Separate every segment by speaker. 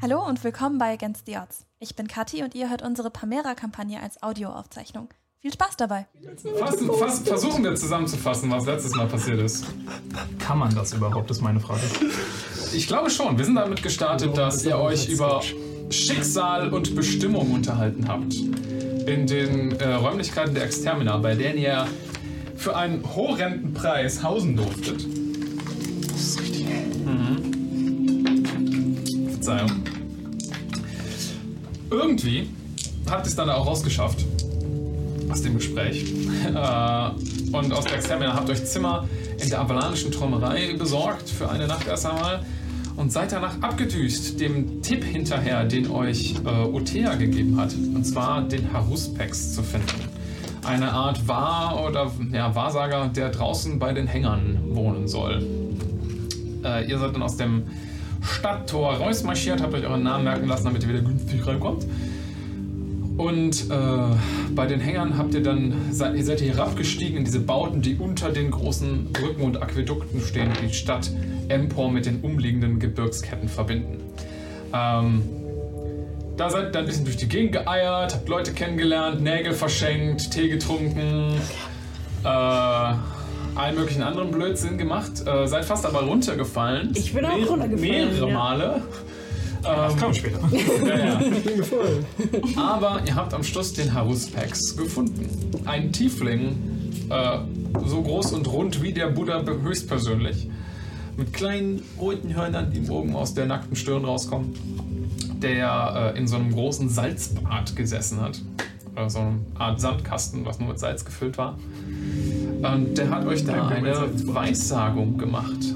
Speaker 1: Hallo und willkommen bei Against the Odds. Ich bin Kathi und ihr hört unsere Pamera-Kampagne als Audioaufzeichnung. Viel Spaß dabei!
Speaker 2: Fassen, fassen, versuchen wir zusammenzufassen, was letztes Mal passiert ist.
Speaker 3: Kann man das überhaupt, ist meine Frage.
Speaker 2: Ich glaube schon. Wir sind damit gestartet, dass ihr euch über Schicksal und Bestimmung unterhalten habt. In den äh, Räumlichkeiten der Extermina, bei denen ihr für einen horrenden Preis hausen durftet.
Speaker 3: Das ist richtig.
Speaker 2: Verzeihung. Irgendwie habt ihr es dann auch rausgeschafft. Aus dem Gespräch. Äh, und aus der Extermina habt euch Zimmer in der avalanischen Trommerei besorgt für eine Nacht erst einmal. Und seid danach abgedüst dem Tipp hinterher, den euch äh, Othea gegeben hat. Und zwar den Haruspex zu finden. Eine Art Wahr oder ja, Wahrsager, der draußen bei den Hängern wohnen soll. Äh, ihr seid dann aus dem Stadttor rausmarschiert, habt euch euren Namen merken lassen, damit ihr wieder günstig reinkommt. Und äh, bei den Hängern habt ihr dann, seid, ihr seid hier herabgestiegen in diese Bauten, die unter den großen Brücken und Aquädukten stehen, die die Stadt Empor mit den umliegenden Gebirgsketten verbinden. Ähm, da seid ihr dann ein bisschen durch die Gegend geeiert, habt Leute kennengelernt, Nägel verschenkt, Tee getrunken, äh, allen möglichen anderen Blödsinn gemacht, äh, seid fast aber runtergefallen.
Speaker 4: Ich bin auch runtergefallen,
Speaker 2: Mehrere
Speaker 4: ja.
Speaker 2: Male. Ähm,
Speaker 3: Komm später.
Speaker 2: ja, ja.
Speaker 4: gefallen.
Speaker 2: Aber ihr habt am Schluss den Haruspex gefunden. Ein Tiefling, äh, so groß und rund wie der Buddha be- höchstpersönlich. Mit kleinen roten Hörnern, die oben aus der nackten Stirn rauskommen. Der äh, in so einem großen Salzbad gesessen hat. Oder so eine Art Sandkasten, was nur mit Salz gefüllt war. Und der hat euch da eine Weissagung gemacht.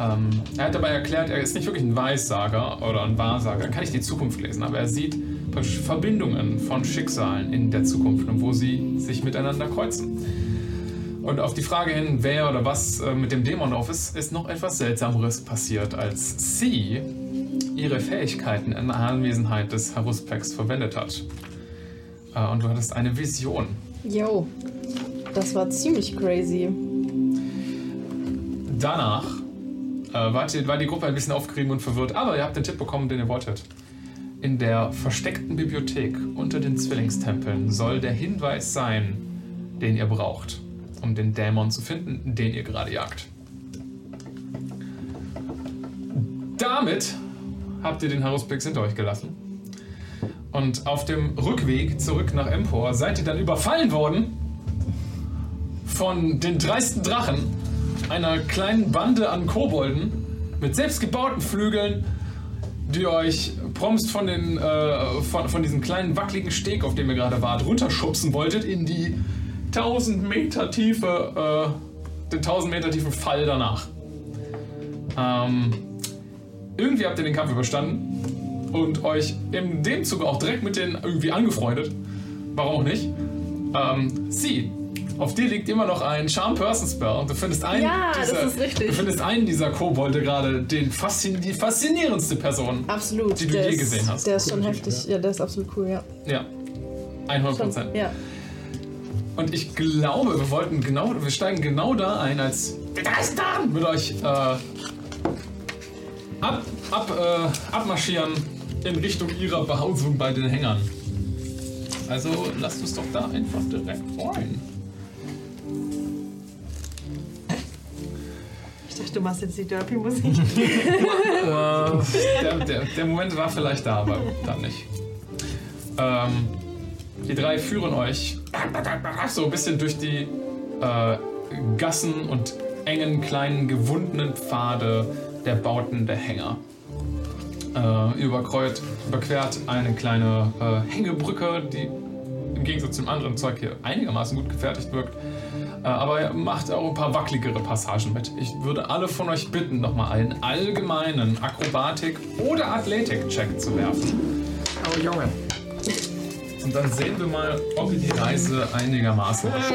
Speaker 2: Ähm, er hat dabei erklärt, er ist nicht wirklich ein Weissager oder ein Wahrsager, er kann nicht die Zukunft lesen, aber er sieht praktisch Verbindungen von Schicksalen in der Zukunft und wo sie sich miteinander kreuzen. Und auf die Frage hin, wer oder was äh, mit dem Dämon drauf ist, ist noch etwas Seltsameres passiert, als sie ihre Fähigkeiten in Anwesenheit des Haruspex verwendet hat. Äh, und du hattest eine Vision.
Speaker 4: Yo, das war ziemlich crazy.
Speaker 2: Danach äh, wart ihr, war die Gruppe ein bisschen aufgerieben und verwirrt, aber ihr habt den Tipp bekommen, den ihr wolltet. In der versteckten Bibliothek unter den Zwillingstempeln soll der Hinweis sein, den ihr braucht, um den Dämon zu finden, den ihr gerade jagt. Damit habt ihr den Haruspix hinter euch gelassen. Und auf dem Rückweg zurück nach Empor seid ihr dann überfallen worden von den dreisten Drachen, einer kleinen Bande an Kobolden mit selbstgebauten Flügeln, die euch prompt von, den, äh, von, von diesem kleinen wackeligen Steg, auf dem ihr gerade wart, runterschubsen wolltet in die 1000 Meter tiefe, äh, den 1000 Meter tiefen Fall danach. Ähm, irgendwie habt ihr den Kampf überstanden und euch in dem Zug auch direkt mit denen irgendwie angefreundet. Warum auch nicht? Ähm, sie, auf dir liegt immer noch ein Charm Person Spell. Du findest einen,
Speaker 4: Ja, das
Speaker 2: dieser,
Speaker 4: ist richtig.
Speaker 2: Du findest einen dieser Kobolde gerade, den faszin die faszinierendste Person.
Speaker 4: Absolut.
Speaker 2: Die du
Speaker 4: der
Speaker 2: je
Speaker 4: ist,
Speaker 2: gesehen hast.
Speaker 4: Der ist schon heftig. Ja. der ist absolut cool, ja.
Speaker 2: Ja, 100
Speaker 4: Schon,
Speaker 2: Prozent.
Speaker 4: ja.
Speaker 2: Und ich glaube, wir wollten genau, wir steigen genau da ein, als mit euch äh, ab, ab, äh, abmarschieren in Richtung ihrer Behausung bei den Hängern. Also lasst uns doch da einfach direkt rein.
Speaker 5: Ich dachte, du machst jetzt die Derpy-Musik.
Speaker 2: der, der, der Moment war vielleicht da, aber dann nicht. Ähm, die drei führen euch so ein bisschen durch die äh, Gassen und engen, kleinen, gewundenen Pfade der Bauten der Hänger. Äh, ihr überkreut, überquert eine kleine äh, Hängebrücke, die im Gegensatz zum anderen Zeug hier einigermaßen gut gefertigt wirkt. Äh, aber er macht auch ein paar wackeligere Passagen mit. Ich würde alle von euch bitten, nochmal einen allgemeinen Akrobatik- oder Athletik-Check zu werfen.
Speaker 3: Oh Junge.
Speaker 2: Und dann sehen wir mal, ob ihr die Reise einigermaßen schafft.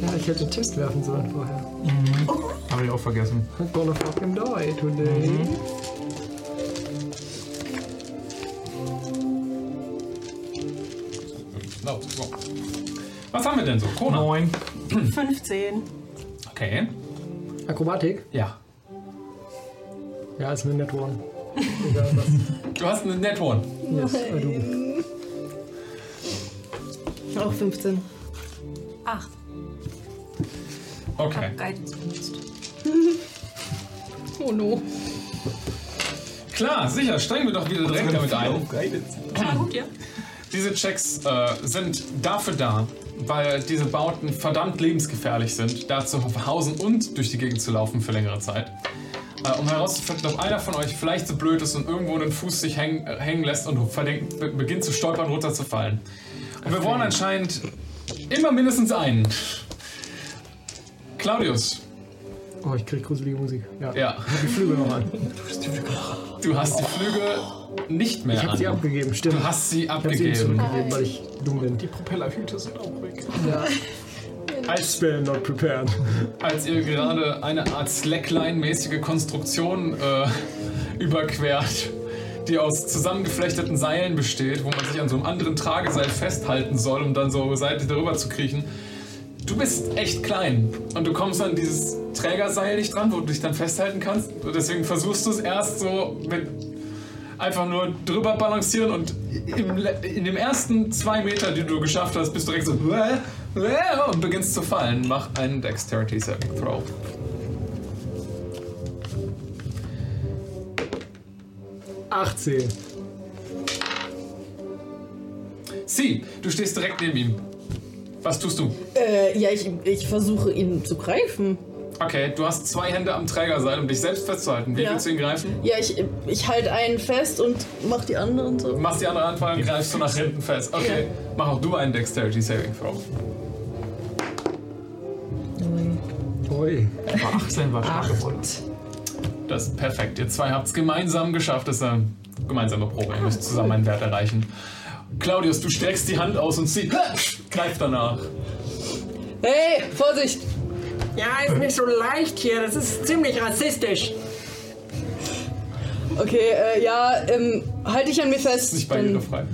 Speaker 6: Ja, ich hätte Test werfen sollen vorher.
Speaker 3: Mhm. Habe ich auch vergessen.
Speaker 6: I'm gonna fucking die today.
Speaker 2: Mhm. Laut, so. Was haben wir denn so? Kona.
Speaker 3: Neun.
Speaker 5: 15.
Speaker 2: Okay.
Speaker 6: Akrobatik?
Speaker 2: Ja.
Speaker 6: Ja, ist mir nett worden. Egal was.
Speaker 2: Du hast einen Net One.
Speaker 6: Yes, I do.
Speaker 4: Auch 15.
Speaker 7: Acht.
Speaker 2: Okay.
Speaker 7: Guidance benutzt.
Speaker 4: Oh no.
Speaker 2: Klar, sicher, steigen wir doch wieder direkt damit ein.
Speaker 7: Na gut, ja.
Speaker 2: Diese Checks äh, sind dafür da, weil diese Bauten verdammt lebensgefährlich sind, da zu hausen und durch die Gegend zu laufen für längere Zeit. Äh, um herauszufinden, ob einer von euch vielleicht so blöd ist und irgendwo den Fuß sich hängen, äh, hängen lässt und verdenkt, be beginnt zu stolpern, runterzufallen. Und wir wollen anscheinend immer mindestens einen. Claudius,
Speaker 6: Oh, ich krieg gruselige Musik. Ja.
Speaker 2: ja,
Speaker 6: Die Flügel noch an.
Speaker 2: du hast die Flügel nicht mehr
Speaker 6: Ich hab
Speaker 2: an.
Speaker 6: sie abgegeben, stimmt.
Speaker 2: Du hast sie
Speaker 6: ich hab sie ihnen
Speaker 2: abgegeben.
Speaker 6: zurückgegeben, weil ich dumm bin.
Speaker 3: Die Propellerhüte sind auch weg.
Speaker 2: Als
Speaker 6: Spell not prepared.
Speaker 2: als ihr gerade eine Art Slackline-mäßige Konstruktion äh, überquert, die aus zusammengeflechteten Seilen besteht, wo man sich an so einem anderen Trageseil festhalten soll, um dann so Seite darüber zu kriechen. Du bist echt klein und du kommst an dieses Trägerseil nicht dran, wo du dich dann festhalten kannst. Und Deswegen versuchst du es erst so mit einfach nur drüber balancieren und im, le- in dem ersten zwei Meter, die du geschafft hast, bist du direkt so "Wäh, wäh" und beginnst zu fallen. Mach einen Dexterity Saving Throw.
Speaker 6: Ja. 18.
Speaker 2: Sie, du stehst direkt neben ihm. Was tust du?
Speaker 4: Äh, ja, ich, ich versuche ihn zu greifen.
Speaker 2: Okay, du hast zwei Hände am Trägerseil, um dich selbst festzuhalten. Wie
Speaker 4: Ja.
Speaker 2: willst du ihn greifen?
Speaker 4: Ja, ich, ich halte einen fest und mach die anderen so.
Speaker 2: Machst die andere Hand fallen, greifst du nach hinten fest. Okay,
Speaker 4: Ja.
Speaker 2: mach auch du einen Dexterity Saving Throw.
Speaker 6: Oi.
Speaker 3: Aber 18 war stark geworden.
Speaker 2: Das ist perfekt. Ihr zwei habt es gemeinsam geschafft. Das ist eine gemeinsame Probe. Ihr müsst zusammen einen Wert erreichen. Claudius, du streckst die Hand aus und sie greift danach.
Speaker 4: Hey, Vorsicht!
Speaker 8: Ja, ist nicht so leicht hier. Das ist ziemlich rassistisch.
Speaker 4: Okay, äh, ja, ähm, halte ich an mir fest.
Speaker 2: Ist nicht bei
Speaker 4: dann-
Speaker 2: jedem frei.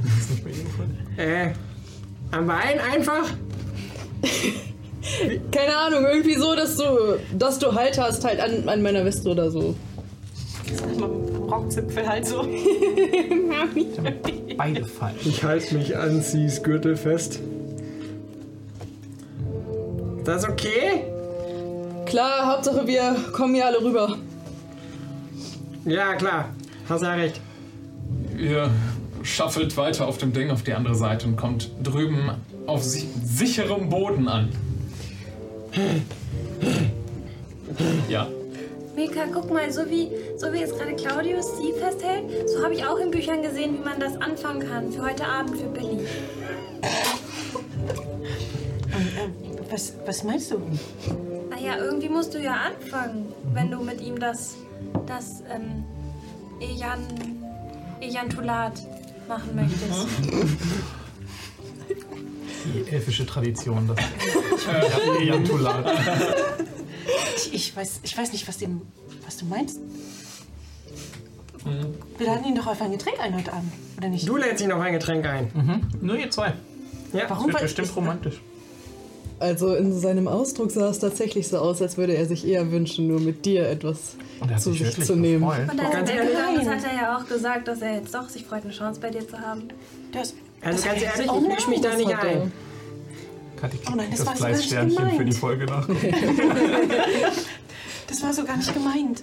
Speaker 8: Äh, haben wir einen einfach?
Speaker 4: Keine Ahnung, irgendwie so, dass du, dass du Halt hast, halt an, an meiner Weste oder so.
Speaker 5: Am Rockzipfel halt so.
Speaker 3: Beide fallen.
Speaker 6: Ich halte mich an Sis Gürtel fest.
Speaker 8: Das ist okay?
Speaker 4: Klar, Äh, Hauptsache wir kommen hier alle rüber.
Speaker 8: Ja, klar. Hast ja recht.
Speaker 2: Ihr schaffelt weiter auf dem Ding auf die andere Seite und kommt drüben auf si sicherem Boden an. Ja.
Speaker 7: Mika, guck mal, so wie, so wie jetzt gerade Claudius sie festhält, so habe ich auch in Büchern gesehen, wie man das anfangen kann für heute Abend für Billy.
Speaker 5: äh, Was, was meinst du?
Speaker 7: Naja, irgendwie musst du Ah ja anfangen, wenn du mit ihm das, das ähm, Ejan, Ejantulat machen möchtest.
Speaker 3: Die elfische Tradition, das. Ejakulat.
Speaker 5: Ich, ich, weiß, ich weiß nicht, was, dem, was du meinst.
Speaker 3: Hm.
Speaker 5: Wir laden ihn doch auf ein Getränk ein heute Abend, oder nicht?
Speaker 8: Du lädst dich noch ein Getränk ein.
Speaker 3: Mhm. Nur ihr zwei.
Speaker 8: Ja,
Speaker 5: Warum?
Speaker 3: Das wird
Speaker 5: Weil-
Speaker 3: bestimmt
Speaker 5: ich-
Speaker 3: romantisch.
Speaker 4: Also in seinem Ausdruck sah es tatsächlich so aus, als würde er sich eher wünschen, nur mit dir etwas
Speaker 3: Und er hat
Speaker 4: zu
Speaker 3: sich
Speaker 4: sich
Speaker 3: wirklich
Speaker 4: zu nehmen.
Speaker 3: gefreut.
Speaker 7: Und als er
Speaker 8: Ganz ehrlich?
Speaker 7: weggegangen ist, hat er ja auch gesagt, dass er jetzt doch sich freut, eine Chance bei dir zu haben.
Speaker 5: Das,
Speaker 8: Also ganz
Speaker 5: heißt-
Speaker 8: ehrlich,
Speaker 5: oh
Speaker 8: ich
Speaker 5: nein,
Speaker 8: misch mich da nicht
Speaker 4: hat er.
Speaker 8: ein.
Speaker 3: Kathi
Speaker 5: Oh nein, das war
Speaker 3: das
Speaker 5: so gar nicht
Speaker 3: Fleißsternchen für die
Speaker 5: gemeint.
Speaker 3: Folge nach.
Speaker 5: das war so gar nicht gemeint.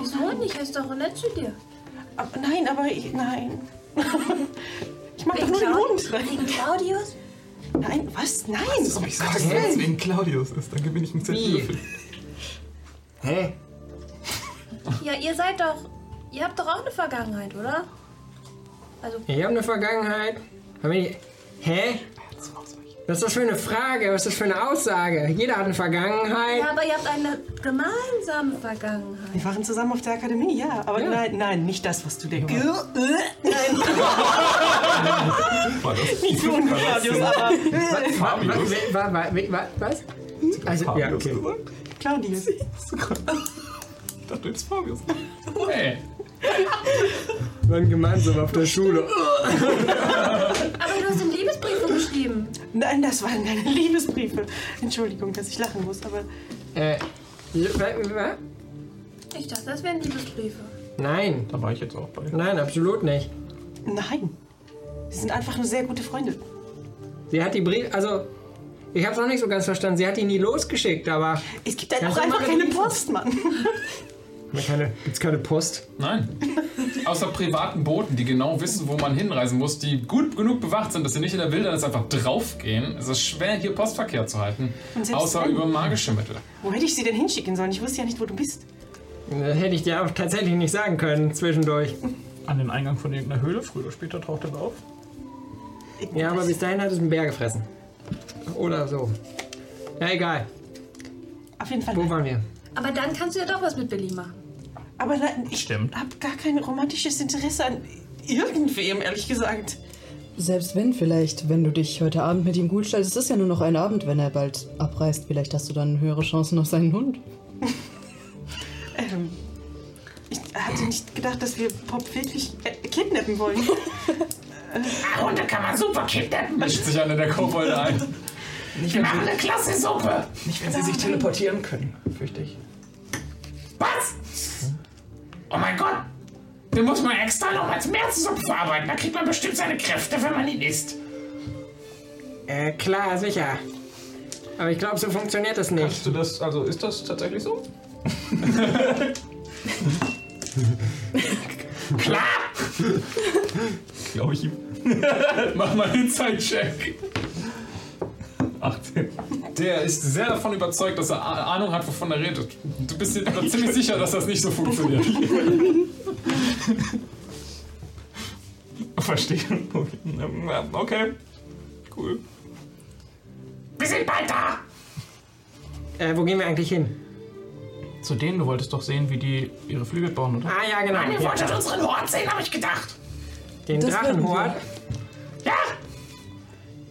Speaker 7: Wieso Oh, nicht? Er ist doch nett zu dir.
Speaker 5: Aber, nein, aber ich, nein. ich mag doch
Speaker 7: Wegen
Speaker 5: nur den
Speaker 7: Claudius?
Speaker 5: Hund.
Speaker 7: Wegen Claudius?
Speaker 5: Nein, was? Nein! um
Speaker 3: Aber ich sage dir, jetzt, wegen Claudius ist, dann gewinne ich einen Zettel.
Speaker 8: Wie?
Speaker 3: dafür.
Speaker 8: Hä?
Speaker 7: Ja, ihr seid doch. Ihr habt doch auch eine Vergangenheit, oder? Also,
Speaker 8: Ich habe eine Vergangenheit. Aber ich, hä? Was ist das für eine Frage? Was ist das für eine Aussage? Jeder hat eine Vergangenheit.
Speaker 7: ja, aber ihr habt eine gemeinsame Vergangenheit.
Speaker 5: Wir waren zusammen auf der Akademie, ja. Aber nein, nein, nicht das, was du denkst.
Speaker 3: War das nicht so
Speaker 5: Claudius, aber
Speaker 3: Fabius?
Speaker 8: Was? Wa- wa- wa- wa- Was?
Speaker 3: Hm?
Speaker 8: Also, ja,
Speaker 3: Fabius
Speaker 8: okay.
Speaker 3: gesagt?
Speaker 5: Claudius.
Speaker 3: Ich dachte, jetzt Fabius.
Speaker 2: Hey.
Speaker 8: Wir waren gemeinsam auf der Schule.
Speaker 7: Aber du hast den Liebesbrief geschrieben.
Speaker 5: Nein, das waren deine Liebesbriefe. Entschuldigung, dass ich lachen muss, aber
Speaker 8: Äh, wa- wa-
Speaker 7: Ich dachte, das wären Liebesbriefe.
Speaker 8: Nein,
Speaker 3: Da war ich jetzt auch bei.
Speaker 8: nein, absolut nicht.
Speaker 5: Nein. Sie sind einfach nur sehr gute Freunde.
Speaker 8: Sie hat die Briefe, also ich habe es auch nicht so ganz verstanden. Sie hat die nie losgeschickt, aber
Speaker 5: Es gibt halt
Speaker 8: Ja,
Speaker 5: auch
Speaker 8: so
Speaker 5: einfach
Speaker 8: machen
Speaker 5: keine
Speaker 8: die.
Speaker 5: Post, Mann.
Speaker 6: Gibt es keine Post?
Speaker 2: Nein. Außer privaten Booten, die genau wissen, wo man hinreisen muss, die gut genug bewacht sind, dass sie nicht in der Wildnis einfach draufgehen. Es ist schwer, hier Postverkehr zu halten.
Speaker 5: Und selbst
Speaker 2: Außer
Speaker 5: wenn-
Speaker 2: über magische Mittel.
Speaker 5: Wo hätte ich sie denn hinschicken sollen? Ich wusste ja nicht, wo du bist.
Speaker 8: das Äh, hätte ich dir auch tatsächlich nicht sagen können zwischendurch.
Speaker 3: An den Eingang von irgendeiner Höhle, früher oder später taucht er auf.
Speaker 8: Ja, aber bis dahin hat es einen Bär gefressen. Oder so. Ja, egal.
Speaker 5: Auf jeden Fall.
Speaker 8: Wo waren wir?
Speaker 7: Aber dann kannst du ja doch was mit Billy machen.
Speaker 5: Aber nein, ich
Speaker 3: Stimmt.
Speaker 5: habe gar kein romantisches Interesse an irgendwem, ehrlich gesagt.
Speaker 4: Selbst wenn vielleicht, wenn du dich heute Abend mit ihm gut stellst, es ist ja nur noch ein Abend, wenn er bald abreist, vielleicht hast du dann höhere Chancen auf seinen Hund.
Speaker 5: Ähm, ich hatte nicht gedacht, dass wir Pop wirklich äh, kidnappen wollen.
Speaker 9: Hunde kann man super kidnappen.
Speaker 2: Mischt sich einer der Kobolde ein.
Speaker 9: Die machen eine klasse Suppe.
Speaker 3: Nicht, wenn sie sich teleportieren können, fürchte ich.
Speaker 9: Was? Oh mein Gott. Den muss man extra noch als Meeressuppe verarbeiten. Da kriegt man bestimmt seine Kräfte, wenn man ihn isst.
Speaker 8: Äh, klar, sicher. Aber ich glaube, so funktioniert das nicht.
Speaker 3: Kannst du das, also ist das tatsächlich so?
Speaker 9: Klar.
Speaker 3: Glaube ich ihm.
Speaker 2: Mach mal einen Zeitcheck.
Speaker 3: 18.
Speaker 2: Der ist sehr davon überzeugt, dass er Ah- Ahnung hat, wovon er redet. Du bist dir aber ziemlich sicher, dass das nicht so funktioniert.
Speaker 3: Verstehe. Okay. Ähm, ja, okay. Cool.
Speaker 9: Wir sind bald da.
Speaker 8: Äh, wo gehen wir eigentlich hin?
Speaker 3: Zu denen, du wolltest doch sehen, wie die ihre Flügel bauen, oder?
Speaker 8: Ah, ja, genau.
Speaker 9: Ihr
Speaker 8: Ja.
Speaker 9: wolltet unseren Hort sehen, habe ich gedacht.
Speaker 8: Den
Speaker 4: Das
Speaker 8: Drachenhort.
Speaker 9: Ja.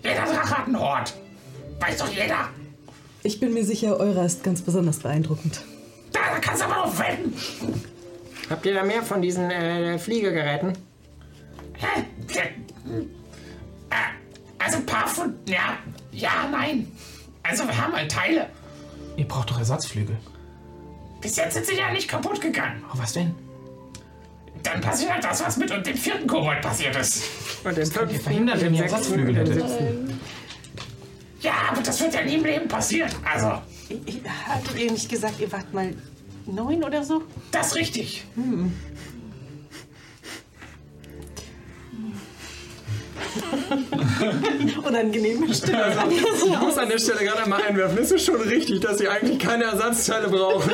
Speaker 9: Jeder Drache hat einen Hort. Weiß doch jeder.
Speaker 4: Ich bin mir sicher, eurer ist ganz besonders beeindruckend.
Speaker 9: Ah, Da, da kannst du aber noch wetten.
Speaker 8: Habt ihr da mehr von diesen äh, Fliegegeräten?
Speaker 9: Hä? Der, äh, also ein paar von... Ja, ja, nein. Also wir haben halt Teile.
Speaker 3: Ihr braucht doch Ersatzflügel.
Speaker 9: Bis jetzt sind sie ja nicht kaputt gegangen.
Speaker 3: Oh, was denn?
Speaker 9: Dann passiert halt das, was mit und dem vierten Kobold passiert ist.
Speaker 8: Und den
Speaker 3: ihr
Speaker 8: fünften,
Speaker 3: verhindern, wenn
Speaker 8: den
Speaker 3: ihr Ersatzflügel
Speaker 8: den
Speaker 3: hättet.
Speaker 8: sechsten.
Speaker 9: Ja, aber das wird ja nie im Leben passieren. Also,
Speaker 5: Ich- ich- Hattet ihr nicht gesagt, ihr wart mal neun oder so? Hm.
Speaker 9: das ist richtig.
Speaker 5: Unangenehm. Stimmt.
Speaker 8: Also, Ich muss an der Stelle gerade mal einwerfen. Es ist schon richtig, dass sie eigentlich keine Ersatzteile brauchen.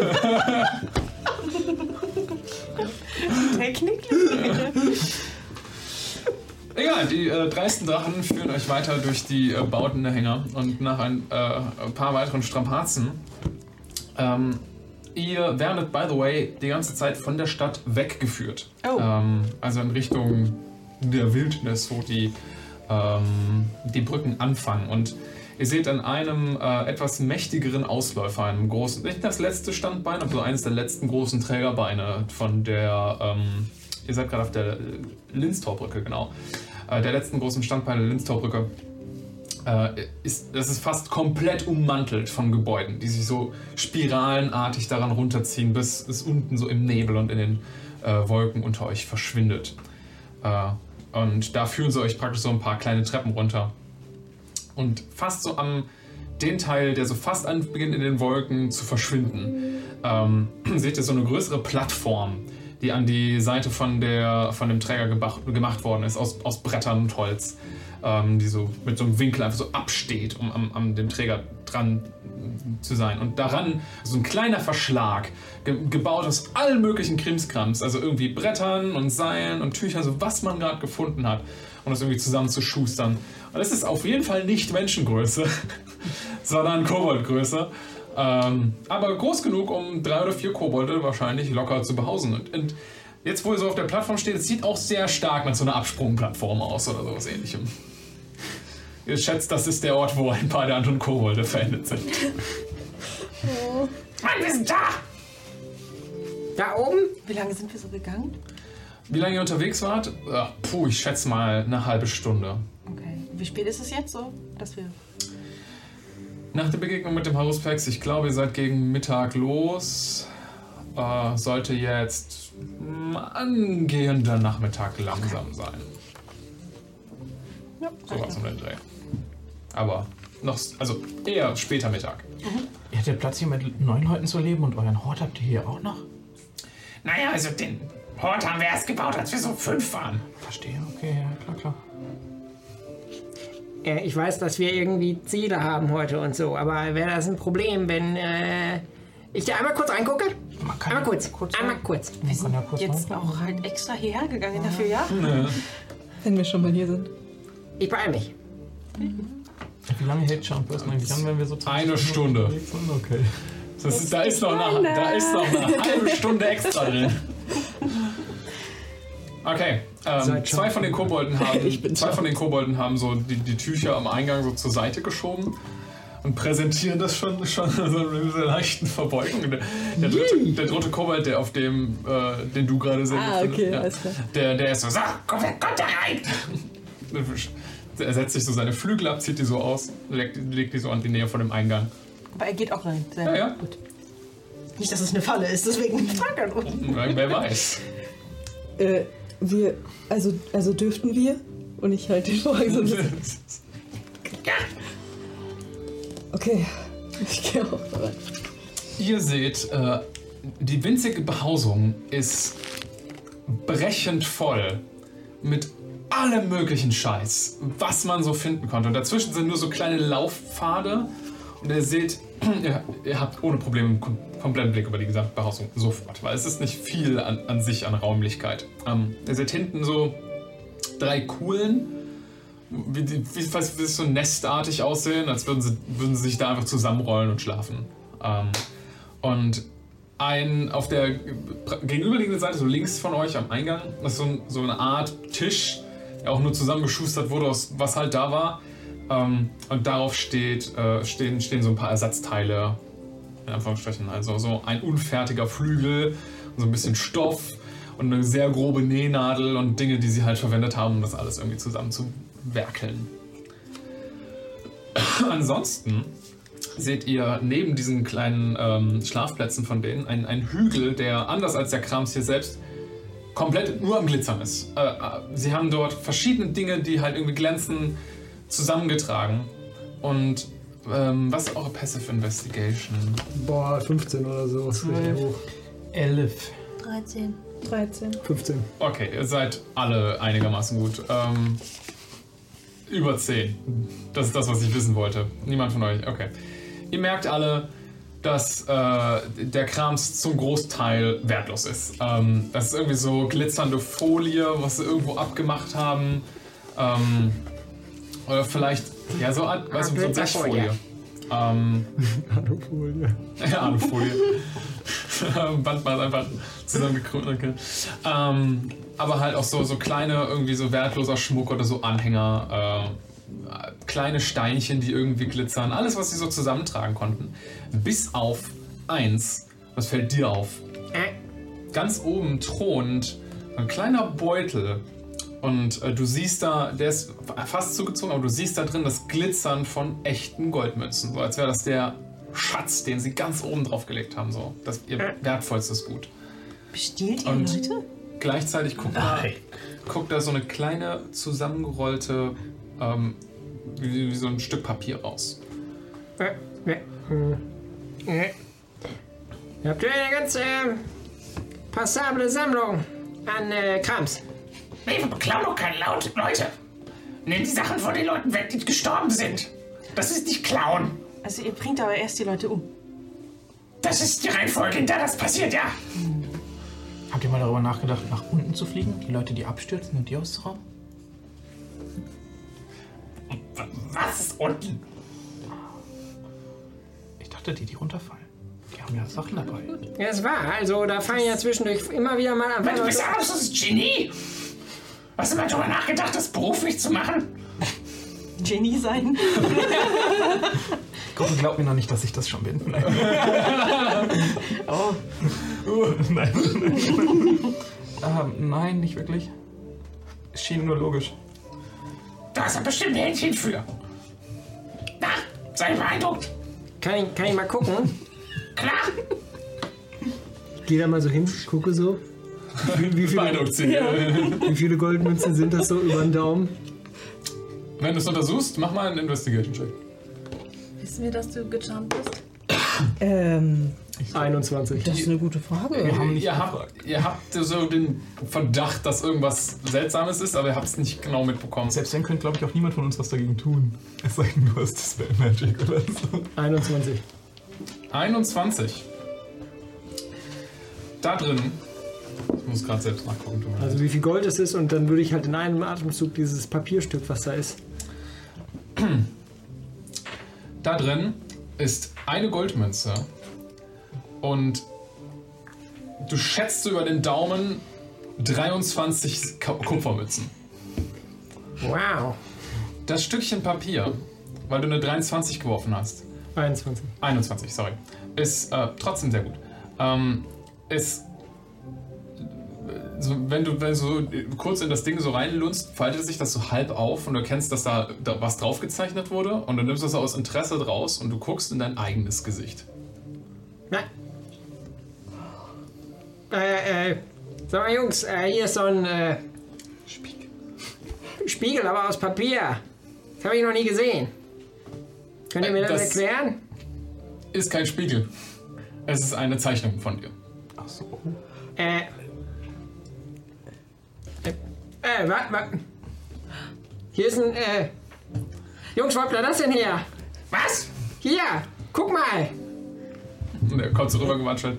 Speaker 5: Technik?
Speaker 2: Egal, die äh, dreisten Drachen führen euch weiter durch die äh, Bauten der Hänger und nach ein äh, paar weiteren Strampazen. Ähm, ihr werdet, by the way, die ganze Zeit von der Stadt weggeführt.
Speaker 5: Oh.
Speaker 2: Ähm, also in Richtung der Wildnis, wo die, ähm, die Brücken anfangen. Und ihr seht an einem äh, etwas mächtigeren Ausläufer, einem großen, nicht das letzte Standbein, aber so eines der letzten großen Trägerbeine von der, ähm, ihr seid gerade auf der äh, Linztorbrücke, genau äh, der letzten großen Standbeine der Linztorbrücke, äh, ist, das ist fast komplett ummantelt von Gebäuden, die sich so spiralenartig daran runterziehen, bis es unten so im Nebel und in den äh, Wolken unter euch verschwindet. Äh, und da führen sie euch praktisch so ein paar kleine Treppen runter. Und fast so am den Teil, der so fast anbeginnt in den Wolken zu verschwinden, ähm, seht ihr so eine größere Plattform, die an die Seite von, der, von dem Träger gebach, gemacht worden ist, aus, aus Brettern und Holz, ähm, die so mit so einem Winkel einfach so absteht, um am, am dem Träger dran zu sein. Und daran so ein kleiner Verschlag, ge gebaut aus allen möglichen Krimskrams, also irgendwie Brettern und Seilen und Tüchern, so was man gerade gefunden hat, um das irgendwie zusammen zu schustern. Und es ist auf jeden Fall nicht Menschengröße, sondern Koboldgröße. Ähm, aber groß genug, um drei oder vier Kobolde wahrscheinlich locker zu behausen. Und, und jetzt, wo ihr so auf der Plattform steht, es sieht auch sehr stark nach so einer Absprungplattform aus oder sowas ähnlichem. Ihr schätzt, das ist der Ort, wo ein paar der anderen Kobolde verendet sind.
Speaker 9: Mann, wir sind da.
Speaker 8: Da oben?
Speaker 5: Wie lange sind wir so gegangen?
Speaker 2: Wie lange ihr unterwegs wart? Ach, puh, ich schätze mal eine halbe Stunde.
Speaker 5: Okay. Wie spät ist es jetzt so, dass wir.
Speaker 2: Nach der Begegnung mit dem Haruspex, ich glaube, ihr seid gegen Mittag los. äh, sollte jetzt mm, angehender Nachmittag langsam sein.
Speaker 5: Ja,
Speaker 2: Sowas um den Dreh. Aber noch, also eher später Mittag.
Speaker 3: Ihr hättet Platz hier mit neun Leuten zu leben und euren Hort habt ihr hier auch noch?
Speaker 9: Naja, also den Hort haben wir erst gebaut, als wir so fünf waren.
Speaker 3: Verstehe, okay, ja, klar, klar.
Speaker 8: Äh, ich weiß, dass wir irgendwie Ziele haben heute und so, aber wäre das ein Problem, wenn äh, ich dir einmal kurz angucke?
Speaker 3: Man kann
Speaker 8: Einmal
Speaker 3: ja
Speaker 8: kurz. einmal kurz.
Speaker 3: Man kann ja kurz
Speaker 5: Jetzt
Speaker 3: mal-
Speaker 5: auch halt extra hierher gegangen dafür, ja?
Speaker 4: Wenn wir schon mal hier sind.
Speaker 8: Ich beeil mich.
Speaker 3: Wie lange hält Charmperson eigentlich an, wenn wir so 20
Speaker 2: Eine
Speaker 3: Minuten
Speaker 2: Stunde.
Speaker 3: unterwegs sind? Okay.
Speaker 2: Das ist, da, ist noch eine, da ist noch eine halbe Stunde extra drin. Okay, ähm,
Speaker 8: Seid schon.
Speaker 2: zwei von den Kobolden
Speaker 4: Ich
Speaker 2: haben,
Speaker 4: bin
Speaker 2: zwei
Speaker 4: schon.
Speaker 2: von den Kobolden haben so die, die Tücher am Eingang so zur Seite geschoben und präsentieren das schon, schon so mit einer leichten Verbeugung. Der, der, dritte, der dritte Kobold, der auf dem, äh, den du gerade sehen
Speaker 4: Ah,
Speaker 2: befindest,
Speaker 4: okay, alles klar.
Speaker 2: der, der ist so, so komm, her, komm da rein! Er setzt sich so seine Flügel ab, zieht die so aus, legt, legt die so an die Nähe von dem Eingang.
Speaker 5: Aber er geht auch rein.
Speaker 2: Ja, ja,
Speaker 5: Nicht, dass es eine Falle ist, deswegen frag er uns.
Speaker 2: wer weiß.
Speaker 4: Äh, wir, also, also dürften wir? Und ich halte die Frage so ein bisschen. Okay, ich gehe auch rein.
Speaker 2: Ihr seht, äh, die winzige Behausung ist brechend voll mit allem möglichen Scheiß, was man so finden konnte. Und dazwischen sind nur so kleine Laufpfade. Und ihr seht, ihr, ihr habt ohne Probleme einen kom kompletten Blick über die gesamte Behausung sofort, weil es ist nicht viel an, an sich an Raumlichkeit. Ähm, ihr seht hinten so drei Kuhlen, wie, die- wie, fast wie so nestartig aussehen, als würden sie, würden sie sich da einfach zusammenrollen und schlafen. Ähm, und ein auf der pra- gegenüberliegenden Seite, so links von euch am Eingang, ist so, ein, so eine Art Tisch, der auch nur zusammengeschustert wurde, aus was halt da war. Ähm, und darauf steht, äh, stehen, stehen so ein paar Ersatzteile, in Anführungsstrichen. Also so ein unfertiger Flügel, so ein bisschen Stoff und eine sehr grobe Nähnadel und Dinge, die sie halt verwendet haben, um das alles irgendwie zusammenzuwerkeln. Ansonsten seht ihr neben diesen kleinen ähm, Schlafplätzen von denen einen, einen Hügel, der anders als der Krams hier selbst komplett nur am Glitzern ist. Äh, äh, sie haben dort verschiedene Dinge, die halt irgendwie glänzen, zusammengetragen. Und ähm, was ist eure Passive Investigation?
Speaker 6: Boah, 15 oder so. Das ist richtig hoch.
Speaker 3: Elf.
Speaker 7: 13.
Speaker 5: 13.
Speaker 6: 15.
Speaker 2: Okay, ihr seid alle einigermaßen gut. Ähm, über 10. Das ist das, was ich wissen wollte. Niemand von euch. Okay. Ihr merkt alle, dass äh, der Krams zum Großteil wertlos ist. Ähm, das ist irgendwie so glitzernde Folie, was sie irgendwo abgemacht haben. Ähm, oder vielleicht, ja, so, Art- weißt du, so Blechfolie.
Speaker 8: Glitzerfolie.
Speaker 2: Ähm,
Speaker 6: Alufolie.
Speaker 2: ja, Alufolie. Band war einfach zusammengekrümmt. Okay. Ähm, aber halt auch so, so kleine, irgendwie so wertloser Schmuck oder so Anhänger, äh, äh, kleine Steinchen, die irgendwie glitzern. Alles, was sie so zusammentragen konnten. Bis auf eins, was fällt dir auf?
Speaker 8: Äh,
Speaker 2: Ganz oben thront ein kleiner Beutel. Und äh, du siehst da, der ist fast zugezogen, aber du siehst da drin das Glitzern von echten Goldmünzen. So als wäre das der Schatz, den sie ganz oben drauf gelegt haben. So, das ihr wertvollstes Gut.
Speaker 5: Bestiehlt ihr
Speaker 2: Und-
Speaker 5: Leute?
Speaker 2: Gleichzeitig guckt da, guckt da so eine kleine zusammengerollte, ähm, wie, wie so ein Stück Papier raus.
Speaker 8: äh, äh, äh, äh. Ihr habt ja eine ganz äh, passable Sammlung an äh, Krams.
Speaker 9: Nee, wir beklauen doch keine Laut Leute. Nehmt die Sachen von den Leuten weg, die gestorben sind. Das ist nicht klauen.
Speaker 5: Also ihr bringt aber erst die Leute um.
Speaker 9: Das ist die Reihenfolge, in der das passiert, ja.
Speaker 3: Hm. Habt ihr mal darüber nachgedacht, nach unten zu fliegen? Die Leute, die abstürzen und die auszurauben?
Speaker 9: W- Was ist unten?
Speaker 3: Ich dachte, die, die runterfallen. Die haben ja Sachen dabei.
Speaker 8: Ja, es war. Also, da fallen ja zwischendurch immer wieder mal
Speaker 9: Du bist
Speaker 8: einfach.
Speaker 9: ein absolutes Genie. Hast du mal drüber nachgedacht, das beruflich zu machen?
Speaker 5: Genie sein.
Speaker 3: Komm, glaub mir noch nicht, dass ich das schon bin. Nein. oh. nein. ähm, nein, nicht wirklich. Es schien nur logisch.
Speaker 9: Da hast du bestimmt ein Händchen für. Na, sei beeindruckt.
Speaker 8: Kann ich, kann ich mal gucken?
Speaker 9: Klar.
Speaker 6: gehe da mal so hin, gucke so. Wie, wie, viele,
Speaker 2: Beiduktion.
Speaker 6: wie viele Goldmünzen sind das so über den Daumen?
Speaker 2: Wenn du es untersuchst, mach mal einen Investigation-Check.
Speaker 7: Wissen wir, dass du gecharmt bist?
Speaker 4: Ähm,
Speaker 6: 21.
Speaker 4: das ist eine gute Frage.
Speaker 2: Ihr habt, ihr habt so den Verdacht, dass irgendwas Seltsames ist, aber ihr habt es nicht genau mitbekommen.
Speaker 10: Selbst dann könnte, glaube ich, auch niemand von uns was dagegen tun. Es sei denn, du hast Dispel Magic oder so.
Speaker 6: 21.
Speaker 2: 21. Da drin. Ich muss gerade selbst nachgucken. tut mir leid.
Speaker 6: Also wie viel Gold es ist und dann würde ich halt in einem Atemzug dieses Papierstück, was da ist.
Speaker 2: Da drin ist eine Goldmünze. Und du schätzt so über den Daumen 23 Ka- Kupfermünzen.
Speaker 8: Wow.
Speaker 2: Das Stückchen Papier, weil du eine 23 geworfen hast,
Speaker 6: 21.
Speaker 2: 21, sorry. Ist äh, trotzdem sehr gut. Ähm, ist. äh, So, wenn du wenn du so äh, kurz in das Ding so reinlunst, faltet sich das so halb auf und du erkennst, dass da, da was draufgezeichnet wurde und du nimmst das aus Interesse draus und du guckst in dein eigenes Gesicht.
Speaker 8: Na. Äh, äh, sag mal Jungs, äh, hier ist so ein äh,
Speaker 2: Spiegel.
Speaker 8: Spiegel, aber aus Papier. Das habe ich noch nie gesehen. Könnt ihr
Speaker 2: Äh,
Speaker 8: mir das,
Speaker 2: das-
Speaker 8: erklären?
Speaker 2: Ist kein Spiegel. Es ist eine Zeichnung von dir.
Speaker 10: Ach so.
Speaker 8: Äh. Äh, äh warte, warte. Hier ist ein, äh. Jungs, wo habt ihr das denn her?
Speaker 9: Was?
Speaker 8: Hier, guck mal.
Speaker 2: Und er kommt so rübergewatschelt.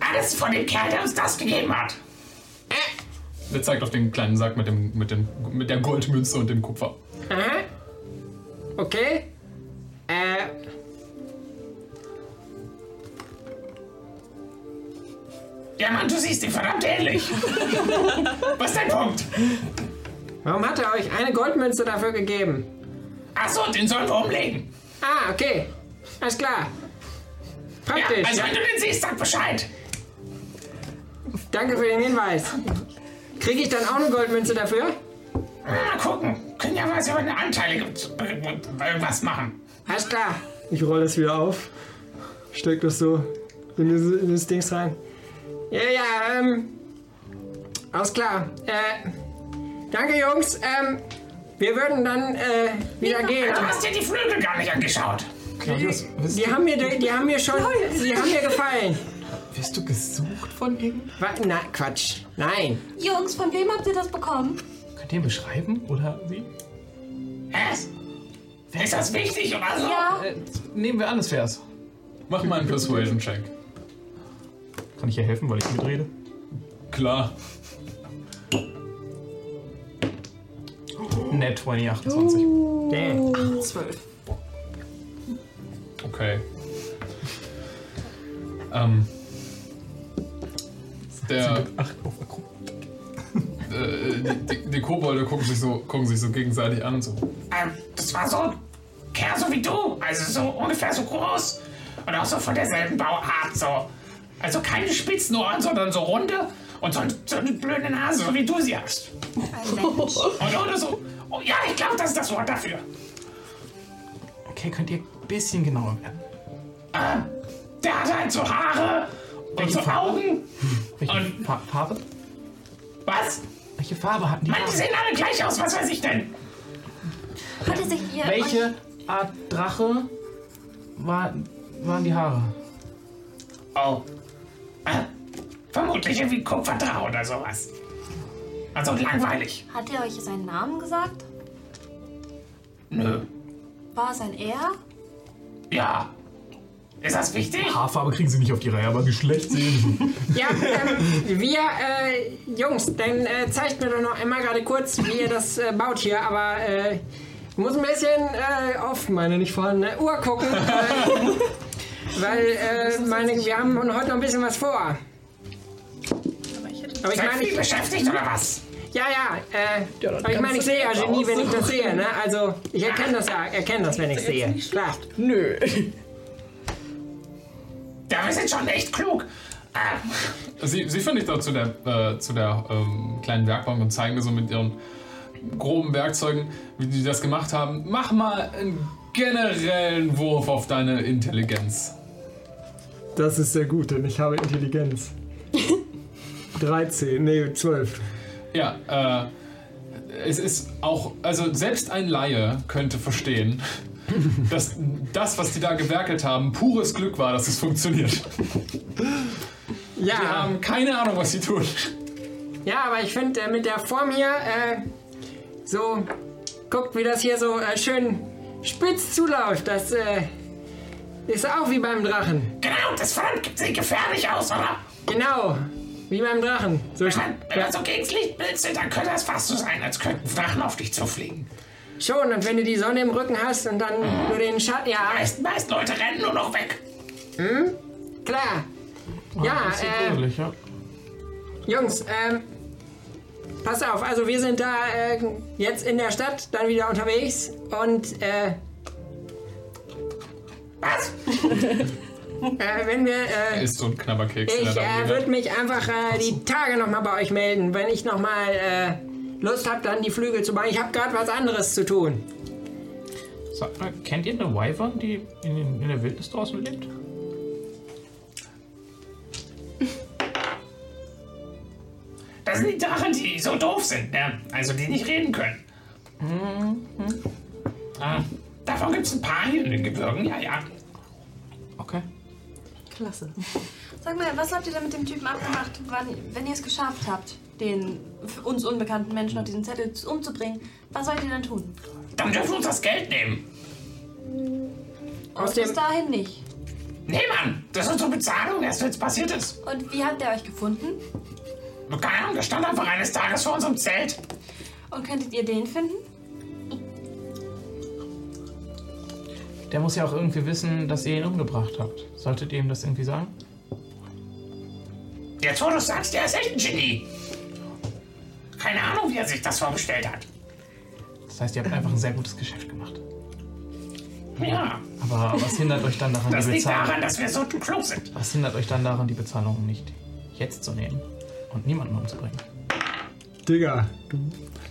Speaker 9: Alles von dem Kerl, der uns das gegeben hat.
Speaker 2: Der zeigt auf den kleinen Sack mit, dem, mit, dem, mit der Goldmünze und dem Kupfer.
Speaker 8: Aha.
Speaker 9: Mhm.
Speaker 8: Okay. Äh.
Speaker 9: Ja, Mann, du siehst ihm verdammt ähnlich. Was ist dein Punkt?
Speaker 8: Warum hat er euch eine Goldmünze dafür gegeben?
Speaker 9: Achso, den sollen wir umlegen.
Speaker 8: Ah, okay. Alles klar.
Speaker 9: Ja,
Speaker 8: Praktisch.
Speaker 9: also wenn du den siehst, sag Bescheid.
Speaker 8: Danke für den Hinweis. Kriege ich dann auch eine Goldmünze dafür?
Speaker 9: Ah, Mal gucken. Können ja was über eine Anteile gibt- irgendwas machen.
Speaker 8: Alles klar.
Speaker 6: Ich roll das wieder auf, steck das so in das, in das Dings rein.
Speaker 8: Ja, ja, ähm. Alles klar. Äh. Danke, Jungs. Ähm. Wir würden dann äh, wieder gehen.
Speaker 9: Du hast dir die Flügel gar nicht angeschaut.
Speaker 10: Claudius, wirst,
Speaker 8: Die haben mir, die haben mir schon, die haben mir gefallen.
Speaker 10: wirst du gesucht von irgend?
Speaker 8: Wa- Na, Quatsch. Nein.
Speaker 7: Jungs, von wem habt ihr das bekommen?
Speaker 10: Könnt ihr ihn beschreiben? Oder sie?
Speaker 9: Was? Ist das wichtig oder so?
Speaker 7: Ja.
Speaker 10: Äh, nehmen wir an, es wär's.
Speaker 2: Mach mal einen Persuasion-Check.
Speaker 10: Kann ich ihr helfen, weil ich mitrede?
Speaker 2: Klar.
Speaker 10: Net 20, 28.
Speaker 8: Oh. Damn.
Speaker 2: Okay. Ähm. Der,
Speaker 10: Acht auf Akro.
Speaker 2: äh, die, die- die Kobolde gucken sich, so, gucken sich so gegenseitig an und so.
Speaker 9: Ähm, das war so ein Kerl so wie du. Also so ungefähr so groß. Und auch so von derselben Bauart. So. Also keine spitzen Ohren, sondern so runde. Und so, ein- so eine blöde Nase, so wie du sie hast. Und ohne so. Oh, ja, ich glaube, das ist das Wort dafür.
Speaker 10: Okay, könnt ihr ein bisschen genauer werden?
Speaker 9: Ähm, Der hat halt so Haare und so Augen.
Speaker 10: Welche
Speaker 9: Und-
Speaker 10: Fa Farbe?
Speaker 9: Was?
Speaker 10: Welche Farbe hatten die?
Speaker 9: Mann, die sehen alle gleich aus. Was weiß ich denn?
Speaker 7: Hat er sich ihr.
Speaker 10: Welche Art Drache war, waren die Haare?
Speaker 9: Oh. Äh, vermutlich irgendwie Kupferdraht oder sowas. Also langweilig.
Speaker 7: Hat er euch seinen Namen gesagt?
Speaker 9: Nö.
Speaker 7: War es ein Er?
Speaker 9: Ja. Ist das wichtig?
Speaker 10: Haarfarbe kriegen sie nicht auf die Reihe, aber Geschlecht sehen.
Speaker 8: Ja, ähm, wir, äh, Jungs, dann äh, zeigt mir doch noch einmal gerade kurz, wie ihr das äh, baut hier, aber äh, ich muss ein bisschen äh, auf meine nicht vorhandene Uhr gucken, äh, weil äh, meine, wir haben heute noch ein bisschen was vor. Aber ich
Speaker 9: Seid
Speaker 8: meine,
Speaker 9: viel
Speaker 8: ich,
Speaker 9: beschäftigt oder was?
Speaker 8: ja, ja, äh, aber ich meine, ich sehe ja Genie, wenn ich das sehe, ne? Also, ich erkenne das ja, erkenne das, wenn ich sehe. Klar.
Speaker 4: Nö.
Speaker 9: Ja, wir sind schon echt klug. Äh,
Speaker 2: Sie, sie finde ich da zu der, äh, zu der ähm, kleinen Werkbank und zeigen mir so mit ihren groben Werkzeugen, wie die das gemacht haben. Mach mal einen generellen Wurf auf deine Intelligenz.
Speaker 6: Das ist sehr gut, denn ich habe Intelligenz. 13, nee, 12.
Speaker 2: Ja, äh, es ist auch, also selbst ein Laie könnte verstehen, dass das, was die da gewerkelt haben, pures Glück war, dass es funktioniert.
Speaker 8: Ja.
Speaker 2: Die haben keine Ahnung, was sie tun.
Speaker 8: Ja, aber ich finde äh, mit der Form hier, äh, so, guckt, wie das hier so äh, schön spitz zuläuft. Das äh, ist auch wie beim Drachen.
Speaker 9: Genau, das Front sieht gefährlich aus, oder?
Speaker 8: Genau, wie beim Drachen. So
Speaker 9: Wenn wenn man so gegens Licht blitzelt, dann könnte das fast so sein, als könnten Drachen auf dich zufliegen.
Speaker 8: Schon, und wenn du die Sonne im Rücken hast und dann nur den Schatten, ja. Die
Speaker 9: meisten, Leute rennen nur noch weg.
Speaker 8: Hm? Klar. Ja,
Speaker 3: das ist
Speaker 8: äh,
Speaker 3: gruselig, ja.
Speaker 8: Jungs, ähm, pass auf, also wir sind da äh, jetzt in der Stadt, dann wieder unterwegs und äh, was? äh, wenn wir,
Speaker 2: Er
Speaker 8: äh,
Speaker 2: isst so ein Knabberkeks. in
Speaker 8: ich
Speaker 2: der
Speaker 8: äh,
Speaker 2: Dampfmühle.
Speaker 8: würde mich einfach äh, die Tage nochmal bei euch melden, wenn ich nochmal äh, Lust habe, dann die Flügel zu machen. Ich habe gerade was anderes zu tun.
Speaker 3: Sagt mal, kennt ihr eine Wyvern, die in, den- in der Wildnis draußen lebt?
Speaker 9: Das sind die Drachen, die so doof sind, ne? Also die nicht reden können.
Speaker 3: Hm,
Speaker 9: Ah, davon gibt's ein paar hier in den Gebirgen, ja, ja.
Speaker 5: Klasse.
Speaker 7: Sag mal, was habt ihr denn mit dem Typen abgemacht, wann, wenn ihr es geschafft habt, den für uns unbekannten Menschen auf diesen Zettel zu- umzubringen? Was sollt ihr dann tun?
Speaker 9: Dann dürfen wir uns das Geld nehmen.
Speaker 7: Und Also bis dahin nicht.
Speaker 9: Nee, Mann, das ist unsere Bezahlung, erst wenn's passiert ist.
Speaker 7: Und wie habt ihr euch gefunden?
Speaker 9: Keine Ahnung, der stand einfach eines Tages vor unserem Zelt.
Speaker 7: Und könntet ihr den finden?
Speaker 3: Der muss ja auch irgendwie wissen, dass ihr ihn umgebracht habt. Solltet ihr ihm das irgendwie sagen?
Speaker 9: Jetzt, wo du sagst, der ist echt ein Genie. Keine Ahnung, wie er sich das vorgestellt hat.
Speaker 3: Das heißt, ihr habt einfach ein sehr gutes Geschäft gemacht.
Speaker 9: Ja.
Speaker 3: Aber was hindert euch dann daran,
Speaker 9: Das
Speaker 3: die
Speaker 9: liegt
Speaker 3: Bezahlung?
Speaker 9: daran, dass wir so klug sind.
Speaker 3: Was hindert euch dann daran, die Bezahlung nicht jetzt zu nehmen und niemanden umzubringen?
Speaker 6: Digga.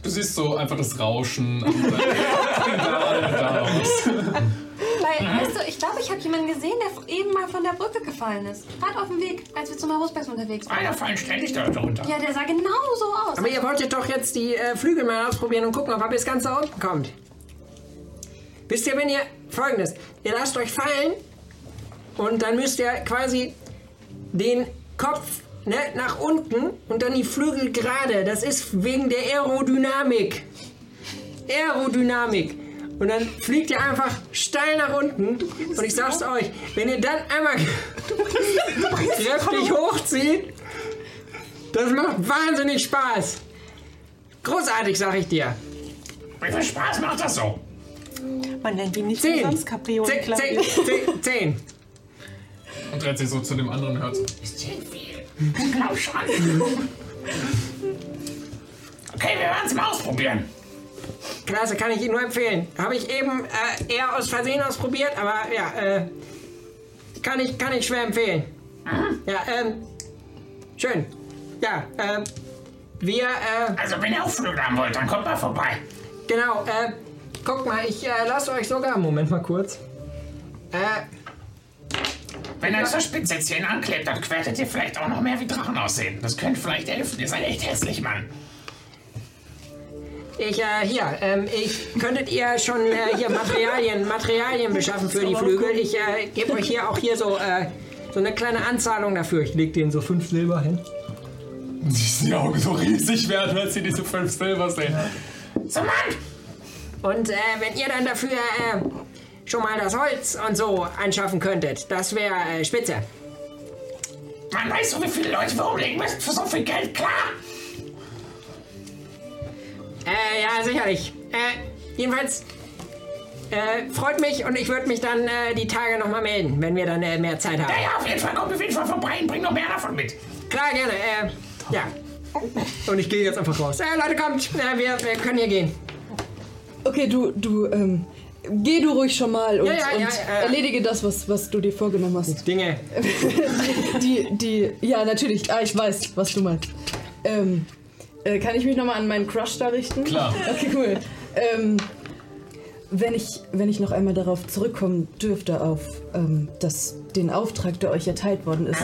Speaker 2: Du siehst so einfach das Rauschen. am Seil. da, da raus.
Speaker 7: Weil,
Speaker 8: Mhm.
Speaker 7: weißt du, ich glaube, ich habe jemanden gesehen, der eben mal von der Brücke gefallen ist. Gerade auf dem Weg, als wir zum Hausbergs unterwegs waren.
Speaker 8: Ah, da fallen ständig Leute runter.
Speaker 7: Ja, der sah genau so aus.
Speaker 8: Aber ihr wolltet doch jetzt die äh, Flügel mal ausprobieren und gucken, ob ihr bis ganz nach unten kommt. Wisst ihr, wenn ihr folgendes, ihr lasst euch fallen und dann müsst ihr quasi den Kopf ne, nach unten und dann die Flügel gerade. Das ist wegen der Aerodynamik. Aerodynamik. Und dann fliegt ihr einfach steil nach unten. Und ich sag's euch, wenn ihr dann einmal kräftig hochzieht, das macht wahnsinnig Spaß. Großartig, sag ich dir.
Speaker 9: Wie viel Spaß macht das so?
Speaker 5: Man nennt ihn nicht
Speaker 8: Zehn.
Speaker 5: umsonst
Speaker 8: Zehn,
Speaker 5: Kapriolenklavier.
Speaker 8: zehn, zehn, zehn.
Speaker 2: Und rennt sich so zu dem anderen und hört so.
Speaker 9: Ist hier viel. Ich glaub schon. okay, wir werden's mal ausprobieren.
Speaker 8: Klasse, kann ich Ihnen nur empfehlen. Habe ich eben äh, eher aus Versehen ausprobiert, aber ja, äh, kann, ich, kann ich schwer empfehlen.
Speaker 9: Mhm.
Speaker 8: Ja, ähm, schön. Ja, ähm, wir, äh,
Speaker 9: Also, wenn ihr auch Flügel haben wollt, dann kommt mal vorbei.
Speaker 8: genau, äh, guck mal, ich äh, lasse euch sogar, Moment mal kurz. Äh,
Speaker 9: Wenn ihr zur Spitze 10 anklebt, dann werdet ihr vielleicht auch noch mehr wie Drachen aussehen. Das könnte vielleicht helfen. Ihr seid echt hässlich, Mann.
Speaker 8: Ich, äh, hier, ähm, ich, könntet ihr schon äh, hier Materialien, Materialien beschaffen für die Flügel? Ich, äh, gebe euch hier auch hier so, äh, so eine kleine Anzahlung dafür. Ich leg denen so fünf Silber hin.
Speaker 2: Und siehst die Augen so riesig werden, als sie diese fünf Silber sehen.
Speaker 8: So, Mann! Und, äh, wenn ihr dann dafür, äh, schon mal das Holz und so anschaffen könntet, das wäre, äh, spitze.
Speaker 9: Man weiß so, wie viele Leute wir umlegen müssen für so viel Geld, klar.
Speaker 8: Äh, ja, sicherlich. Äh, jedenfalls, äh, freut mich und ich würde mich dann, äh, die Tage nochmal melden, wenn wir dann, äh, mehr Zeit haben.
Speaker 9: Ja, ja, auf jeden Fall kommt auf jeden Fall vorbei und bringt noch mehr davon mit.
Speaker 8: Klar, gerne. Äh, ja. Und ich gehe jetzt einfach raus. Äh, Leute, kommt. Äh, wir, wir können hier gehen.
Speaker 4: Okay, du, du, ähm, geh du ruhig schon mal und,
Speaker 8: Ja, ja,
Speaker 4: und
Speaker 8: ja, ja, ja.
Speaker 4: erledige das, was, was du dir vorgenommen hast.
Speaker 8: Dinge.
Speaker 4: die, die, ja, natürlich, ah, ich weiß, was du meinst. Ähm, äh, kann ich mich nochmal an meinen Crush da richten?
Speaker 2: Klar.
Speaker 4: Okay, cool. Ähm, Wenn ich, wenn ich noch einmal darauf zurückkommen dürfte, auf ähm, das, den Auftrag, der euch erteilt worden ist.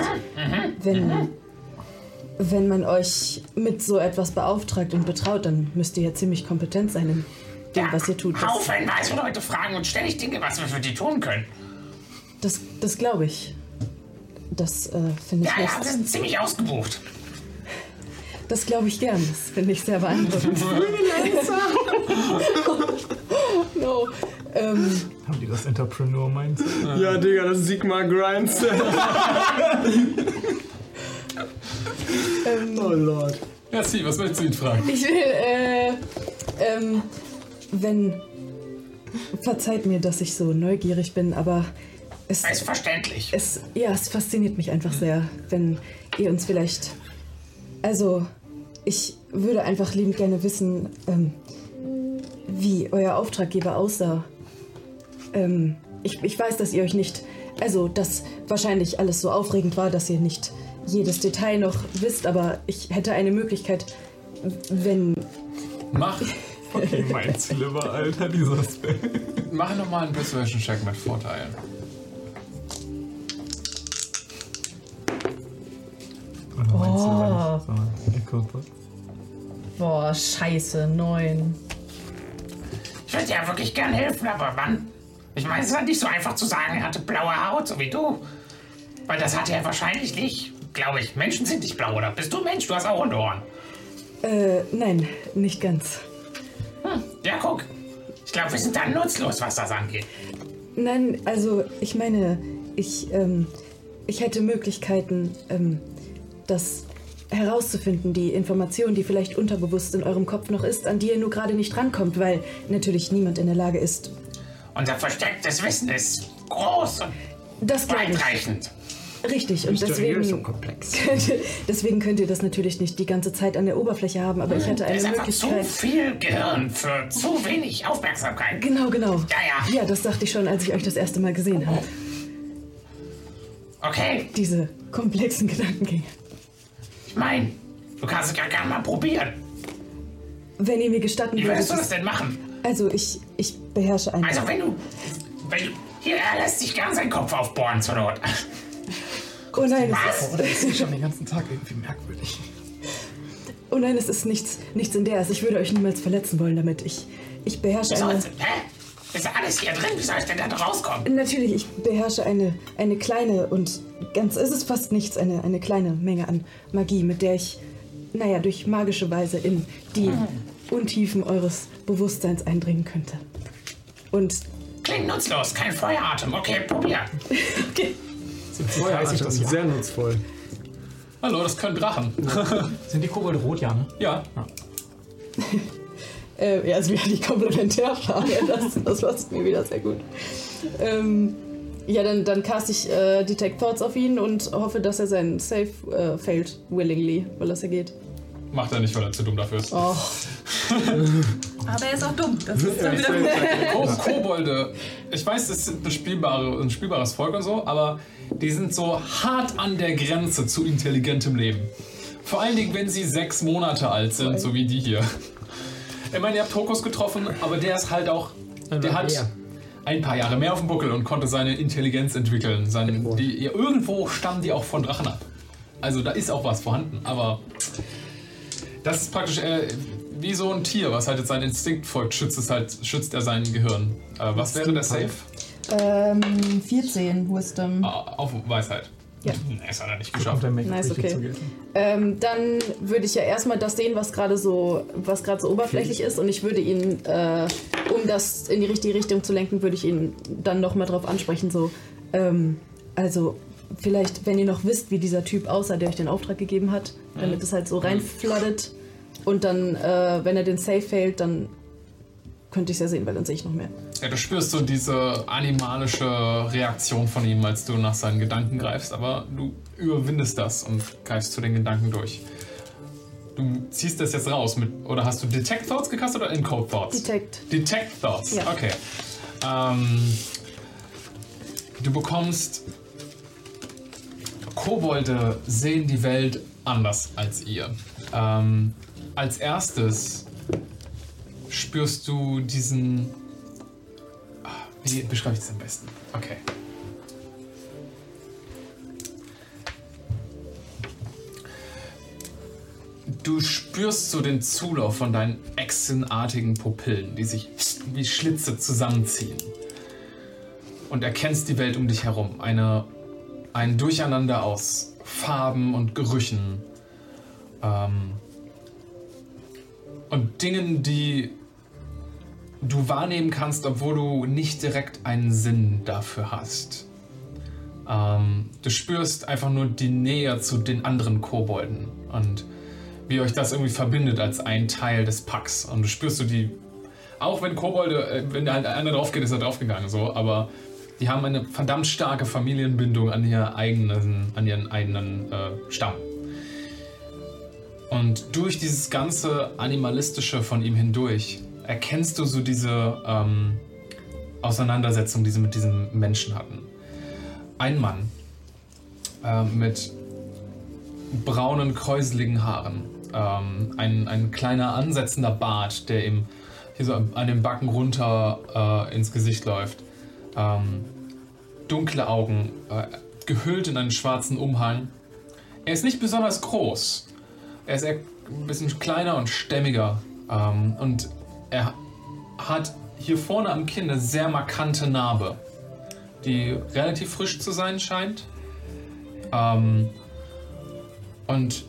Speaker 4: Wenn, wenn man euch mit so etwas beauftragt und betraut, dann müsst ihr ja ziemlich kompetent sein in dem, was ihr tut. Das,
Speaker 9: Haufenweise Leute fragen und ständig Dinge, was wir für die tun können.
Speaker 4: das, das glaube ich. Das äh, finde ich
Speaker 9: Ja, ja,
Speaker 4: nicht-
Speaker 9: wir sind ziemlich ausgebucht.
Speaker 4: Das glaube ich gern. Das finde ich sehr beeindruckend. no. Ähm,
Speaker 10: Haben die das Entrepreneur-Mindset?
Speaker 6: Ja, Digga, das Sigma Grinds.
Speaker 4: ähm,
Speaker 6: oh Lord.
Speaker 2: Ja, Sie, was möchtest du ihn fragen?
Speaker 4: ich will, äh, ähm, wenn. Verzeiht mir, dass ich so neugierig bin, aber es.
Speaker 9: Ist verständlich.
Speaker 4: Es, ja, es fasziniert mich einfach sehr, wenn ihr uns vielleicht. Also, ich würde einfach liebend gerne wissen, ähm, wie euer Auftraggeber aussah. Ähm, ich, ich weiß, dass ihr euch nicht. Also, dass wahrscheinlich alles so aufregend war, dass ihr nicht jedes Detail noch wisst, aber ich hätte eine Möglichkeit, wenn.
Speaker 2: Mach,
Speaker 10: Okay, mein Sliver, Alter, dieser Spell.
Speaker 2: mach nochmal einen Persuasion-Check mit Vorteilen.
Speaker 10: Oder mein Sliver nicht, sondern Echo Dot.
Speaker 4: Boah, scheiße, neun.
Speaker 9: Ich würde ja wirklich gern helfen, aber wann? Ich meine, es war nicht so einfach zu sagen, er hatte blaue Haut, so wie du. Weil das hatte er wahrscheinlich nicht, glaube ich. Menschen sind nicht blau, oder? Bist du Mensch? Du hast auch ein Ohren.
Speaker 4: Äh, nein, nicht ganz.
Speaker 9: Ja, guck. Ich glaube, wir sind dann nutzlos, was das angeht.
Speaker 4: Nein, also ich meine, ich, ähm, ich hätte Möglichkeiten, ähm, das herauszufinden, die Information, die vielleicht unterbewusst in eurem Kopf noch ist, an die ihr nur gerade nicht rankommt, weil natürlich niemand in der Lage ist.
Speaker 9: Unser verstecktes Wissen ist groß und
Speaker 4: Das glaube ich.
Speaker 9: weitreichend.
Speaker 4: Richtig, und deswegen,
Speaker 8: komplex.
Speaker 4: deswegen könnt ihr das natürlich nicht die ganze Zeit an der Oberfläche haben, aber ich hatte
Speaker 9: Da
Speaker 4: eine
Speaker 9: Hm, ist einfach zu
Speaker 4: Möglichkeit.
Speaker 9: viel Gehirn für zu wenig Aufmerksamkeit.
Speaker 4: Genau, genau.
Speaker 9: Ja, ja.
Speaker 4: Ja, das dachte ich schon, als ich euch das erste Mal gesehen habe.
Speaker 9: Okay,
Speaker 4: Diese komplexen Gedankengänge.
Speaker 9: ich meine, du kannst es ja gerne mal probieren.
Speaker 4: Wenn ihr mir gestatten
Speaker 9: Wie
Speaker 4: würdet.
Speaker 9: würdest du das denn machen?
Speaker 4: Also ich, ich beherrsche einen.
Speaker 9: Also, wenn du. Wenn du hier, er lässt sich gern seinen Kopf aufbohren zur Not.
Speaker 4: Oh nein,
Speaker 9: Was?
Speaker 4: es ist,
Speaker 10: Das ist schon den ganzen Tag irgendwie merkwürdig.
Speaker 4: oh nein, es ist nichts, nichts in der. Ich würde euch niemals verletzen wollen damit. Ich, ich beherrsche
Speaker 9: Wieso also?
Speaker 4: eine.
Speaker 9: ist, hä? Ist alles hier drin? Wie soll ich denn da rauskommen?
Speaker 4: Natürlich, ich beherrsche eine, eine kleine und ganz ist es fast nichts, eine, eine kleine Menge an Magie, mit der ich, naja, durch magische Weise in die
Speaker 9: Mhm.
Speaker 4: Untiefen eures Bewusstseins eindringen könnte. Und
Speaker 9: Klingt nutzlos, kein Feueratem. Okay, probier.
Speaker 6: Feuer
Speaker 3: Weiß ich das, ja.
Speaker 6: sehr nutzvoll.
Speaker 2: Hallo, das können Drachen.
Speaker 3: Sind die Kobold rot, ja, ne?
Speaker 2: Ja,
Speaker 4: Äh, ja, also wieder die Komplementärfrage. Das, das passt mir wieder sehr gut. Ähm, ja, dann, dann cast ich äh, Detect Thoughts auf ihn und hoffe, dass er seinen Safe äh, failt, willingly, weil das er geht.
Speaker 2: macht er nicht, weil er zu dumm dafür ist.
Speaker 4: Oh,
Speaker 7: Aber er ist auch dumm. Das ist dann wieder.
Speaker 2: Ko Kobolde, ich weiß, das ist ein, spielbare, ein spielbares Volk und so, aber die sind so hart an der Grenze zu intelligentem Leben. Vor allen Dingen, wenn sie sechs Monate alt sind, so wie die hier. Ich meine, ihr habt Hokus getroffen, aber der ist halt auch. Der hat
Speaker 8: mehr.
Speaker 2: ein paar Jahre mehr auf dem Buckel und konnte seine Intelligenz entwickeln. Seine, die, ja, irgendwo stammen die auch von Drachen ab. Also da ist auch was vorhanden, aber das ist praktisch äh, wie so ein Tier, was halt jetzt seinen Instinkt folgt, schützt, es halt, schützt er sein Gehirn. Äh, was wäre der Safe?
Speaker 4: ähm, 14 Wisdom.
Speaker 2: Ah, Auf Weisheit.
Speaker 4: Ja.
Speaker 2: Hm, Das hat er nicht
Speaker 10: Und
Speaker 2: geschafft.
Speaker 10: der Make-up
Speaker 4: Nice,
Speaker 10: richtig
Speaker 4: okay.
Speaker 10: zu gelten.
Speaker 4: Ähm, dann würde ich ja erstmal das sehen, was gerade so, was gerade so oberflächlich ist und ich würde ihn, äh, um das in die richtige Richtung zu lenken, würde ich ihn dann nochmal drauf ansprechen, so, ähm, also vielleicht, wenn ihr noch wisst, wie dieser Typ aussah, der euch den Auftrag gegeben hat, damit es halt so reinfloodet und dann, äh, wenn er den Safe fällt, dann könnte ich es ja sehen, weil dann sehe ich noch mehr.
Speaker 2: Ja, du spürst so diese animalische Reaktion von ihm, als du nach seinen Gedanken greifst, aber du überwindest das und greifst zu den Gedanken durch. Du ziehst das jetzt raus mit, oder hast du Detect Thoughts gekastet oder Encode Thoughts?
Speaker 4: Detect.
Speaker 2: Detect Thoughts,
Speaker 4: Ja.
Speaker 2: okay. Ähm, du bekommst. Kobolde sehen die Welt anders als ihr. Ähm, als erstes spürst du diesen Wie beschreibe ich das am besten? Okay. Du spürst so den Zulauf von deinen echsenartigen Pupillen, die sich wie Schlitze zusammenziehen. Und erkennst die Welt um dich herum. Eine, ein Durcheinander aus Farben und Gerüchen. Ähm, und Dingen, die du wahrnehmen kannst, obwohl du nicht direkt einen Sinn dafür hast. Ähm, du spürst einfach nur die Nähe zu den anderen Kobolden und wie euch das irgendwie verbindet als ein Teil des Packs. Und du spürst du die, auch wenn Kobolde, äh, wenn da halt einer drauf geht, ist er draufgegangen, so, aber die haben eine verdammt starke Familienbindung an, ihr eigenen, an ihren eigenen äh, Stamm. Und durch dieses ganze Animalistische von ihm hindurch erkennst du so diese ähm, Auseinandersetzung, die sie mit diesem Menschen hatten. Ein Mann ähm, mit braunen, kräuseligen Haaren, ähm, ein, ein kleiner ansetzender Bart, der ihm hier so an den Backen runter äh, ins Gesicht läuft, ähm, dunkle Augen, äh, gehüllt in einen schwarzen Umhang. Er ist nicht besonders groß, er ist eher ein bisschen kleiner und stämmiger. Ähm, und er hat hier vorne am Kinn eine sehr markante Narbe, die relativ frisch zu sein scheint. Ähm, und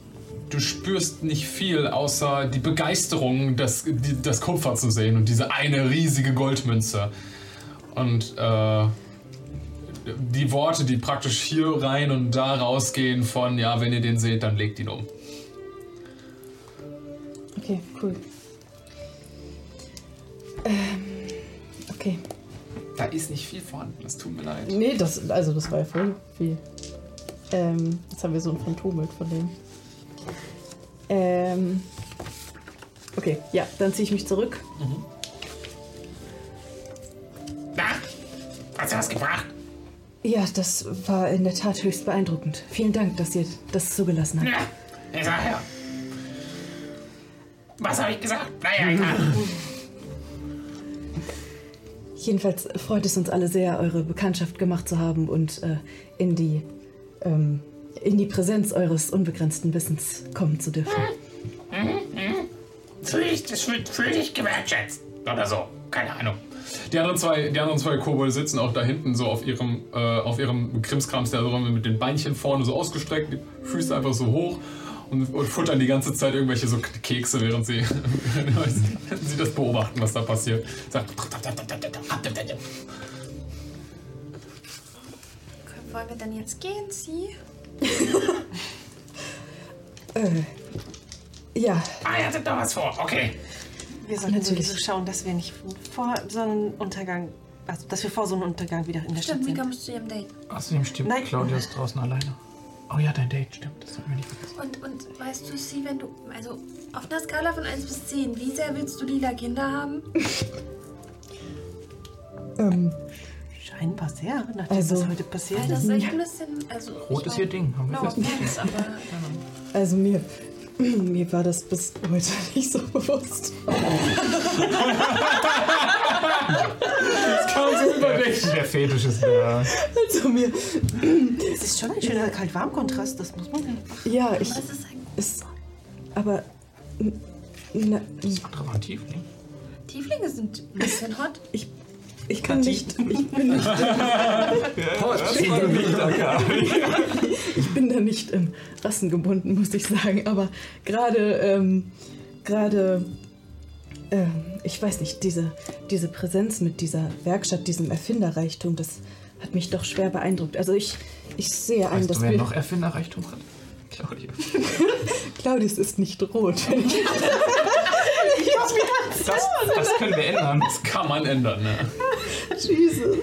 Speaker 2: du spürst nicht viel, außer die Begeisterung, das, die, das Kupfer zu sehen und diese eine riesige Goldmünze. Und äh, die Worte, die praktisch hier rein und da rausgehen von, ja, wenn ihr den seht, dann legt ihn um.
Speaker 4: Okay, cool. Ähm, okay.
Speaker 2: Da ist nicht viel vorhanden, das tut mir leid.
Speaker 4: Nee, das, also das war ja voll viel. Ähm, jetzt haben wir so ein Phantombild von dem. Ähm, okay, ja, dann ziehe ich mich zurück.
Speaker 9: Na? Hast du was gebracht?
Speaker 4: Ja, das war in der Tat höchst beeindruckend. Vielen Dank, dass ihr das zugelassen habt.
Speaker 9: Ja, ich sag ja. Was habe ich gesagt? Naja, egal.
Speaker 4: Jedenfalls freut es uns alle sehr, eure Bekanntschaft gemacht zu haben und äh, in, die, ähm, in die Präsenz eures unbegrenzten Wissens kommen zu dürfen.
Speaker 9: Mhm, mhm. Fühl dich, das fühl, fühl dich gewertschätzt. Oder so. Keine Ahnung.
Speaker 2: Die anderen zwei, die anderen zwei Kobolde sitzen auch da hinten so auf ihrem, äh, auf ihrem Krimskrams, der so mit den Beinchen vorne so ausgestreckt, die Füße einfach so hoch und, und futtern die ganze Zeit irgendwelche so Kekse, während sie, während sie das beobachten, was da passiert. Sagen,
Speaker 7: Können- Wollen wir dann jetzt gehen, Sie?
Speaker 4: Äh, ja,
Speaker 9: Ah, ihr hattet da was vor. Okay.
Speaker 5: Wir sollten
Speaker 4: Natürlich.
Speaker 5: sowieso schauen, dass wir nicht vor Sonnenuntergang, also dass wir vor Sonnenuntergang wieder in der
Speaker 7: Stimmt,
Speaker 5: Stadt
Speaker 7: Mika
Speaker 5: sind.
Speaker 7: muss zu ihrem Date.
Speaker 3: Außerdem stimmt,
Speaker 5: Nein.
Speaker 3: Claudia ist draußen alleine. Oh ja, dein Date stimmt, das sollten wir nicht
Speaker 7: Und,
Speaker 3: vergessen.
Speaker 7: und weißt du, Sie, wenn du. Also, auf einer Skala von 1 bis 10, wie sehr willst du lila Kinder haben?
Speaker 4: ähm,
Speaker 5: Scheinbar sehr, nachdem
Speaker 4: Also-
Speaker 5: was heute passiert
Speaker 7: Weil
Speaker 5: ist.
Speaker 7: das ist echt ein bisschen. Also,
Speaker 3: Rot ist ihr Ding, haben wir
Speaker 7: No offense,
Speaker 3: festgestellt.
Speaker 7: aber.
Speaker 4: also mir, mir war das bis heute nicht so bewusst.
Speaker 2: das kam so über dich.
Speaker 10: Der Fetisch ist da.
Speaker 4: Also mir,
Speaker 5: Es ist schon ein schöner Kalt-Warm-Kontrast, das muss man sagen.
Speaker 4: ja, ich,
Speaker 7: Das ist ein
Speaker 4: es, aber, n- na,
Speaker 3: Dramativ, ne?
Speaker 7: Tieflinge sind ein bisschen hot.
Speaker 4: ich kann nicht, ich bin nicht Ich bin da nicht ähm, rassengebunden, muss ich sagen, aber gerade, ähm, gerade, ähm, ich weiß nicht, diese, diese Präsenz mit dieser Werkstatt, diesem Erfinderreichtum, das hat mich doch schwer beeindruckt. Also ich, ich sehe ein,
Speaker 3: Weißt du,
Speaker 4: dass
Speaker 3: wer
Speaker 4: wir,
Speaker 3: noch Erfinderreichtum hat? Claudia.
Speaker 4: Claudius ist nicht rot.
Speaker 3: Das, das können wir ändern.
Speaker 2: Das kann man ändern, ne?
Speaker 4: Jesus.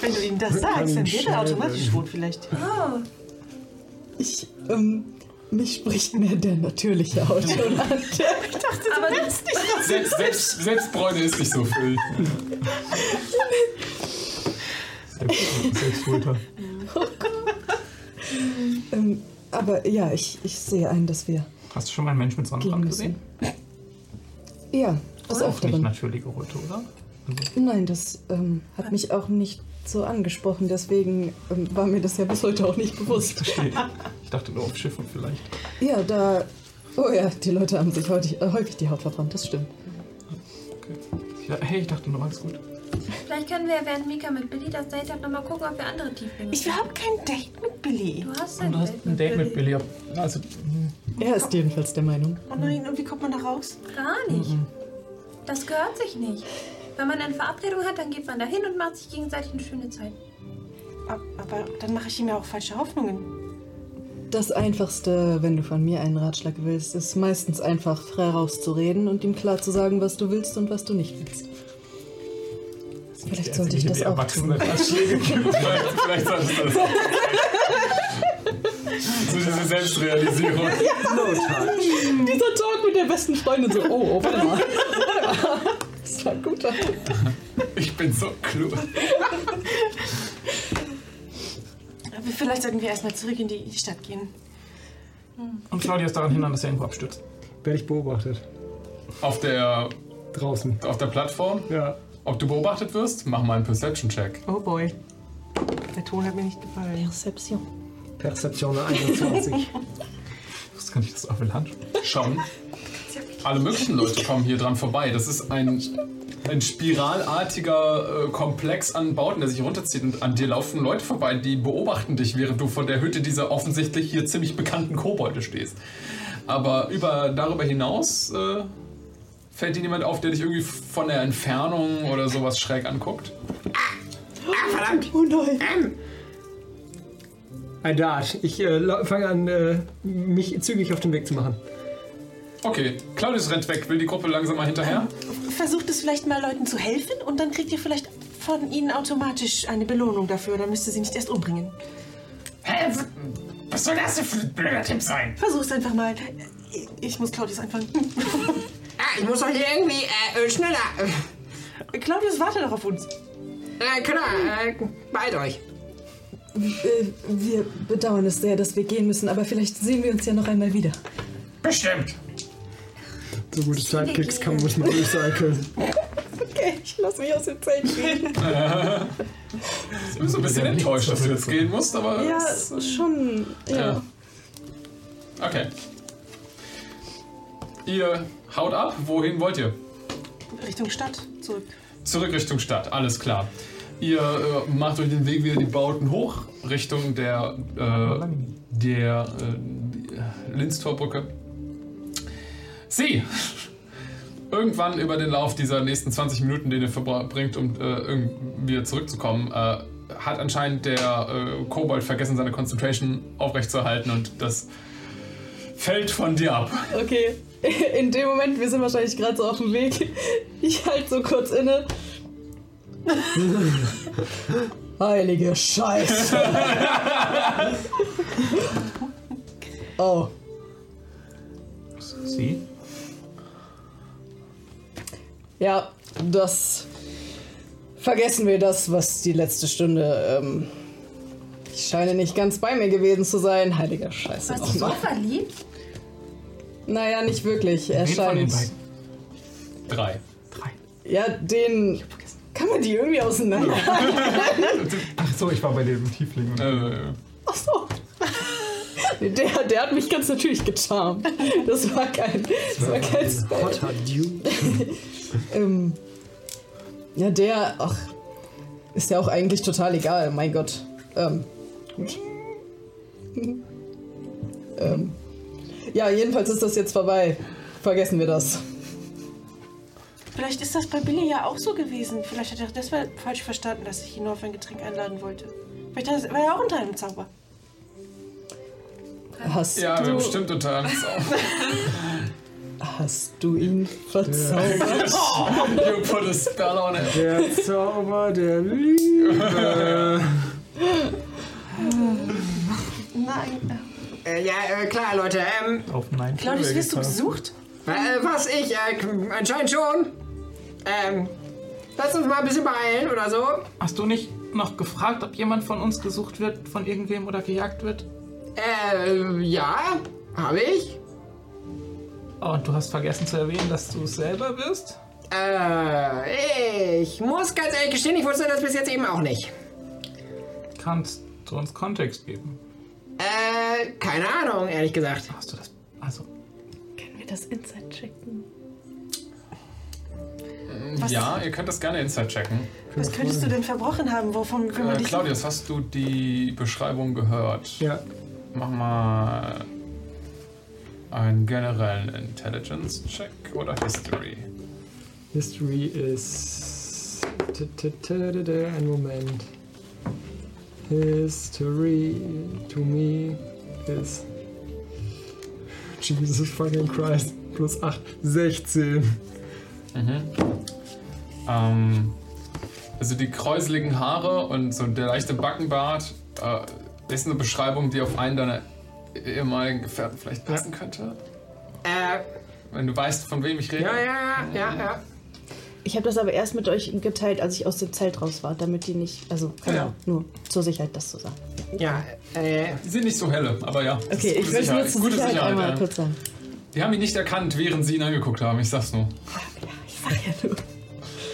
Speaker 5: Wenn du ihm das sagst, dann wird er automatisch rot vielleicht.
Speaker 7: Oh,
Speaker 4: Ich, ähm, mich spricht mehr der natürliche Autor an.
Speaker 7: aber das
Speaker 2: Selbst, selbst, Selbstbräune ist nicht so viel.
Speaker 10: Selbst- Selbstschulter.
Speaker 4: ähm, aber ja, ich, ich sehe ein, dass wir
Speaker 3: Hast du schon mal einen Menschen mit
Speaker 4: gehen
Speaker 3: Sonnenbrand gesehen?
Speaker 4: müssen. Ja, des
Speaker 3: Auch nicht
Speaker 4: Öfteren.
Speaker 3: natürliche Röte, oder?
Speaker 4: Nein, das ähm, hat mich auch nicht so angesprochen, deswegen ähm, war mir das ja bis heute auch nicht bewusst.
Speaker 10: Ich dachte nur auf Schiffen vielleicht.
Speaker 4: Ja, da. Oh ja, die Leute haben sich häufig, äh, häufig die Haut verbrannt, das stimmt.
Speaker 3: Ja, hey, ich dachte nur, alles gut.
Speaker 7: Vielleicht können wir, während Mika mit Billy das Date hat, nochmal gucken, ob wir andere Tiefgänge
Speaker 5: Ich wir haben kein Date mit Billy.
Speaker 7: Du hast
Speaker 3: Und
Speaker 7: ein
Speaker 3: du
Speaker 7: Date.
Speaker 3: hast ein Date mit Billy. Also,
Speaker 4: Er ist jedenfalls der Meinung.
Speaker 5: Oh nein, und wie kommt man da raus? Mhm.
Speaker 7: Gar nicht.
Speaker 3: Mhm.
Speaker 7: Das gehört sich nicht. Wenn man eine Verabredung hat, dann geht man dahin und macht sich gegenseitig eine schöne Zeit.
Speaker 5: Ab- Aber dann mache ich ihm ja auch falsche Hoffnungen.
Speaker 4: Das Einfachste, wenn du von mir einen Ratschlag willst, ist meistens einfach frei rauszureden und ihm klar zu sagen, was du willst und was du nicht willst. Vielleicht sollte ich das auch tun.
Speaker 2: Ratschläge gibt. Vielleicht, vielleicht sollte ich das. So diese Selbstrealisierung.
Speaker 4: Dieser Talk mit der besten Freundin so, oh, oh, warte mal. Das war gut.
Speaker 2: Ich bin so klug.
Speaker 5: Aber vielleicht sollten wir erstmal zurück in die Stadt gehen. Hm.
Speaker 3: und Claudia ist daran hindern, dass er irgendwo abstürzt.
Speaker 6: Werde ich beobachtet.
Speaker 2: Auf der.
Speaker 6: Draußen.
Speaker 2: Auf der Plattform?
Speaker 6: Ja.
Speaker 2: Ob du beobachtet wirst? Mach mal einen Perception-Check.
Speaker 5: Oh boy. Der Ton hat mir nicht gefallen.
Speaker 4: Perception.
Speaker 6: Perzeption 21.
Speaker 10: Das kann ich das Avalanche.
Speaker 2: Schon. Alle möglichen Leute kommen hier dran vorbei. Das ist ein, ein spiralartiger äh, Komplex an Bauten, der sich runterzieht. Und an dir laufen Leute vorbei, die beobachten dich, während du vor der Hütte dieser offensichtlich hier ziemlich bekannten Kobolde stehst. Aber über, darüber hinaus äh, fällt dir niemand auf, der dich irgendwie von der Entfernung oder sowas schräg anguckt.
Speaker 8: Ah, verdammt!
Speaker 4: Oh nein.
Speaker 8: Ähm,
Speaker 6: Ein Dart. Ich äh, lau- fange an, äh, mich zügig auf den Weg zu machen.
Speaker 2: Okay, Claudius rennt weg. Will die Gruppe langsam mal hinterher?
Speaker 5: Versucht es vielleicht mal Leuten zu helfen und dann kriegt ihr vielleicht von ihnen automatisch eine Belohnung dafür. Dann müsst ihr sie nicht erst umbringen.
Speaker 9: Hä? w- Was soll das denn für ein blöder Tipp sein?
Speaker 5: Versuch's einfach mal. Ich- Ich muss Claudius anfangen.
Speaker 8: ah, ich muss doch hier irgendwie äh, äh, schneller.
Speaker 5: Claudius, warte doch auf uns.
Speaker 8: Äh, Kinder, äh, beeilt euch.
Speaker 4: Äh, Wir bedauern es sehr, dass wir gehen müssen, aber vielleicht sehen wir uns ja noch einmal wieder.
Speaker 9: Bestimmt.
Speaker 6: So gute Sidekicks kann man mal recyceln.
Speaker 4: Okay, ich lasse mich aus dem Zelt spielen.
Speaker 2: Ich bin so ein bisschen enttäuscht, dass du jetzt gehen musst, aber.
Speaker 4: Ja,
Speaker 2: es ist-
Speaker 4: schon. Ja.
Speaker 2: Okay. Ihr haut ab, wohin wollt ihr?
Speaker 5: Richtung Stadt zurück.
Speaker 2: Zurück Richtung Stadt, alles klar. Ihr äh, macht euch den Weg wieder die Bauten hoch, Richtung der, äh, der äh, Linztorbrücke. Sie! Irgendwann über den Lauf dieser nächsten 20 Minuten, den ihr verbringt, um äh, irgend- wieder zurückzukommen, äh, hat anscheinend der äh, Kobold vergessen, seine Concentration aufrechtzuerhalten und das fällt von dir ab.
Speaker 4: Okay, in dem Moment, wir sind wahrscheinlich gerade so auf dem Weg. Ich halte so kurz inne. Heilige Scheiße. oh.
Speaker 3: Sie?
Speaker 4: Ja, das. Vergessen wir das, was die letzte Stunde. Ähm, ich scheine nicht ganz bei mir gewesen zu sein. Heiliger Scheiße.
Speaker 7: Warst du so verliebt?
Speaker 4: Naja, nicht wirklich. Er
Speaker 3: Wen von den
Speaker 4: scheint.
Speaker 3: beiden?
Speaker 2: Drei.
Speaker 4: Ja, den. Kann man die irgendwie auseinander?
Speaker 10: Ach so, ich war bei dem Tiefling. Und
Speaker 2: Äh,
Speaker 4: Achso. Der, der hat mich ganz natürlich gecharmt. Das war kein, das war kein Spell.
Speaker 6: Hotter Dude.
Speaker 4: Ähm, ja, der, ach, ist ja auch eigentlich total egal, mein Gott. Ähm, gut. ähm, ja, jedenfalls ist das jetzt vorbei. Vergessen wir das.
Speaker 5: Vielleicht ist das bei Billy ja auch so gewesen. Vielleicht hat er das mal falsch verstanden, dass ich ihn nur auf ein Getränk einladen wollte. Vielleicht hat er- war er auch unter einem Zauber.
Speaker 4: Hast,
Speaker 2: ja, wir haben
Speaker 4: du,
Speaker 2: bestimmt unter anderem
Speaker 4: hast du ihn verzaubert?
Speaker 2: You put a spell on it.
Speaker 6: Der Zauber der Liebe.
Speaker 5: Nein.
Speaker 8: Äh, ja, äh, klar, Leute. Ähm,
Speaker 3: Auf nein.
Speaker 5: Claudius, wirst du gesucht?
Speaker 8: Äh, was ich? Äh, k- anscheinend schon. Ähm, lass uns mal ein bisschen beeilen oder so.
Speaker 3: Hast du nicht noch gefragt, ob jemand von uns gesucht wird, von irgendwem oder gejagt wird?
Speaker 8: Äh, ja, habe ich.
Speaker 3: Oh, und du hast vergessen zu erwähnen, dass du es selber bist?
Speaker 8: Äh, Äh, ich muss ganz ehrlich gestehen, ich wusste das bis jetzt eben auch nicht.
Speaker 3: Kannst du uns Kontext geben?
Speaker 8: Äh, keine Ahnung, ehrlich gesagt. Hast
Speaker 3: du das? Also.
Speaker 4: Können wir das Inside checken?
Speaker 5: Was-
Speaker 2: Ja, ihr könnt das gerne Insight checken.
Speaker 5: Was könntest du denn verbrochen haben, wovon wenn man
Speaker 2: Äh,
Speaker 5: dich...
Speaker 2: Claudius, hast du die Beschreibung gehört?
Speaker 6: Ja.
Speaker 2: Mach mal einen generellen Intelligence-Check oder History.
Speaker 6: History ist. t- t- t- t- t- Einen Moment. History to me is. Jesus fucking Christ. Plus 8. 16.
Speaker 2: Mhm. Ähm, also die kräuseligen Haare und so der leichte Backenbart äh, ist eine Beschreibung, die auf einen deiner ehemaligen Gefährten vielleicht passen könnte.
Speaker 8: Äh.
Speaker 2: Wenn du weißt, von wem ich rede.
Speaker 8: Ja, ja, ja, ja, ja.
Speaker 4: Ich habe das aber erst mit euch geteilt, als ich aus dem Zelt raus war, damit die nicht. Also, keine
Speaker 2: Ja.
Speaker 4: Ahnung, nur zur Sicherheit das zu sagen.
Speaker 8: Ja, äh.
Speaker 2: Die sind nicht so helle, aber ja. das
Speaker 4: Okay,
Speaker 2: ist
Speaker 4: ich
Speaker 2: gute
Speaker 4: möchte nur zur
Speaker 2: Gute
Speaker 4: Sicherheit einmal
Speaker 2: ja.
Speaker 4: kurz sagen.
Speaker 2: Die haben ihn nicht erkannt, während sie ihn angeguckt haben, ich sag's nur.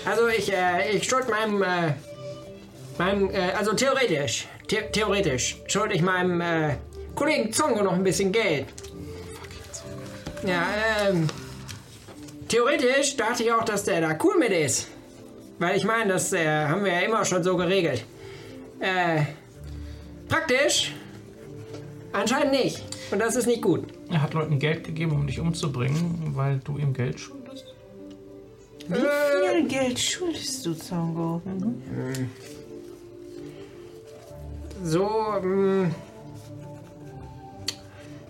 Speaker 8: Also ich, äh, ich schuld meinem, äh, meinem, äh, also theoretisch, the theoretisch schuld ich meinem äh, Kollegen Zongo noch ein bisschen Geld. Ja, ähm, theoretisch dachte ich auch, dass der da cool mit ist. Weil ich meine, das äh, haben wir ja immer schon so geregelt. Äh, praktisch? Anscheinend nicht. Und das ist nicht gut.
Speaker 3: Er hat Leuten Geld gegeben, um dich umzubringen, weil du ihm Geld schuldest.
Speaker 5: Wie viel Geld schuldest du, Zongo?
Speaker 10: Hm.
Speaker 5: Mhm.
Speaker 8: So, ähm,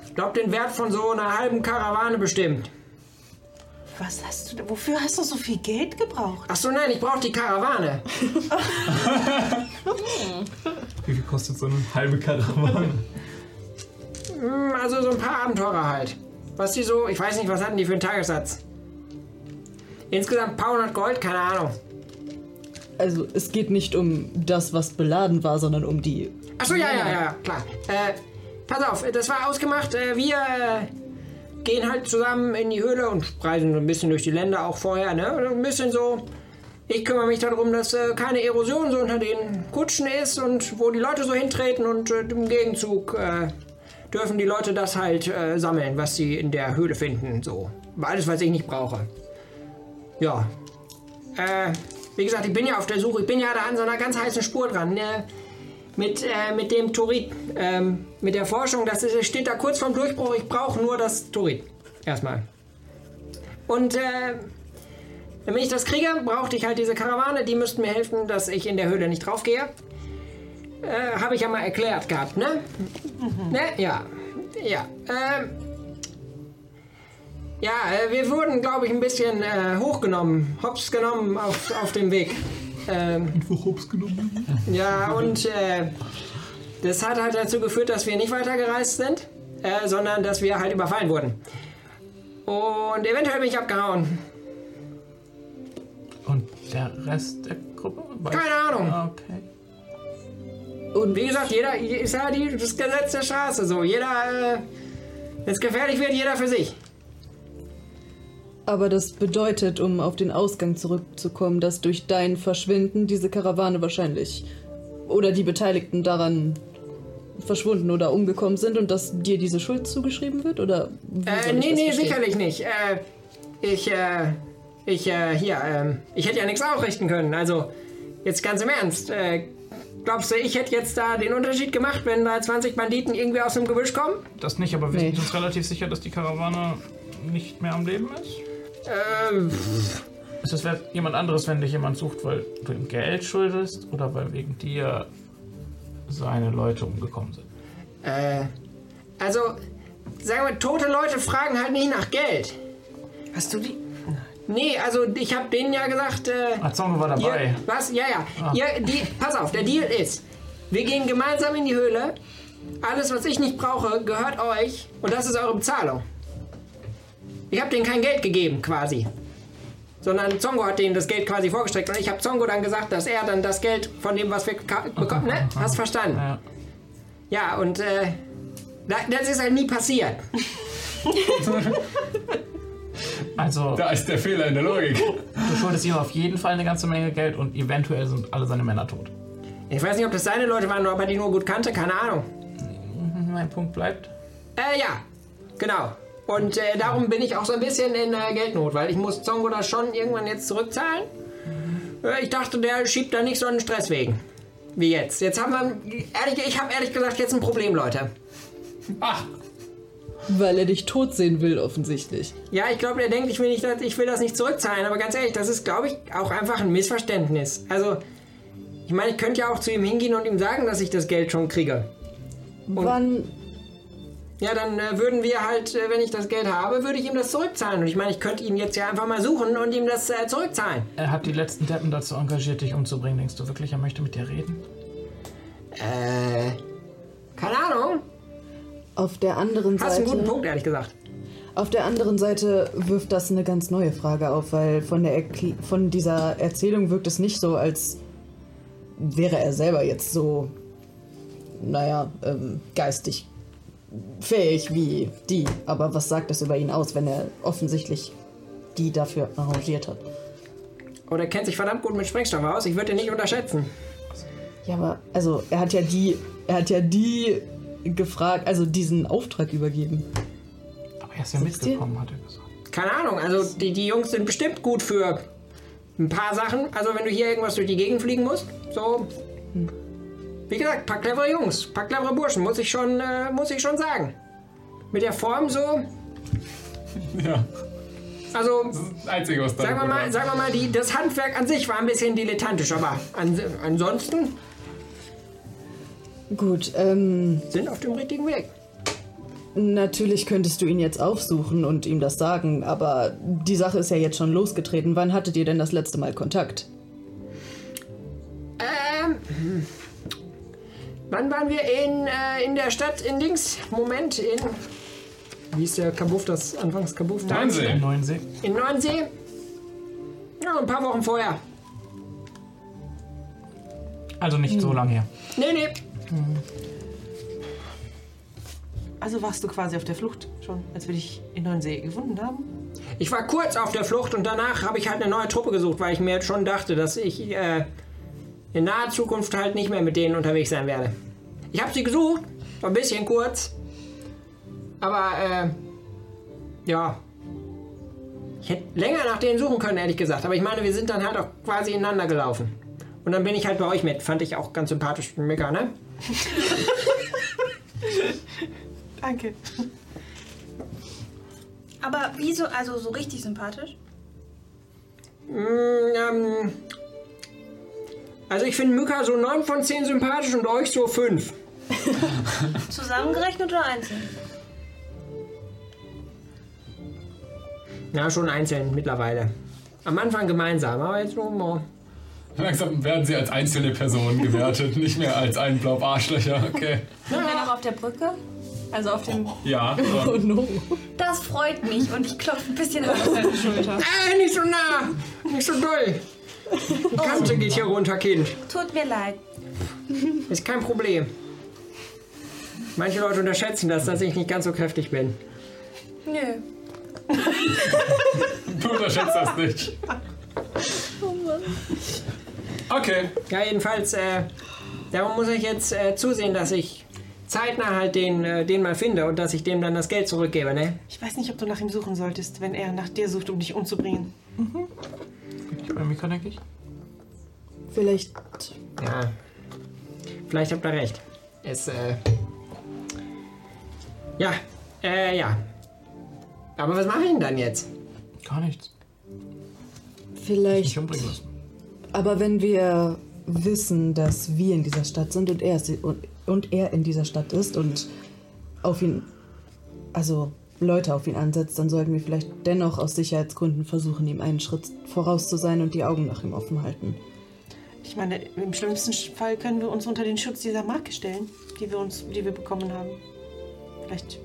Speaker 8: ich glaube, den Wert von so einer halben Karawane bestimmt.
Speaker 5: Was hast du da- Wofür hast du so viel Geld gebraucht?
Speaker 8: Ach so, nein, ich brauche die Karawane.
Speaker 10: Wie viel kostet so eine halbe Karawane?
Speaker 8: Hm, Also so ein paar Abenteurer halt. Was die so, ich weiß nicht, was hatten die für einen Tagessatz? Insgesamt ein paar hundert Gold, keine Ahnung.
Speaker 4: Also, es geht nicht um das, was beladen war, sondern um die.
Speaker 8: Ach so, ja, ja, ja, ja, klar. Äh, pass auf, das war ausgemacht. Äh, wir äh, gehen halt zusammen in die Höhle und reisen so ein bisschen durch die Länder auch vorher, ne? Ein bisschen so. Ich kümmere mich darum, dass äh, keine Erosion so unter den Kutschen ist und wo die Leute so hintreten und äh, im Gegenzug äh, dürfen die Leute das halt äh, sammeln, was sie in der Höhle finden, so. Alles, was ich nicht brauche. Ja. Äh, wie gesagt, ich bin ja auf der Suche. Ich bin ja da an so einer ganz heißen Spur dran. Ne? Mit, äh, mit dem Turit. Ähm, mit der Forschung, das ist, steht da kurz vorm Durchbruch. Ich brauche nur das Turit. Erstmal. Und äh, damit ich das kriege, brauchte ich halt diese Karawane. Die müssten mir helfen, dass ich in der Höhle nicht draufgehe. Äh, Habe ich ja mal erklärt gehabt, ne? Ne? Ja. Ja. Ähm. Ja, äh, wir wurden, glaube ich, ein bisschen äh, hochgenommen, hops genommen auf, auf dem Weg. Ähm,
Speaker 10: Einfach hops genommen.
Speaker 8: ja, und äh, das hat halt dazu geführt, dass wir nicht weitergereist sind, äh, sondern dass wir halt überfallen wurden. Und eventuell bin ich abgehauen.
Speaker 3: Und der Rest der Gruppe? Weiß-
Speaker 8: Keine Ahnung.
Speaker 10: Ah,
Speaker 3: Okay.
Speaker 8: Und wie gesagt, jeder ist ja die, das Gesetz der Straße so. Jeder, äh, wenn es gefährlich wird, jeder für sich.
Speaker 4: Aber das bedeutet, um auf den Ausgang zurückzukommen, dass durch dein Verschwinden diese Karawane wahrscheinlich oder die Beteiligten daran verschwunden oder umgekommen sind und dass dir diese Schuld zugeschrieben wird? Oder wie
Speaker 8: Äh,
Speaker 4: soll ich
Speaker 8: nee,
Speaker 4: das
Speaker 8: nee,
Speaker 4: verstehen?
Speaker 8: sicherlich nicht. Äh, ich, äh, ich, äh, hier, ähm, ich hätte ja nichts aufrichten können. Also, jetzt ganz im Ernst. Äh, glaubst du, ich hätte jetzt da den Unterschied gemacht, wenn da 20 Banditen irgendwie aus dem Gebüsch kommen?
Speaker 3: Das nicht, aber wir sind uns relativ sicher, dass die Karawane nicht mehr am Leben ist.
Speaker 8: Ähm.
Speaker 3: Es wäre jemand anderes, wenn dich jemand sucht, weil du ihm Geld schuldest oder weil wegen dir seine Leute umgekommen sind.
Speaker 8: Äh, also, sagen wir, tote Leute fragen halt nicht nach Geld. Hast du die? Nee, also ich habe denen ja gesagt. Äh,
Speaker 3: Ah, Zongo war dabei.
Speaker 8: Ihr, was? Ja, ja.
Speaker 3: Ah.
Speaker 8: Ihr, die, pass auf, der Deal ist: Wir gehen gemeinsam in die Höhle. Alles, was ich nicht brauche, gehört euch. Und das ist eure Bezahlung. Ich habe denen kein Geld gegeben, quasi. Sondern Zongo hat denen das Geld quasi vorgestreckt. Und ich habe Zongo dann gesagt, dass er dann das Geld von dem, was wir ka- bekommen. Ne? Hast verstanden?
Speaker 3: Ja,
Speaker 8: und äh, da- das ist halt nie passiert.
Speaker 3: Also.
Speaker 2: Da ist der Fehler in der Logik.
Speaker 3: Du schuldest ihm auf jeden Fall eine ganze Menge Geld und eventuell sind alle seine Männer tot.
Speaker 8: Ich weiß nicht, ob das seine Leute waren oder ob er die nur gut kannte, keine Ahnung.
Speaker 3: Mein Punkt bleibt.
Speaker 8: Äh, ja, genau. Und äh, darum bin ich auch so ein bisschen in äh, Geldnot, weil ich muss Zongo das schon irgendwann jetzt zurückzahlen. Äh, ich dachte, der schiebt da nicht so einen Stress wegen. Wie jetzt. Jetzt haben wir, ehrlich, ich habe ehrlich gesagt jetzt ein Problem, Leute. Ach,
Speaker 4: Weil er dich tot sehen will, offensichtlich.
Speaker 8: Ja, ich glaube, der denkt, ich will, nicht, dass- ich will das nicht zurückzahlen, aber ganz ehrlich, das ist, glaube ich, auch einfach ein Missverständnis. Also, ich meine, ich könnte ja auch zu ihm hingehen und ihm sagen, dass ich das Geld schon kriege. Und
Speaker 4: Wann?
Speaker 8: Ja, dann äh, würden wir halt, äh, wenn ich das Geld habe, würde ich ihm das zurückzahlen. Und ich meine, ich könnte ihn jetzt ja einfach mal suchen und ihm das äh, zurückzahlen.
Speaker 3: Er hat die letzten Deppen dazu engagiert, dich umzubringen. Denkst du wirklich, er möchte mit dir reden?
Speaker 8: Äh. Keine Ahnung.
Speaker 4: Auf der anderen
Speaker 8: Hast
Speaker 4: Seite.
Speaker 8: einen guten Punkt, ehrlich gesagt.
Speaker 4: Auf der anderen Seite wirft das eine ganz neue Frage auf, weil von, der Erkl- von dieser Erzählung wirkt es nicht so, als wäre er selber jetzt so, naja, ähm, geistig fähig wie die. Aber was sagt das über ihn aus, wenn er offensichtlich die dafür arrangiert hat?
Speaker 8: Oder kennt sich verdammt gut mit Sprengstoff aus. Ich würde ihn nicht unterschätzen.
Speaker 4: Ja, aber also er hat ja die, er hat ja die gefragt, also diesen Auftrag übergeben.
Speaker 3: Aber er ist ja mitgekommen, hat er gesagt.
Speaker 8: Keine Ahnung, also die, die Jungs sind bestimmt gut für ein paar Sachen. Also wenn du hier irgendwas durch die Gegend fliegen musst, so. Wie gesagt, paar clevere Jungs, paar clevere Burschen, muss ich schon, äh, muss ich schon sagen. Mit der Form so,
Speaker 2: Ja.
Speaker 8: also
Speaker 2: Das Einzige, was da
Speaker 8: sagen wir
Speaker 2: gut
Speaker 8: mal,
Speaker 2: war.
Speaker 8: sagen wir mal die, das Handwerk an sich war ein bisschen dilettantisch, aber an, ansonsten
Speaker 4: Gut, ähm.
Speaker 8: sind auf dem richtigen Weg.
Speaker 4: Natürlich könntest du ihn jetzt aufsuchen und ihm das sagen, aber die Sache ist ja jetzt schon losgetreten. Wann hattet ihr denn das letzte Mal Kontakt?
Speaker 8: Ähm. Wann waren wir in, äh, in der Stadt in Dings? Moment, in. Wie ist der Kabuff, das anfangs Kabuff? da?
Speaker 3: Nein, Neunsee.
Speaker 8: In Nordsee? Ja, ein paar Wochen vorher.
Speaker 3: Also nicht so lange her.
Speaker 8: Nee, nee.
Speaker 5: Also warst du quasi auf der Flucht schon, als wir dich in Neuensee gefunden haben?
Speaker 8: Ich war kurz auf der Flucht und danach habe ich halt eine neue Truppe gesucht, weil ich mir jetzt schon dachte, dass ich äh, in naher Zukunft halt nicht mehr mit denen unterwegs sein werde. Ich habe sie gesucht, war ein bisschen kurz. Aber, äh, ja. Ich hätte länger nach denen suchen können, ehrlich gesagt. Aber ich meine, wir sind dann halt auch quasi ineinander gelaufen. Und dann bin ich halt bei euch mit. Fand ich auch ganz sympathisch. Mega, ne?
Speaker 5: Danke.
Speaker 7: Aber wieso, also so richtig sympathisch?
Speaker 8: Mm, ähm, also ich finde Mücka so 9 von 10 sympathisch und euch so 5.
Speaker 7: Zusammengerechnet oder einzeln?
Speaker 8: Na, schon einzeln mittlerweile. Am Anfang gemeinsam, aber jetzt so. mo-
Speaker 2: Langsam werden sie als einzelne Personen gewertet, nicht mehr als ein Blaub Arschlöcher. Okay.
Speaker 7: Sind wir noch auf der Brücke? Also auf dem.
Speaker 2: Oh, Ja. so.
Speaker 4: no.
Speaker 7: Das freut mich und ich klopfe ein bisschen auf seine Schulter.
Speaker 8: Äh, nicht so nah! Nicht so doll! Die Kante geht hier runter, Kind.
Speaker 7: Tut mir leid.
Speaker 8: Ist kein Problem. Manche Leute unterschätzen das, dass ich nicht ganz so kräftig bin.
Speaker 7: Nö.
Speaker 2: Du unterschätzt das nicht. Okay.
Speaker 8: Ja, jedenfalls, äh, darum muss ich jetzt äh, zusehen, dass ich zeitnah halt den, äh, den mal finde und dass ich dem dann das Geld zurückgebe, ne?
Speaker 5: Ich weiß nicht, ob du nach ihm suchen solltest, wenn er nach dir sucht, um dich umzubringen.
Speaker 3: Ich bei Mika, denke ich.
Speaker 4: Vielleicht.
Speaker 8: Ja. Vielleicht habt ihr recht. Es, äh. Ja, äh, ja. Aber was mache ich denn dann jetzt?
Speaker 3: Gar nichts.
Speaker 4: Vielleicht.
Speaker 3: Umbringen lassen.
Speaker 4: Aber wenn wir wissen, dass wir in dieser Stadt sind und er, ist, und, und er in dieser Stadt ist und auf ihn. Also Leute auf ihn ansetzt, dann sollten wir vielleicht dennoch aus Sicherheitsgründen versuchen, ihm einen Schritt voraus zu sein und die Augen nach ihm offen halten.
Speaker 5: Ich meine, im schlimmsten Fall können wir uns unter den Schutz dieser Marke stellen, die wir, uns, die wir bekommen haben. Vielleicht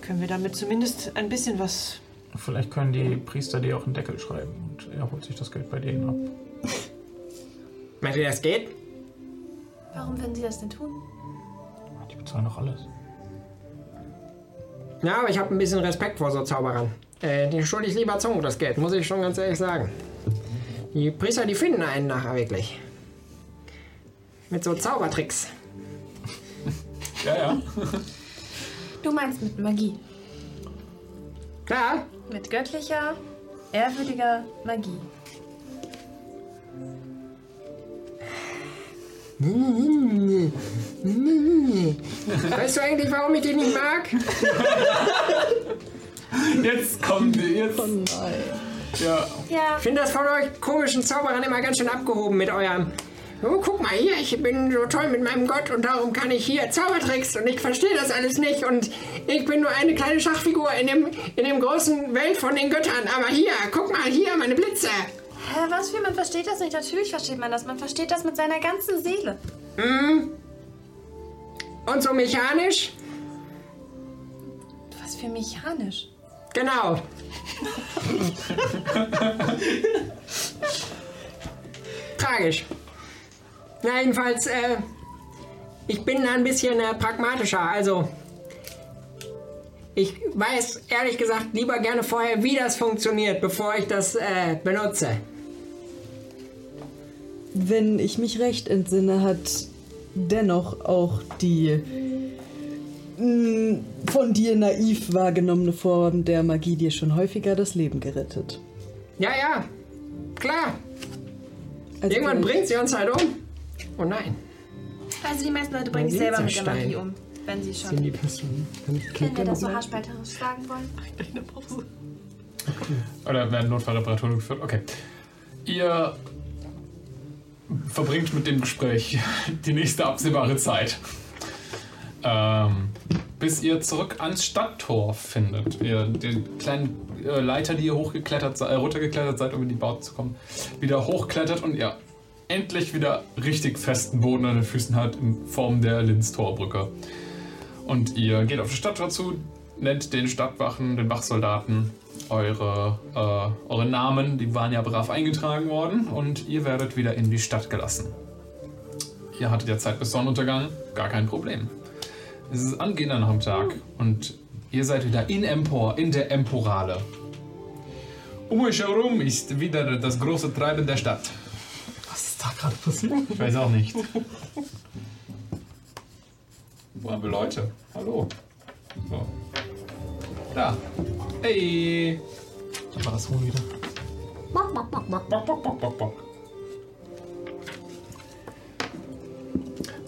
Speaker 5: können wir damit zumindest ein bisschen was.
Speaker 3: Vielleicht können die Priester dir auch einen Deckel schreiben und er holt sich das Geld bei denen ab.
Speaker 8: Meint ihr, das geht?
Speaker 7: Warum würden sie das denn tun?
Speaker 3: Die bezahlen doch alles.
Speaker 8: Ja, aber ich habe ein bisschen Respekt vor so Zauberern. Äh, den schulde ich lieber Zong das Geld, muss ich schon ganz ehrlich sagen. Die Priester, die finden einen nachher wirklich. Mit so Zaubertricks.
Speaker 2: Ja, ja.
Speaker 7: Du meinst mit Magie.
Speaker 8: Klar.
Speaker 7: Mit göttlicher, ehrwürdiger Magie.
Speaker 8: Weißt du eigentlich, warum ich den nicht mag?
Speaker 2: Jetzt kommt jetzt. Oh
Speaker 8: nein.
Speaker 2: Ja.
Speaker 8: Ich finde das von euch komischen Zauberern immer ganz schön abgehoben mit eurem. Oh, guck mal hier, ich bin so toll mit meinem Gott und darum kann ich hier Zaubertricks und ich verstehe das alles nicht und ich bin nur eine kleine Schachfigur in dem, in dem großen Welt von den Göttern. Aber hier, guck mal hier, meine Blitze.
Speaker 7: Hä, was für, man versteht das nicht. Natürlich versteht man das. Man versteht das mit seiner ganzen Seele.
Speaker 8: Hm. Und so mechanisch?
Speaker 7: Was für mechanisch.
Speaker 8: Genau. Tragisch. Na, jedenfalls, äh, ich bin da ein bisschen äh, pragmatischer. Also, ich weiß ehrlich gesagt lieber gerne vorher, wie das funktioniert, bevor ich das äh, benutze.
Speaker 4: Wenn ich mich recht entsinne, hat dennoch auch die mh, von dir naiv wahrgenommene Form der Magie dir schon häufiger das Leben gerettet.
Speaker 8: Ja, ja, klar.
Speaker 4: Also
Speaker 8: Irgendwann
Speaker 4: vielleicht-
Speaker 8: bringt sie uns halt um. Oh nein.
Speaker 7: Also die meisten Leute bringen sich
Speaker 8: Magie
Speaker 7: selber mit der
Speaker 8: zerstört.
Speaker 7: Magie um, wenn sie schon.
Speaker 8: Sind die Personen-
Speaker 7: Wenn wir das so haarspalterisch sagen wollen.
Speaker 2: Oder werden Notfallreparaturen geführt? Okay. Ihr verbringt mit dem Gespräch die nächste absehbare Zeit. Ähm, bis ihr zurück ans Stadttor findet. Ihr den kleinen äh, Leiter, die ihr hochgeklettert, se- äh, runtergeklettert seid, um in die Baut zu kommen, wieder hochklettert und ihr endlich wieder richtig festen Boden an den Füßen hat in Form der Linz-Torbrücke. Und ihr geht auf das Stadttor zu, nennt den Stadtwachen, den Wachsoldaten eure, äh, eure Namen, die waren ja brav eingetragen worden und ihr werdet wieder in die Stadt gelassen. Ihr hattet ja Zeit bis Sonnenuntergang, gar kein Problem. Es ist angehender Nachmittag und ihr seid wieder in Empor, in der Emporale. Um euch herum ist wieder das große Treiben der Stadt.
Speaker 10: Was ist da gerade passiert?
Speaker 2: Ich weiß auch nicht. Wo haben wir Leute? Hallo. So. Da. Hey.
Speaker 10: Da war das Huhn wieder.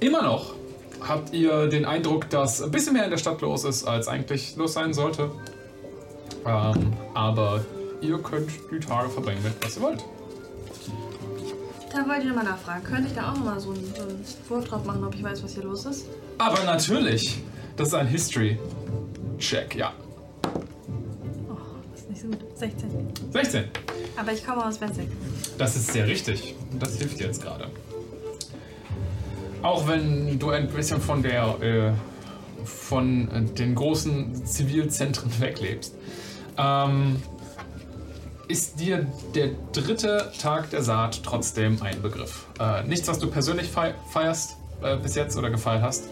Speaker 2: Immer noch habt ihr den Eindruck, dass ein bisschen mehr in der Stadt los ist, als eigentlich los sein sollte. Ähm, aber ihr könnt die Tage verbringen mit, was ihr wollt.
Speaker 7: Da wollte ich nochmal nachfragen. Könnte ich da auch nochmal so einen, so einen Wurf drauf machen, ob ich weiß, was hier los ist?
Speaker 2: Aber natürlich, das ist ein History-Check, ja.
Speaker 7: Oh, Das ist nicht so gut. 16.
Speaker 2: 16.
Speaker 7: Aber ich komme aus Wenzig.
Speaker 2: Das ist sehr richtig. Und Das hilft dir jetzt gerade. Auch wenn du ein bisschen von der äh, von äh, den großen Zivilzentren weglebst, ähm, ist dir der dritte Tag der Saat trotzdem ein Begriff. Äh, nichts, was du persönlich fei feierst äh, bis jetzt oder gefeiert hast,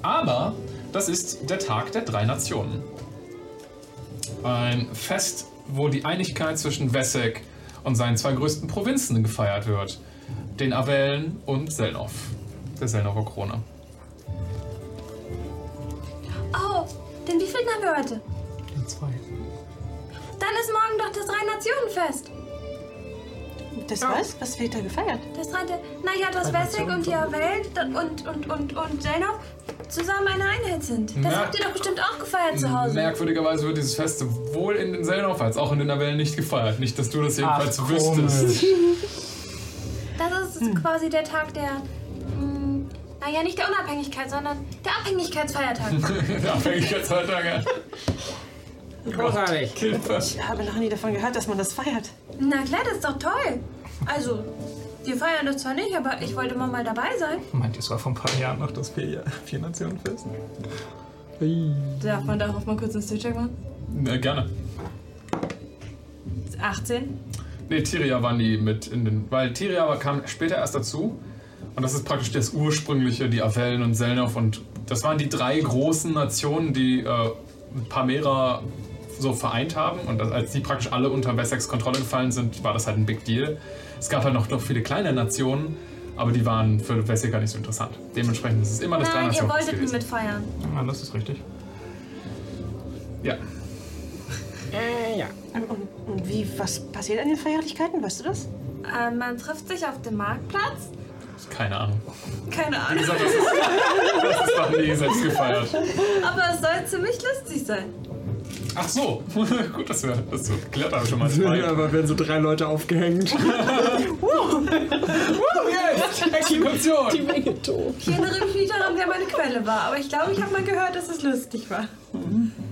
Speaker 2: aber das ist der Tag der drei Nationen. Ein Fest, wo die Einigkeit zwischen Wessek und seinen zwei größten Provinzen gefeiert wird. Den Avellen und Selnov. Der Selnover Krone.
Speaker 7: Oh, denn wie viel haben wir heute? Dann ist morgen doch das Rhein-Nationen-Fest.
Speaker 5: Das was? Was wird da gefeiert?
Speaker 7: Das Rhein, naja, dass Wessig und die Welt und, und, und, und Zelnov zusammen eine Einheit sind. Das
Speaker 2: Ja.
Speaker 7: habt ihr doch bestimmt auch gefeiert zu Hause.
Speaker 2: Merkwürdigerweise wird dieses Fest sowohl in den Selnov als auch in den Avellen nicht gefeiert. Nicht, dass du das jedenfalls wüsstest.
Speaker 7: Das
Speaker 5: Hm.
Speaker 7: ist quasi der Tag der. mm, Naja, nicht der Unabhängigkeit, sondern der Abhängigkeitsfeiertag.
Speaker 2: Abhängigkeitsfeiertage.
Speaker 8: Großartig.
Speaker 5: Ich habe noch nie davon gehört, dass man das feiert.
Speaker 7: Na klar, das ist doch toll. Also, wir feiern das zwar nicht, aber ich wollte immer mal dabei sein.
Speaker 10: Meint ihr, es war vor ein paar Jahren noch das Vier, Vier Nationen Fest?
Speaker 7: Darf man darauf mal kurz einen Stillcheck machen?
Speaker 2: Na, gerne.
Speaker 7: 18.
Speaker 2: Nee, Tyria waren die mit in den. Weil Tyria aber kam später erst dazu. Und das ist praktisch das ursprüngliche, die Avellen und Selnov. Und das waren die drei großen Nationen, die äh, Pamera so vereint haben. Und das, als die praktisch alle unter Wessex Kontrolle gefallen sind, war das halt ein Big Deal. Es gab halt noch, noch viele kleine Nationen, aber die waren für Wessex gar nicht so interessant. Dementsprechend ist es immer das
Speaker 7: Nein, ihr
Speaker 2: Drei-Nationen-Prinzip
Speaker 7: wolltet nie
Speaker 2: gewesen.
Speaker 7: mitfeiern.
Speaker 2: Ja, Ah, das ist richtig. Ja.
Speaker 5: Äh, ja.
Speaker 7: Ähm,
Speaker 5: Und, und, und wie, was passiert an den Feierlichkeiten? Weißt du das?
Speaker 7: Äh, man trifft sich auf dem Marktplatz.
Speaker 2: Keine Ahnung.
Speaker 7: Keine Ahnung.
Speaker 2: Wie gesagt, das ist, das ist noch nie selbst gefeiert.
Speaker 7: Aber es soll ziemlich lustig sein.
Speaker 2: Ach so, gut, dass wir das so geklärt haben schon mal.
Speaker 6: Ja, aber werden so drei Leute aufgehängt.
Speaker 2: Exekution!
Speaker 7: Die Menge tot. Ich erinnere mich nicht daran, wer meine Quelle war, aber ich glaube, ich habe mal gehört, dass es lustig war.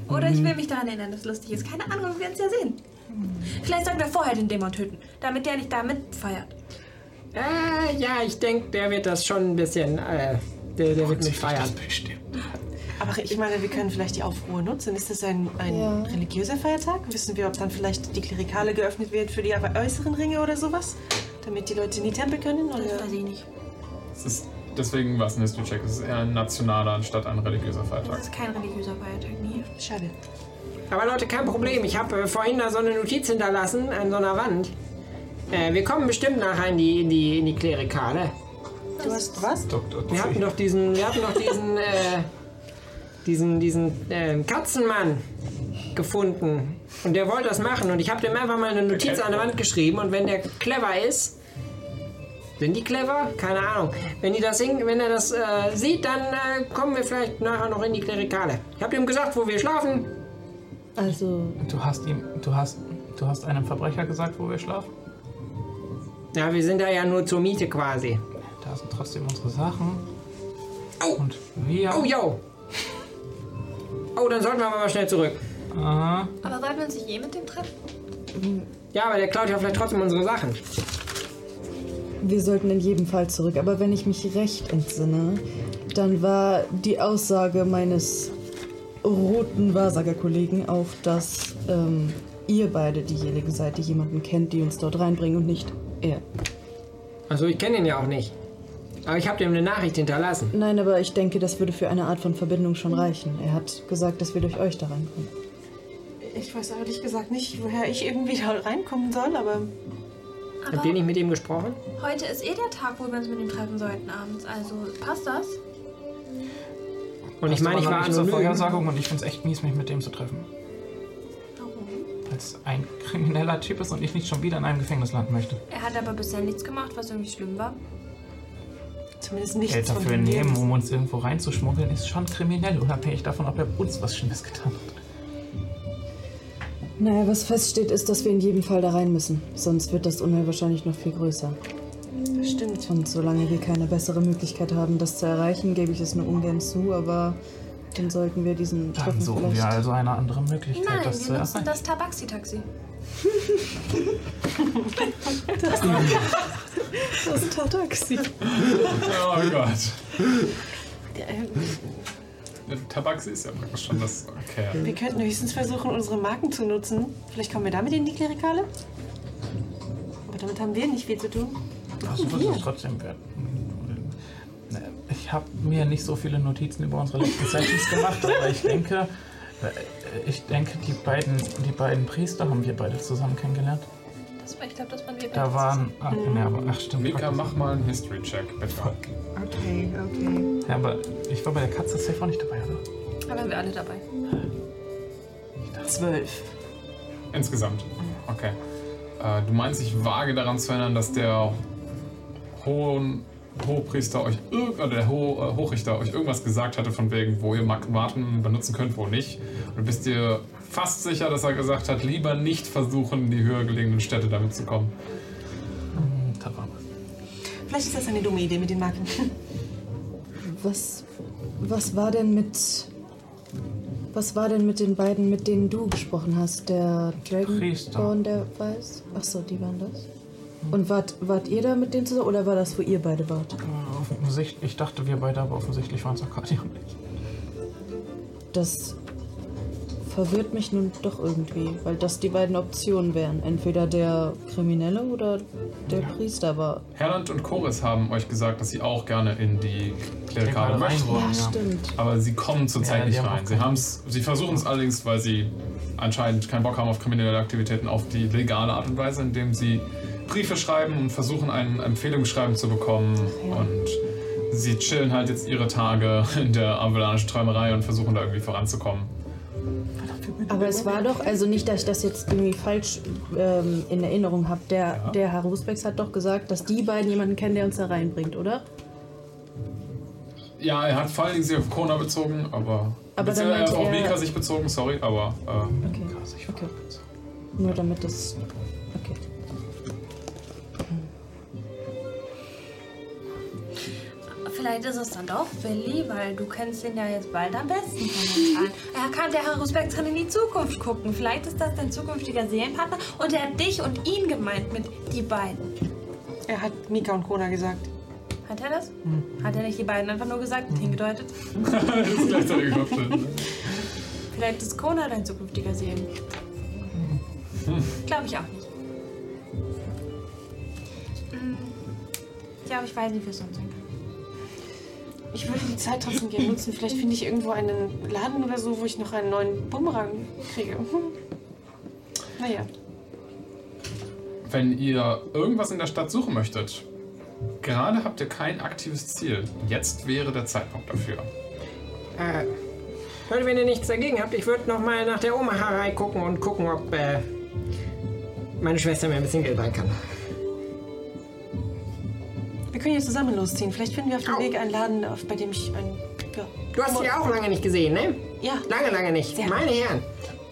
Speaker 7: Oder ich will mich daran erinnern, dass es lustig ist. Keine Ahnung, wir werden es ja sehen. Vielleicht sollten wir vorher den Dämon töten, damit der nicht da mitfeiert.
Speaker 8: Äh, ja, ich denke, der wird das schon ein bisschen. Äh, der, der wird mich feiern.
Speaker 5: Aber ich meine, wir können vielleicht die Aufruhr nutzen. Ist das ein, ein religiöser Feiertag? Wissen wir, ob dann vielleicht die Klerikale geöffnet wird für die aber äußeren Ringe oder sowas? Damit die Leute in die Tempel können? Oder? Das weiß
Speaker 7: ich nicht.
Speaker 2: Es ist deswegen was ein History-Check. Es ist eher ein nationaler anstatt ein religiöser Feiertag.
Speaker 7: Das ist kein religiöser Feiertag, nie.
Speaker 5: Schade.
Speaker 8: Aber Leute, kein Problem. Ich habe äh, vorhin da so eine Notiz hinterlassen an so einer Wand. Äh, wir kommen bestimmt nachher in die, in die, in die Klerikale.
Speaker 5: Du hast was?
Speaker 8: Wir hatten doch diesen, wir hatten doch diesen, äh, diesen, diesen äh, Katzenmann gefunden. Und der wollte das machen. Und ich habe dem einfach mal eine Notiz an der Wand geschrieben. Und wenn der clever ist, sind die clever? Keine Ahnung. Wenn die das hin, wenn er das äh, sieht, dann äh, kommen wir vielleicht nachher noch in die Klerikale. Ich habe ihm gesagt, wo wir schlafen.
Speaker 4: Also.
Speaker 3: Du hast ihm, du hast, du hast einem Verbrecher gesagt, wo wir schlafen.
Speaker 8: Ja, wir sind da ja nur zur Miete quasi.
Speaker 3: Da sind trotzdem unsere Sachen.
Speaker 8: Oh.
Speaker 3: Und wir.
Speaker 8: Oh, yo. Oh, dann sollten wir aber mal schnell zurück.
Speaker 3: Aha.
Speaker 7: Aber wollten wir uns nicht je mit dem treffen?
Speaker 8: Ja, aber der klaut ja vielleicht trotzdem unsere Sachen.
Speaker 4: Wir sollten in jedem Fall zurück, aber wenn ich mich recht entsinne, dann war die Aussage meines roten Wahrsagerkollegen auch, dass ähm, ihr beide diejenigen seid, die jemanden kennt, die uns dort reinbringen und nicht er.
Speaker 8: Also ich kenne ihn ja auch nicht. Aber ich habe ihm eine Nachricht hinterlassen.
Speaker 4: Nein, aber ich denke, das würde für eine Art von Verbindung schon reichen. Er hat gesagt, dass wir durch euch da reinkommen.
Speaker 5: Ich weiß ehrlich gesagt nicht, woher ich irgendwie da reinkommen soll, aber
Speaker 8: Habt ihr nicht mit ihm gesprochen?
Speaker 7: Heute ist eh der Tag, wo wir uns mit ihm treffen sollten abends. Also passt das?
Speaker 8: Und ich
Speaker 3: Hast du
Speaker 8: meine, ich
Speaker 3: aber noch
Speaker 8: war
Speaker 3: nicht zur
Speaker 8: anonym.
Speaker 3: Vorhersagung und ich finde es echt mies, mich mit dem zu treffen.
Speaker 7: Warum?
Speaker 3: Weil es ein krimineller Typ ist und ich nicht schon wieder in einem Gefängnis landen möchte.
Speaker 7: Er hat aber bisher nichts gemacht, was irgendwie schlimm war.
Speaker 5: zumindest nichts
Speaker 3: Geld dafür
Speaker 5: dem
Speaker 3: nehmen,
Speaker 5: Lebens-
Speaker 3: um uns irgendwo reinzuschmuggeln, ist schon kriminell, unabhängig davon, ob er uns was Schlimmes getan hat.
Speaker 4: Naja, was feststeht, ist, dass wir in jedem Fall da rein müssen. Sonst wird das Unheil wahrscheinlich noch viel größer.
Speaker 5: Das stimmt.
Speaker 4: Und solange wir keine bessere Möglichkeit haben, das zu erreichen, gebe ich es nur ungern zu, aber dann sollten wir diesen
Speaker 3: Dann
Speaker 4: Treffen
Speaker 3: suchen wir
Speaker 4: vielleicht.
Speaker 3: also eine andere Möglichkeit,
Speaker 7: Nein,
Speaker 3: das zu
Speaker 7: wir nutzen
Speaker 3: erreichen.
Speaker 7: das Tabaxi-Taxi.
Speaker 4: Das ist ein Taxi.
Speaker 2: Oh Gott.
Speaker 5: Äh,
Speaker 2: Tabaxi ist ja praktisch schon das. Okay.
Speaker 5: Wir könnten höchstens versuchen, unsere Marken zu nutzen. Vielleicht kommen wir damit in die Klerikale. Aber damit haben wir nicht viel zu tun.
Speaker 3: Versuche Also, es trotzdem wert. Ich habe mir nicht so viele Notizen über unsere letzten Sessions gemacht, aber ich denke, äh, ich denke, die beiden, die beiden Priester haben wir beide zusammen kennengelernt.
Speaker 7: Das, ich glaube, das waren wir
Speaker 3: Da waren, ach, genau. nee, aber, ach stimmt.
Speaker 2: Mika,
Speaker 3: Gott, das-
Speaker 2: mach mal einen History-Check, bitte.
Speaker 5: Okay, okay.
Speaker 3: Ja, aber ich war bei der Katze safe auch nicht dabei, oder?
Speaker 7: Da waren wir alle dabei.
Speaker 5: Zwölf.
Speaker 2: Insgesamt. Okay. Äh, du meinst, ich wage daran zu erinnern, dass der Hohen, Hohepriester euch irg- oder der Ho, äh, Hochrichter euch irgendwas gesagt hatte von wegen, wo ihr Magmaten benutzen könnt, wo nicht. Und du bist dir fast sicher, dass er gesagt hat, lieber nicht versuchen, in die höher gelegenen Städte damit zu kommen.
Speaker 3: Da war
Speaker 5: Vielleicht ist das eine dumme Idee mit den Marken.
Speaker 7: Mm.
Speaker 4: Was, was war denn mit. Was war denn mit den beiden, mit denen du gesprochen hast? Der
Speaker 3: Priester.
Speaker 4: Dragonborn, der weiß? Achso, die waren das. Und wart, wart ihr da mit denen zusammen oder war das, wo ihr beide wart?
Speaker 3: Offensicht- Ich dachte, wir beide, aber offensichtlich waren es auch Kati und ich.
Speaker 4: Das verwirrt mich nun doch irgendwie, weil das die beiden Optionen wären. Entweder der Kriminelle oder der Priester, aber
Speaker 2: Herland und Chorus haben euch gesagt, dass sie auch gerne in die Klerikale
Speaker 3: Klerikale
Speaker 2: möchten.
Speaker 3: rein wollen,
Speaker 4: ja. Stimmt.
Speaker 2: Aber sie kommen zurzeit
Speaker 3: Ja, die
Speaker 2: nicht
Speaker 3: haben auch
Speaker 2: rein. Sie, haben's, sie versuchen es allerdings, weil sie anscheinend keinen Bock haben auf kriminelle Aktivitäten, auf die legale Art und Weise, indem sie Briefe schreiben und versuchen, ein Empfehlungsschreiben zu bekommen. Und sie chillen halt jetzt ihre Tage in der avalanischen Träumerei und versuchen da irgendwie voranzukommen.
Speaker 4: Aber es war doch, also nicht, dass ich das jetzt irgendwie falsch ähm, in Erinnerung habe. Der, der Herr Rusbex hat doch gesagt, dass die beiden jemanden kennen, der uns da reinbringt, oder?
Speaker 2: Ja, er hat vor allen Dingen sich auf Corona bezogen, aber.
Speaker 4: Aber dann
Speaker 2: beziehungsweise er
Speaker 4: meinte
Speaker 2: hat auf
Speaker 4: er-
Speaker 2: Mika sich bezogen, sorry, aber. Äh,
Speaker 4: Okay. Nur damit das. Okay.
Speaker 7: Vielleicht ist es dann doch Billy, weil du kennst ihn ja jetzt bald am besten momentan. er kann der Herr Rusbeck kann in die Zukunft gucken. Vielleicht ist das dein zukünftiger Seelenpartner und er hat dich und ihn gemeint mit die beiden.
Speaker 5: Er hat Mika und Kona gesagt. Hm.
Speaker 7: Hat er das? Hat er nicht die beiden einfach nur gesagt und hingedeutet?
Speaker 2: das ist gleichzeitig überflüssig.
Speaker 7: Vielleicht ist Kona dein zukünftiger Seelen. Glaube ich auch nicht. Hm. Ja, aber ich weiß nicht, wie es sonst sein kann.
Speaker 5: Ich würde die Zeit trotzdem gerne nutzen. Vielleicht finde ich irgendwo einen Laden oder so, wo ich noch einen neuen Bumerang kriege. Hm. Naja,
Speaker 2: Wenn ihr irgendwas in der Stadt suchen möchtet, gerade habt ihr kein aktives Ziel. Jetzt wäre der Zeitpunkt dafür.
Speaker 8: Äh, Leute, wenn ihr nichts dagegen habt, ich würde nochmal nach der Omaharei gucken und gucken, ob äh, meine Schwester mir ein bisschen Geld leihen kann.
Speaker 5: wir können ja zusammen losziehen. Vielleicht finden wir auf dem Weg einen Laden, auf, bei dem ich ein. Ja.
Speaker 8: Du hast sie ja auch lange nicht gesehen, ne?
Speaker 5: Ja.
Speaker 8: Lange, lange nicht.
Speaker 5: Sehr.
Speaker 8: Meine Herren.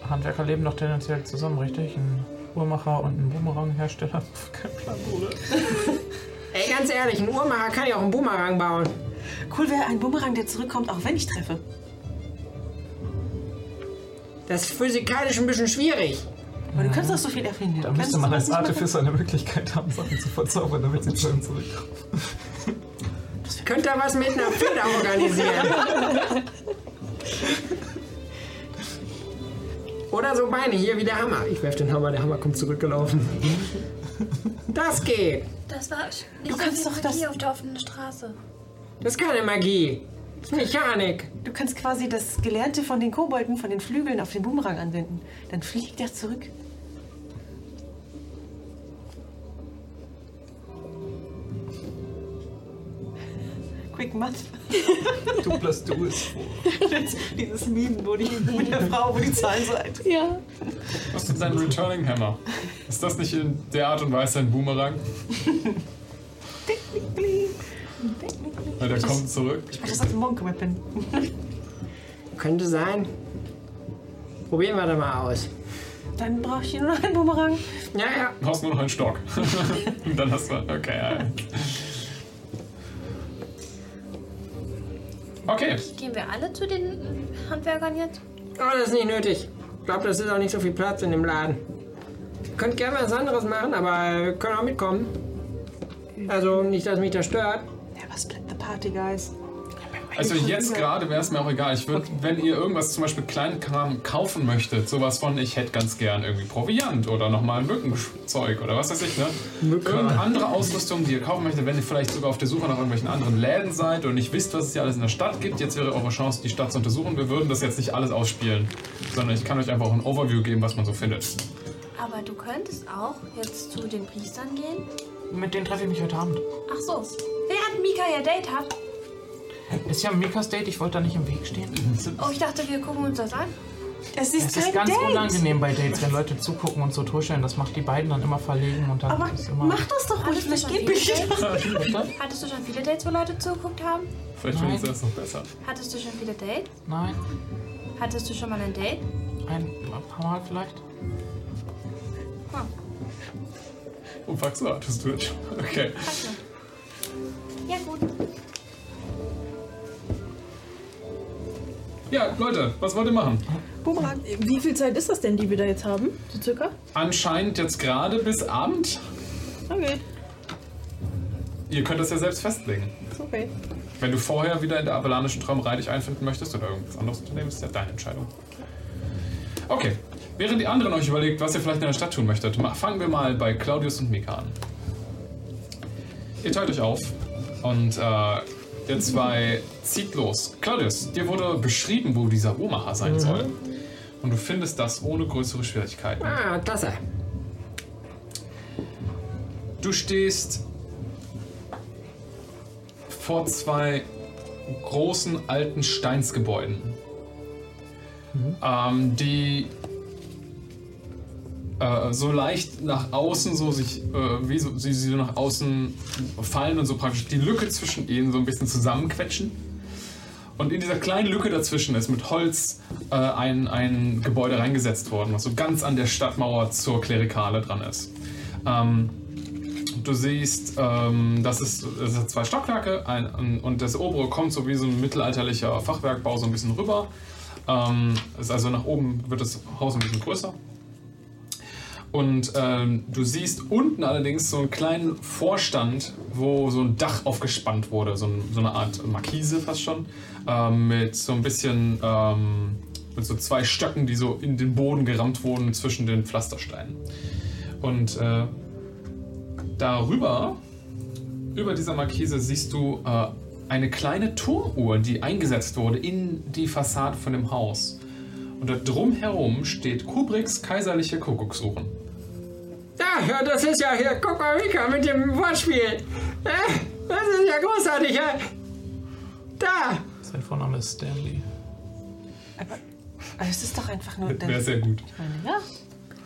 Speaker 3: Handwerker leben doch tendenziell zusammen, richtig? Ein Uhrmacher und ein Boomerang-Hersteller. Pff, Kein Plan, Bruder.
Speaker 8: Ey, ganz ehrlich, ein Uhrmacher kann ja auch einen Boomerang bauen.
Speaker 5: Cool wäre ein Bumerang, der zurückkommt, auch wenn ich treffe.
Speaker 8: Das ist physikalisch ein bisschen schwierig.
Speaker 5: Aber du kannst doch so viel erfinden.
Speaker 10: Da
Speaker 5: Du kannst
Speaker 10: müsste man
Speaker 5: doch
Speaker 10: als
Speaker 5: was machen.
Speaker 10: Artificer eine Möglichkeit haben, Sachen zu verzaubern, damit sie zu einem zurückkommen.
Speaker 8: Könnt ihr was mit einer Feder organisieren? Oder so Beine, hier wie der Hammer. Ich werf den Hammer, der Hammer kommt zurückgelaufen. Das geht.
Speaker 7: Das war
Speaker 5: Du
Speaker 7: nicht
Speaker 5: kannst doch das-
Speaker 7: Magie auf der offenen Straße.
Speaker 8: Das ist keine Magie. Das ist Mechanik.
Speaker 5: Du kannst quasi das Gelernte von den Kobolden, von den Flügeln auf den Bumerang anwenden. Dann fliegt er zurück. Quick Math.
Speaker 10: Duplas du es vor.
Speaker 5: Dieses Meme, wo die, mit der Frau, wo die Zahlen seid.
Speaker 4: Ja.
Speaker 2: Was ist denn dein Returning Hammer? Ist das nicht in der Art und Weise ein Boomerang? Weil der kommt zurück.
Speaker 5: Ich mach das als Monk Weapon.
Speaker 8: Könnte sein. Probieren wir da mal aus.
Speaker 5: Dann brauche ich hier nur noch einen Bumerang.
Speaker 8: Ja, ja.
Speaker 2: Du brauchst nur noch einen Stock. Und dann hast du. Okay, ja, ja. Okay,
Speaker 7: Gehen wir alle zu den Handwerkern jetzt?
Speaker 8: Aber das ist nicht nötig. Ich glaube, das ist auch nicht so viel Platz in dem Laden. Ihr könnt gerne was anderes machen, aber wir können auch mitkommen. Also nicht, dass mich das stört.
Speaker 5: Ja, was bleibt the party, guys?
Speaker 2: Also jetzt gerade wäre es mir auch egal. Ich würde, wenn ihr irgendwas zum Beispiel Kleinkram kaufen möchtet, sowas von, ich hätte ganz gern irgendwie Proviant oder nochmal Mückenzeug oder was weiß ich, ne? Irgendeine andere Ausrüstung, die ihr kaufen möchtet, wenn ihr vielleicht sogar auf der Suche nach irgendwelchen anderen Läden seid und nicht wisst, was es hier alles in der Stadt gibt, jetzt wäre eure Chance, die Stadt zu untersuchen. Wir würden das jetzt nicht alles ausspielen, sondern ich kann euch einfach ein Overview geben, was man so findet.
Speaker 7: Aber du könntest auch jetzt zu den Priestern gehen.
Speaker 3: Mit denen treffe ich mich heute Abend.
Speaker 7: Ach so, während Mika ihr Date hat.
Speaker 3: Ist ja Mikas Date, ich wollte da nicht im Weg stehen.
Speaker 10: Mhm.
Speaker 7: Oh, ich dachte, wir gucken uns das an.
Speaker 5: Es ist
Speaker 3: Es
Speaker 5: kein
Speaker 3: ist ganz
Speaker 5: Date.
Speaker 3: unangenehm bei Dates, wenn Leute zugucken und so tuscheln. Das macht die beiden dann immer verlegen und dann
Speaker 5: Aber
Speaker 3: ist es immer.
Speaker 5: mach das doch ruhig,
Speaker 7: Hattest du,
Speaker 5: vielleicht
Speaker 7: schon
Speaker 5: geht
Speaker 7: viele Dates?
Speaker 5: mich
Speaker 3: Bitte?
Speaker 7: Hattest du schon viele Dates, wo Leute zugeguckt haben?
Speaker 2: Vielleicht finde ich
Speaker 3: Nein.
Speaker 2: das noch besser.
Speaker 7: Hattest du schon viele Dates?
Speaker 3: Nein,
Speaker 7: Hattest du schon mal ein Date?
Speaker 3: ein paar Mal vielleicht.
Speaker 2: Oh, fuck, so hattest du jetzt schon. Okay.
Speaker 7: Hast du? Ja, gut.
Speaker 2: Ja, Leute, was wollt ihr machen?
Speaker 5: Bumerang.
Speaker 4: Äh, Wie viel Zeit ist das denn, die wir da jetzt haben? So circa?
Speaker 2: Anscheinend jetzt gerade bis Abend.
Speaker 4: Okay.
Speaker 2: Ihr könnt das ja selbst festlegen.
Speaker 4: Ist okay.
Speaker 2: Wenn du vorher wieder in der avalanischen Träumerei dich einfinden möchtest oder irgendwas anderes unternehmen, ist ja deine Entscheidung. Okay. Während die anderen euch überlegt, was ihr vielleicht in der Stadt tun möchtet, ma- fangen wir mal bei Claudius und Mika an. Ihr teilt euch auf und äh, ihr zwei zieht los. Claudius, dir wurde beschrieben, wo dieser Uhrmacher sein
Speaker 8: Mhm.
Speaker 2: soll. Und du findest das ohne größere Schwierigkeiten.
Speaker 8: Ah, klasse.
Speaker 2: Du stehst vor zwei großen alten Steinsgebäuden, ähm, die äh, so leicht nach außen so sich, äh, wie so, sie, sie so nach außen fallen und so praktisch die Lücke zwischen ihnen so ein bisschen zusammenquetschen. Und in dieser kleinen Lücke dazwischen ist mit Holz äh, ein, ein Gebäude reingesetzt worden, was so ganz an der Stadtmauer zur Klerikale dran ist. Ähm, Du siehst, ähm, das, ist, das hat zwei Stockwerke ein, ein- und das obere kommt so wie so ein mittelalterlicher Fachwerkbau so ein bisschen rüber. Ähm, ist also nach oben wird das Haus ein bisschen größer. Und ähm, du siehst unten allerdings so einen kleinen Vorstand, wo so ein Dach aufgespannt wurde, so, ein, so eine Art Markise fast schon, ähm, mit so ein bisschen ähm, mit so zwei Stöcken, die so in den Boden gerammt wurden zwischen den Pflastersteinen. Und äh, Darüber, über dieser Markise, siehst du äh, eine kleine Turmuhr, die eingesetzt wurde in die Fassade von dem Haus. Und da drumherum steht Kubricks kaiserliche Kuckucksuhren.
Speaker 8: Ja, ja, das ist ja hier, guck mal, Mika, mit dem Wortspiel. Ja, Das ist ja großartig. Ja. Da.
Speaker 3: Sein Vorname ist Stanley.
Speaker 5: Aber es ist doch einfach nur.
Speaker 3: Wär sehr gut.
Speaker 5: Ich meine, ja.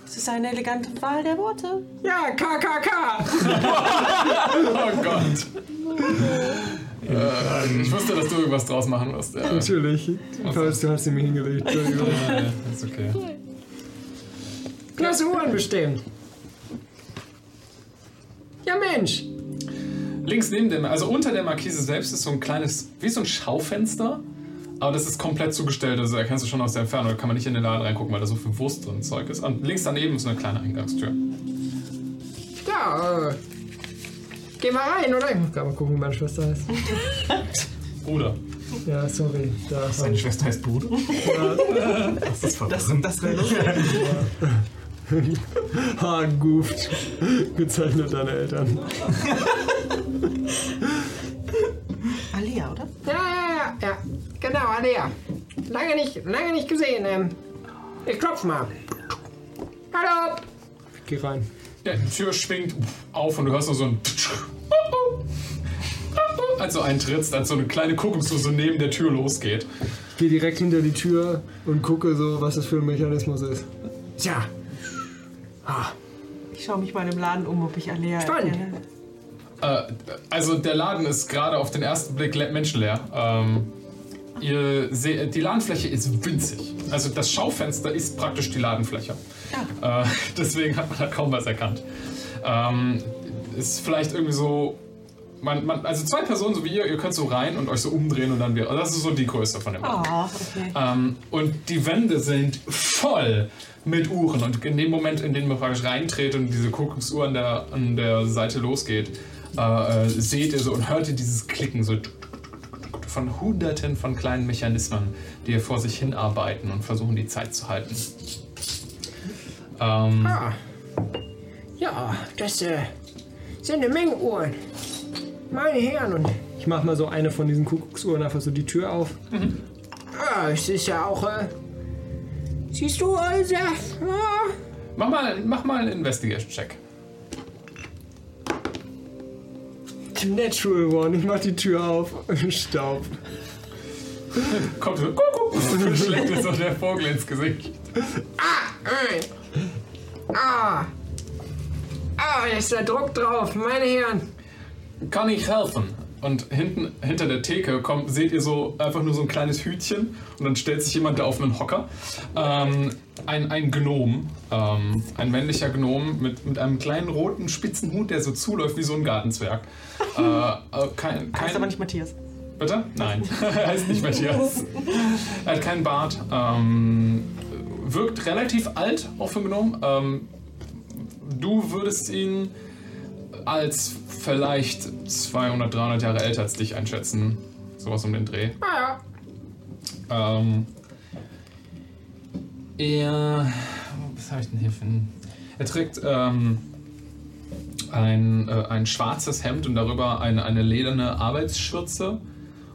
Speaker 5: Es ist eine elegante Wahl der Worte.
Speaker 8: Ja, KKK.
Speaker 2: oh Gott. Äh, ich wusste, dass du irgendwas draus machen wirst. Ja.
Speaker 6: Natürlich. Du hast, du hast sie mir hingelegt. Entschuldigung.
Speaker 2: Ja, ja, ist okay.
Speaker 8: Klasse Uhren bestellen. Ja, Mensch.
Speaker 2: Links neben dem, also unter der Markise selbst ist so ein kleines, wie so ein Schaufenster. Aber das ist komplett zugestellt, also erkennst du schon aus der Entfernung. Da kann man nicht in den Laden reingucken, weil da so viel Wurst und Zeug ist. Und links daneben ist eine kleine Eingangstür.
Speaker 8: Ja, äh. Geh mal rein, oder? Ich muss gerade mal gucken, wie meine Schwester heißt.
Speaker 2: Bruder.
Speaker 6: Ja, sorry. Da
Speaker 10: Seine Schwester heißt Bruder.
Speaker 6: Ja.
Speaker 10: Das ist verwirrend. Das,
Speaker 6: Haarguft. Gezeichnet deine Eltern.
Speaker 5: Alia, oder?
Speaker 8: Ja, ja, ja, ja. Genau, Alea. Lange nicht, lange nicht gesehen. Ähm, ich klopf mal. Hallo.
Speaker 6: Geh rein.
Speaker 2: Ja, die Tür schwingt auf und du hörst nur so ein. Als du eintrittst, als so eine kleine Kuckucksuhr so neben der Tür losgeht.
Speaker 6: Ich gehe direkt hinter die Tür und gucke so, was das für ein Mechanismus ist.
Speaker 8: Tja.
Speaker 5: Ich schaue mich mal im Laden um, ob ich Alia.
Speaker 8: Spannend.
Speaker 5: erkenne.
Speaker 2: Äh, also der Laden ist gerade auf den ersten Blick le- menschenleer. Ähm, ihr seht, die Ladenfläche ist winzig. Also das Schaufenster ist praktisch die Ladenfläche. Äh, deswegen hat man da kaum was erkannt. Ähm, ist vielleicht irgendwie so. Man, man, also zwei Personen so wie ihr, ihr könnt so rein und euch so umdrehen und dann wieder. Das ist so die Größe von dem Laden.
Speaker 5: Ah, okay.
Speaker 2: Ähm, und die Wände sind voll mit Uhren. Und in dem Moment, in dem man praktisch reintritt und diese Kuckucksuhr an der, an der Seite losgeht, äh, äh, seht ihr so und hört ihr dieses Klicken so tuk, tuk, tuk, tuk, tuk, von hunderten von kleinen Mechanismen, die hier vor sich hinarbeiten und versuchen, die Zeit zu halten. Ähm,
Speaker 8: Ah. Ja, das äh, sind eine Menge Uhren. Meine Herren und.
Speaker 6: Ich mach mal so eine von diesen Kuckucksuhren einfach so die Tür auf.
Speaker 8: Ah, es ist ja auch. Äh, siehst du, äh, sehr. Ah,
Speaker 2: mach, mal, mach mal einen Investigation-Check.
Speaker 6: Natural One. Ich mach die Tür auf. Staub.
Speaker 2: Kommt so, Kuckuck, schlägt dir so der Vogel ins Gesicht.
Speaker 8: Ein. Ah. Ah, da ist der Druck drauf, meine Herren.
Speaker 2: kann ich helfen? Und hinten, hinter der Theke kommt, seht ihr so einfach nur so ein kleines Hütchen und dann stellt sich jemand da auf einen Hocker. Ähm, ein, ein Gnom, ähm, ein männlicher Gnom mit, mit einem kleinen roten spitzen Hut, der so zuläuft wie so ein Gartenzwerg. Äh, äh, kein, kein,
Speaker 5: Heißt aber nicht Matthias.
Speaker 2: Bitte? Nein, er heißt nicht Matthias. Er hat keinen Bart. Ähm, wirkt relativ alt, offen genommen. Ähm, du würdest ihn als vielleicht 200, 300 Jahre älter als dich einschätzen. Sowas um den Dreh.
Speaker 8: Ah, ja.
Speaker 2: Ähm, Er. Was habe ich denn hier für ein. Er trägt ähm, ein, äh, ein schwarzes Hemd und darüber eine, eine lederne Arbeitsschürze.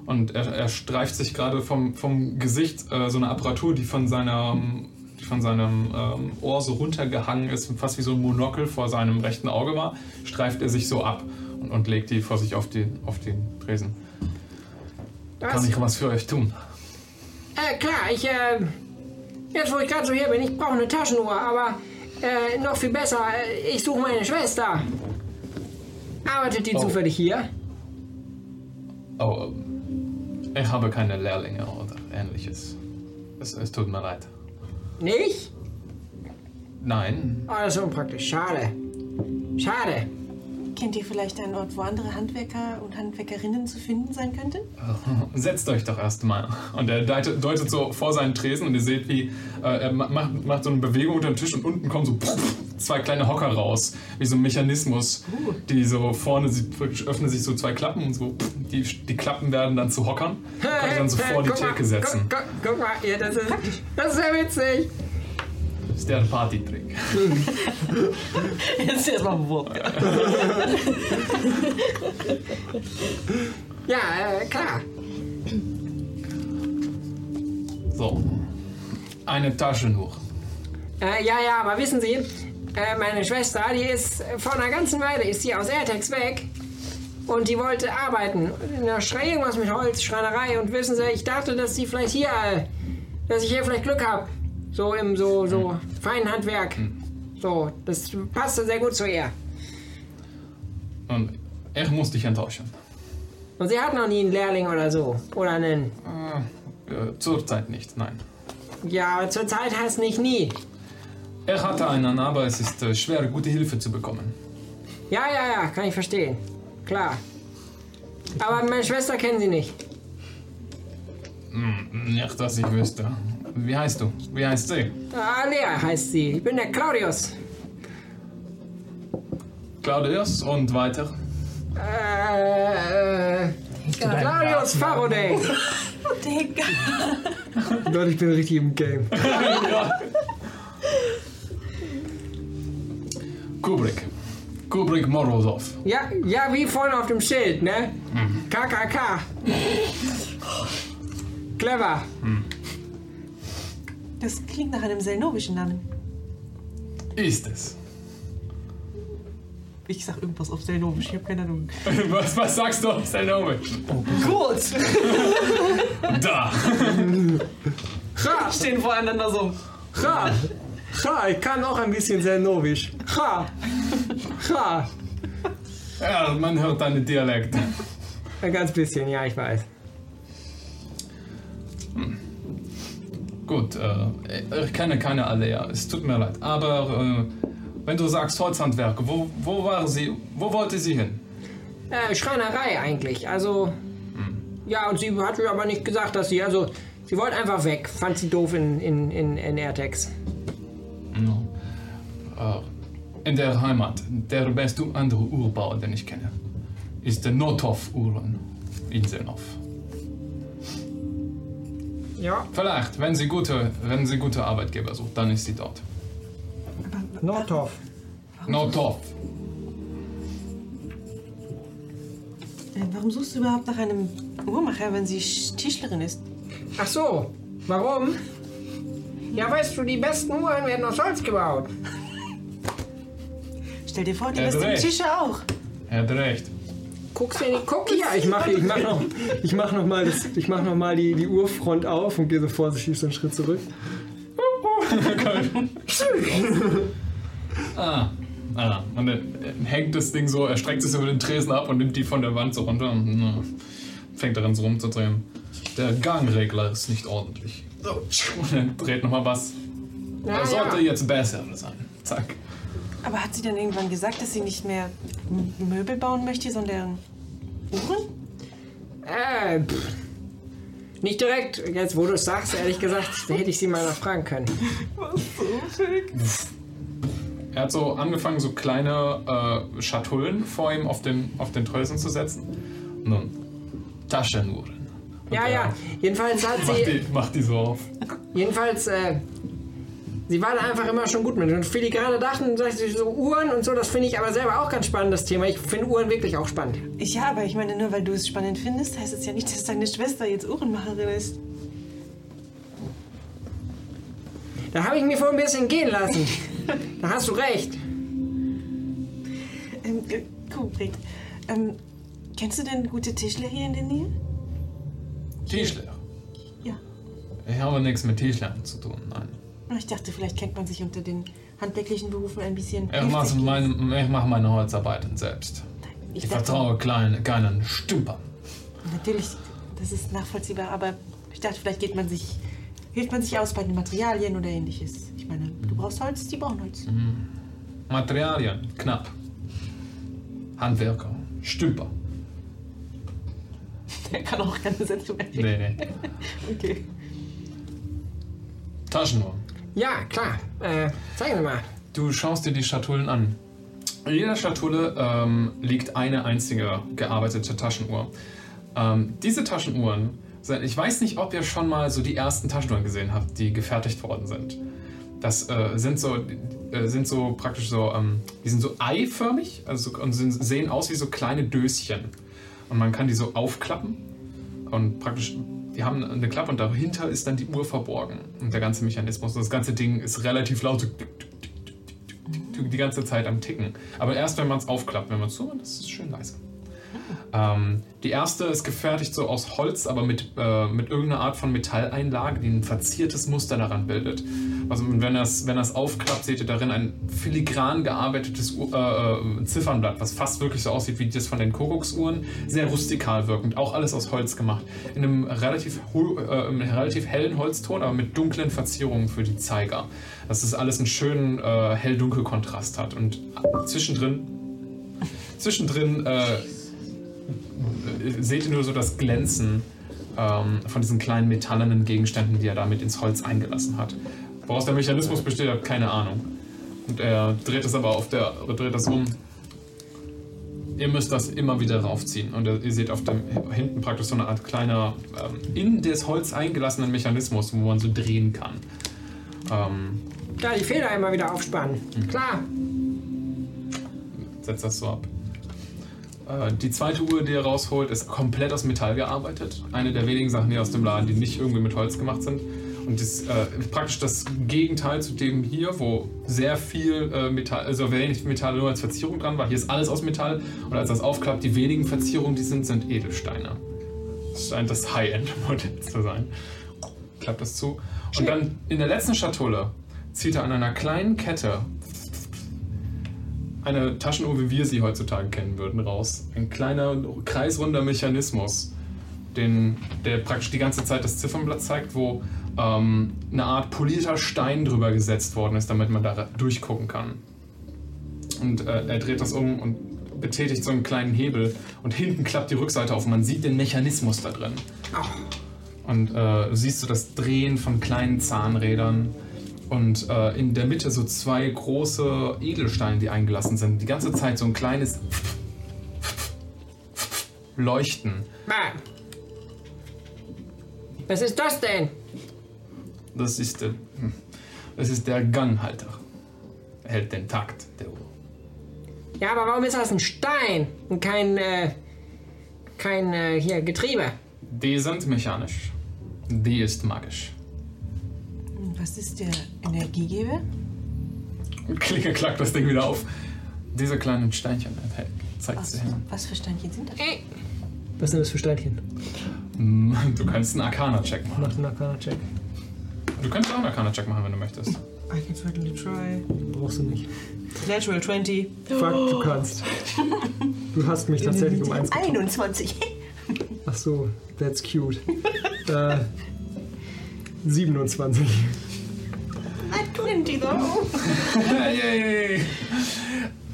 Speaker 2: Und er, er streift sich gerade vom, vom Gesicht äh, so eine Apparatur, die von seinem, die von seinem ähm, Ohr so runtergehangen ist und fast wie so ein Monokel vor seinem rechten Auge war, streift er sich so ab und, und legt die vor sich auf den, auf den Tresen. Kann
Speaker 8: Was?
Speaker 2: ich was für euch tun?
Speaker 8: Äh, klar, ich, äh, jetzt wo ich gerade so hier bin, ich brauche eine Taschenuhr, aber äh, noch viel besser, äh, ich suche meine Schwester. Arbeitet die
Speaker 2: Oh.
Speaker 8: zufällig hier?
Speaker 2: Oh, ähm, ich habe keine Lehrlinge oder ähnliches. Es, es tut mir leid.
Speaker 8: Nicht?
Speaker 2: Nein,
Speaker 8: Oh, das ist unpraktisch, schade. Schade.
Speaker 5: Kennt ihr vielleicht einen Ort, wo andere Handwerker und Handwerkerinnen zu finden sein könnten?
Speaker 2: setzt euch doch erstmal. Und er deutet, deutet so vor seinen Tresen und ihr seht, wie äh, er ma- macht, macht so eine Bewegung unter dem Tisch und unten kommen so pff, zwei kleine Hocker raus. Wie so ein Mechanismus, die so vorne sie- praktisch öffnen sich so zwei Klappen und so pff, die, die Klappen werden dann zu Hockern. Könnt ihr dann so vor die
Speaker 8: guck mal,
Speaker 2: Theke setzen.
Speaker 8: Guck, guck, guck mal, ja, das ist, das ist ja witzig.
Speaker 2: Das ist der Partytrick.
Speaker 8: Jetzt erstmal bewurbt. ja, äh, klar.
Speaker 2: So. Eine Taschenuhr.
Speaker 8: Äh, ja, ja, aber wissen Sie, äh, meine Schwester, die ist äh, vor einer ganzen Weile ist sie aus Airtex weg und die wollte arbeiten in der Schrei irgendwas mit Holz, Schreinerei und wissen Sie, ich dachte, dass sie vielleicht hier, äh, dass ich hier vielleicht Glück habe, so im so
Speaker 2: Hm.
Speaker 8: so feinen Handwerk. So, das passte sehr gut zu ihr.
Speaker 2: Und ich muss dich enttäuschen.
Speaker 8: Und sie hat noch nie einen Lehrling oder so oder einen.
Speaker 2: Äh, zurzeit nicht, nein.
Speaker 8: Ja, aber zurzeit heißt nicht nie.
Speaker 2: Er hatte einen, aber es ist äh, schwer, gute Hilfe zu bekommen.
Speaker 8: Ja, ja, ja, kann ich verstehen. Klar. Aber meine Schwester kennen Sie nicht.
Speaker 2: Hm, nicht, dass ich wüsste. Wie heißt du? Wie heißt sie?
Speaker 8: Ah, Lea heißt sie. Ich bin der Claudius.
Speaker 2: Claudius und weiter.
Speaker 8: Äh, äh, Claudius Faraday.
Speaker 7: Digga.
Speaker 6: Leute, ich bin richtig im Game.
Speaker 2: Kubrick. Kubrick Morozov. Hm.
Speaker 8: Ja, ja, wie vorne auf dem Schild, ne? KKK. Clever.
Speaker 5: Das klingt nach einem selnobischen Namen.
Speaker 2: Ist es.
Speaker 5: Ich sag irgendwas auf selnobisch, ich habe keine Ahnung.
Speaker 2: Was, was sagst du auf sein Name?
Speaker 5: Gut!
Speaker 2: Oh, Da.
Speaker 8: Ha,
Speaker 11: Stehen voreinander so.
Speaker 8: ha,
Speaker 11: Ha, ich kann auch ein bisschen Sernovisch.
Speaker 8: ha. Ha.
Speaker 2: Ja, man hört deinen Dialekt.
Speaker 11: Ein ganz bisschen, ja, ich weiß.
Speaker 2: Gut, äh, ich kenne keine Alea. Es tut mir leid. Aber äh, wenn du sagst Holzhandwerk, wo, wo war sie? Wo wollte sie hin?
Speaker 8: Äh, Schreinerei eigentlich. Also. Ja, und sie hat mir aber nicht gesagt, dass sie. Also, sie wollte einfach weg. Fand sie doof in, in, in, in AirTags.
Speaker 2: No. Äh, in der Heimat, der beste andere Urbau, den ich kenne, ist der Nothof-Uhren in Senov.
Speaker 8: Ja.
Speaker 2: Vielleicht, wenn sie, gute, wenn sie gute Arbeitgeber sucht, dann ist sie dort.
Speaker 6: Nordhoff.
Speaker 2: Nothof.
Speaker 5: Äh, Warum suchst du überhaupt nach einem Uhrmacher, wenn sie Sch- Tischlerin ist?
Speaker 8: Ach so, warum? Ja, weißt du, die besten Uhren werden aus Holz gebaut.
Speaker 5: Stell dir vor, die
Speaker 2: Ja, du
Speaker 5: besten
Speaker 2: recht.
Speaker 5: Tische auch.
Speaker 2: Er hat recht.
Speaker 8: Guckst du in die Cookies?
Speaker 6: Ja, ich mache ich mach noch, ich mach noch mal, das, ich mach noch mal die, die Uhrfront auf und gehe so vorsichtig so einen Schritt zurück.
Speaker 2: Ah. Ah, und dann äh, hängt das Ding so, er streckt es über den Tresen ab und nimmt die von der Wand so runter und na, fängt daran so rumzudrehen. Der Gangregler ist nicht ordentlich. So, Und dann dreht nochmal was.
Speaker 5: Ja,
Speaker 2: das sollte
Speaker 5: ja.
Speaker 2: jetzt besser sein. Zack.
Speaker 5: Aber hat sie dann irgendwann gesagt, dass sie nicht mehr M- Möbel bauen möchte, sondern Uhren?
Speaker 8: Äh, pff. Nicht direkt. Jetzt, wo du es sagst, ehrlich gesagt, hätte ich sie mal nachfragen können.
Speaker 2: Er hat so angefangen, so kleine äh, Schatullen vor ihm auf, dem, auf den Trösen zu setzen. Nun, Taschenuhren.
Speaker 8: Ja, ja. Jedenfalls hat
Speaker 2: Macht
Speaker 8: sie.
Speaker 2: die, macht die so auf.
Speaker 8: Jedenfalls, äh, Sie war da einfach immer schon gut mit. Und filigrane Dachen, sagt sie, so Uhren und so, das finde ich aber selber auch ganz spannendes Thema. Ich finde Uhren wirklich auch spannend.
Speaker 5: Ich, ja, aber ich meine, nur weil du es spannend findest, heißt es ja nicht, dass deine Schwester jetzt Uhrenmacherin ist.
Speaker 8: Da habe ich mich vor ein bisschen gehen lassen. da hast du recht.
Speaker 5: Ähm, äh, konkret. Ähm, kennst du denn gute Tischler hier in der Nähe?
Speaker 2: Tischler?
Speaker 5: Ja.
Speaker 2: Ich habe nichts mit Tischlern zu tun, nein.
Speaker 5: Na, Ich dachte, vielleicht kennt man sich unter den handwerklichen Berufen ein bisschen.
Speaker 2: Ich mache meine, ich mach meine Holzarbeiten selbst. Ich,
Speaker 5: ich dachte-
Speaker 2: vertraue kleinen, keinen Stümpern.
Speaker 5: Natürlich, das ist nachvollziehbar, aber ich dachte, vielleicht geht man sich, hilft man sich aus bei den Materialien oder ähnliches. Ich meine, du brauchst Holz, die brauchen Holz.
Speaker 2: Hm. Materialien, knapp. Handwerker, Stümper.
Speaker 5: Der kann auch keine Sätze mehr.
Speaker 2: Nee, nee.
Speaker 5: Okay.
Speaker 2: Taschenuhr.
Speaker 8: Ja, klar. Äh, zeigen Sie mal.
Speaker 2: Du schaust dir die Schatullen an. In jeder Schatulle ähm, liegt eine einzige gearbeitete Taschenuhr. Ähm, diese Taschenuhren, sind, ich weiß nicht, ob ihr schon mal so die ersten Taschenuhren gesehen habt, die gefertigt worden sind. Das äh, sind so, äh, sind so praktisch so, ähm, die sind so eiförmig also, so- und sind, sehen aus wie so kleine Döschen. Und man kann die so aufklappen und praktisch, die haben eine Klappe und dahinter ist dann die Uhr verborgen. Und der ganze Mechanismus, das ganze Ding ist relativ laut, so die ganze Zeit am Ticken. Aber erst, wenn man es aufklappt, wenn man es so, das ist es schön leise. Ähm, die erste ist gefertigt so aus Holz, aber mit, äh, mit irgendeiner Art von Metalleinlage, die ein verziertes Muster daran bildet. Also wenn das, wenn das aufklappt, seht ihr darin ein filigran gearbeitetes Uhr- äh, äh, Ziffernblatt, was fast wirklich so aussieht wie das von den Kuckucksuhren. Sehr rustikal wirkend, auch alles aus Holz gemacht. In einem relativ, ho- äh, im relativ hellen Holzton, aber mit dunklen Verzierungen für die Zeiger. Dass das alles einen schönen äh, hell-dunkel Kontrast hat. Und zwischendrin, zwischendrin äh, äh, seht ihr nur so das Glänzen ähm, von diesen kleinen metallenen Gegenständen, die er damit ins Holz eingelassen hat. Woraus der Mechanismus besteht, habt keine Ahnung. Und er dreht es aber auf der, dreht das um. Ihr müsst das immer wieder raufziehen. Und ihr seht auf dem hinten praktisch so eine Art kleiner ähm, in das Holz eingelassenen Mechanismus, wo man so drehen kann. Ähm,
Speaker 8: Klar, die Feder immer wieder aufspannen. Klar.
Speaker 2: setzt das so ab. Äh, Die zweite Uhr, die er rausholt, ist komplett aus Metall gearbeitet. Eine der wenigen Sachen hier aus dem Laden, die nicht irgendwie mit Holz gemacht sind. Und ist äh, praktisch das Gegenteil zu dem hier, wo sehr viel äh, Metall, also wenig Metall nur als Verzierung dran war. Hier ist alles aus Metall. Und als das aufklappt, die wenigen Verzierungen, die sind, sind Edelsteine. Das scheint das High-End-Modell zu sein. Klappt das zu. Und dann in der letzten Schatulle zieht er an einer kleinen Kette eine Taschenuhr, wie wir sie heutzutage kennen würden, raus. Ein kleiner, kreisrunder Mechanismus, den, der praktisch die ganze Zeit das Ziffernblatt zeigt, wo ähm, eine Art polierter Stein drüber gesetzt worden ist, damit man da ra- durchgucken kann. Und äh, er dreht das um und betätigt so einen kleinen Hebel und hinten klappt die Rückseite auf. Man sieht den Mechanismus da drin. Und äh, du siehst du das Drehen von kleinen Zahnrädern und äh, in der Mitte so zwei große Edelsteine, die eingelassen sind. Die ganze Zeit so ein kleines Leuchten.
Speaker 8: Bah. Was ist das denn?
Speaker 2: Das ist, der, hm, das ist der Ganghalter. Er hält den Takt der Uhr.
Speaker 8: Ja, aber warum ist das ein Stein und kein, äh, kein äh, hier Getriebe?
Speaker 2: Die sind mechanisch. Die ist magisch.
Speaker 5: Hm, Was ist der Energiegeber?
Speaker 2: Klicke, klack das Ding wieder auf. Diese kleinen Steinchen er zeigt sie hin.
Speaker 5: Was für Steinchen sind das?
Speaker 6: Was sind das für Steinchen?
Speaker 2: Mm, Du kannst einen Arcana-Check machen.
Speaker 6: Mach einen Arcana-Check.
Speaker 2: Du kannst auch einen Arcana-Check machen, wenn du möchtest.
Speaker 5: I can certainly try.
Speaker 6: Brauchst du nicht.
Speaker 5: Natural 20.
Speaker 6: Fuck, du kannst. Du hast mich tatsächlich um eins getoppt.
Speaker 5: 21.
Speaker 6: Ach so, that's cute. äh, 27.
Speaker 5: Not 20 though.
Speaker 2: Yay!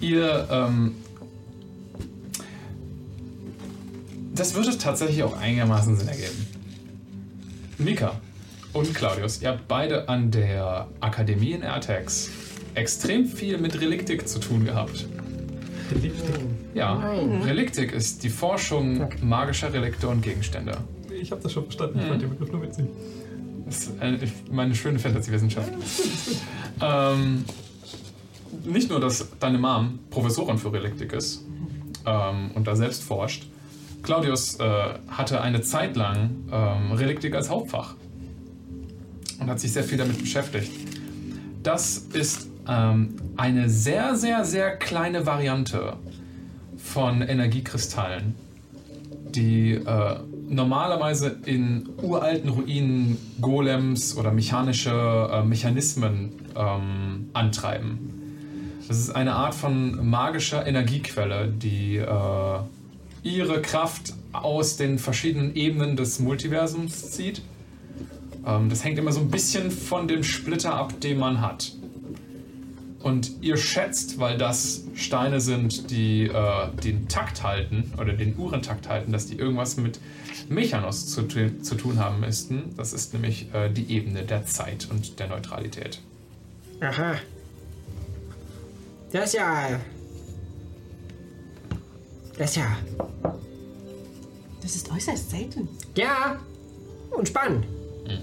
Speaker 2: Ihr, ähm, das würde tatsächlich auch einigermaßen Sinn ergeben. Mika und Claudius, ihr habt beide an der Akademie in Airtax extrem viel mit Reliktik zu tun gehabt. Reliktik? Ja,
Speaker 10: Nein.
Speaker 2: Reliktik ist die Forschung magischer Relikte und Gegenstände. Mhm.
Speaker 10: Ich habe das schon verstanden. Ich fand den Begriff nur witzig.
Speaker 2: Das ist eine, meine schöne Fantasy-Wissenschaft. ähm, nicht nur, dass deine Mom Professorin für Reliktik ist ähm, und da selbst forscht. Claudius äh, hatte eine Zeit lang ähm, Reliktik als Hauptfach und hat sich sehr viel damit beschäftigt. Das ist ähm, eine sehr, sehr, sehr kleine Variante von Energiekristallen, die äh, normalerweise in uralten Ruinen Golems oder mechanische äh, Mechanismen ähm, antreiben. Das ist eine Art von magischer Energiequelle, die äh, ihre Kraft aus den verschiedenen Ebenen des Multiversums zieht. Ähm, das hängt immer so ein bisschen von dem Splitter ab, den man hat. Und ihr schätzt, weil das Steine sind, die äh, den Takt halten oder den Uhrentakt halten, dass die irgendwas mit Mechanos zu, tu- zu tun haben müssten. Das ist nämlich äh, die Ebene der Zeit und der Neutralität.
Speaker 11: Aha. Das ist ja. Das ist ja.
Speaker 5: Das ist äußerst selten.
Speaker 8: Ja, und spannend.
Speaker 2: Hm,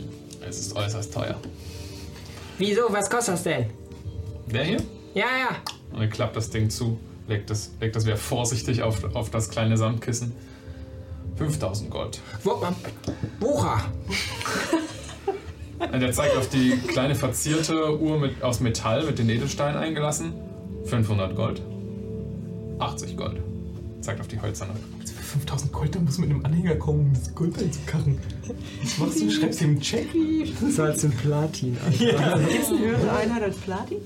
Speaker 2: Es ist äußerst teuer.
Speaker 8: Wieso, was kostet das denn?
Speaker 2: Der hier?
Speaker 8: Ja, ja.
Speaker 2: Und er klappt das Ding zu, legt das, legt das wieder vorsichtig auf, auf das kleine Samtkissen. 5000 Gold.
Speaker 8: äh, Bucher.
Speaker 2: Und er zeigt auf die kleine verzierte Uhr mit, aus Metall mit den Edelsteinen eingelassen. 500 Gold. 80 Gold. Zeigt auf die hölzerne.
Speaker 10: 5000 Gold, dann muss mit einem Anhänger kommen, um das Gold einzukarren. Was machst du? Schreibst du ihm einen Check?
Speaker 11: Salz und Platin, Alter.
Speaker 8: Ja.
Speaker 5: Ist eine höhere Einheit als Platin?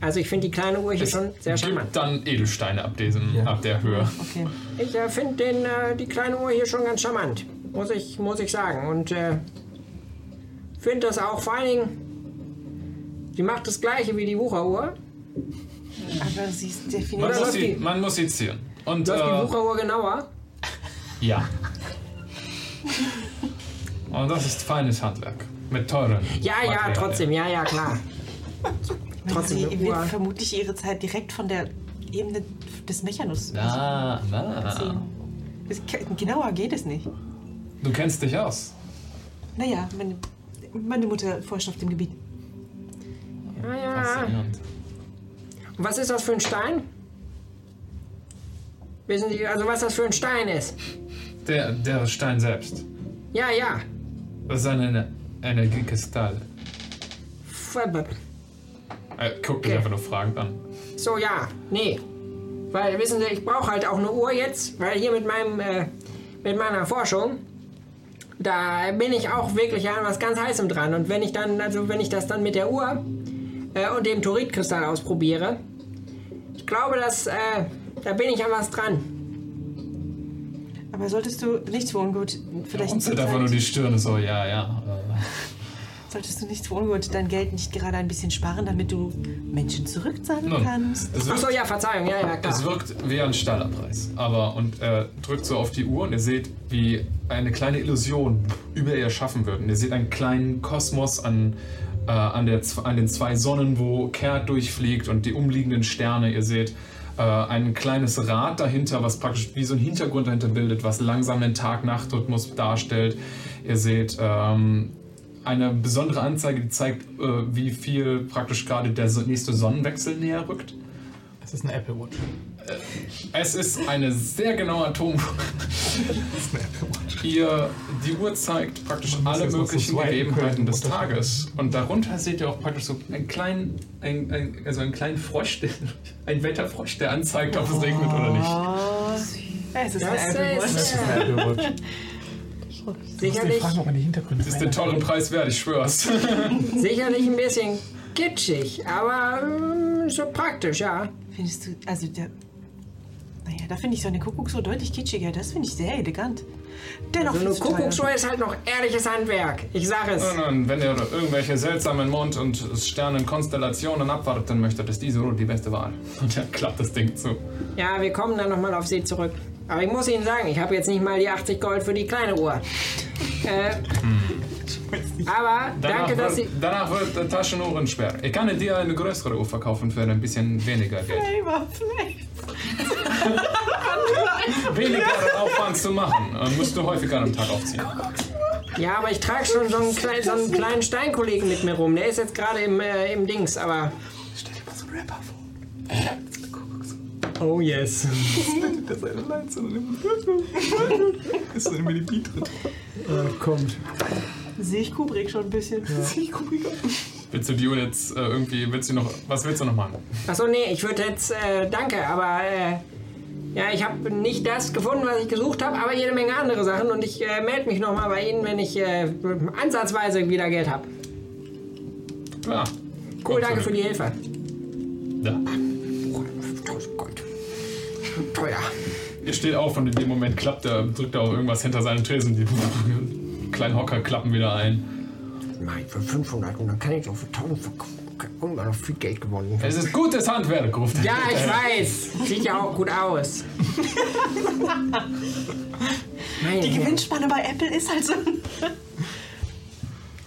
Speaker 8: Also ich finde die kleine Uhr hier
Speaker 2: Es
Speaker 8: schon sehr charmant.
Speaker 2: gibt dann Edelsteine ab, diesem, ab der Höhe.
Speaker 5: Okay.
Speaker 8: Ich äh, finde den, äh, die kleine Uhr hier schon ganz charmant. Muss ich, muss ich sagen. Und äh, finde das auch vor allen Dingen. Die macht das gleiche wie die Wucheruhr.
Speaker 5: Aber sie ist definitiv.
Speaker 2: Man,
Speaker 8: Oder
Speaker 2: muss
Speaker 8: läuft
Speaker 2: sie,
Speaker 8: die,
Speaker 2: man muss sie ziehen. Und
Speaker 8: läuft die
Speaker 2: äh,
Speaker 8: Wucheruhr genauer?
Speaker 2: ja. Und das ist feines Handwerk. Mit teuren.
Speaker 8: Ja, ja,
Speaker 2: Materialien.
Speaker 8: trotzdem, ja, ja, klar. Trotzdem ne?
Speaker 5: Sie
Speaker 8: eine
Speaker 5: wird
Speaker 8: Uhr.
Speaker 5: vermutlich ihre Zeit direkt von der Ebene des Mechanus.
Speaker 2: Na, na.
Speaker 5: ziehen. Es, ke- genauer geht es nicht.
Speaker 2: Du kennst dich aus.
Speaker 5: Naja, meine, meine Mutter forscht auf dem Gebiet.
Speaker 8: Ja, ja. Und was ist das für ein Stein? Wissen Sie, also was das für ein Stein ist?
Speaker 2: Der, der Stein selbst.
Speaker 8: Ja, ja.
Speaker 2: Das ist ein Ener- Energiekristall. Er guckt mich einfach nur fragend an.
Speaker 8: So, ja, nee. Weil, wissen Sie, ich brauche halt auch eine Uhr jetzt, weil hier mit meinem, äh, mit meiner Forschung, da bin ich auch wirklich an was ganz Heißem dran. Und wenn ich dann, also wenn ich das dann mit der Uhr äh, und dem Thuritkristall ausprobiere, ich glaube, dass, äh, da bin ich an was dran.
Speaker 5: Aber solltest du nichts für ungut, vielleicht
Speaker 2: Runzelt einfach nur die Stirn so, ja, ja.
Speaker 5: solltest du nichts für ungut dein Geld nicht gerade ein bisschen sparen, damit du Menschen zurückzahlen
Speaker 2: Nun,
Speaker 5: kannst.
Speaker 2: es wird- Ach so, ja,
Speaker 8: Verzeihung, ja, ja,
Speaker 2: Es wirkt wie ein Stallerpreis. Aber, und er drückt so auf die Uhr und ihr seht, wie eine kleine Illusion über ihr schaffen wird. Und ihr seht einen kleinen Kosmos an, äh, an, der, Z- an den zwei Sonnen, wo Kehrt durchfliegt und die umliegenden Sterne. Ihr seht äh, ein kleines Rad dahinter, was praktisch wie so ein Hintergrund dahinter bildet, was langsam den Tag-Nacht-Rhythmus darstellt. Ihr seht ähm, eine besondere Anzeige, die zeigt, äh, wie viel praktisch gerade der so- nächste Sonnenwechsel näher rückt.
Speaker 3: Es ist eine Apple Watch.
Speaker 2: Es ist eine sehr genaue Atomuhr. Ihr, die Uhr zeigt praktisch alle
Speaker 10: jetzt noch so
Speaker 2: möglichen
Speaker 10: swipen
Speaker 2: Gegebenheiten
Speaker 10: können,
Speaker 2: des
Speaker 10: Mutter.
Speaker 2: Tages. Und darunter seht ihr auch praktisch so einen kleinen, ein, ein, also einen kleinen Frosch, der, ein Wetterfrosch, der anzeigt, ob es regnet oder nicht.
Speaker 5: Ah. Es ist
Speaker 8: Das
Speaker 5: eine Apple
Speaker 8: ist-
Speaker 5: Watch.
Speaker 8: Das ist eine Apple Watch. Sicherlich,
Speaker 3: Fragen, ob man die Hintergründe
Speaker 2: Das ist den tollen Preis wert, ich schwör's.
Speaker 8: sicherlich ein bisschen kitschig, aber mm, so praktisch, ja.
Speaker 5: Findest du, also der. Naja, da finde ich so eine Kuckucksuhr deutlich kitschiger. Das finde ich sehr elegant. Dennoch
Speaker 8: So eine
Speaker 5: findest du teuer.
Speaker 8: Kuckucksuhr ist halt noch ehrliches Handwerk. Ich sag es.
Speaker 2: Nun, und wenn ihr irgendwelche seltsamen Mond- und Sternenkonstellationen abwarten möchtet, ist diese Uhr die beste Wahl. Und dann klappt das Ding zu.
Speaker 8: Ja, wir kommen dann nochmal auf See zurück. Aber ich muss Ihnen sagen, ich habe jetzt nicht mal die 80 Gold für die kleine Uhr. äh,
Speaker 10: Hm.
Speaker 8: aber
Speaker 2: Danach,
Speaker 8: danke, dass
Speaker 2: wird,
Speaker 8: Sie.
Speaker 2: danach wird äh, Taschenuhren schwer. Ich kann dir eine größere Uhr verkaufen für ein bisschen weniger Geld.
Speaker 5: Flavor, Flavor.
Speaker 2: Weniger Aufwand zu machen, äh, musst du häufiger am Tag aufziehen.
Speaker 8: Ja, aber ich trage schon so einen, kleinen, so einen kleinen Steinkollegen mit mir rum. Der ist jetzt gerade im, äh, im Dings, aber. Stell dir mal so einen Rapper vor.
Speaker 6: Oh yes.
Speaker 10: Das ist eine Leid, sondern ist so eine Melodie drin.
Speaker 6: Äh, kommt.
Speaker 5: Sehe ich Kubrick schon ein bisschen. Sehe ich Kubrick auch.
Speaker 2: Willst du Dio jetzt äh, irgendwie, willst du noch, was willst du noch machen?
Speaker 8: Achso, nee, ich würde jetzt. Äh, danke, aber. Äh, ja, ich habe nicht das gefunden, was ich gesucht habe, aber jede Menge andere Sachen. Und ich äh, melde mich nochmal bei Ihnen, wenn ich äh, ansatzweise wieder Geld habe.
Speaker 2: Klar.
Speaker 8: Cool, danke für die Hilfe.
Speaker 2: Ja.
Speaker 8: Teuer.
Speaker 2: Ihr steht auf und in dem Moment klappt er, drückt er auf irgendwas hinter seinem Tresen. Die kleinen Hocker klappen wieder ein.
Speaker 8: Nein, für 500 und dann kann ich noch für 1000 verkaufen. Irgendwann noch viel Geld gewonnen.
Speaker 2: Es ist gutes Handwerk, ruft er.
Speaker 8: Ja, ich weiß. Sieht ja auch gut aus.
Speaker 5: Die Gewinnspanne bei Apple ist halt so.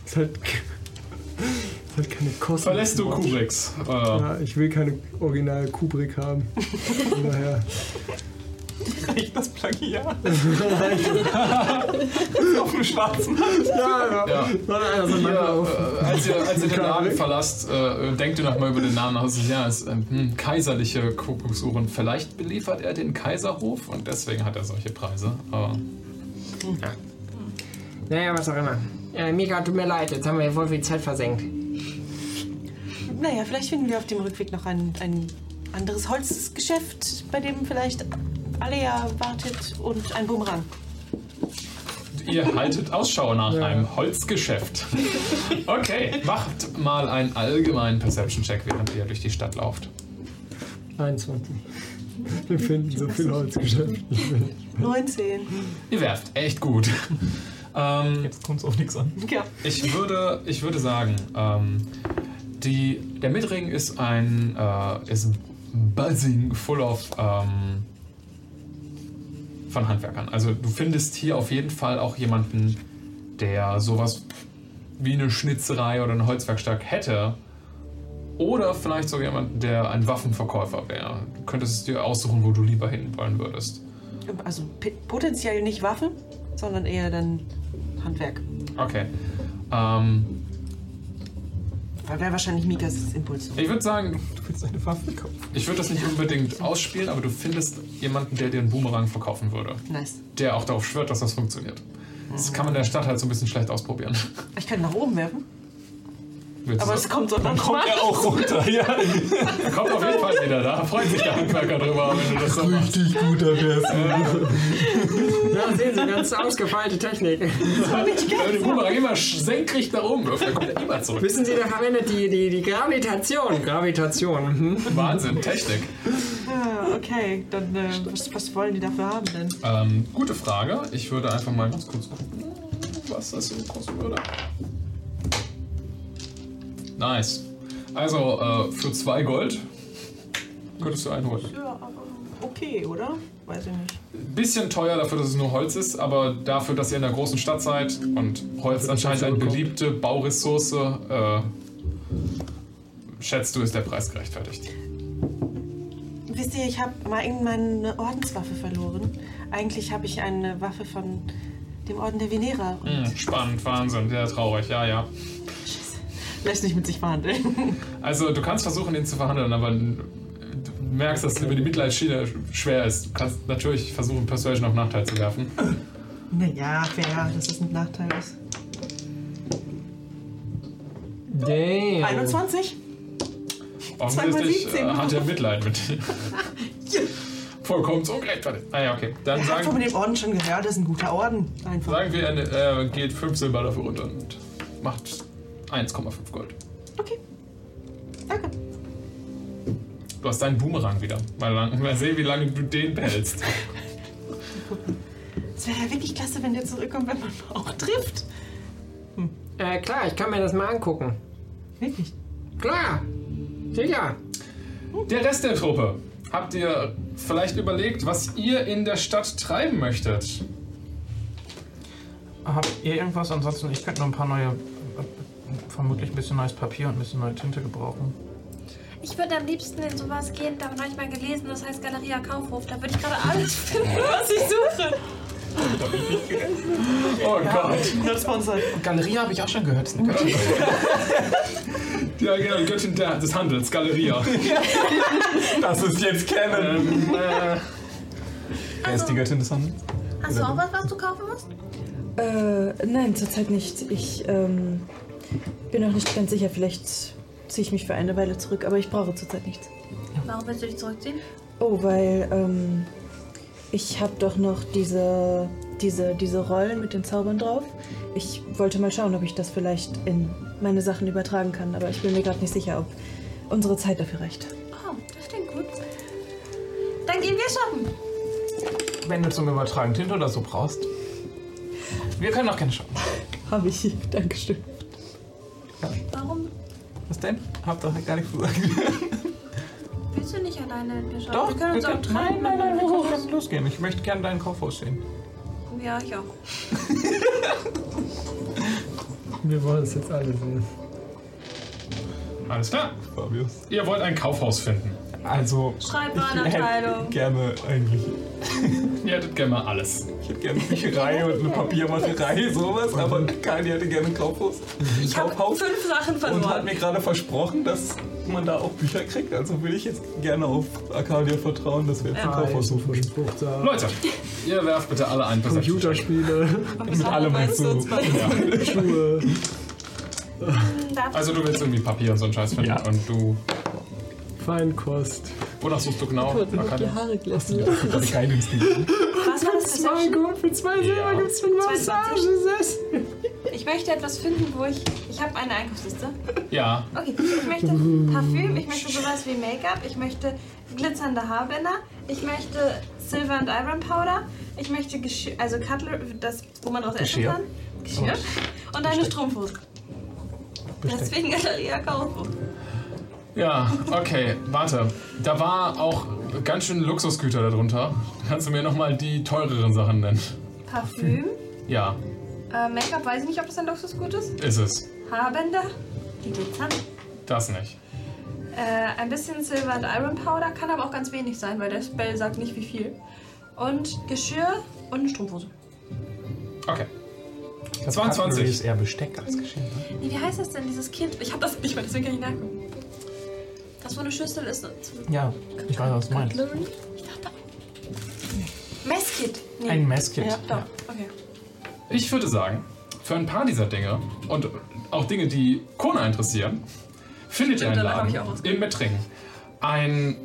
Speaker 6: Ist halt, ist halt keine Kosten.
Speaker 2: Verlässt du Kubricks? Äh.
Speaker 6: Ja, ich will keine original Kubrick haben. Von daher.
Speaker 10: Reicht das Plagiat?
Speaker 6: Auf dem schwarzen Markt. Ja, ja.
Speaker 2: Ja. Ihr, äh, als, ihr, als ihr den Laden verlasst, äh, denkt ihr nochmal über den Namen nach. Es ist, Ja, es ist, ähm, hm, kaiserliche Kuckucksuhren. Vielleicht beliefert er den Kaiserhof und deswegen hat er solche Preise. Aber
Speaker 8: Ja. Naja, was auch immer. Äh, Mika, tut mir leid, jetzt haben wir hier voll viel Zeit versenkt.
Speaker 5: Naja, vielleicht finden wir auf dem Rückweg noch ein, ein anderes Holzgeschäft, bei dem vielleicht Alea wartet und ein Bumerang.
Speaker 2: ihr haltet Ausschau nach einem Holzgeschäft. Okay, macht mal einen allgemeinen Perception-Check, während ihr durch die Stadt lauft.
Speaker 6: 21. Wir finden so viel Holzgeschäft.
Speaker 5: 19.
Speaker 2: Ihr werft echt gut. Ähm, Jetzt kommt es auf nichts an.
Speaker 5: Ja.
Speaker 2: Ich würde, ich würde sagen, ähm, die, der Mitring ist ein äh, ist buzzing full of ähm, von Handwerkern. Also du findest hier auf jeden Fall auch jemanden, der sowas wie eine Schnitzerei oder eine Holzwerkstatt hätte. Oder vielleicht sogar jemanden, der ein Waffenverkäufer wäre. Du könntest es dir aussuchen, wo du lieber hin wollen würdest.
Speaker 5: Also p- potenziell nicht Waffen, sondern eher dann Handwerk.
Speaker 2: Okay. Ähm,
Speaker 5: Weil wäre wahrscheinlich Mikas Impuls.
Speaker 2: Ich würde sagen,
Speaker 10: du willst eine Waffe kaufen.
Speaker 2: Ich würde das nicht unbedingt ausspielen, aber du findest jemanden, der dir einen Boomerang verkaufen würde.
Speaker 5: Nice.
Speaker 2: Der auch darauf schwört, dass das funktioniert. Das kann man in der Stadt halt so ein bisschen schlecht ausprobieren.
Speaker 5: Ich kann nach oben werfen.
Speaker 2: Willst du
Speaker 5: Aber
Speaker 2: so-
Speaker 5: es kommt so dann kommt
Speaker 2: er auch runter, ja. Er kommt auf jeden Fall wieder, da freut sich der Handwerker drüber, wenn du das so machst.
Speaker 10: Richtig guter wär's.
Speaker 8: Ja, sehen Sie, ganz ausgefeilte Technik.
Speaker 2: Wenn du
Speaker 5: genau.
Speaker 2: den Boomerang immer sch- senkrecht nach oben wirft, dann kommt er immer zurück.
Speaker 8: Wissen Sie, da verwendet die, die, die Gravitation. Gravitation. Mhm.
Speaker 2: Wahnsinn, Technik.
Speaker 5: Ah, okay, dann äh, was, was wollen die dafür haben denn?
Speaker 2: Ähm, gute Frage. Ich würde einfach mal ganz kurz gucken, was das so kosten würde. Nice. Also, äh, für zwei Gold könntest du einholen.
Speaker 5: Ja, aber okay, oder? Weiß ich nicht.
Speaker 2: Bisschen teuer dafür, dass es nur Holz ist, aber dafür, dass ihr in der großen Stadt seid und Holz anscheinend eine beliebte Bauressource, äh, schätzt du, ist der Preis gerechtfertigt.
Speaker 5: Wisst ihr, ich habe mal irgendwann meine Ordenswaffe verloren. Eigentlich habe ich eine Waffe von dem Orden der Venera.
Speaker 2: Hm, spannend, Wahnsinn, sehr traurig, ja, ja.
Speaker 5: Lässt nicht mit sich verhandeln.
Speaker 2: Also du kannst versuchen, ihn zu verhandeln, aber du merkst, dass es über die Mitleidsschiene schwer ist. Du kannst natürlich versuchen, Persuasion auf Nachteil zu werfen.
Speaker 5: Naja, fair, dass das ein Nachteil ist.
Speaker 11: Damn.
Speaker 5: 21?
Speaker 2: Offensichtlich äh,
Speaker 5: 2x17.
Speaker 2: hat er Mitleid mit dir. Vollkommen ungerechtfertigt. Naja, okay. Dann
Speaker 5: Ich habe von
Speaker 2: sagen,
Speaker 5: dem Orden schon gehört, das ist ein guter Orden. Einfach.
Speaker 2: sagen wir, er äh, geht 5 Silber dafür runter und macht 1,5 Gold.
Speaker 5: Okay.
Speaker 2: Du hast deinen Boomerang wieder. Mal, lang, mal sehen, wie lange du den behältst.
Speaker 5: Es wäre ja wirklich klasse, wenn der zurückkommt, wenn man auch trifft.
Speaker 8: Äh, klar, ich kann mir das mal angucken.
Speaker 5: Wirklich?
Speaker 8: Klar. Sicher.
Speaker 2: Der Rest der Truppe. Habt ihr vielleicht überlegt, was ihr in der Stadt treiben möchtet?
Speaker 3: Habt ihr irgendwas? Ansonsten, ich könnte noch ein paar neue, äh, vermutlich ein bisschen neues Papier und ein bisschen neue Tinte gebrauchen.
Speaker 7: Ich würde am liebsten in sowas gehen, da habe ich mal gelesen, das heißt Galeria Kaufhof. Da würde ich gerade alles finden, was ich suche.
Speaker 2: Oh Gott.
Speaker 5: Not sponsored.
Speaker 10: Galerie habe ich auch schon gehört. Ist eine Göttin.
Speaker 2: Ja, genau, die Göttin der, des Handels, Galeria.
Speaker 10: das ist jetzt Canon.
Speaker 2: Ähm, äh,
Speaker 10: Wer ist die Göttin des Handels?
Speaker 7: Hast du auch was, was du kaufen musst?
Speaker 4: Äh, nein, zurzeit nicht. Ich ähm, bin noch nicht ganz sicher. Vielleicht ziehe ich mich für eine Weile zurück, aber ich brauche zurzeit nichts.
Speaker 7: Warum willst du dich zurückziehen?
Speaker 4: Oh, weil ähm, ich habe doch noch diese, diese, diese Rollen mit den Zaubern drauf. Ich wollte mal schauen, ob ich das vielleicht in meine Sachen übertragen kann, aber ich bin mir gerade nicht sicher, ob unsere Zeit dafür reicht.
Speaker 7: Oh, das klingt gut. Dann gehen wir shoppen.
Speaker 10: Wenn du zum Übertragen Tinte oder so brauchst. Wir können auch gerne shoppen.
Speaker 4: Habe ich. Dankeschön.
Speaker 7: Warum
Speaker 10: Was denn? Hab doch gar nichts gesagt.
Speaker 7: willst du nicht alleine in der Shoppen?
Speaker 10: Doch,
Speaker 7: wir können uns auch
Speaker 10: nein,
Speaker 7: teilen.
Speaker 10: nein, nein, wir können gerne losgehen. Ich möchte gerne deinen Kaufhaus sehen.
Speaker 7: Ja, ich auch.
Speaker 6: Wir wollen es jetzt alle sehen.
Speaker 2: Alles klar.
Speaker 10: Fabius.
Speaker 2: Ihr wollt ein Kaufhaus finden.
Speaker 10: Also.
Speaker 7: Schreibwarenabteilung.
Speaker 10: Gerne eigentlich.
Speaker 2: Ihr hättet gerne mal alles.
Speaker 10: Ich hätte gerne eine Bücherei und eine Papiermacherei, sowas, aber Kali hätte gerne ein Kaufhaus. Ich Kaufhaus
Speaker 7: fünf Sachen
Speaker 10: und
Speaker 7: verloren.
Speaker 10: hat mir gerade versprochen, dass man da auch Bücher kriegt. Also will ich jetzt gerne auf Arcadia vertrauen, dass wir jetzt ein
Speaker 6: Ja.
Speaker 10: Kaufhaus suchen.
Speaker 2: Leute, ihr werft bitte alle ein Perception.
Speaker 6: Computerspiele.
Speaker 10: Mit allem hinzu.
Speaker 6: Schuhe.
Speaker 7: Hm,
Speaker 2: Also du willst irgendwie Papier und so einen Scheiß finden und du...
Speaker 6: Feinkost.
Speaker 2: Wonach suchst du genau? Arcadia?
Speaker 4: Haare glätten
Speaker 10: Das ist keine
Speaker 7: Was war das
Speaker 6: Zwei
Speaker 7: Perception?
Speaker 6: Gold für zwei Silber gibt's für einen Massage. Sess.
Speaker 7: Ich möchte etwas finden, wo ich. Ich habe eine Einkaufsliste.
Speaker 2: Ja.
Speaker 7: Okay, ich möchte Parfüm, ich möchte sowas wie Make-up, ich möchte glitzernde Haarbänder, ich möchte Silver und Iron Powder, ich möchte Geschirr, also Cutler, das, wo man draus essen
Speaker 10: Geschirr.
Speaker 7: kann. Geschirr. Und eine Strumpfhose. Deswegen Galeria Kaufhof.
Speaker 2: Ja, okay, warte. Da war auch ganz schön Luxusgüter darunter. Kannst du mir nochmal die teureren Sachen nennen?
Speaker 7: Parfüm,
Speaker 2: Ja,
Speaker 7: äh, Make-up, weiß ich nicht, ob das ein Luxusgut ist.
Speaker 2: ist es.
Speaker 7: Haarbänder, die glitzern.
Speaker 2: Das nicht.
Speaker 7: Äh, ein bisschen Silver und Iron Powder, kann aber auch ganz wenig sein, weil der Spell sagt nicht wie viel. Und Geschirr und eine Strumpfhose.
Speaker 2: Okay.
Speaker 10: Das
Speaker 2: 22.
Speaker 10: ist eher Besteck als Geschenk.
Speaker 7: Nee, wie heißt das denn, dieses Kind? Ich hab das nicht mehr, deswegen kann ich nachgucken. Das, wo eine Schüssel ist. und so-
Speaker 10: Ja, ich weiß, was du meinst.
Speaker 7: Cutlery? Ich dachte. Messkit. Nee.
Speaker 10: Ein Messkit,
Speaker 7: Ja,
Speaker 10: ja.
Speaker 7: doch. Okay.
Speaker 2: Ich würde sagen, für ein paar dieser Dinge und auch Dinge, die Kona interessieren, findet ihr
Speaker 7: Stimmt,
Speaker 2: einen
Speaker 7: danach hab
Speaker 2: Laden
Speaker 7: ich auch was
Speaker 2: in Mettringen. Ein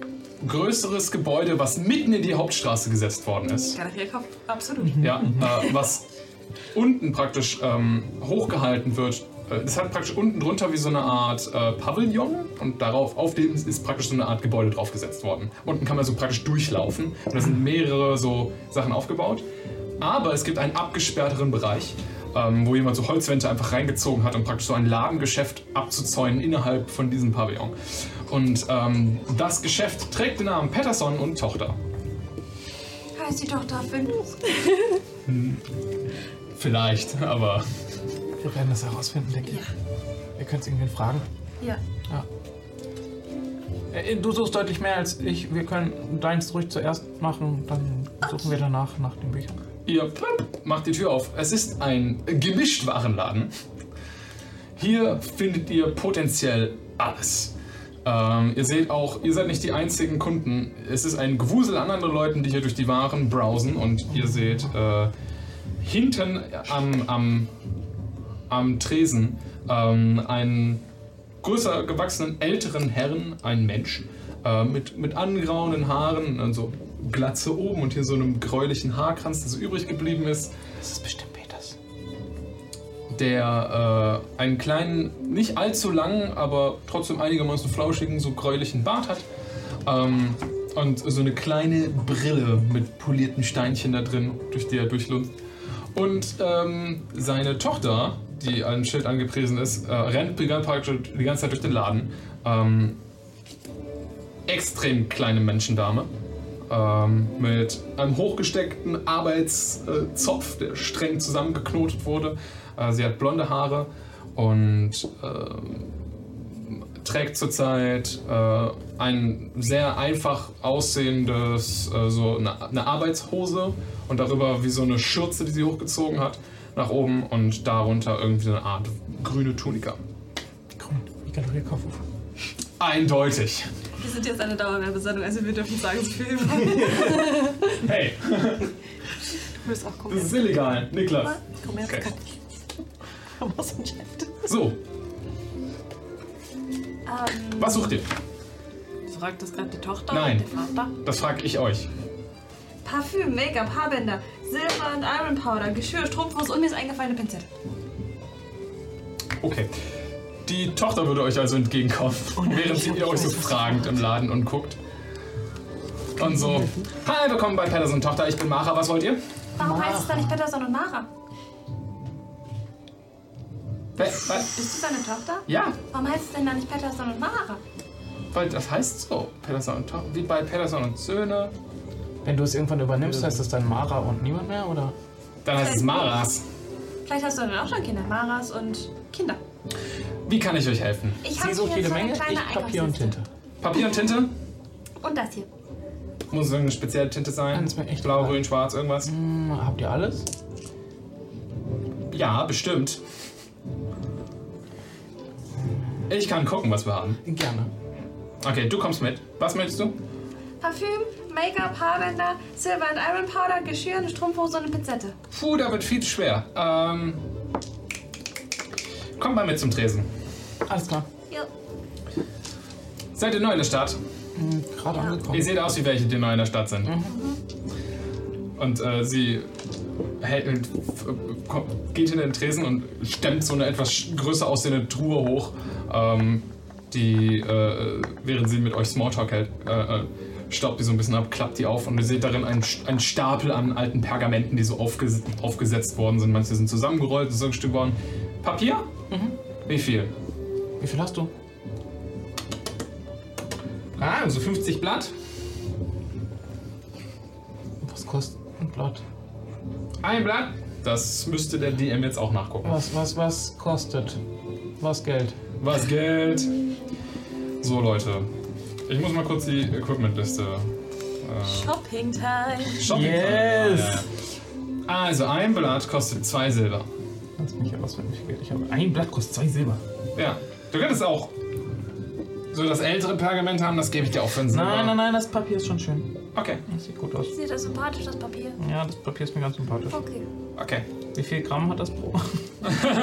Speaker 2: größeres Gebäude, was mitten in die Hauptstraße gesetzt worden ist.
Speaker 7: Galerie Kauf. Absolut.
Speaker 2: Ja, äh, was unten praktisch ähm, hochgehalten wird. Äh, Es hat praktisch unten drunter wie so eine Art äh, Pavillon und darauf, auf dem ist praktisch so eine Art Gebäude draufgesetzt worden. Unten kann man so praktisch durchlaufen und da sind mehrere so Sachen aufgebaut. Aber es gibt einen abgesperrteren Bereich, ähm, wo jemand so Holzwände einfach reingezogen hat, um praktisch so ein Ladengeschäft abzuzäunen innerhalb von diesem Pavillon. Und ähm, das Geschäft trägt den Namen Patterson und Tochter.
Speaker 7: Heißt die Tochter Finn.
Speaker 2: Hm, Vielleicht, aber
Speaker 10: Wir werden das herausfinden, denke ich. Wir können es irgendwen fragen.
Speaker 7: Ja.
Speaker 10: Äh, Du suchst deutlich mehr als ich. Wir können deins ruhig zuerst machen, dann suchen wir danach nach den Büchern.
Speaker 2: Ihr plop, macht die Tür auf. Es ist ein Gemischtwarenladen. Hier findet ihr potenziell alles. Ähm, ihr seht auch, ihr seid nicht die einzigen Kunden. Es ist ein Gewusel an anderen Leuten, die hier durch die Waren browsen. Und ihr seht äh, hinten am, am, am Tresen ähm, einen größer gewachsenen älteren Herrn, einen Mensch, äh, mit, mit angrauenden Haaren, also Glatze oben und hier so einem gräulichen Haarkranz, das übrig geblieben ist,
Speaker 10: Das ist bestimmt Peters.
Speaker 2: der äh, einen kleinen, nicht allzu langen, aber trotzdem einigermaßen flauschigen, so gräulichen Bart hat. Ähm, und so eine kleine Brille mit polierten Steinchen da drin, durch die er durchlunzt. Und ähm, seine Tochter, die an einem Schild angepriesen ist, äh, rennt die ganze Zeit- die ganze Zeit durch den Laden. Ähm, extrem kleine Menschendame. Ähm, mit einem hochgesteckten Arbeitszopf, der streng zusammengeknotet wurde. Äh, sie hat blonde Haare und ähm, trägt zurzeit äh, ein sehr einfach aussehendes, äh, so eine, eine Arbeitshose und darüber wie so eine Schürze, die sie hochgezogen hat, nach oben und darunter irgendwie so eine Art grüne Tunika.
Speaker 3: Ich kann doch hier kaufen.
Speaker 2: Eindeutig.
Speaker 7: Wir sind jetzt eine Dauerwerbesendung, also wir dürfen sagen, es viel.
Speaker 2: Hey,
Speaker 5: Du bist auch
Speaker 2: das ist illegal, Niklas.
Speaker 5: Komm her,
Speaker 2: Okay.
Speaker 5: komm aus dem Geschäft.
Speaker 2: So,
Speaker 7: Ähm,
Speaker 2: was sucht ihr?
Speaker 7: Fragt das gerade die Tochter
Speaker 2: Nein.
Speaker 7: und der Vater?
Speaker 2: Das frag ich euch.
Speaker 7: Parfüm, Make-up, Haarbänder, Silber und Iron Powder, Geschirr, Strumpfhose und mir ist eingefallene Pinzette.
Speaker 2: Okay. Die Tochter würde euch also entgegenkommen, während sie ihr euch so fragend im Laden und guckt. Und so. Hi, willkommen bei Patterson Tochter, ich bin Mara, was wollt ihr?
Speaker 7: Warum heißt es dann nicht Peterson und Mara?
Speaker 2: Wer- was?
Speaker 7: Bist du seine Tochter?
Speaker 2: Ja.
Speaker 7: Warum heißt es denn dann nicht Peterson und Mara?
Speaker 2: Weil das heißt so, Patterson und Tochter, wie bei Patterson und Söhne.
Speaker 3: Wenn du es irgendwann übernimmst, heißt das dann Mara und niemand mehr, oder?
Speaker 2: Dann heißt es Maras.
Speaker 7: Vielleicht hast du dann auch schon Kinder, Maras und Kinder.
Speaker 2: Wie kann ich euch helfen?
Speaker 7: Ich habe hier so eine kleine Einkaufsliste.
Speaker 2: Tinte. Papier und Tinte?
Speaker 7: Und das hier.
Speaker 2: Muss es irgendeine spezielle Tinte sein? Blau, grün, schwarz, irgendwas? Hm, habt ihr alles? Ja, bestimmt. Ich kann gucken, was wir haben. Gerne. Okay, du kommst mit. Was möchtest du?
Speaker 7: Parfüm, Make-up, Haarbänder, Silber und Iron Powder, Geschirr, eine Strumpfhose und eine Pinzette.
Speaker 2: Puh, da wird viel zu schwer. Ähm. Kommt mal mit zum Tresen. Alles klar.
Speaker 7: Ja.
Speaker 2: Seid ihr neu in der Stadt?
Speaker 3: Hm, Gerade angekommen. Mhm.
Speaker 2: Ihr seht aus wie welche, die neu in der Stadt sind. Und äh, sie hält, und f- kommt, geht hinter den Tresen und stemmt so eine etwas sch- größer aussehende Truhe hoch, ähm, die, äh, während sie mit euch Smalltalk hält, äh, äh, staubt die so ein bisschen ab, klappt die auf und ihr seht darin einen, Sch- einen Stapel an alten Pergamenten, die so aufges aufgesetzt worden sind. Manche sind zusammengerollt, zusammengestimmt worden. Papier? Wie viel? Mhm. Wie viel hast du? Ah, so 50 Blatt.
Speaker 3: Was kostet ein Blatt?
Speaker 2: Ein Blatt? Das müsste der DM jetzt auch nachgucken.
Speaker 3: Was, was, was kostet? Was Geld?
Speaker 2: Was Geld? So, Leute. Ich muss mal kurz die Equipmentliste. Äh,
Speaker 7: Shopping Time.
Speaker 2: Shopping yes! Also, ein Blatt kostet zwei Silber.
Speaker 3: Kannst mich ja was mit mich Geld. Ich habe ein Blatt kostet zwei Silber.
Speaker 2: Ja. Du könntest auch so das ältere Pergament haben, das gebe ich dir auch für ein Silber.
Speaker 3: Nein, nein, nein, das Papier ist schon schön.
Speaker 2: Okay.
Speaker 3: Das sieht gut aus.
Speaker 7: Sieht das sympathisch, das Papier?
Speaker 3: Ja, das Papier ist mir ganz sympathisch.
Speaker 7: Okay.
Speaker 2: Okay.
Speaker 3: Wie viel Gramm hat das pro?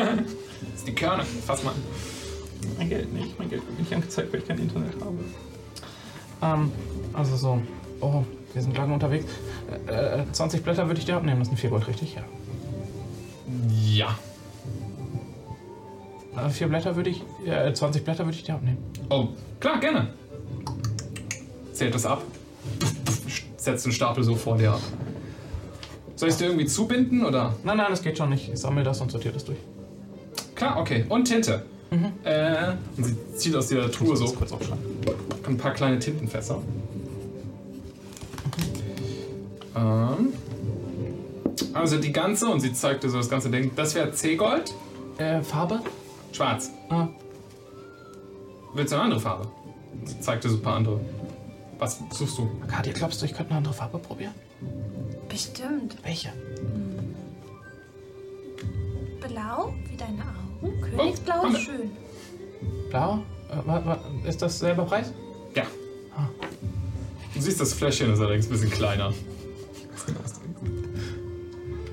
Speaker 2: Das ist die Körner. Fass mal.
Speaker 3: Mein Geld nicht. Mein Geld wird nicht angezeigt, weil ich kein Internet habe. Ähm, also so. Oh, wir sind lange unterwegs. Äh, äh, 20 Blätter würde ich dir abnehmen. Das sind 4 Gold, richtig?
Speaker 2: Ja.
Speaker 3: Ja. 4 Blätter würde ich. Äh, 20 Blätter würde ich dir abnehmen.
Speaker 2: Oh, klar, gerne. Zählt das ab. Setzt den Stapel so vor dir ab. Soll ich es dir irgendwie zubinden oder?
Speaker 3: Nein, nein, das geht schon nicht. Ich sammle das und sortiere das durch.
Speaker 2: Klar, okay. Und Tinte.
Speaker 3: Mhm.
Speaker 2: Äh, und sie zieht aus ihrer Truhe so ein paar kleine Tintenfässer.
Speaker 3: Mhm.
Speaker 2: Ähm, also die ganze, und sie zeigt dir so das ganze Ding, das wäre C-Gold.
Speaker 3: Äh, Farbe?
Speaker 2: Schwarz.
Speaker 3: Ah.
Speaker 2: Willst du eine andere Farbe? Sie zeigt dir so ein paar andere. Was suchst du?
Speaker 3: Katja, glaubst du, ich könnte eine andere Farbe probieren?
Speaker 7: Bestimmt.
Speaker 3: Welche?
Speaker 7: Blau, wie deine
Speaker 3: Oh.
Speaker 7: Augen. Königsblau
Speaker 3: haben
Speaker 7: ist
Speaker 3: wir.
Speaker 7: schön.
Speaker 3: Blau? Äh, wa, wa, ist das selber Preis?
Speaker 2: Ja. Du siehst, das Fläschchen ist allerdings ein bisschen kleiner.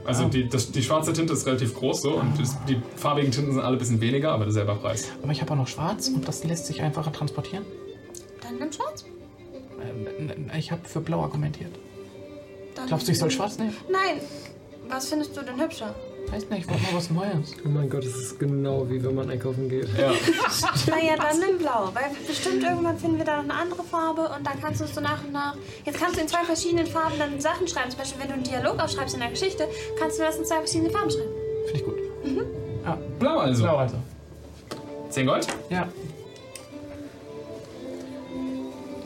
Speaker 2: Also die, das, die schwarze Tinte ist relativ groß so und das, die farbigen Tinten sind alle ein bisschen weniger, aber derselbe Preis.
Speaker 3: Aber ich habe auch noch schwarz und das lässt sich einfacher transportieren.
Speaker 7: Dann nimm schwarz.
Speaker 3: Ähm, n- n- ich habe für blau argumentiert.
Speaker 7: Dann
Speaker 3: Glaubst du, ich soll schwarz nehmen?
Speaker 7: Nein. Was findest du denn hübscher?
Speaker 3: Weiß nicht, ich wollte mal was Neues.
Speaker 6: Oh mein Gott, es ist genau wie wenn man einkaufen geht.
Speaker 2: Ja.
Speaker 7: naja, dann nimm blau, weil bestimmt irgendwann finden wir da noch eine andere Farbe und dann kannst du es so nach und nach. Jetzt kannst du in zwei verschiedenen Farben dann Sachen schreiben. Zum Beispiel, wenn du einen Dialog aufschreibst in der Geschichte, kannst du das in zwei verschiedene Farben schreiben.
Speaker 2: Blau also. Blau also. 10 Gold?
Speaker 3: Ja.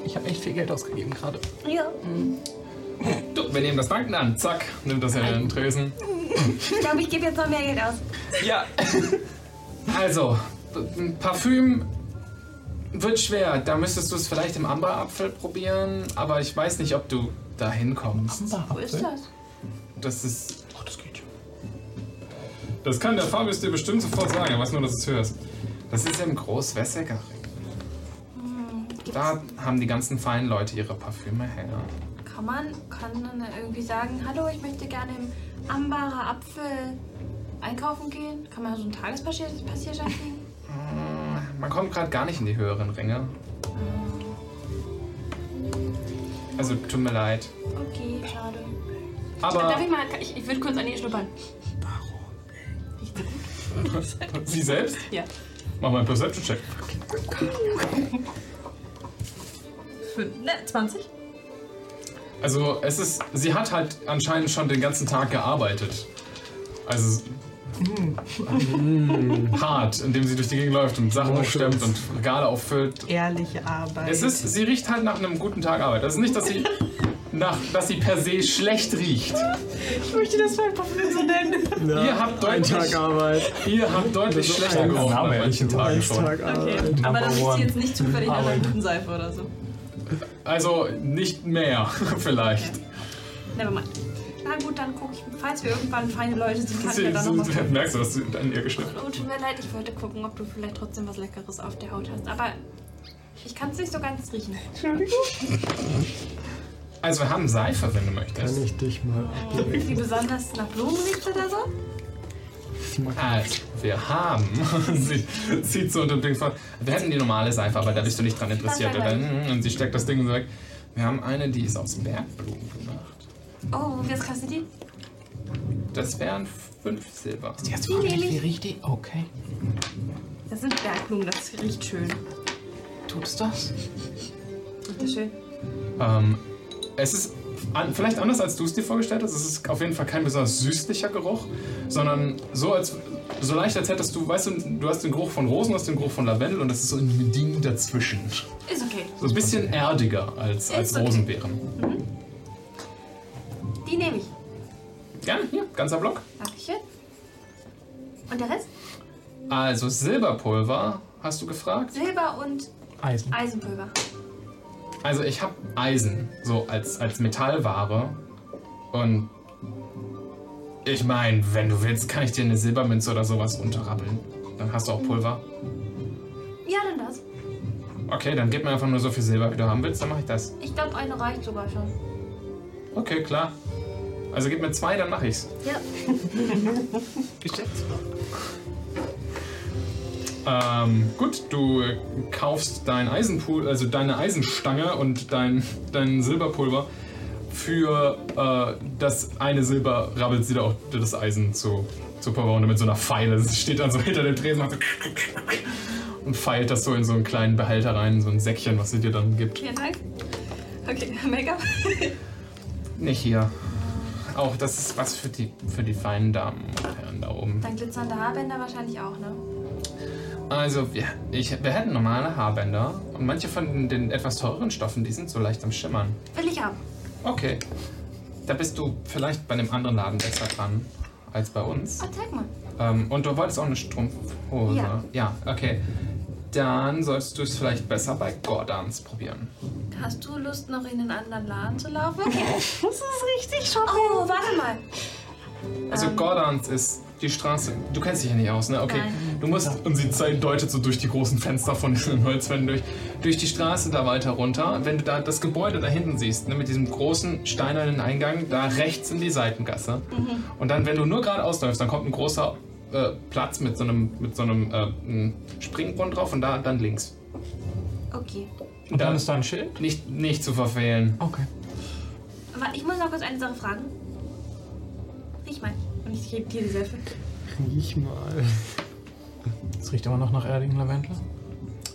Speaker 3: Ich habe echt viel Geld ausgegeben gerade.
Speaker 7: Ja.
Speaker 2: Mhm. Du, wir nehmen das Banken an. Zack, nimmt das in den Tresen.
Speaker 7: Ich glaube, ich gebe jetzt noch mehr Geld aus.
Speaker 2: Ja. Also, Parfüm, Wird schwer. Da müsstest du es vielleicht im Amberapfel probieren, aber ich weiß nicht, ob du da hinkommst.
Speaker 5: Wo ist das?
Speaker 2: Das ist. Oh, das geht schon. Das kann der Fabius dir bestimmt sofort sagen. Er weiß nur, dass du es hörst. Das ist im Großwässeger. Mhm.
Speaker 7: Hm,
Speaker 2: Da haben die ganzen feinen Leute ihre Parfüme her.
Speaker 7: Kann man, kann man irgendwie sagen, hallo, ich möchte gerne im Ambarer Apfel einkaufen gehen? Kann man so ein Tagespapierschein kriegen?
Speaker 2: Man kommt gerade gar nicht in die höheren Ränge. Also tut mir leid.
Speaker 7: Okay, schade. Darf
Speaker 2: Aber
Speaker 7: ich mal, ich, ich würde kurz an ihr schnuppern.
Speaker 2: sie selbst?
Speaker 7: Ja.
Speaker 2: Mach mal einen Perception-Check.
Speaker 7: Fünf- Ne, 20?
Speaker 2: Also es ist, sie hat halt anscheinend schon den ganzen Tag gearbeitet. Also hart, indem sie durch die Gegend läuft und Sachen stemmt und Regale auffüllt.
Speaker 5: Ehrliche Arbeit.
Speaker 2: Es ist, sie riecht halt nach einem guten Tag Arbeit. Das ist nicht, dass sie, nach, dass sie per se schlecht riecht.
Speaker 5: Ich möchte das mein Parfüm so nennen.
Speaker 2: ihr habt deutlich,
Speaker 5: Tag
Speaker 2: Arbeit. Ihr habt deutlich
Speaker 10: Das ist
Speaker 2: schlechter
Speaker 10: ein
Speaker 2: gerochen an
Speaker 10: Name,
Speaker 2: manchen
Speaker 10: ein
Speaker 2: Tagen schon.
Speaker 10: Tag
Speaker 7: Okay. Aber das riecht sie jetzt nicht zufällig nach einer guten Seife oder so.
Speaker 2: Also nicht mehr, vielleicht.
Speaker 7: Nevermind. Na gut, dann guck ich, falls wir irgendwann feine Leute sind, kann ich ja
Speaker 2: Sie,
Speaker 7: dann nochmal
Speaker 2: sie,
Speaker 7: gucken.
Speaker 2: merkst du, dass du an ihr geschrieben
Speaker 7: Oh, tut mir leid, ich wollte gucken, ob du vielleicht trotzdem was Leckeres auf der Haut hast. Aber ich kann es nicht so ganz riechen. Entschuldigung.
Speaker 2: Also wir haben Seife, wenn du möchtest. Kann ich dich mal
Speaker 7: Irgendwie besonders nach Blumen riecht oder so?
Speaker 2: Also, wir haben. sie zieht so unter dem Ding von. Wir hätten die normale Seife, aber da bist du nicht dran interessiert.
Speaker 7: Nein,
Speaker 2: Und,
Speaker 7: nein,
Speaker 2: dann, und sie steckt das Ding so weg. Wir haben eine, die ist aus Bergblumen gemacht.
Speaker 7: Oh, und was kostet die?
Speaker 2: Das wären fünf Silber. Ist
Speaker 7: jetzt wirklich Die nehme ich.
Speaker 2: richtig? Okay.
Speaker 7: Das sind Bergblumen, das riecht schön.
Speaker 2: Tut's das?
Speaker 7: Riecht das schön?
Speaker 2: Ähm, es ist an, vielleicht anders, als du es dir vorgestellt hast. Es ist auf jeden Fall kein besonders süßlicher Geruch, sondern so, als, so leicht, als hättest du, weißt du, du hast den Geruch von Rosen, hast den Geruch von Lavendel und das ist so ein Ding dazwischen.
Speaker 7: Ist okay.
Speaker 2: So ein bisschen erdiger als, als
Speaker 7: Ist okay. Mhm.
Speaker 2: Rosenbeeren.
Speaker 7: Die nehme ich.
Speaker 2: Gerne, hier, ganzer Block.
Speaker 7: Dankeschön. Und der Rest?
Speaker 2: Also Silberpulver, hast du gefragt?
Speaker 7: Silber und
Speaker 2: Eisen.
Speaker 7: Eisenpulver.
Speaker 2: Also ich habe Eisen, so als, als Metallware. Und ich meine, wenn du willst, kann ich dir eine Silbermünze oder sowas unterrabbeln. Dann hast du auch Pulver.
Speaker 7: Ja, dann das.
Speaker 2: Okay, dann gib mir einfach nur so viel Silber, wie du haben willst, dann mache ich das.
Speaker 7: Ich glaube, eine reicht sogar schon.
Speaker 2: Okay, klar. Also gib mir zwei, dann mache ich's.
Speaker 7: Ja.
Speaker 2: Geschäftsmann. Ähm, gut, du äh, kaufst dein Eisenpul also deine Eisenstange und dein, dein Silberpulver für äh, das eine Silber rabbelt sie da auch das Eisen zu, zu Pulver und mit so einer Pfeile. Sie steht dann so hinter dem Tresen macht so und feilt das so in so einen kleinen Behälter rein, in so ein Säckchen, was sie dir dann gibt.
Speaker 7: Vielen Dank. Okay, Make-up.
Speaker 2: Nicht hier. Auch das ist was für die, für die feinen Damen und Herren da oben.
Speaker 7: Dann glitzernde Haarbänder wahrscheinlich auch, ne?
Speaker 2: Also, wir, ich, wir hätten normale Haarbänder und manche von den, den etwas teureren Stoffen, die sind so leicht am Schimmern.
Speaker 7: Will ich haben.
Speaker 2: Okay. Da bist du vielleicht bei einem anderen Laden besser dran als bei uns.
Speaker 7: Oh, zeig mal.
Speaker 2: Ähm, und du wolltest auch eine Strumpfhose.
Speaker 7: Ja.
Speaker 2: ja, okay. Dann solltest du es vielleicht besser bei Gordans probieren.
Speaker 7: Hast du Lust, noch in den anderen Laden zu laufen? Okay. Das ist richtig schon. Oh, warte mal.
Speaker 2: Also
Speaker 7: Ähm.
Speaker 2: Gordans ist die Straße. Du kennst dich ja nicht aus, ne? Okay.
Speaker 7: Nein.
Speaker 2: Du musst, und sie zeigt- deutet so durch die großen Fenster von diesen Holzwänden durch, durch die Straße da weiter runter. Wenn du da das Gebäude da hinten siehst, ne, mit diesem großen steinernen Eingang, da rechts in die Seitengasse.
Speaker 9: Mhm.
Speaker 2: Und dann, wenn du nur geradeaus läufst, dann kommt ein großer äh, Platz mit so einem, mit so einem äh, m, Springbrunnen drauf und da dann links.
Speaker 7: Okay.
Speaker 2: Und dann ist da ein Schild? Nicht, nicht zu verfehlen. Okay.
Speaker 7: Aber ich muss noch kurz eine Sache fragen. Riech mal. Und ich gebe dir die Seife.
Speaker 3: Riech mal. Es riecht immer noch nach erdigen Lavendel.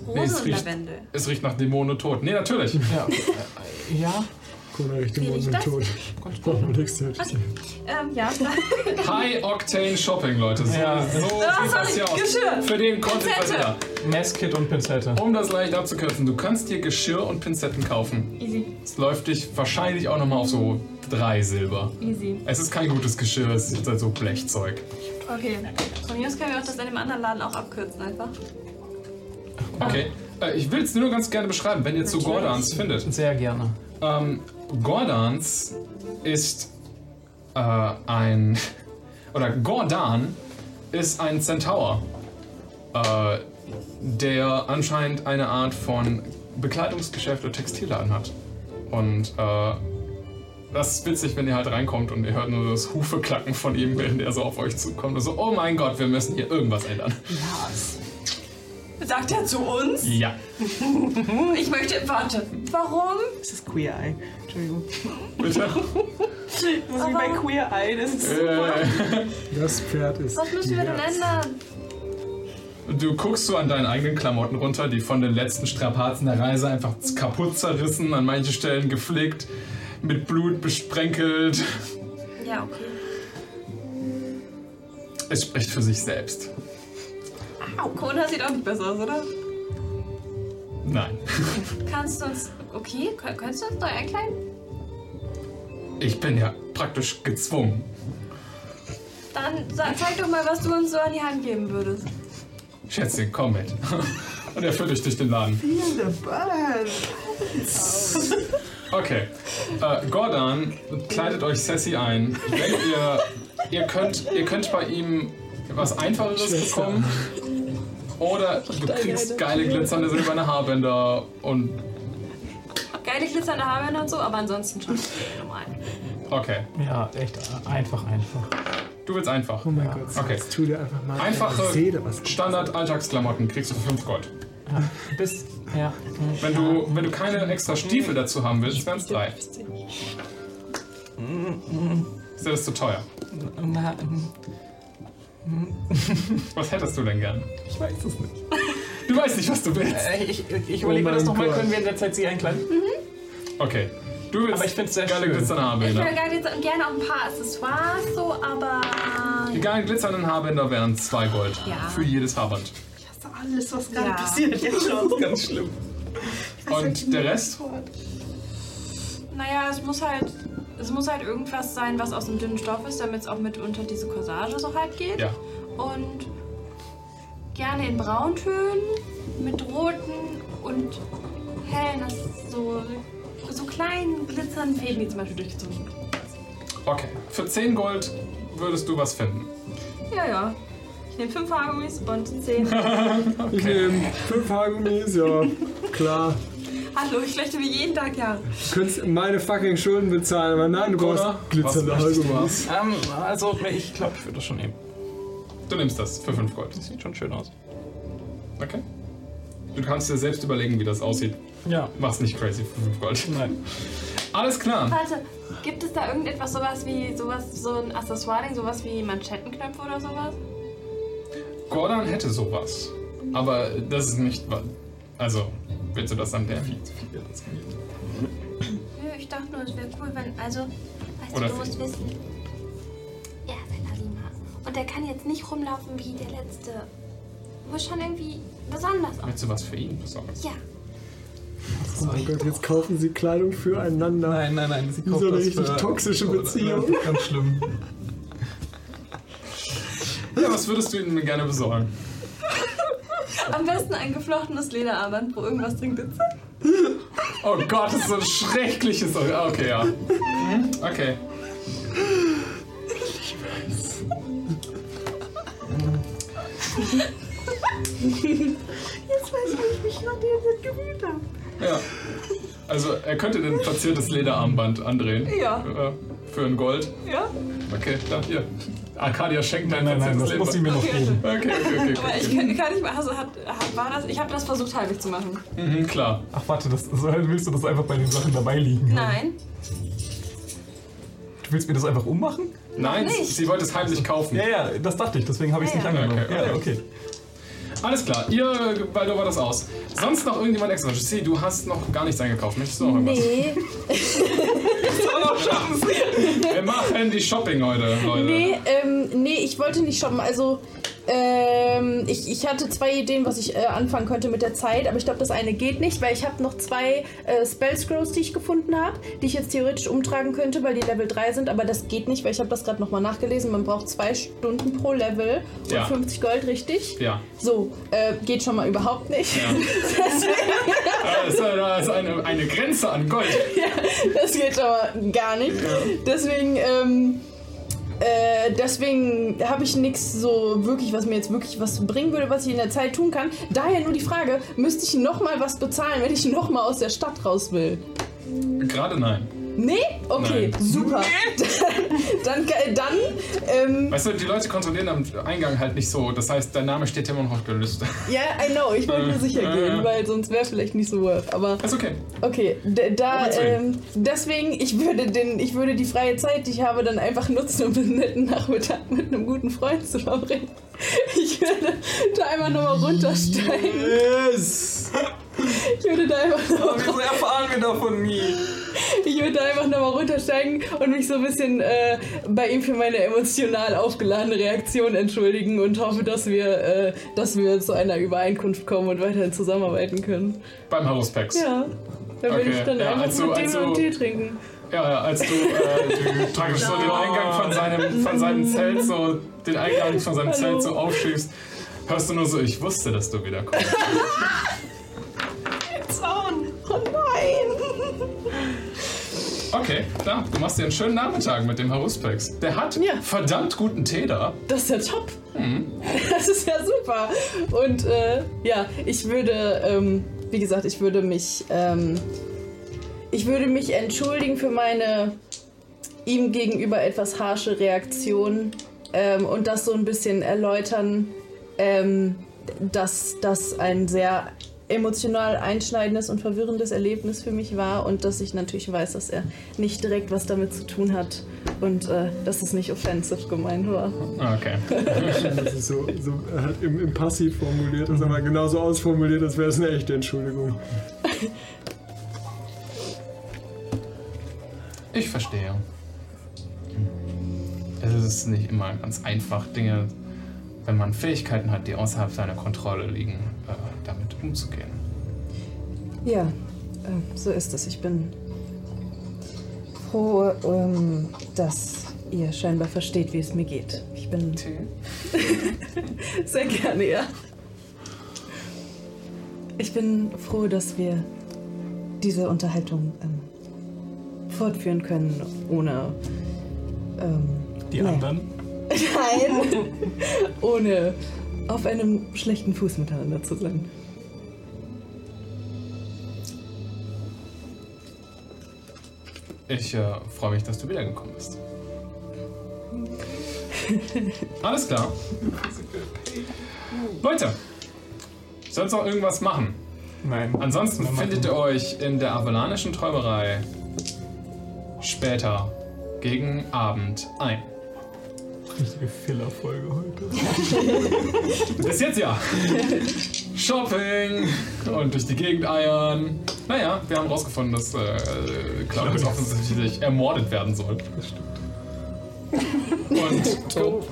Speaker 7: Rose und
Speaker 2: riecht,
Speaker 7: Lavendel.
Speaker 2: es riecht nach Dämonen und Tod. Nee, natürlich. Ja.
Speaker 3: Ja?
Speaker 6: Cool, Richtung
Speaker 7: Wie riecht
Speaker 6: Mund
Speaker 7: das?
Speaker 6: tot. Brauchen wir nichts zu
Speaker 7: Okay. Ähm, ja.
Speaker 2: High Octane Shopping, Leute. So,
Speaker 3: Ja.
Speaker 2: so
Speaker 7: Ah,
Speaker 2: sieht das
Speaker 7: sorry,
Speaker 2: hier aus.
Speaker 7: Geschirr.
Speaker 2: Für den Content
Speaker 7: Pinzette.
Speaker 2: Verteiler. Messkit und Pinzette. Um das leicht abzukürzen, du kannst dir Geschirr und Pinzetten kaufen.
Speaker 7: Easy.
Speaker 2: Es läuft dich wahrscheinlich auch nochmal auf so drei Silber.
Speaker 7: Easy.
Speaker 2: Es ist kein gutes Geschirr, es ist halt so Blechzeug.
Speaker 7: Okay. Von mir aus können wir auch das in dem anderen Laden auch abkürzen einfach.
Speaker 2: Okay. Äh, ich will es nur ganz gerne beschreiben, wenn ihr zu
Speaker 3: Natürlich.
Speaker 2: Gordans findet.
Speaker 3: Sehr gerne.
Speaker 2: Ähm, Gordans ist äh, ein. Oder Gordan ist ein Centaur, äh, der anscheinend eine Art von Bekleidungsgeschäft oder Textilladen hat. Und äh, das ist witzig, wenn ihr halt reinkommt und ihr hört nur das Hufeklacken von ihm, während er so auf euch zukommt. Und so, oh mein Gott, wir müssen hier irgendwas ändern.
Speaker 7: Sagt er zu uns?
Speaker 2: Ja.
Speaker 7: Ich möchte. Warte. Warum?
Speaker 5: Das ist Queer Eye. Entschuldigung.
Speaker 2: Bitte?
Speaker 5: Das ist wie bei Queer Eye. Das
Speaker 2: Äh.
Speaker 5: ist super.
Speaker 6: Das Pferd ist.
Speaker 7: Was müssen wir denn ändern?
Speaker 2: Und du guckst so an deinen eigenen Klamotten runter, die von den letzten Strapazen der Reise einfach kaputt zerrissen, an manchen Stellen geflickt, mit Blut besprenkelt.
Speaker 7: Ja, okay.
Speaker 2: Es spricht für sich selbst.
Speaker 7: Au, Kona sieht auch nicht besser aus, oder?
Speaker 2: Nein.
Speaker 7: Kannst du uns. Okay, kö- könntest du uns neu einkleiden?
Speaker 2: Ich bin ja praktisch gezwungen.
Speaker 7: Dann sa- zeig doch mal, was du uns so an die Hand geben würdest.
Speaker 2: Schätzchen, komm mit. Und er führt dich durch den Laden.
Speaker 5: Feel the burn.
Speaker 2: Okay. Äh, Gordon kleidet euch Sassy ein. Denkt ihr, ihr könnt, ihr könnt bei ihm was Einfacheres
Speaker 9: Schwester.
Speaker 2: bekommen? Oder du
Speaker 7: deine
Speaker 2: kriegst
Speaker 7: eine.
Speaker 2: geile glitzernde silberne Haarbänder und
Speaker 7: Geile glitzernde Haarbänder und so, aber ansonsten schon normal.
Speaker 2: Okay.
Speaker 3: Ja, echt äh, einfach, einfach.
Speaker 2: Du willst einfach.
Speaker 6: Oh mein Gott.
Speaker 2: Okay.
Speaker 6: Jetzt tu dir einfach mal.
Speaker 2: Einfache
Speaker 6: Seele was.
Speaker 2: Standard-Alltagsklamotten kriegst du für 5 Gold.
Speaker 3: Bis. Ja.
Speaker 2: Wenn du, wenn du keine extra Stiefel dazu haben willst, wären es 3. Ist dir das zu teuer?
Speaker 3: Na, ähm,
Speaker 2: Was hättest du denn gern?
Speaker 3: ich weiß es nicht.
Speaker 2: Du weißt nicht, was du willst.
Speaker 3: Äh, ich ich, ich
Speaker 2: Oh
Speaker 3: überlege mir das
Speaker 2: mein
Speaker 3: nochmal,
Speaker 2: Gott.
Speaker 3: können wir in der Zeit sie einkleiden?
Speaker 7: Mhm.
Speaker 2: Okay. Du willst
Speaker 3: Aber ich find's sehr
Speaker 2: geile
Speaker 3: schön.
Speaker 2: glitzernde
Speaker 7: Ich
Speaker 2: Haarbänder.
Speaker 7: will gerne, gerne auch ein paar Accessoires so, aber.
Speaker 2: Die geilen glitzernden Haarbänder wären 2 Gold.
Speaker 7: Ja.
Speaker 2: Für jedes Haarband.
Speaker 5: Alles, was gerade
Speaker 7: Ja.
Speaker 5: passiert, jetzt schon.
Speaker 2: Ganz schlimm. Und der Rest?
Speaker 7: Naja, es muss halt. Es muss halt irgendwas sein, was aus dem dünnen Stoff ist, damit es auch mit unter diese Corsage so halt geht.
Speaker 2: Ja.
Speaker 7: Und gerne in Brauntönen mit roten und hellen, das ist so, so kleinen glitzernden Fäden, die zum Beispiel durchgezogen sind.
Speaker 2: Okay. Für 10 Gold würdest du was finden.
Speaker 7: Ja, ja. Ich nehme fünf Haargummis und zehn.
Speaker 6: Ich nehme fünf Haargummis, ja. Klar.
Speaker 7: Hallo, ich flechte mir jeden Tag Jahre.
Speaker 6: Du könntest meine fucking Schulden bezahlen, aber nein, du
Speaker 3: Oder?
Speaker 6: brauchst glitzernde
Speaker 3: Was möchtest du?
Speaker 6: Haargummis.
Speaker 3: Ähm, also, ich glaube, ich würde das schon nehmen.
Speaker 2: Du nimmst das für 5 Gold.
Speaker 3: Das sieht schon schön aus.
Speaker 2: Okay. Du kannst dir selbst überlegen, wie das aussieht.
Speaker 3: Ja.
Speaker 2: Mach's nicht crazy für 5 Gold.
Speaker 3: Nein.
Speaker 2: Alles klar.
Speaker 7: Warte, gibt es da irgendetwas sowas wie sowas, so ein Accessoire, sowas wie Manschettenknöpfe oder sowas?
Speaker 2: Gordon hätte sowas. Aber das ist nicht. wa- Also, willst du das am der
Speaker 7: Nö, ich dachte nur, es wäre cool, wenn. Also, weißt du,
Speaker 2: Oder
Speaker 7: du
Speaker 2: Fee.
Speaker 7: musst wissen. Er ist ein Alima. Und er kann jetzt nicht rumlaufen wie der letzte. Muss schon irgendwie besonders aus.
Speaker 2: Willst du was für ihn besorgen?
Speaker 7: Ja.
Speaker 6: Oh mein Gott, jetzt kaufen sie Kleidung füreinander.
Speaker 3: Nein, nein, nein. Sie
Speaker 6: Wie so eine richtig toxische Beziehung.
Speaker 3: Ganz schlimm.
Speaker 2: Ja, was würdest du ihm gerne besorgen?
Speaker 7: Am besten ein geflochtenes Lederarmband, wo irgendwas drin glitzert.
Speaker 2: Oh Gott, das ist so ein schreckliches. Ah, Okay, ja. Okay.
Speaker 5: Jetzt weiß ich, wie ich mich nach dem Sinn gewöhnt habe.
Speaker 2: Ja. Also, er könnte ein verziertes Lederarmband andrehen.
Speaker 5: Ja.
Speaker 2: Äh, Für ein Gold.
Speaker 7: Ja?
Speaker 2: Okay, dann hier. Arcadia schenkt dein
Speaker 3: Nein, nein,
Speaker 2: verziertes
Speaker 3: das muss sie
Speaker 2: Lederarmband.
Speaker 3: mir noch geben.
Speaker 2: Okay, okay, okay.
Speaker 7: Aber
Speaker 2: okay.
Speaker 7: ich kann, kann nicht mehr. Also, hat, hat, war das, ich habe das versucht, halbwegs zu machen.
Speaker 2: Mhm, klar.
Speaker 3: Ach, warte, das, so willst du das einfach bei den Sachen dabei liegen?
Speaker 7: Nein.
Speaker 3: Du willst mir das einfach ummachen?
Speaker 2: Nein,
Speaker 7: Noch nicht.
Speaker 2: sie wollte es heimlich kaufen.
Speaker 3: Ja, ja, das dachte ich, deswegen habe ich es
Speaker 7: Ja,
Speaker 3: nicht
Speaker 7: ja.
Speaker 3: angenommen.
Speaker 2: Okay,
Speaker 3: Ja, okay.
Speaker 2: Alles klar, ihr Baldur war das aus. Sonst noch irgendjemand extra? Sie, du hast noch gar nichts eingekauft. Möchtest du noch irgendwas?
Speaker 4: Nee,
Speaker 2: Wir machen die Shopping heute, Leute.
Speaker 4: nee, ähm, nee, ich wollte nicht shoppen. Also, Ähm, ich, ich hatte zwei Ideen, was ich äh, anfangen könnte mit der Zeit, aber ich glaube, das eine geht nicht, weil ich habe noch zwei äh, Spell Scrolls, die ich gefunden habe, die ich jetzt theoretisch umtragen könnte, weil die Level 3 sind, aber das geht nicht, weil ich habe das gerade nochmal nachgelesen. Man braucht zwei Stunden pro Level und
Speaker 2: Ja.
Speaker 4: 50 Gold, richtig?
Speaker 2: Ja.
Speaker 4: So, äh, geht schon mal überhaupt nicht.
Speaker 2: Da ist, Also, da ist eine, eine Grenze an Gold.
Speaker 4: Das geht aber gar nicht. Deswegen, ähm, äh, deswegen habe ich nichts so wirklich, was mir jetzt wirklich was bringen würde, was ich in der Zeit tun kann. Daher nur die Frage, müsste ich nochmal was bezahlen, wenn ich nochmal aus der Stadt raus will?
Speaker 2: Gerade nein.
Speaker 4: Nee? Okay,
Speaker 2: Nein.
Speaker 4: super. dann, dann, dann ähm,
Speaker 2: Weißt du, die Leute kontrollieren am Eingang halt nicht so. Das heißt, dein Name steht immer noch auf der Liste.
Speaker 4: Ja, I know, ich wollte nur
Speaker 2: Äh,
Speaker 4: sicher
Speaker 2: äh,
Speaker 4: gehen,
Speaker 2: ja.
Speaker 4: weil sonst wäre vielleicht nicht so worth. Aber.
Speaker 2: Ist okay.
Speaker 4: Okay, d- da,
Speaker 2: Auf
Speaker 4: ähm, deswegen, ich würde, den, ich würde die freie Zeit, die ich habe, dann einfach nutzen, um einen netten Nachmittag mit einem guten Freund zu verbringen. Ich würde da einfach nochmal runtersteigen.
Speaker 10: Yes!
Speaker 4: Ich würde da einfach
Speaker 10: Wieso
Speaker 4: nochmal
Speaker 10: erfahren wir davon nie?
Speaker 4: ich würde da einfach noch mal runtersteigen und mich so ein bisschen äh, bei ihm für meine emotional aufgeladene Reaktion entschuldigen und hoffe, dass wir, äh, dass wir zu einer Übereinkunft kommen und weiterhin zusammenarbeiten können.
Speaker 2: Beim Haruspex.
Speaker 4: Ja, da würde
Speaker 2: Okay,
Speaker 4: ich dann
Speaker 2: ja,
Speaker 4: einfach
Speaker 2: also-
Speaker 4: mit dem
Speaker 2: also-
Speaker 4: einen Tee trinken.
Speaker 2: Ja, ja, als du, äh, du praktisch so den Eingang von seinem, von seinem Zelt so, den Eingang von seinem
Speaker 4: Hallo.
Speaker 2: Zelt so aufschiebst, hörst du nur so, ich wusste, dass du wieder kommst.
Speaker 5: Zaun!
Speaker 4: Oh nein!
Speaker 2: Okay, klar, du machst dir einen schönen Nachmittag mit dem Haruspex. Der hat verdammt guten Tee da. Hm,
Speaker 4: Das ist ja top. Das ist ja super. Und äh, ja, ich würde, ähm, wie gesagt, ich würde mich, ähm, ich würde mich entschuldigen für meine ihm gegenüber etwas harsche Reaktion ähm, und das so ein bisschen erläutern, ähm, dass das ein sehr emotional einschneidendes und verwirrendes Erlebnis für mich war und dass ich natürlich weiß, dass er nicht direkt was damit zu tun hat und äh, dass es nicht offensiv gemeint war.
Speaker 10: Ah,
Speaker 2: Okay.
Speaker 6: Das ist so, so er hat im, im Passiv formuliert, das aber genauso ausformuliert, als wäre es eine echte Entschuldigung.
Speaker 2: Ich verstehe. Es ist nicht immer ganz einfach, Dinge, wenn man Fähigkeiten hat, die außerhalb seiner Kontrolle liegen, äh, damit umzugehen.
Speaker 4: Ja, äh, so ist es. Ich bin froh, ähm, dass ihr scheinbar versteht, wie es mir geht. Ich bin. Sehr gerne, ja. Ich bin froh, dass wir diese Unterhaltung ähm, fortführen können, ohne. Ähm,
Speaker 3: Oh.
Speaker 10: Die
Speaker 4: naja.
Speaker 10: anderen?
Speaker 4: Nein! ohne auf einem schlechten Fuß miteinander zu sein.
Speaker 2: Ich äh, freue mich, dass du wiedergekommen bist. Alles klar. Leute, sollt ihr noch irgendwas machen?
Speaker 10: Nein.
Speaker 2: Ansonsten findet ihr euch in der avalanischen Träumerei später gegen Abend ein.
Speaker 10: Richtige Filler-Folge heute.
Speaker 2: Bis jetzt ja. Shopping und durch die Gegend eiern. Naja, wir haben rausgefunden, dass äh, Claudius offensichtlich ermordet werden soll. Das stimmt. Und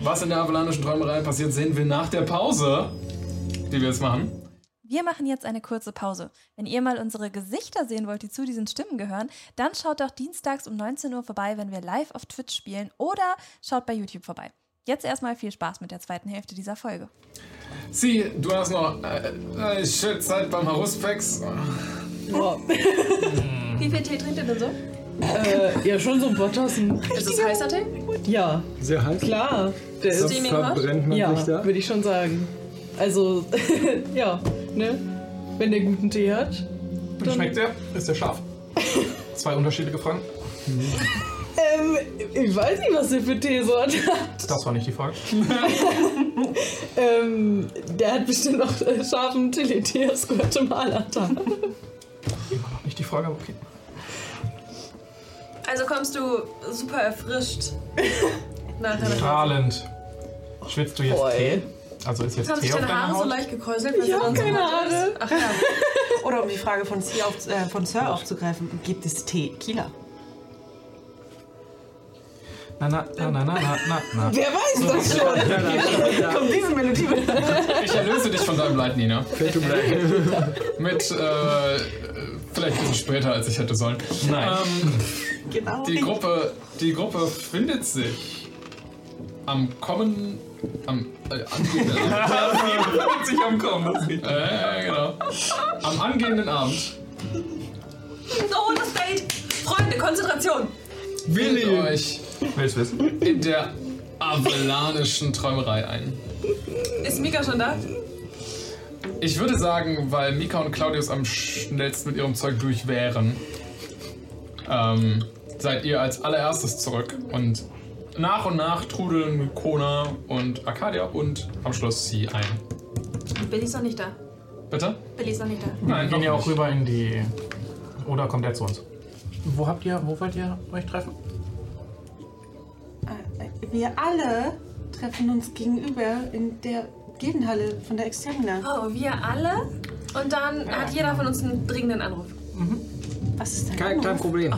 Speaker 2: was in der avalanischen Träumerei passiert, sehen wir nach der Pause, die wir jetzt machen.
Speaker 1: Wir machen jetzt eine kurze Pause. Wenn ihr mal unsere Gesichter sehen wollt, die zu diesen Stimmen gehören, dann schaut doch dienstags um 19 Uhr vorbei, wenn wir live auf Twitch spielen oder schaut bei YouTube vorbei. Jetzt erstmal viel Spaß mit der zweiten Hälfte dieser Folge.
Speaker 2: Sie, du hast noch äh, äh, shit Zeit beim Haruspex.
Speaker 7: Wie viel Tee trinkt ihr denn so?
Speaker 4: Äh, ja, schon so ein paar Tassen.
Speaker 7: Ist es heißer Tee?
Speaker 4: Ja.
Speaker 6: Sehr heiß.
Speaker 4: Klar, der
Speaker 6: So
Speaker 4: ist
Speaker 6: verbrennt man
Speaker 4: ja,
Speaker 6: sich da?
Speaker 4: würde ich schon sagen. Also, ja, ne? Wenn der guten Tee hat.
Speaker 10: Wie schmeckt der? Ist der scharf? Zwei unterschiedliche Fragen.
Speaker 4: Ähm, ich weiß nicht, was der für Teesort hat.
Speaker 10: Das war nicht die Frage.
Speaker 4: ähm, der hat bestimmt noch äh, scharfen Tee aus Guatemala da.
Speaker 10: Nicht die Frage, aber okay.
Speaker 7: Also kommst du super erfrischt nachher nach Hause.
Speaker 10: Strahlend. Schwitzt du jetzt Tee? Also ist jetzt
Speaker 7: Haben
Speaker 10: Tee
Speaker 7: sich
Speaker 10: auf
Speaker 7: deine
Speaker 10: deiner
Speaker 7: Haare so
Speaker 10: Haut?
Speaker 7: leicht gekräuselt?
Speaker 5: Ich hab keine
Speaker 7: Haare. Ach ja.
Speaker 5: Oder um die Frage von, Sie auf, äh, von Sir aufzugreifen, gibt es Tee Kieler?
Speaker 3: na, na, na, na, na, na, na, na.
Speaker 5: Wer weiß das schon?
Speaker 3: Ja, na, na,
Speaker 5: Kommt diese Melodie wieder?
Speaker 2: Ich erlöse dich von deinem Leid, Nina. Fade to black. Mit, äh, vielleicht ein bisschen später, als ich hätte sollen.
Speaker 5: Nein.
Speaker 2: Ähm,
Speaker 5: Genau.
Speaker 2: die, Gruppe, die Gruppe findet sich am kommen. Am, äh, angehenden Abend. findet sich am kommen. Äh, genau. Am angehenden Abend
Speaker 7: So, das Date. Freunde, Konzentration.
Speaker 2: Willi. euch
Speaker 3: Willst du wissen?
Speaker 2: in der avalanischen Träumerei ein.
Speaker 7: Ist Mika schon da?
Speaker 2: Ich würde sagen, weil Mika und Claudius am schnellsten mit ihrem Zeug durch wären, ähm, seid ihr als allererstes zurück und nach und nach trudeln Kona und Arcadia und am Schluss sie ein.
Speaker 7: Billy ist noch nicht da.
Speaker 2: Bitte?
Speaker 7: Billy ist noch nicht da.
Speaker 3: Nein,
Speaker 2: doch
Speaker 3: gehen ja auch
Speaker 2: nicht.
Speaker 3: rüber in die. Oder kommt er zu uns? Wo habt ihr, wo wollt ihr euch treffen?
Speaker 5: Wir alle treffen uns gegenüber in der Gildenhalle von der Externa.
Speaker 7: Oh, wir alle. Und dann hat jeder von uns einen dringenden Anruf.
Speaker 5: Mhm. Was ist denn?
Speaker 8: Kein,
Speaker 7: Oh.
Speaker 8: kein Problem.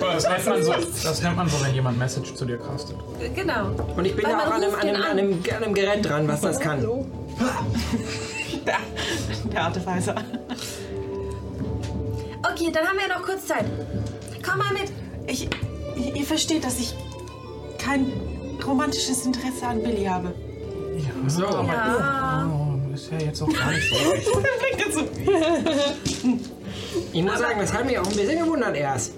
Speaker 3: Das nennt, man so, das nennt man so, wenn jemand Message zu dir castet.
Speaker 7: Äh, Genau.
Speaker 8: Und ich bin
Speaker 7: Weil
Speaker 8: ja
Speaker 7: man
Speaker 8: auch an einem,
Speaker 7: ruft
Speaker 8: an, einem,
Speaker 7: den
Speaker 8: an, einem, an einem Gerät dran, was das kann.
Speaker 5: Der, der Artefeiser.
Speaker 7: Okay, dann haben wir noch kurz Zeit. Komm mal mit.
Speaker 5: Ich, ihr ihr versteht, dass ich kein romantisches Interesse an Billy habe.
Speaker 3: Ja, so, aber Oh, ist ja jetzt auch gar nicht so.
Speaker 5: Perfekt dazu.
Speaker 8: Ich muss sagen, das hat mich auch ein bisschen gewundert erst.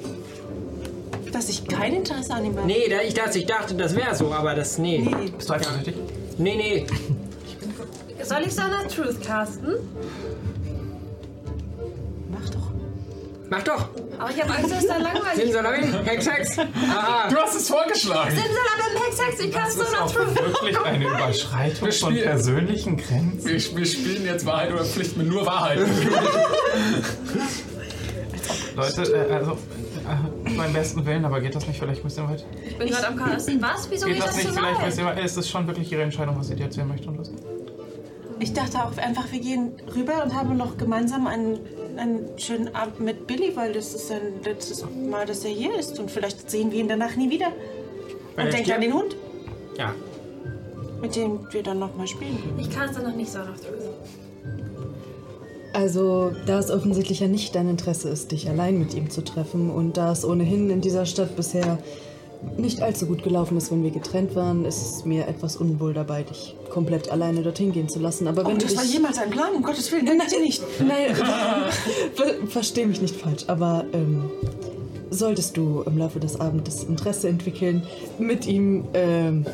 Speaker 5: Dass ich kein Interesse an ihm habe.
Speaker 8: Nee, da, ich, dachte, ich dachte, das wäre so, aber das. Nee.
Speaker 5: Nee.
Speaker 3: Bist du eifersüchtig?
Speaker 8: Nee, nee.
Speaker 7: Soll ich Sana Truth casten?
Speaker 5: Mach doch.
Speaker 8: Mach doch.
Speaker 7: Aber ich habe Angst, dass da langweilig
Speaker 8: Simsalabim, Hex, Hex. Aha.
Speaker 2: Du hast es vorgeschlagen!
Speaker 7: Simsalabim, Hex, Hex, ich caste Sana Truth.
Speaker 3: wirklich eine Überschreitung
Speaker 2: Wir
Speaker 3: von
Speaker 2: spielen-
Speaker 3: persönlichen Grenzen.
Speaker 2: Wir, wir spielen jetzt Wahrheit oder Pflicht mit nur Wahrheit.
Speaker 3: Leute, äh, also äh, beim besten Willen, aber geht das nicht vielleicht ein bisschen weit?
Speaker 7: Ich bin gerade am Casten. Was? Wieso
Speaker 3: Geht
Speaker 7: geht
Speaker 3: das
Speaker 7: das
Speaker 3: nicht
Speaker 7: zu
Speaker 3: vielleicht ein
Speaker 7: weit?
Speaker 3: bisschen weit? Es ist schon wirklich ihre Entscheidung, was sie dir erzählen möchte und was nicht.
Speaker 5: Ich dachte auch einfach, wir gehen rüber und haben noch gemeinsam einen, einen schönen Abend mit Billy, weil das ist sein letztes Mal, dass er hier ist. Und vielleicht sehen wir ihn danach nie wieder.
Speaker 8: Wenn er
Speaker 5: Und denkt
Speaker 8: stirbt?
Speaker 5: an den Hund,
Speaker 8: Ja.
Speaker 5: mit dem wir dann nochmal spielen.
Speaker 7: Ich caste noch nicht Sana Truth.
Speaker 4: Also, da es offensichtlich ja nicht dein Interesse ist, dich allein mit ihm zu treffen und da es ohnehin in dieser Stadt bisher nicht allzu gut gelaufen ist, wenn wir getrennt waren, ist es mir etwas unwohl dabei, dich komplett alleine dorthin gehen zu lassen. Aber wenn
Speaker 5: Oh,
Speaker 4: du
Speaker 5: das
Speaker 4: dich
Speaker 5: war jemals ein Plan, um Gottes Willen, denkt ihr nicht.
Speaker 4: Nein, ver versteh mich nicht falsch, aber ähm, solltest du im Laufe des Abendes Interesse entwickeln, mit ihm ähm,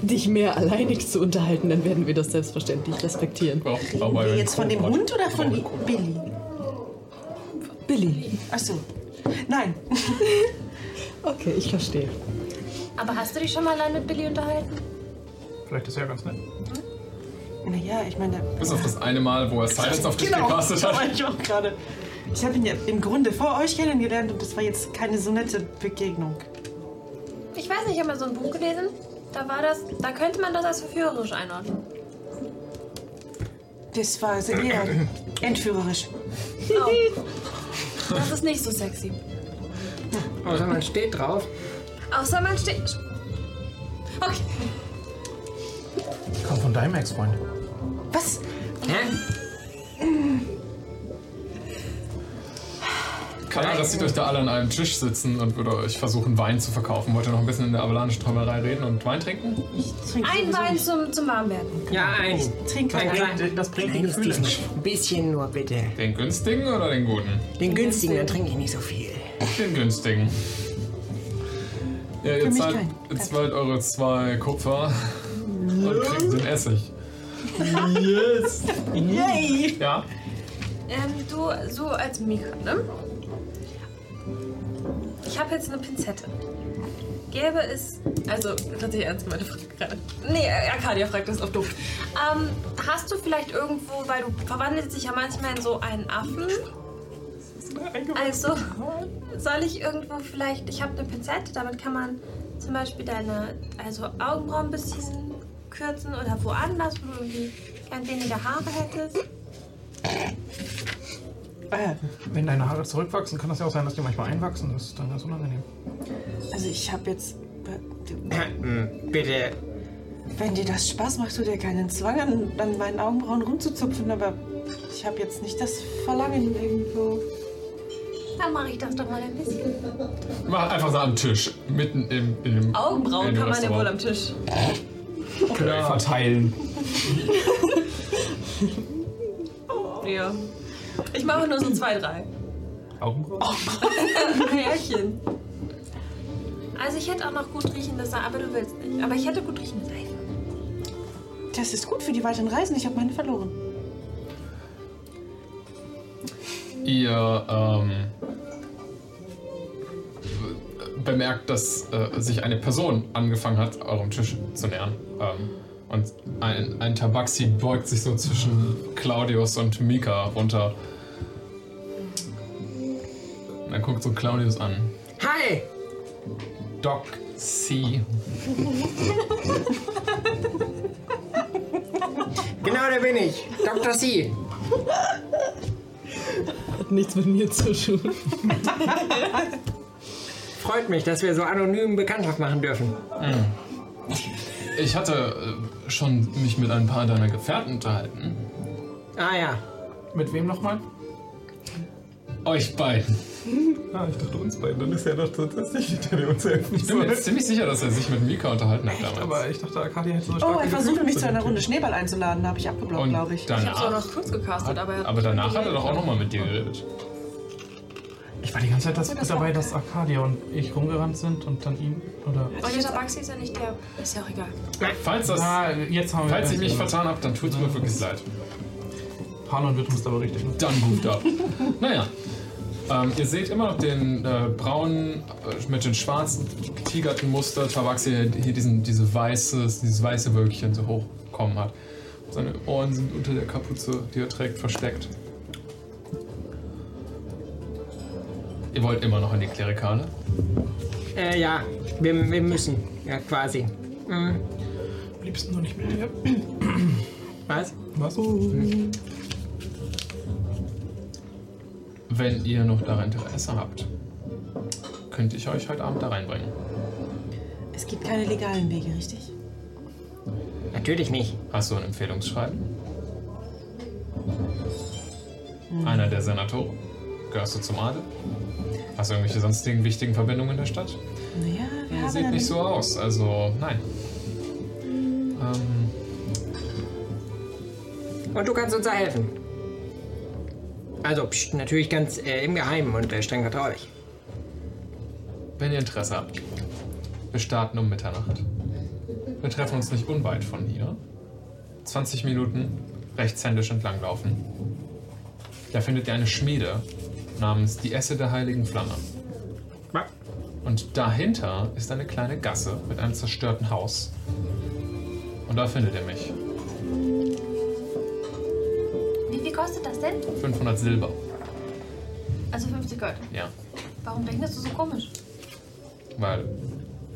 Speaker 4: dich mehr alleinig zu unterhalten, dann werden wir das selbstverständlich respektieren.
Speaker 2: Reden
Speaker 5: Wir jetzt von dem Hund oder von Billy?
Speaker 4: Billy,
Speaker 5: Achso. Nein.
Speaker 4: okay, ich verstehe.
Speaker 7: Aber hast du dich schon mal allein mit Billy unterhalten?
Speaker 3: Vielleicht ist er ja ganz nett.
Speaker 5: Naja, ich meine.
Speaker 2: Bis auf das eine Mal, wo er Silence auf dich
Speaker 3: Genau.
Speaker 2: gecastet
Speaker 5: das war
Speaker 2: hat.
Speaker 5: ich auch gerade. Ich habe ihn ja im Grunde vor euch kennengelernt und das war jetzt keine so nette Begegnung.
Speaker 7: Ich weiß nicht, ich habe mal so ein Buch gelesen. Da war das, da könnte man das als verführerisch einordnen.
Speaker 5: Das war sehr eher entführerisch.
Speaker 7: Oh. Das ist nicht so sexy.
Speaker 8: Außer man Oh, steht drauf.
Speaker 7: Außer man steht. Okay.
Speaker 3: Kommt von deinem Ex-Freund.
Speaker 5: Was?
Speaker 8: Hä?
Speaker 2: Keiner, das sieht euch da alle an einem Tisch sitzen und würde euch versuchen, Wein zu verkaufen. Wollt ihr noch ein bisschen in der avalanischen Träumerei reden und Wein trinken?
Speaker 7: Ein Wein zum, zum Warmwerden.
Speaker 8: Ja, ein.
Speaker 2: Oh.
Speaker 5: Trinke
Speaker 8: Ein
Speaker 5: ein.
Speaker 8: klein,
Speaker 3: Das bringt die
Speaker 8: kleines
Speaker 3: Gefühle.
Speaker 8: Ein bisschen nur, bitte.
Speaker 2: Den günstigen oder den guten?
Speaker 8: Den günstigen, dann trinke ich nicht so viel.
Speaker 2: Den günstigen. Ja, ihr
Speaker 5: mich
Speaker 2: zahlt,
Speaker 5: kein.
Speaker 2: ihr zahlt eure zwei Kupfer und kriegt den Essig.
Speaker 5: Yay!
Speaker 2: Ja?
Speaker 7: Ähm, du, so als Mika, ne? Ich habe jetzt eine Pinzette. Gäbe es. Also, tatsächlich ernst meine Frage gerade. Nee, äh, Arcadia fragt das auf doof. Ähm, hast du vielleicht irgendwo, weil du verwandelst dich ja manchmal in so einen Affen. Also, soll ich irgendwo vielleicht. Ich habe eine Pinzette, damit kann man zum Beispiel deine also Augenbrauen ein bisschen kürzen oder woanders, wo du irgendwie gern weniger Haare hättest.
Speaker 8: Ah,
Speaker 5: Äh,
Speaker 3: Wenn deine Haare zurückwachsen, kann das ja auch sein, dass die manchmal einwachsen. Das ist dann ganz unangenehm.
Speaker 5: Also ich habe jetzt
Speaker 8: Hm, Bitte.
Speaker 5: Wenn dir das Spaß macht, tut dir keinen Zwang an, an meinen Augenbrauen rumzuzupfen, aber ich habe jetzt nicht das Verlangen irgendwo.
Speaker 7: Dann mache ich das doch mal ein bisschen.
Speaker 2: Mach einfach so am Tisch, mitten im, in dem
Speaker 7: Augenbrauen
Speaker 2: in dem
Speaker 7: kann man ja wohl am
Speaker 2: Restaurant.
Speaker 7: Tisch.
Speaker 2: Klar. Verteilen.
Speaker 7: Ja. Ich mache nur so zwei, drei.
Speaker 10: Augenbrauen?
Speaker 7: Härchen. Also ich hätte auch noch gut riechendes Seife, aber du willst nicht. Aber ich hätte gut riechendes Seife.
Speaker 5: Das ist gut für die weiteren Reisen. Ich habe meine verloren.
Speaker 2: Ihr ähm, bemerkt, dass äh, sich eine Person angefangen hat, eurem Tisch zu nähern. Ähm, und ein, ein Tabaxi beugt sich so zwischen Claudius und Mika runter. Und dann guckt so Claudius an.
Speaker 8: Hi!
Speaker 2: Doc C.
Speaker 8: Genau, da bin ich. Dr. C.
Speaker 12: Hat nichts mit mir zu tun.
Speaker 8: Freut mich, dass wir so anonym Bekanntschaft machen dürfen.
Speaker 2: Hm. Ich hatte äh, schon mich mit ein paar deiner Gefährten unterhalten.
Speaker 8: Ah ja.
Speaker 3: Mit wem nochmal?
Speaker 2: Euch beiden.
Speaker 10: Ah, ich dachte uns beiden. Dann ist ja doch tatsächlich der, der uns helfen
Speaker 2: Ich bin mir
Speaker 10: soll.
Speaker 2: jetzt ziemlich sicher, dass er sich mit Mika unterhalten hat damals.
Speaker 10: Aber ich dachte, Akadi hätte so
Speaker 5: Oh,
Speaker 10: starke
Speaker 5: er versuchte
Speaker 10: Gefühle
Speaker 5: mich zu einer
Speaker 10: dem
Speaker 5: Runde Schneeball einzuladen. Habe ich abgeblockt,
Speaker 2: Und
Speaker 5: glaube ich.
Speaker 2: danach- Ich hab's auch noch
Speaker 7: kurz gecastet,
Speaker 2: Aber danach hat er doch auch nochmal mit dir geredet.
Speaker 3: Ich war die ganze Zeit das mit dabei, dass Arcadia und ich rumgerannt sind und dann ihn oder.
Speaker 7: Und der Tabaxi ist Oh, ja nicht der. Ist ja auch egal.
Speaker 2: Falls, das,
Speaker 3: Ah, jetzt haben wir-
Speaker 2: falls ich mich vertan habe, dann tut's mir wirklich leid.
Speaker 3: Panon wird uns dabei richtig.
Speaker 2: Dann gut ab. naja. Ähm, ihr seht immer noch den äh, braunen äh, mit den schwarzen tigerten Muster Tabaxi hier diesen, diese weißes, dieses weiße Wölkchen so hochkommen hat. Seine Ohren sind unter der Kapuze, die er trägt, versteckt. Ihr wollt immer noch in die Klerikale?
Speaker 8: Äh, ja, wir, wir müssen. Ja, quasi. Mhm.
Speaker 3: Am liebsten nur nicht mit dir.
Speaker 8: Was?
Speaker 3: Was?
Speaker 2: Wenn ihr noch daran Interesse habt, könnte ich euch heute Abend da reinbringen.
Speaker 5: Es gibt keine legalen Wege, richtig?
Speaker 8: Natürlich nicht.
Speaker 2: Hast du ein Empfehlungsschreiben? Einer der Senatoren? Gehörst du zum Adel? Hast du irgendwelche sonstigen wichtigen Verbindungen in der Stadt?
Speaker 5: Naja, wir haben
Speaker 2: Sieht
Speaker 5: ja
Speaker 2: nicht so aus, also nein. Ähm,
Speaker 8: Und du kannst uns da helfen. Also, pst, natürlich ganz äh, im Geheimen und äh, streng vertraulich.
Speaker 2: wenn ihr Interesse habt, wir starten um Mitternacht. Wir treffen uns nicht unweit von hier. 20 Minuten rechtshändisch entlanglaufen. Da findet ihr eine Schmiede namens die Esse der Heiligen Flamme. Und dahinter ist eine kleine Gasse mit einem zerstörten Haus. Und da findet ihr mich.
Speaker 7: Wie viel kostet das denn?
Speaker 2: 500 Silber.
Speaker 7: Also 50 Gold.
Speaker 2: Ja,
Speaker 7: Warum rechnest du so komisch?
Speaker 2: weil.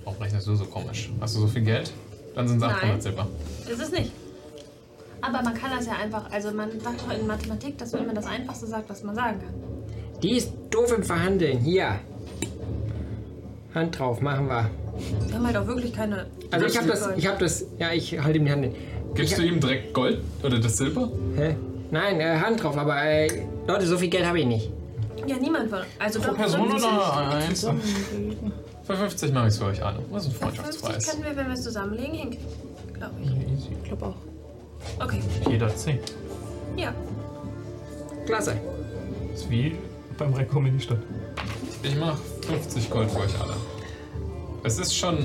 Speaker 2: Warum rechnest du so komisch? Hast du so viel Geld? Dann sind es
Speaker 7: Nein.
Speaker 2: 800 Silber.
Speaker 7: Ist es nicht. Aber man kann das ja einfach, also man sagt doch in Mathematik, dass man immer das Einfachste sagt, was man sagen kann.
Speaker 8: Die ist doof im Verhandeln. Hier. Hand drauf, machen wir.
Speaker 7: Wir haben halt auch wirklich keine.
Speaker 8: Also, ich habe das, ich habe das, ja, ich halte ihm die Hand hin.
Speaker 2: Gibst
Speaker 8: ich,
Speaker 2: du ihm direkt Gold oder das Silber?
Speaker 8: Hä? Nein, äh, Hand drauf, aber äh, Leute, so viel Geld habe ich nicht.
Speaker 7: Ja, niemand von. Also
Speaker 2: Pro
Speaker 7: doch,
Speaker 2: Person
Speaker 7: sonst-
Speaker 2: oder eins? Für 50 mache ich es für euch alle. Das ist ein
Speaker 7: 50
Speaker 2: Freundschaftspreis.
Speaker 7: können wir, wenn wir es zusammenlegen, hinkriegen. Glaube ich.
Speaker 3: Ich
Speaker 4: glaube auch.
Speaker 7: Okay,
Speaker 3: Jeder 10.
Speaker 7: ja.
Speaker 8: Klasse.
Speaker 3: Ist wie beim Rekom in die Stadt.
Speaker 2: Ich mache 50 Gold für euch alle. Es ist schon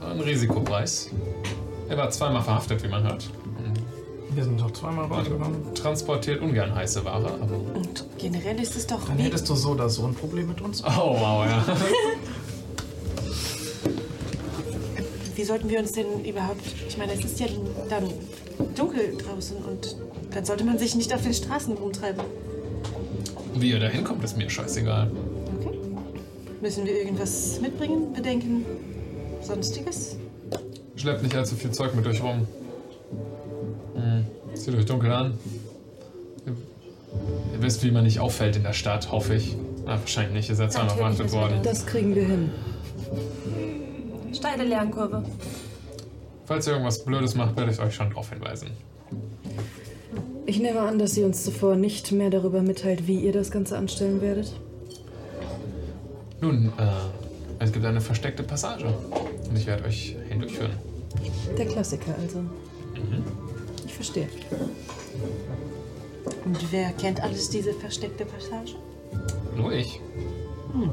Speaker 2: ein Risikopreis. Er war zweimal verhaftet, wie man hört.
Speaker 3: Wir sind doch zweimal rausgekommen.
Speaker 2: Transportiert ungern heiße Ware, aber.
Speaker 5: Und generell ist es doch.
Speaker 3: Dann hättest du so oder so ein Problem mit uns.
Speaker 2: Oh, wow, ja.
Speaker 5: Wie sollten wir uns denn überhaupt. Ich meine, es ist ja dann dunkel draußen und dann sollte man sich nicht auf den Straßen rumtreiben.
Speaker 2: Wie ihr da hinkommt, ist mir scheißegal.
Speaker 5: Müssen wir irgendwas mitbringen, bedenken? Sonstiges?
Speaker 2: Schleppt nicht allzu viel Zeug mit euch rum. Hm, Zieht euch dunkel an. Ihr, ihr wisst, wie man nicht auffällt in der Stadt, Ah, hoffe ich. Na, wahrscheinlich nicht. Ihr seid zweimal verhaftet worden.
Speaker 4: Das kriegen wir hin.
Speaker 7: Steile Lernkurve.
Speaker 2: Falls ihr irgendwas Blödes macht, werde ich euch schon darauf hinweisen.
Speaker 4: Ich nehme an, dass sie uns zuvor nicht mehr darüber mitteilt, wie ihr das Ganze anstellen werdet.
Speaker 2: Nun, äh, es gibt eine versteckte Passage. Und ich werde euch hindurchführen.
Speaker 4: Der Klassiker also. Ich verstehe.
Speaker 5: Und wer kennt alles diese versteckte Passage?
Speaker 2: Nur ich.
Speaker 5: Hm.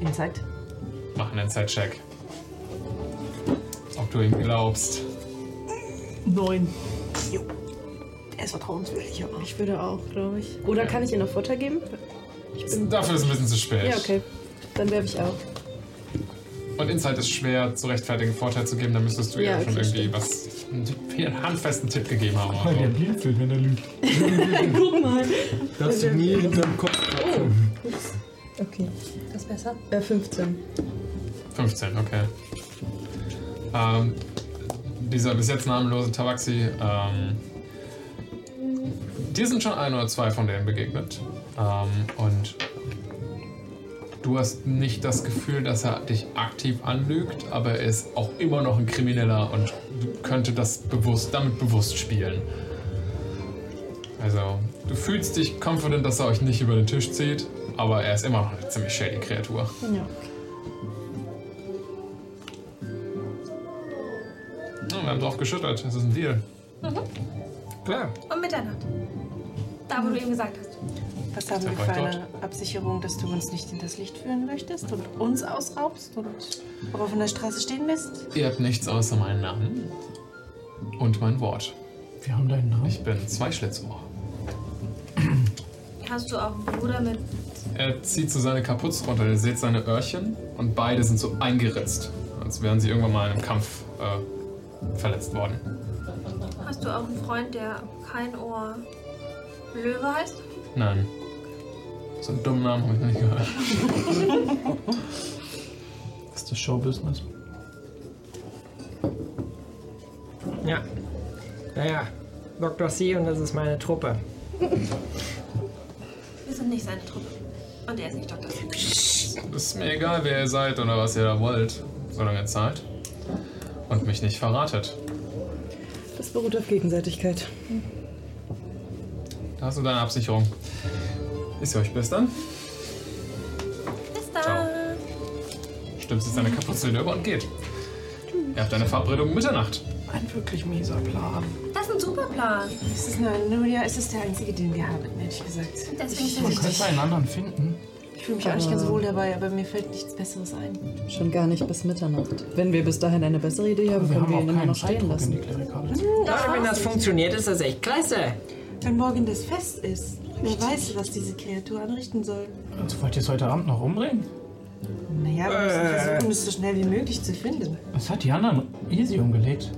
Speaker 5: Insight.
Speaker 2: Mach einen Zeitcheck. Ob du ihm glaubst.
Speaker 4: Neun.
Speaker 5: Er ist vertrauenswürdig, aber.
Speaker 4: Ich würde auch, glaube ich. Oder kann ich ihr noch Vorteil geben? Ich bin-
Speaker 2: Dafür ist es ein bisschen zu spät.
Speaker 4: Ja, okay. Dann werfe ich auch.
Speaker 2: Und Insight ist schwer zu rechtfertigen, Vorteil zu geben. Da müsstest du ja,
Speaker 4: Ja,
Speaker 2: schon
Speaker 4: okay,
Speaker 2: irgendwie was, einen, Tipp- einen handfesten Tipp gegeben haben. oder so.
Speaker 10: Blinzelt, wenn er lügt.
Speaker 4: Guck mal.
Speaker 6: Darfst du nie hinterm Kopf klopfen.
Speaker 4: Oh, Ups. Okay. Das ist besser? Äh, 15.
Speaker 2: 15, okay. Ähm, dieser bis jetzt namenlose Tabaxi, ähm, dir sind schon ein oder zwei von denen begegnet. Ähm, und du hast nicht das Gefühl, dass er dich aktiv anlügt, aber er ist auch immer noch ein Krimineller und könnte das bewusst, damit bewusst spielen. Also, du fühlst dich confident, dass er euch nicht über den Tisch zieht, aber er ist immer noch eine ziemlich shady Kreatur.
Speaker 4: Ja.
Speaker 2: Ja, wir haben drauf geschüttelt, das ist ein Deal. Klar.
Speaker 7: Um Mhm. Mitternacht. Da, wo du eben gesagt hast.
Speaker 5: Was haben
Speaker 2: Dann
Speaker 5: wir
Speaker 2: war
Speaker 5: für
Speaker 2: ich
Speaker 5: eine Absicherung, dass du uns nicht in das Licht führen möchtest und uns ausraubst und aber von der Straße stehen lässt?
Speaker 2: Ihr habt nichts außer meinen Namen und mein Wort.
Speaker 10: Wir haben deinen Namen.
Speaker 2: Ich bin Zweischlitzohr.
Speaker 7: Hast du auch einen Bruder mit.
Speaker 2: Er zieht so seine Kapuze runter, ihr seht seine Öhrchen und beide sind so eingeritzt, als wären sie irgendwann mal in einem Kampf äh, verletzt worden.
Speaker 7: Hast du auch einen Freund, der kein Ohr Löwe heißt?
Speaker 2: Nein. So einen dummen Namen habe ich noch nicht gehört.
Speaker 10: Das ist das Showbusiness.
Speaker 8: Ja. Naja, Dr. C und das ist meine Truppe.
Speaker 7: Wir sind nicht seine Truppe. Und er ist nicht Dr. Seuss.
Speaker 2: Ist mir egal, wer ihr seid oder was ihr da wollt, solange ihr zahlt und mich nicht verratet.
Speaker 4: Das beruht auf Gegenseitigkeit.
Speaker 2: Da hast du deine Absicherung. Ist ihr euch bis dann?
Speaker 7: Bis dann.
Speaker 2: Stimmt sich seine Kapuze hinüber und geht. Ihr habt eine Verabredung um Mitternacht.
Speaker 5: Ein wirklich mieser Plan.
Speaker 7: Das ist ein super Plan.
Speaker 5: Es ist, eine, nur ja, es ist der einzige, den wir haben, ehrlich gesagt.
Speaker 7: Deswegen
Speaker 5: ich,
Speaker 10: Man
Speaker 5: ich,
Speaker 10: könnte einen anderen finden.
Speaker 5: ich fühle mich auch nicht ganz wohl dabei, aber mir fällt nichts Besseres ein.
Speaker 4: Schon gar nicht bis Mitternacht. Wenn wir bis dahin eine bessere Idee haben, können wir ihn immer noch stehen lassen.
Speaker 7: Hm,
Speaker 8: Aber wenn das funktioniert, ist das echt klasse.
Speaker 5: Wenn morgen das Fest ist, wer weiß, was diese Kreatur anrichten soll.
Speaker 10: Also wollt ihr es heute Abend noch umbringen?
Speaker 5: Naja, wir müssen
Speaker 10: Äh.
Speaker 5: versuchen, es so schnell wie möglich zu finden.
Speaker 10: Was hat die anderen easy umgelegt?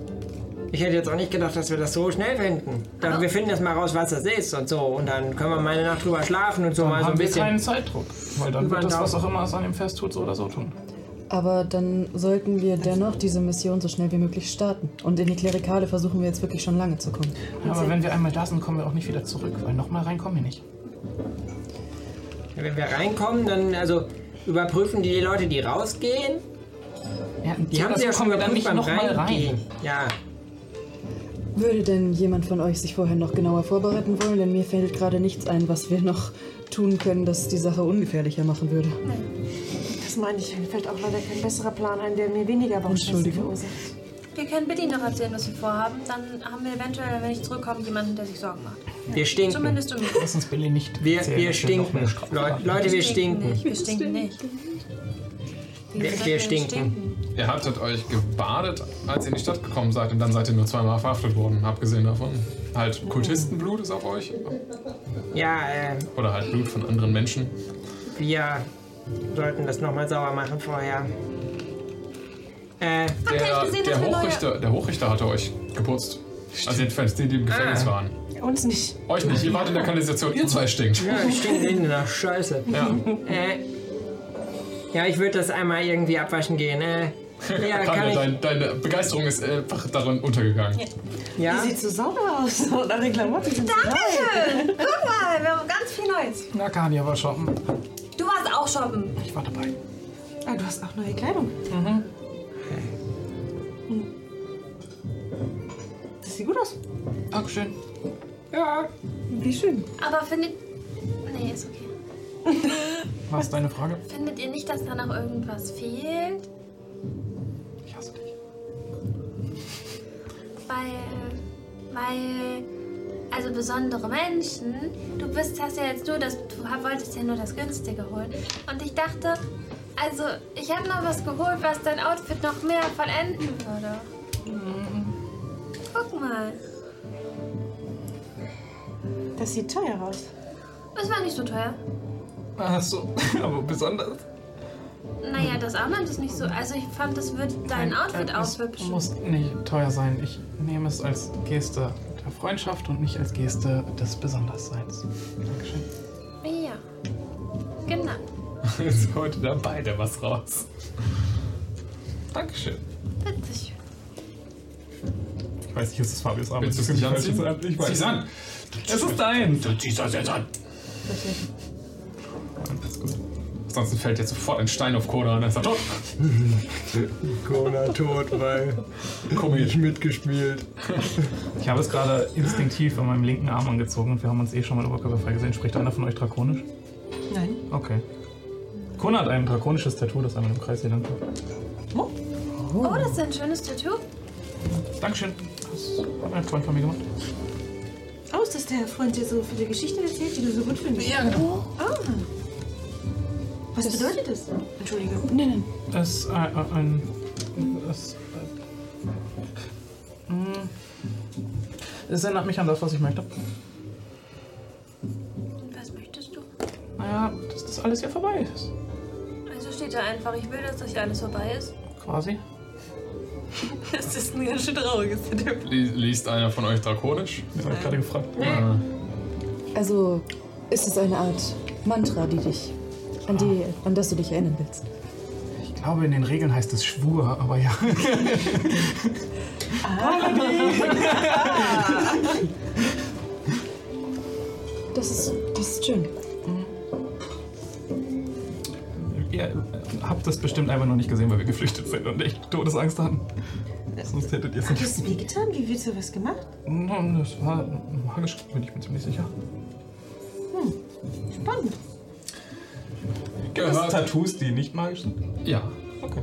Speaker 8: Ich hätte jetzt auch nicht gedacht, dass wir das so schnell finden. Dann, wir finden jetzt mal raus, was das ist und so. Und dann können wir mal eine Nacht drüber schlafen und so mal so ein
Speaker 10: haben wir
Speaker 8: bisschen.
Speaker 10: keinen Zeitdruck. Weil dann
Speaker 8: Über
Speaker 10: wird
Speaker 8: den
Speaker 10: das, was
Speaker 8: Daumen.
Speaker 10: auch immer es an dem Fest tut, so oder so tun.
Speaker 4: Aber dann sollten wir dennoch diese Mission so schnell wie möglich starten. Und in die Klerikale versuchen wir jetzt wirklich schon lange zu kommen.
Speaker 10: Ja, aber wenn wir einmal da sind, kommen wir auch nicht wieder zurück. Weil nochmal rein kommen wir nicht.
Speaker 8: Wenn wir reinkommen, dann also überprüfen die Leute, die rausgehen. Die haben sie ja schon
Speaker 10: wir dann
Speaker 8: geprüft
Speaker 10: nicht
Speaker 8: beim
Speaker 10: nochmal rein.
Speaker 8: Reingehen. Ja.
Speaker 4: Würde denn jemand von euch sich vorher noch genauer vorbereiten wollen? Denn mir fällt gerade nichts ein, was wir noch tun können, das die Sache ungefährlicher machen würde.
Speaker 5: Das meine ich, mir fällt auch leider kein besserer Plan ein, der mir weniger Bauchschmerzen
Speaker 4: Entschuldigung.
Speaker 5: verursacht.
Speaker 7: Wir können Biddy noch erzählen, was wir vorhaben. Dann haben wir eventuell, wenn ich zurückkomme, jemanden, der sich Sorgen macht.
Speaker 8: Wir stinken.
Speaker 7: Zumindest um mich.
Speaker 10: Lass uns Billy nicht
Speaker 8: Wir,
Speaker 10: erzählen,
Speaker 8: wir
Speaker 10: dass noch
Speaker 8: stinken.
Speaker 10: mehr Strafe
Speaker 8: Leu-
Speaker 10: haben.
Speaker 8: Leute, wir stinken.
Speaker 7: Nicht, wir stinken nicht. Wie
Speaker 8: Wir-
Speaker 7: gesagt,
Speaker 8: wir stinken.
Speaker 2: Ihr habtet euch gebadet, als ihr in die Stadt gekommen seid und dann seid ihr nur zweimal verhaftet worden, abgesehen davon. Halt Kultistenblut ist auf euch.
Speaker 8: Ja, äh,
Speaker 2: Oder halt Blut von anderen Menschen.
Speaker 8: wir sollten das nochmal sauber machen vorher. Äh,
Speaker 2: Der,
Speaker 8: gesehen,
Speaker 2: der,
Speaker 8: dass wir neue-
Speaker 2: Hochrichter, der Hochrichter hatte euch geputzt. Also jedenfalls die, die im Gefängnis
Speaker 8: Ah.
Speaker 2: waren.
Speaker 5: Uns nicht.
Speaker 2: Euch nicht, ihr wart in der Kanalisation, ihr zwei stinkt.
Speaker 8: Ja, ich stinke hinten nach Scheiße.
Speaker 2: Ja.
Speaker 8: Äh, ja, ich würde das einmal irgendwie abwaschen gehen. Äh, ja,
Speaker 2: Tanja,
Speaker 8: kann ich.
Speaker 2: dein, deine Begeisterung ist einfach darin untergegangen.
Speaker 8: Ja.
Speaker 5: Die sieht so sauber aus und eure Klamotten sind so
Speaker 7: Dankeschön. Guck mal, wir haben ganz viel Neues.
Speaker 10: Na, Kani, aber shoppen.
Speaker 7: Du warst auch shoppen.
Speaker 10: Ich war dabei.
Speaker 5: Ah, du hast auch neue Kleidung.
Speaker 8: Mhm.
Speaker 5: Das sieht gut aus.
Speaker 3: Dankeschön.
Speaker 7: Ja.
Speaker 5: Wie schön.
Speaker 7: Aber findet. Nee, ist okay.
Speaker 3: Was ist deine Frage?
Speaker 7: Findet ihr nicht, dass da noch irgendwas fehlt?
Speaker 3: Ich hasse dich.
Speaker 7: Weil. Weil. Also besondere Menschen. Du bist, hast ja jetzt nur das. Du wolltest ja nur das Günstige holen. Und ich dachte. Also, ich habe noch was geholt, was dein Outfit noch mehr vollenden würde.
Speaker 5: Mhm.
Speaker 7: Guck mal.
Speaker 5: Das sieht teuer aus.
Speaker 7: Es war nicht so teuer.
Speaker 3: Ach so, aber besonders.
Speaker 7: Naja, das Armband ist nicht so. Also ich fand, das würde dein Outfit
Speaker 3: Es
Speaker 7: aushübschen.
Speaker 3: muss nicht teuer sein. Ich nehme es als Geste der Freundschaft und nicht als Geste des Besondersseins. Dankeschön.
Speaker 7: Ja. Genau.
Speaker 2: Jetzt holt ihr da beide was raus. Dankeschön.
Speaker 7: Bitteschön.
Speaker 10: Ich weiß nicht, ist das Fabius Arm?
Speaker 2: Willst du es
Speaker 10: Ist
Speaker 2: nicht
Speaker 10: das
Speaker 2: anziehen?
Speaker 10: falsches Arm? Ich weiß.
Speaker 2: Zieh's an.
Speaker 10: Es ist dein.
Speaker 2: Du ziehst das jetzt an. Ansonsten fällt jetzt sofort ein Stein auf Koda und dann ist er "Oh." tot.
Speaker 6: Kona tot, weil komisch mitgespielt.
Speaker 3: Ich habe es gerade instinktiv an meinem linken Arm angezogen und wir haben uns eh schon mal oberkörperfrei gesehen. Spricht einer von euch drakonisch?
Speaker 5: Nein.
Speaker 3: Okay. Kona hat ein drakonisches Tattoo, das einmal im Kreis hier lang geht.
Speaker 7: Oh, das ist ein schönes Tattoo.
Speaker 3: Dankeschön. Das hat ein Freund von mir gemacht.
Speaker 5: Oh, ist das der Freund, der so viele Geschichten erzählt, die du so gut findest?
Speaker 3: Ja, genau.
Speaker 5: Ah. Was bedeutet das? Entschuldige. Nein, nein.
Speaker 3: Das ist ein. äh, ein das, äh, mm. es erinnert mich an das, was ich möchte.
Speaker 7: Und was möchtest du?
Speaker 3: Naja, dass das alles hier vorbei ist.
Speaker 7: Also steht da einfach, ich will, dass das hier alles vorbei ist.
Speaker 3: Quasi.
Speaker 7: Das ist ein ganz schön trauriges Tattoo.
Speaker 2: Li- Liest einer von euch drakonisch?
Speaker 3: Ich habe gerade gefragt.
Speaker 2: Ah.
Speaker 4: Also ist es eine Art Mantra, die dich, an, die, an das du dich erinnern willst.
Speaker 3: Ich glaube, in den Regeln heißt es Schwur, aber ja.
Speaker 10: Ah.
Speaker 4: Das ist, das ist schön.
Speaker 3: Ihr äh, habt das bestimmt einfach noch nicht gesehen, weil wir geflüchtet sind und echt Todesangst hatten. Sonst hättet ihr es
Speaker 5: Hat das
Speaker 3: nicht.
Speaker 5: wehgetan? Wie wird sowas gemacht?
Speaker 3: Nun, Das war magisch, bin ich mir ziemlich sicher.
Speaker 5: Spannend.
Speaker 2: Gehört.
Speaker 10: Tattoos, die nicht magisch sind?
Speaker 2: Ja.
Speaker 10: Okay.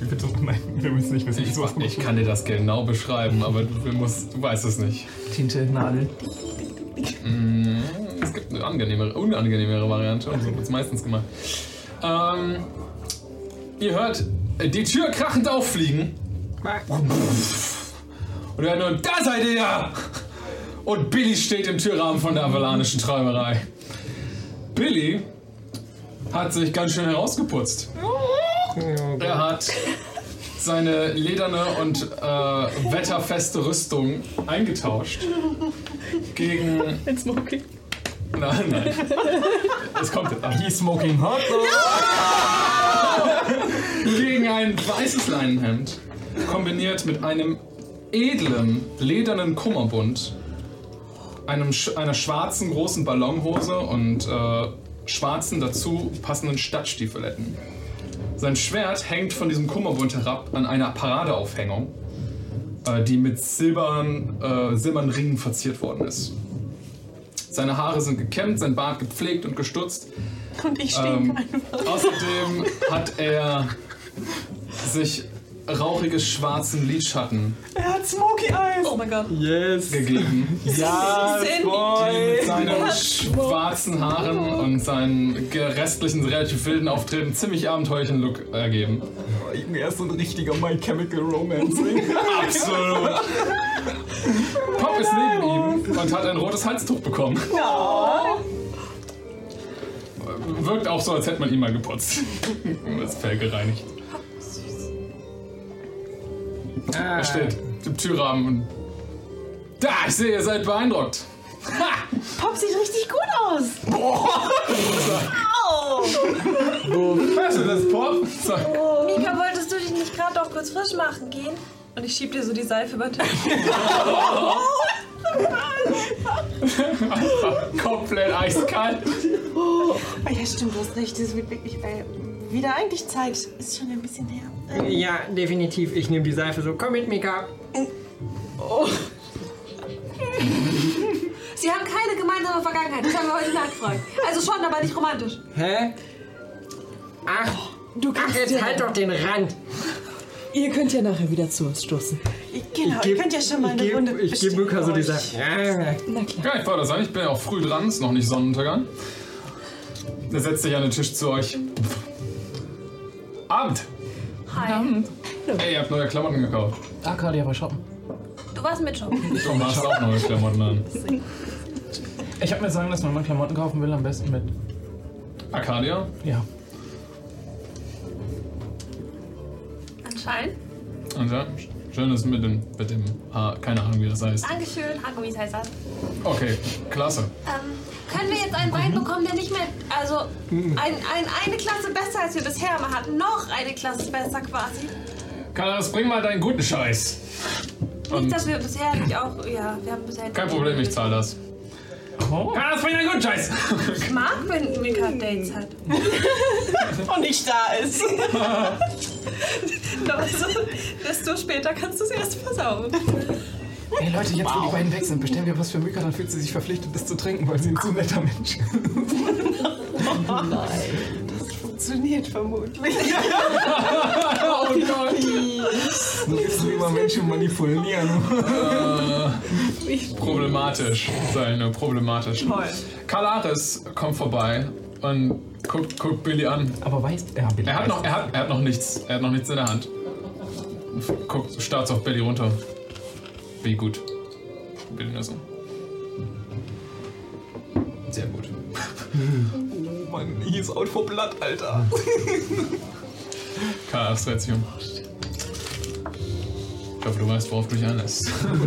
Speaker 3: Wie bitte? Nein, wir müssen nicht wissen, wie sowas
Speaker 2: Ich kann dir das genau beschreiben, aber du, du musst, du weißt es nicht.
Speaker 3: Tinte, Nadel.
Speaker 2: Mm, Es gibt eine angenehmere, unangenehmere Variante und so wird es meistens gemacht. Ähm, ihr hört äh, die Tür krachend auffliegen. Und ihr hört nur, da seid ihr ja! Und Billy steht im Türrahmen von der avalanischen Träumerei. Billy hat sich ganz schön herausgeputzt. Er hat seine lederne und äh, wetterfeste Rüstung eingetauscht gegen.
Speaker 12: Ein Smoking.
Speaker 2: Nein, nein. Es kommt jetzt. an.
Speaker 3: He's smoking hot.
Speaker 2: Gegen ein weißes Leinenhemd, kombiniert mit einem edlen, ledernen Kummerbund, einem, sch- einer schwarzen großen Ballonhose und äh, schwarzen dazu passenden Stadtstiefeletten. Sein Schwert hängt von diesem Kummerbund herab an einer Paradeaufhängung, äh, die mit silbern, äh, silbernen Ringen verziert worden ist. Seine Haare sind gekämmt, sein Bart gepflegt und gestutzt.
Speaker 5: Und ich stehe
Speaker 2: Ähm,
Speaker 5: einfach.
Speaker 2: Außerdem hat er sich rauchige schwarzen Lidschatten
Speaker 5: Er hat Smoky Eyes. Oh mein Gott.
Speaker 2: yes. gegeben.
Speaker 5: Ja, Sind- boy.
Speaker 2: Die mit seinen
Speaker 5: Ja.
Speaker 2: schwarzen Haaren und seinen ge- restlichen, relativ wilden Auftreten ziemlich abenteuerlichen Look ergeben.
Speaker 10: Er ist so ein richtiger My Chemical Romance.
Speaker 2: Absolut. Pop ist neben ihm und hat ein rotes Halstuch bekommen. Wirkt auch so, als hätte man ihn mal geputzt. Das Fell gereinigt. Er steht im Türrahmen und. Da, ich sehe, ihr seid beeindruckt.
Speaker 5: Pop sieht richtig gut aus.
Speaker 2: Boah!
Speaker 7: Au!
Speaker 2: Weißt du, das Pop? Sag,
Speaker 7: Mika, wolltest du dich nicht gerade auch kurz frisch machen gehen? Und ich schieb dir so die Seife über den Tisch.
Speaker 2: Komplett eiskalt.
Speaker 5: Oh, ja, stimmt, du hast recht. Das wird wirklich. Äh, wieder eigentlich Zeit. Ist schon ein bisschen her.
Speaker 8: Ja, definitiv. Ich nehme die Seife so. Komm mit, Mika.
Speaker 5: Oh.
Speaker 7: Sie haben keine gemeinsame Vergangenheit. Das haben wir heute nachgefragt. Also schon, aber nicht romantisch.
Speaker 8: Hä? Ach, du Ach, jetzt halt doch den Rand.
Speaker 12: Ihr könnt ja nachher wieder zu uns stoßen.
Speaker 5: Genau, ihr könnt ja schon mal eine
Speaker 8: ich geb-
Speaker 5: Runde
Speaker 8: Ich gebe Mika so die
Speaker 5: bestellen
Speaker 8: Seife. Ja.
Speaker 12: Na klar.
Speaker 2: Ja, ich wollte das sagen, ich bin ja auch früh dran, ist noch nicht Sonnenuntergang. Er setzt sich an den Tisch zu euch. Abend!
Speaker 7: Hi.
Speaker 2: Ey, ihr habt neue Klamotten gekauft.
Speaker 3: Ah, Carly, aber shoppen.
Speaker 7: Du warst mit schon.
Speaker 2: Du machst auch neue Klamotten an.
Speaker 3: Ich habe mir sagen lassen, wenn man Klamotten kaufen will, am besten mit.
Speaker 2: Arcadia?
Speaker 3: Ja.
Speaker 7: Anscheinend.
Speaker 2: Und ja, schön ist mit dem, mit dem ah, keine Ahnung wie das heißt.
Speaker 7: Dankeschön, Haargummis heißt das.
Speaker 2: Okay, klasse.
Speaker 7: Ähm, können wir jetzt einen Wein
Speaker 2: Mhm.
Speaker 7: bekommen, der nicht mehr, also ein, ein, eine Klasse besser als wir bisher immer hatten, noch eine Klasse besser quasi.
Speaker 2: Carlos, bring mal deinen guten Scheiß. Und
Speaker 7: Nicht, dass wir bisher nicht auch, ja, wir haben bisher
Speaker 2: kein Problem, ich zahle das. Carlos, bring deinen guten Scheiß!
Speaker 7: Ich mag, wenn Mika Dates hat.
Speaker 5: Und nicht da ist.
Speaker 7: Doch so, desto später kannst du es erst versauen.
Speaker 3: Hey Leute, jetzt wo die beiden weg sind, bestellen wir was für Mika, dann fühlt sie sich verpflichtet, das zu trinken, weil sie ein zu netter Mensch ist.
Speaker 5: Funktioniert vermutlich.
Speaker 3: oh Du bist lieber Menschen manipulieren.
Speaker 2: Äh, Problematisch. Sei nur problematisch.
Speaker 5: Toll.
Speaker 2: Kalaris kommt vorbei und guckt, guckt Billy an.
Speaker 3: Aber weiß er, Billy
Speaker 2: Er hat,
Speaker 3: weiß
Speaker 2: noch,
Speaker 3: es.
Speaker 2: er, hat, er hat noch nichts. Er hat noch nichts in der Hand. Guckt, starrt auf Billy runter. Wie gut. Billy nur so. Sehr gut.
Speaker 3: Oh Mann, he's out for blood, Alter.
Speaker 2: Kalaris dreht sich um. Ich glaube, du weißt, worauf du dich einlässt.
Speaker 3: nein,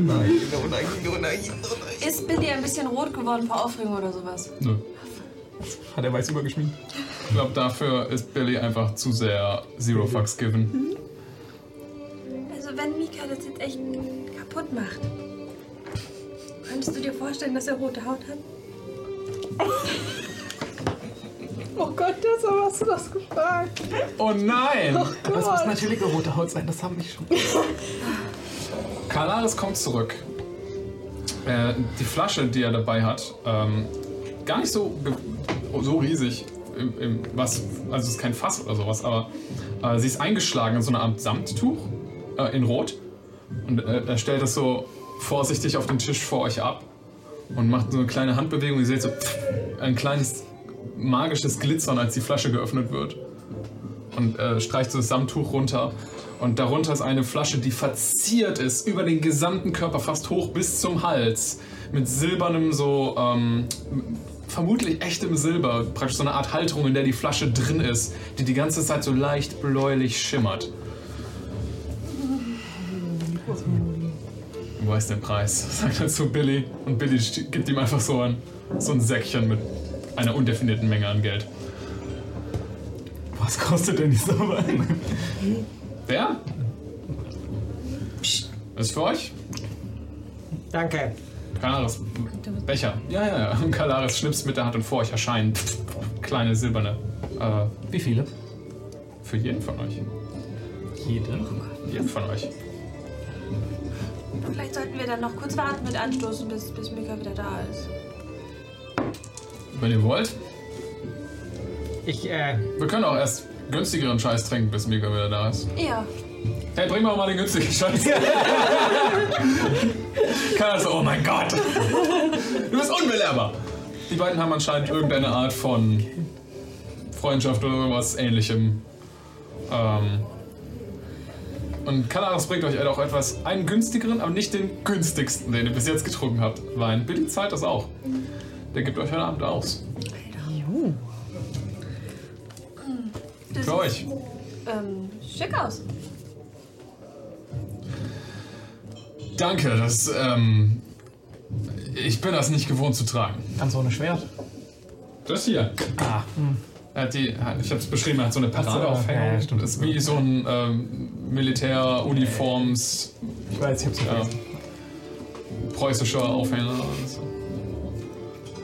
Speaker 3: oh nein, oh nein.
Speaker 7: Ist Billy ein bisschen rot geworden vor Aufregung oder sowas?
Speaker 2: Nö.
Speaker 3: Hat er weiß übergeschminkt?
Speaker 2: Ich glaube, dafür ist Billy einfach zu sehr Zero Fucks given.
Speaker 7: Also wenn Mika das jetzt echt kaputt macht, könntest du dir vorstellen, dass er rote Haut hat?
Speaker 5: Oh Gott, deshalb hast du das gefragt.
Speaker 2: Oh nein!
Speaker 3: Aber es muss natürlich eine rote Haut sein, das haben ich schon.
Speaker 2: Kalaris kommt zurück. Äh, die Flasche, die er dabei hat, ähm, gar nicht so, ge- so riesig. Im, im, was, also es ist kein Fass oder sowas, aber äh, sie ist eingeschlagen in so eine Art Samttuch äh, in Rot. Und äh, er stellt das so vorsichtig auf den Tisch vor euch ab und macht so eine kleine Handbewegung. Ihr seht so pff, ein kleines magisches Glitzern, als die Flasche geöffnet wird. Und äh, streicht so das Samttuch runter. Und darunter ist eine Flasche, die verziert ist, über den gesamten Körper, fast hoch bis zum Hals. Mit silbernem, so ähm, vermutlich echtem Silber. Praktisch so eine Art Halterung, in der die Flasche drin ist, die die ganze Zeit so leicht bläulich schimmert. Du weißt den Preis, sagt er zu Billy. Und Billy st- gibt ihm einfach so ein, so ein Säckchen mit einer undefinierten Menge an Geld.
Speaker 3: Was kostet denn dieser Wein?
Speaker 2: Der? Ist für euch?
Speaker 8: Danke.
Speaker 2: Kalaris Becher. Ja, ja, ja. Und Kalaris schnippst mit der Hand und vor euch erscheinen kleine silberne. Äh, Wie viele? Für jeden von euch.
Speaker 3: Jeden?
Speaker 2: Jeden von euch.
Speaker 7: Vielleicht sollten wir dann noch kurz warten mit Anstoßen, bis, bis Mika wieder da ist.
Speaker 2: Wenn ihr wollt.
Speaker 8: Ich, äh.
Speaker 2: Wir können auch erst günstigeren Scheiß trinken, bis Mika wieder da ist.
Speaker 7: Ja.
Speaker 2: Hey, bring mir auch mal den günstigen Scheiß. Kalaris, oh mein Gott. Du bist unbelehrbar. Die beiden haben anscheinend irgendeine Art von Freundschaft oder irgendwas ähnlichem. Ähm und Kalaris bringt euch auch etwas, einen günstigeren, aber nicht den günstigsten, den ihr bis jetzt getrunken habt. Wein. Billy zahlt das auch. Der gibt euch heute Abend aus.
Speaker 7: Hm. Das
Speaker 2: Für euch.
Speaker 7: Ähm, schick aus.
Speaker 2: Danke, das, ähm, ich bin das nicht gewohnt zu tragen.
Speaker 3: Ganz ohne Schwert. hm.
Speaker 2: Das hier. Ah. Er hat die, hat- ich habe es beschrieben, er hat so eine
Speaker 3: Ach so,
Speaker 2: Paradeaufhängung.
Speaker 3: ja, stimmt.
Speaker 2: das ist wie so ein ähm, Militäruniforms.
Speaker 3: Ich weiß, ich hab's
Speaker 2: ja, Preußischer Aufhänger. und so.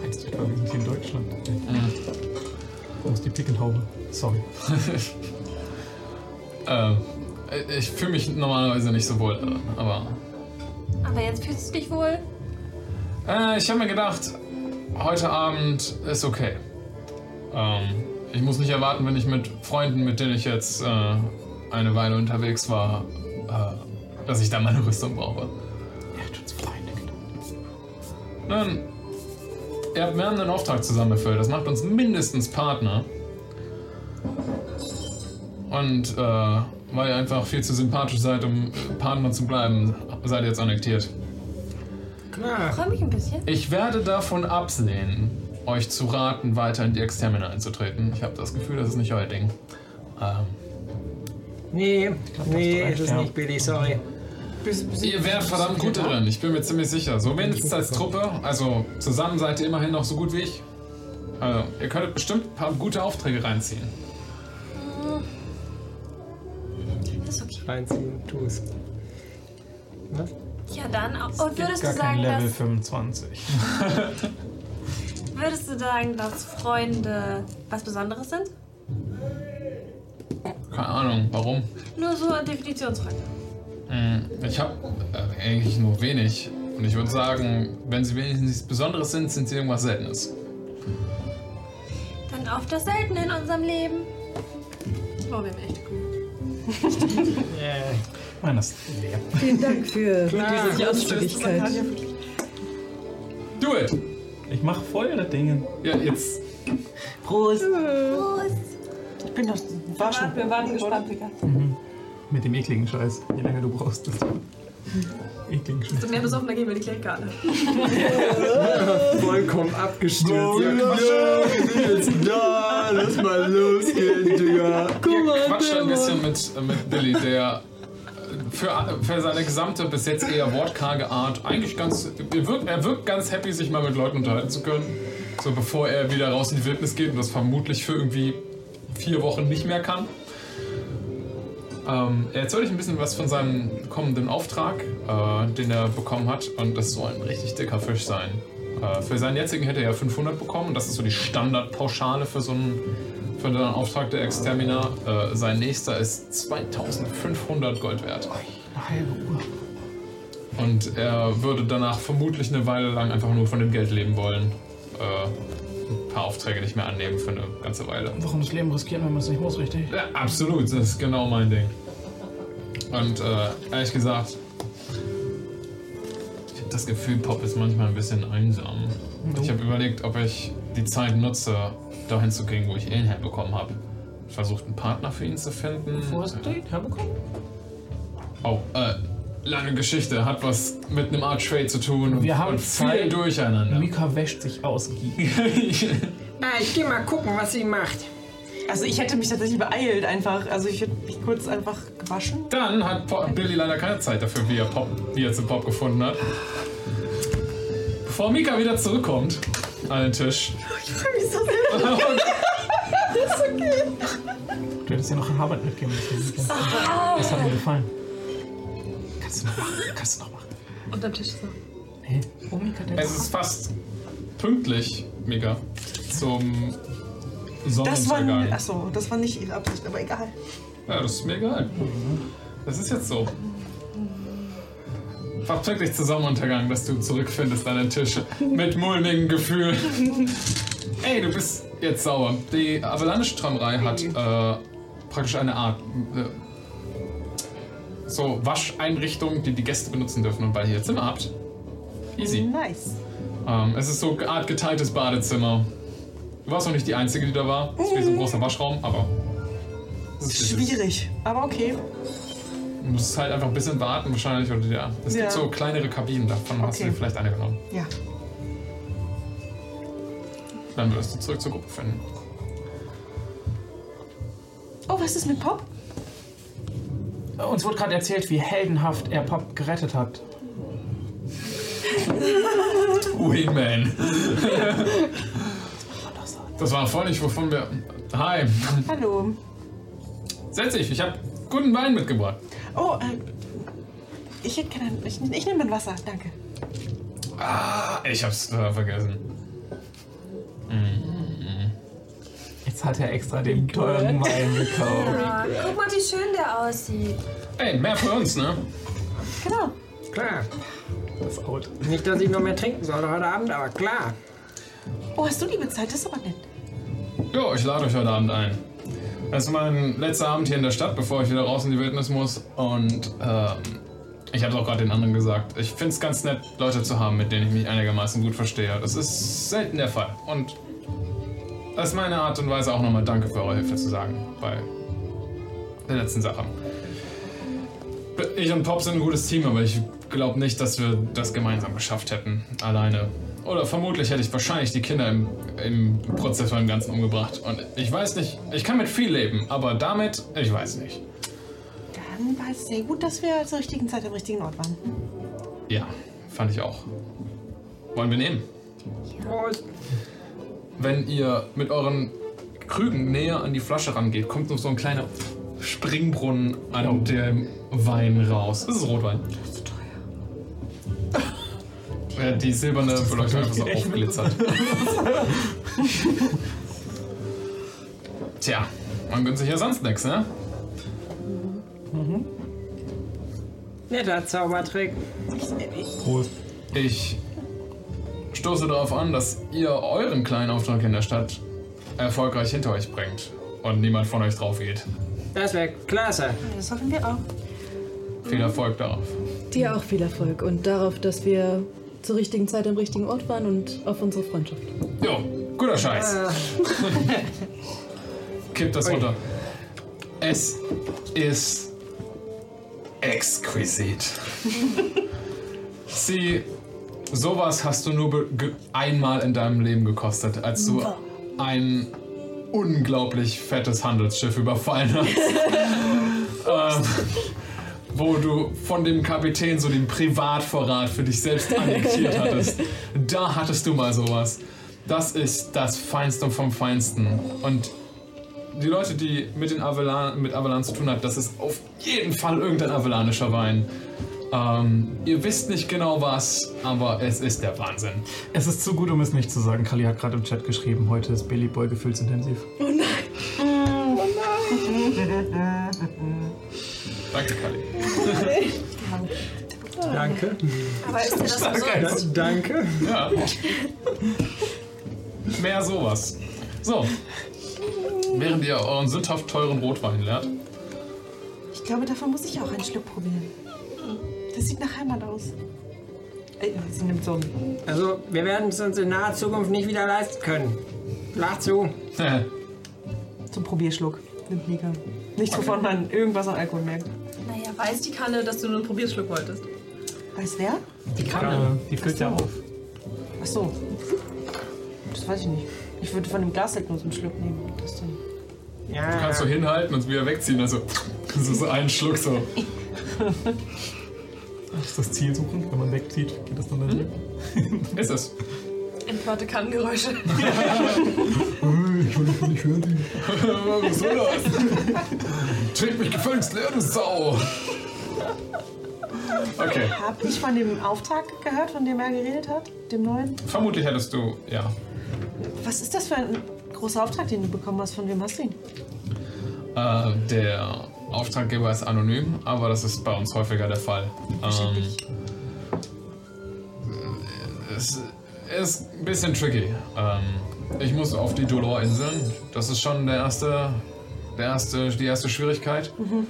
Speaker 3: Heißt, wir sind hier in Deutschland.
Speaker 7: Ah.
Speaker 10: Wo ist die Pickelhaube? Sorry.
Speaker 2: Ähm, ich fühle mich normalerweise nicht so wohl, darin, aber.
Speaker 7: Aber jetzt fühlst du dich wohl.
Speaker 2: Äh, ich habe mir gedacht, heute Abend ist okay. Ähm, ich muss nicht erwarten, wenn ich mit Freunden, mit denen ich jetzt äh, eine Weile unterwegs war, äh, dass ich da meine Rüstung brauche.
Speaker 10: Er hat uns Freunde genommen.
Speaker 2: Nun, ihr habt, wir haben einen Auftrag zusammen erfüllt. Das macht uns mindestens Partner. Und äh, weil ihr einfach viel zu sympathisch seid, um äh, Partner zu bleiben, seid ihr jetzt annektiert.
Speaker 7: Ich freue mich ein bisschen.
Speaker 2: Ich werde davon absehen, euch zu raten, weiter in die Extermine einzutreten. Ich habe das Gefühl, das ist nicht euer Ding. Ähm,
Speaker 8: Nee, nee, es ist nicht billig, sorry.
Speaker 2: ihr wärt verdammt gut darin, ich bin mir ziemlich sicher. So mindestens als Truppe, also zusammen seid ihr immerhin noch so gut wie ich. Also, ihr könntet bestimmt ein paar gute Aufträge reinziehen.
Speaker 7: Hm. Ist okay.
Speaker 10: Reinziehen, tu es. Was?
Speaker 7: Ja, dann. auch- Und
Speaker 10: Gibt
Speaker 7: würdest du
Speaker 10: gar
Speaker 7: sagen,
Speaker 10: kein Level
Speaker 7: dass,
Speaker 10: 25.
Speaker 7: würdest du sagen, dass Freunde was Besonderes sind?
Speaker 2: Keine Ahnung, warum.
Speaker 7: Nur so eine Definitionsfrage.
Speaker 2: Hm, Ich habe äh, eigentlich nur wenig. Und ich würde sagen, wenn sie wenigstens nichts Besonderes sind, sind sie irgendwas Seltenes.
Speaker 7: Dann auf das Seltene in unserem Leben. Oh, wir haben echt
Speaker 10: Nein, das leer.
Speaker 4: Vielen Dank für
Speaker 10: Klar,
Speaker 4: diese
Speaker 10: das ist-
Speaker 4: Ausführlichkeit.
Speaker 2: Do it!
Speaker 10: Ich mach Feuer, das Ding.
Speaker 2: Ja, jetzt.
Speaker 10: Prost!
Speaker 7: Prost.
Speaker 5: Ich bin doch. War schon.
Speaker 13: Wir warten gespannt, Digga.
Speaker 10: Mhm. Mit dem ekligen Scheiß. Je länger du brauchst, desto ekligen Scheiß.
Speaker 13: Desto mehr besoffen, dann gehen wir in die Kleidkarte.
Speaker 6: Vollkommen abgestürzt. Ja, klar, wir sind jetzt da. Lass mal losgehen, Digga.
Speaker 2: Guck mal, Quatscht ein bisschen mit, äh, mit Billy, der äh, für, für seine gesamte bis jetzt eher wortkarge Art eigentlich ganz. Er wirkt, er wirkt ganz happy, sich mal mit Leuten unterhalten zu können. So bevor er wieder raus in die Wildnis geht und das vermutlich für irgendwie vier Wochen nicht mehr kann. Ähm, er erzählt euch ein bisschen was von seinem kommenden Auftrag, äh, den er bekommen hat. Und das soll ein richtig dicker Fisch sein. Äh, für seinen jetzigen hätte er ja 500 bekommen. Das ist so die Standardpauschale für so einen, für einen Auftrag der Extermina. Äh, sein nächster ist 2500 Gold wert.
Speaker 10: Eine halbe Uhr.
Speaker 2: Und er würde danach vermutlich eine Weile lang einfach nur von dem Geld leben wollen. Äh, ein paar Aufträge nicht mehr annehmen für eine ganze Weile.
Speaker 10: Warum das Leben riskieren, wenn man es nicht muss, richtig?
Speaker 2: Ja, absolut, das ist genau mein Ding. Und äh, ehrlich gesagt, ich habe das Gefühl, Pop ist manchmal ein bisschen einsam. Ich habe überlegt, ob ich die Zeit nutze, dahin zu gehen, wo ich ihn herbekommen habe. Versucht, einen Partner für ihn zu finden.
Speaker 10: Wo hast du den herbekommen?
Speaker 2: Oh, äh, lange Geschichte, hat was mit einem Art Trade zu tun.
Speaker 10: Wir haben
Speaker 2: und viel
Speaker 10: Zeit.
Speaker 2: durcheinander.
Speaker 10: Mika wäscht sich aus.
Speaker 8: Ah, ich geh mal gucken, was sie macht.
Speaker 5: Also ich hätte mich tatsächlich beeilt einfach. Also ich hätte mich kurz einfach gewaschen.
Speaker 2: Dann hat Pop, Billy leider keine Zeit dafür, wie er, Pop, wie er zu Pop gefunden hat. Bevor Mika wieder zurückkommt an den Tisch.
Speaker 13: Ich freue mich so sehr. das ist okay.
Speaker 10: Du hättest ja noch in Harvard mitgehen müssen.
Speaker 13: Ah.
Speaker 10: Das hat mir gefallen. Kannst du noch machen? Kannst du noch machen?
Speaker 13: Unterm Tisch so.
Speaker 10: Hey, oh Mika, der
Speaker 2: Es ist fast pünktlich, Mika, zum
Speaker 5: Das war.
Speaker 2: Sonnenuntergang.
Speaker 5: Achso, das war nicht ihre Absicht, aber egal.
Speaker 2: Ja, das ist mir egal. Das ist jetzt so. Fast pünktlich zum Sonnenuntergang, dass du zurückfindest an den Tisch mit mulmigen Gefühlen. Ey, du bist jetzt sauer. Die Avalanche-Tramrei hat äh, praktisch eine Art äh, so Wascheinrichtung, die die Gäste benutzen dürfen. Und weil ihr Zimmer habt, easy.
Speaker 5: Nice.
Speaker 2: Ähm, es ist so eine Art geteiltes Badezimmer. Du warst noch nicht die Einzige, die da war. Es ist wie so ein großer Waschraum, aber es ist süß.
Speaker 5: Mhm. Schwierig, aber okay.
Speaker 2: Du musst halt einfach ein bisschen warten wahrscheinlich. Oder ja. Es
Speaker 5: Ja.
Speaker 2: gibt so kleinere Kabinen, davon hast du
Speaker 5: Okay.
Speaker 2: dir vielleicht eine genommen.
Speaker 5: Ja.
Speaker 2: Dann wirst du zurück zur Gruppe finden.
Speaker 5: Oh, was ist mit Pop?
Speaker 10: Oh, Uns wurde gerade erzählt, wie heldenhaft er Pop gerettet hat.
Speaker 2: Wingman. das war voll nicht, wovon wir... Hi.
Speaker 5: Hallo.
Speaker 2: Setz dich, ich habe guten Wein mitgebracht.
Speaker 5: Oh, äh, ich hätte keine. Ich, ich nehme mein Wasser, danke.
Speaker 2: Ah, ich hab's äh, vergessen. Mm.
Speaker 3: Rechts hat er extra den teuren Wein gekauft.
Speaker 7: Ja, guck mal, wie schön der aussieht.
Speaker 2: Ey, mehr für uns, ne?
Speaker 7: Genau.
Speaker 8: Klar.
Speaker 3: Das out.
Speaker 8: Nicht, dass ich noch mehr trinken soll heute Abend, aber klar.
Speaker 5: Oh, hast du die bezahlt? Das ist aber nett.
Speaker 2: Jo, ich lade euch heute Abend ein. Das ist mein letzter Abend hier in der Stadt, bevor ich wieder raus in die Wildnis muss. Und ähm, ich habe es auch gerade den anderen gesagt. Ich finde es ganz nett, Leute zu haben, mit denen ich mich einigermaßen gut verstehe. Das ist selten der Fall. Und das ist meine Art und Weise auch nochmal Danke für eure Hilfe zu sagen bei der letzten Sache. Ich und Pop sind ein gutes Team, aber ich glaube nicht, dass wir das gemeinsam geschafft hätten. Alleine. Oder vermutlich hätte ich wahrscheinlich die Kinder im, im Prozess von dem Ganzen umgebracht. Und ich weiß nicht, ich kann mit viel leben, aber damit, ich weiß nicht.
Speaker 5: Dann war es sehr gut, dass wir zur richtigen Zeit am richtigen Ort waren.
Speaker 2: Ja, fand ich auch. Wollen wir nehmen? Wenn ihr mit euren Krügen näher an die Flasche rangeht, kommt noch so ein kleiner Springbrunnen an dem Wein raus. Oh. Das ist Rotwein. Ja, die silberne Beleuchtung einfach so aufglitzert. Tja, man gönnt sich ja sonst nichts, ne?
Speaker 8: Mhm. Netter Zaubertrick.
Speaker 2: Prost. Ich stoße darauf an, dass ihr euren kleinen Auftrag in der Stadt erfolgreich hinter euch bringt und niemand von euch drauf geht.
Speaker 8: Das wäre klasse.
Speaker 5: Das hoffen wir auch.
Speaker 2: Viel Erfolg darauf.
Speaker 4: Dir auch viel Erfolg und darauf, dass wir zur richtigen Zeit am richtigen Ort waren und auf unsere Freundschaft.
Speaker 2: Jo, guter Scheiß.
Speaker 8: Ah.
Speaker 2: Kippt das runter. Es ist exquisit. Sie, sowas hast du nur be- ge- einmal in deinem Leben gekostet, als du ein unglaublich fettes Handelsschiff überfallen hast. ähm, wo du von dem Kapitän so den Privatvorrat für dich selbst annektiert hattest. Da hattest du mal sowas. Das ist das Feinste vom Feinsten. Und die Leute, die mit den Avelan, mit Avalan zu tun hat, das ist auf jeden Fall irgendein avalanischer Wein. Ähm, ihr wisst nicht genau was, aber es ist der Wahnsinn.
Speaker 3: Es ist zu gut, um es nicht zu sagen. Kali hat gerade im Chat geschrieben, heute ist Billy Boy gefühlsintensiv.
Speaker 13: Oh nein. Oh nein.
Speaker 2: Danke, Kali.
Speaker 3: Danke.
Speaker 7: Aber ist dir das so?
Speaker 3: Danke.
Speaker 2: Ja. Mehr sowas. So. Während ihr euren sündhaft teuren Rotwein leert.
Speaker 5: Ich glaube, davon muss ich auch einen Schluck probieren. Das sieht nach Heimat aus. Äh, Sie nimmt so einen.
Speaker 8: Also, wir werden es uns in naher Zukunft nicht wieder leisten können. Lach zu.
Speaker 5: Zum Probierschluck. Nimmt Mika. Nichts, wovon man irgendwas an Alkohol merkt.
Speaker 7: Naja, weiß die Kanne, dass du nur einen Probierschluck wolltest.
Speaker 5: Weiß wer?
Speaker 3: Die Kanne, die füllt ja auf.
Speaker 5: Ach so. Das weiß ich nicht. Ich würde von dem Glas halt nur so einen Schluck nehmen. Das dann.
Speaker 2: Du kannst so hinhalten und es wieder wegziehen. Also, das ist so ein Schluck so.
Speaker 3: Ist das Ziel suchen? Wenn man wegzieht, geht das dann daneben?
Speaker 10: Hm?
Speaker 2: Ist es.
Speaker 7: Entwarte Kannengeräusche.
Speaker 3: ich will nicht hören.
Speaker 2: Was soll das? Trink mich gefälligst leer, du Sau! Okay.
Speaker 5: Hab ich von dem Auftrag gehört, von dem er geredet hat? Dem neuen?
Speaker 2: Vermutlich hättest du, ja.
Speaker 5: Was ist das für ein großer Auftrag, den du bekommen hast? Von wem hast du ihn?
Speaker 2: Äh, der Auftraggeber ist anonym, aber das ist bei uns häufiger der Fall. Ähm, es ist ein bisschen tricky. Ähm, ich muss auf die Dolor-Inseln. Das ist schon der erste, der erste, die erste Schwierigkeit.
Speaker 13: Mhm.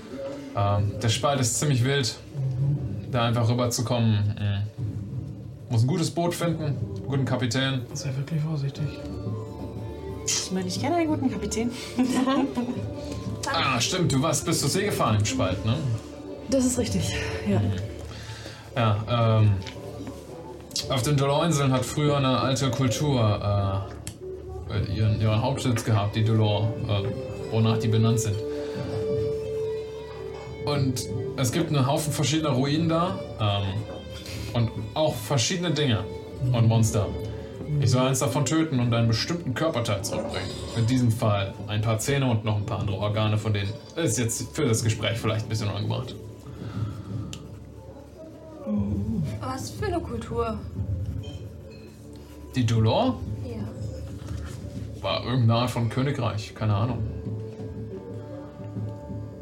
Speaker 2: Ähm, der Spalt ist ziemlich wild. Da einfach rüberzukommen. äh, Muss ein gutes Boot finden, einen guten Kapitän.
Speaker 3: Sei wirklich vorsichtig.
Speaker 5: Ich meine, ich kenne einen guten Kapitän.
Speaker 2: Ah, stimmt, du warst bis zur See gefahren im Spalt, ne?
Speaker 4: Das ist richtig, ja.
Speaker 2: Ja, ähm. Auf den Dolor-Inseln hat früher eine alte Kultur äh, ihren, ihren Hauptsitz gehabt, die Dolor, äh, wonach die benannt sind. Und es gibt einen Haufen verschiedener Ruinen da ähm, und auch verschiedene Dinge und Monster. Ich soll eins davon töten und einen bestimmten Körperteil zurückbringen. In diesem Fall ein paar Zähne und noch ein paar andere Organe, von denen ist jetzt für das Gespräch vielleicht ein bisschen unangebracht.
Speaker 7: Oh, Was für eine Kultur.
Speaker 2: Die Dolor
Speaker 7: Ja.
Speaker 2: war irgendeine Art von Königreich, keine Ahnung.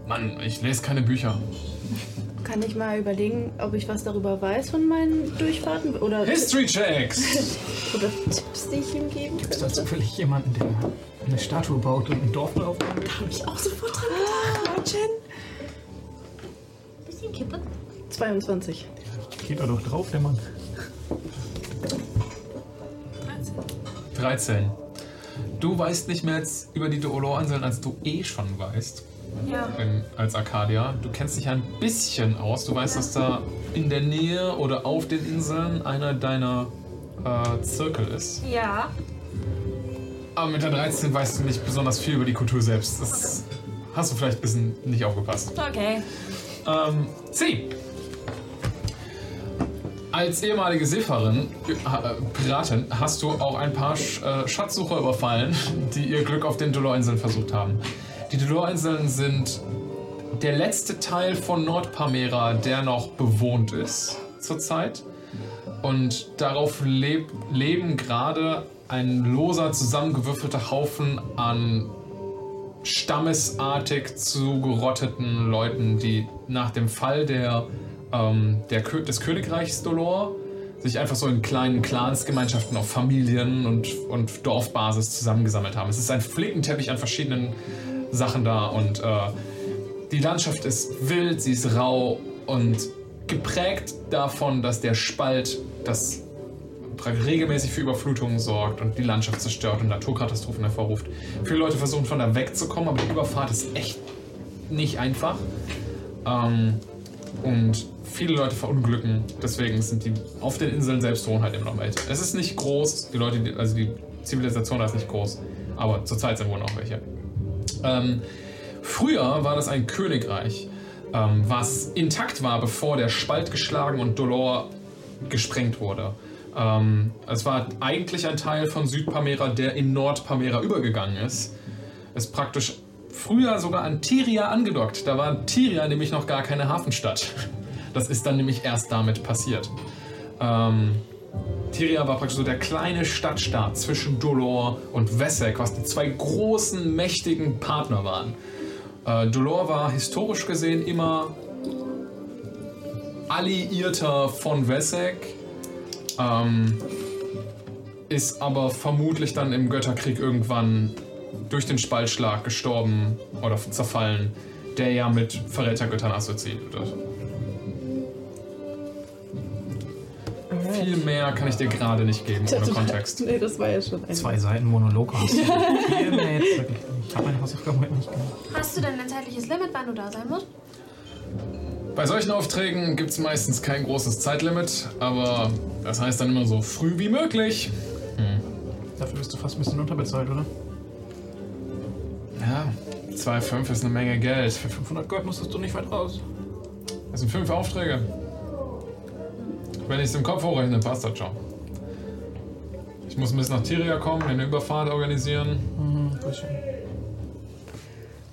Speaker 2: Mann, ich lese keine Bücher.
Speaker 4: Kann ich mal überlegen, ob ich was darüber weiß von meinen Durchfahrten? Oder
Speaker 2: History Checks!
Speaker 4: Oder Tipps, die ich ihm geben
Speaker 10: Gibt es
Speaker 4: könnte?
Speaker 10: da zufällig jemanden, der eine Statue baut und ein Dorf drauf?
Speaker 4: Da habe ich auch sofort dran gedacht, Mädchen.
Speaker 7: Bisschen kippen.
Speaker 4: 22.
Speaker 10: Geht da doch drauf, der Mann.
Speaker 2: 13. Du weißt nicht mehr als über die Dolor-Inseln, als du eh schon weißt.
Speaker 7: Ja.
Speaker 2: In, als Arcadia. Du kennst dich ein bisschen aus. Du weißt, dass da in der Nähe oder auf den Inseln einer deiner äh, Zirkel ist.
Speaker 7: Ja.
Speaker 2: Aber mit der 13 weißt du nicht besonders viel über die Kultur selbst. Das hast du vielleicht ein bisschen nicht aufgepasst.
Speaker 7: Okay.
Speaker 2: Ähm, C. Als ehemalige Seefahrern, äh, äh, Piratin, hast du auch ein paar Sch äh, Schatzsucher überfallen, die ihr Glück auf den Dolor-Inseln versucht haben. Die Dolor-Inseln sind der letzte Teil von Nordpamera, der noch bewohnt ist zurzeit. Und darauf leb leben gerade ein loser zusammengewürfelter Haufen an stammesartig zugerotteten Leuten, die nach dem Fall der, ähm, der, Kö- des Königreichs Dolor sich einfach so in kleinen Clansgemeinschaften auf Familien und, und Dorfbasis zusammengesammelt haben. Es ist ein Flickenteppich an verschiedenen Sachen da und äh, die Landschaft ist wild, sie ist rau und geprägt davon, dass der Spalt das pra- regelmäßig für Überflutungen sorgt und die Landschaft zerstört und Naturkatastrophen hervorruft. Viele Leute versuchen von da wegzukommen, aber die Überfahrt ist echt nicht einfach. Ähm, und viele Leute verunglücken. Deswegen sind die auf den Inseln selbst wohnen halt immer noch welche. Es ist nicht groß, die Leute, die- also die Zivilisation da ist nicht groß. Aber zurzeit sind wohl noch welche. Ähm, früher war das ein Königreich, ähm, was intakt war, bevor der Spalt geschlagen und Dolor gesprengt wurde. Ähm, es war eigentlich ein Teil von Südpamera, der in Nordpamera übergegangen ist. Es praktisch früher sogar an Tiria angedockt. Da war Tiria nämlich noch gar keine Hafenstadt. Das ist dann nämlich erst damit passiert. Ähm, Tiria war praktisch so der kleine Stadtstaat zwischen Dolor und Wessek, was die zwei großen, mächtigen Partner waren. Äh, Dolor war historisch gesehen immer Alliierter von Wessek, ähm, ist aber vermutlich dann im Götterkrieg irgendwann durch den Spaltschlag gestorben oder zerfallen, der ja mit Verrätergöttern assoziiert wird. Viel mehr kann ich dir gerade nicht geben, ohne Kontext.
Speaker 4: Nee, das war ja schon ein.
Speaker 10: Zwei Seiten Monolog aus.
Speaker 4: Ja.
Speaker 10: Viel mehr jetzt wirklich nicht. Ich habe meine Hausaufgaben heute nicht gemacht.
Speaker 7: Hast du denn ein zeitliches Limit, wann du da sein musst?
Speaker 2: Bei solchen Aufträgen gibt es meistens kein großes Zeitlimit, aber das heißt dann immer so früh wie möglich. Hm.
Speaker 10: Dafür bist du fast ein bisschen unterbezahlt, oder?
Speaker 2: Ja, 2,5 ist eine Menge Geld. Für
Speaker 10: 500 Gold musstest du nicht weit raus.
Speaker 2: Das sind fünf Aufträge. Wenn ich es im Kopf hochrechne, passt das schon. Ich muss bis nach Tiria kommen, eine Überfahrt organisieren.
Speaker 4: Mhm.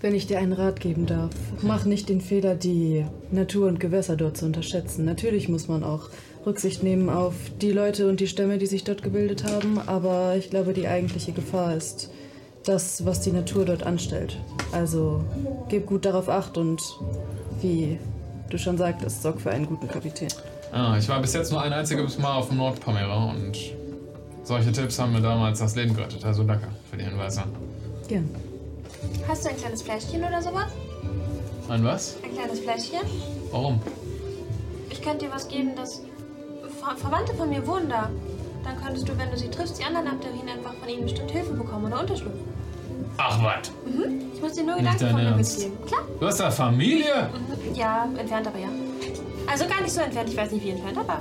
Speaker 4: Wenn ich dir einen Rat geben darf, mach nicht den Fehler, die Natur und Gewässer dort zu unterschätzen. Natürlich muss man auch Rücksicht nehmen auf die Leute und die Stämme, die sich dort gebildet haben, aber ich glaube, die eigentliche Gefahr ist das, was die Natur dort anstellt. Also gib gut darauf acht und wie du schon sagtest, sorg für einen guten Kapitän.
Speaker 2: Ah, ich war bis jetzt nur ein einziges Mal auf dem Nordpamera und solche Tipps haben mir damals das Leben gerettet. Also danke für die Hinweise.
Speaker 4: Gern.
Speaker 7: Hast du ein kleines Fläschchen oder sowas?
Speaker 2: Ein was?
Speaker 7: Ein kleines Fläschchen?
Speaker 2: Warum?
Speaker 7: Ich könnte dir was geben, das. Ver Verwandte von mir wohnen da. Dann könntest du, wenn du sie triffst, die anderen Abderinen einfach von ihnen bestimmt Hilfe bekommen oder Unterschlupf.
Speaker 2: Ach was.
Speaker 7: Mhm. Ich muss dir nur
Speaker 2: Nicht
Speaker 7: Gedanken
Speaker 2: dein
Speaker 7: von mir
Speaker 2: Ernst.
Speaker 7: mitgeben. Klar?
Speaker 2: Du hast da Familie?
Speaker 7: Mhm. Ja, entfernt aber ja. Also gar nicht so entfernt, ich weiß nicht wie entfernt, aber.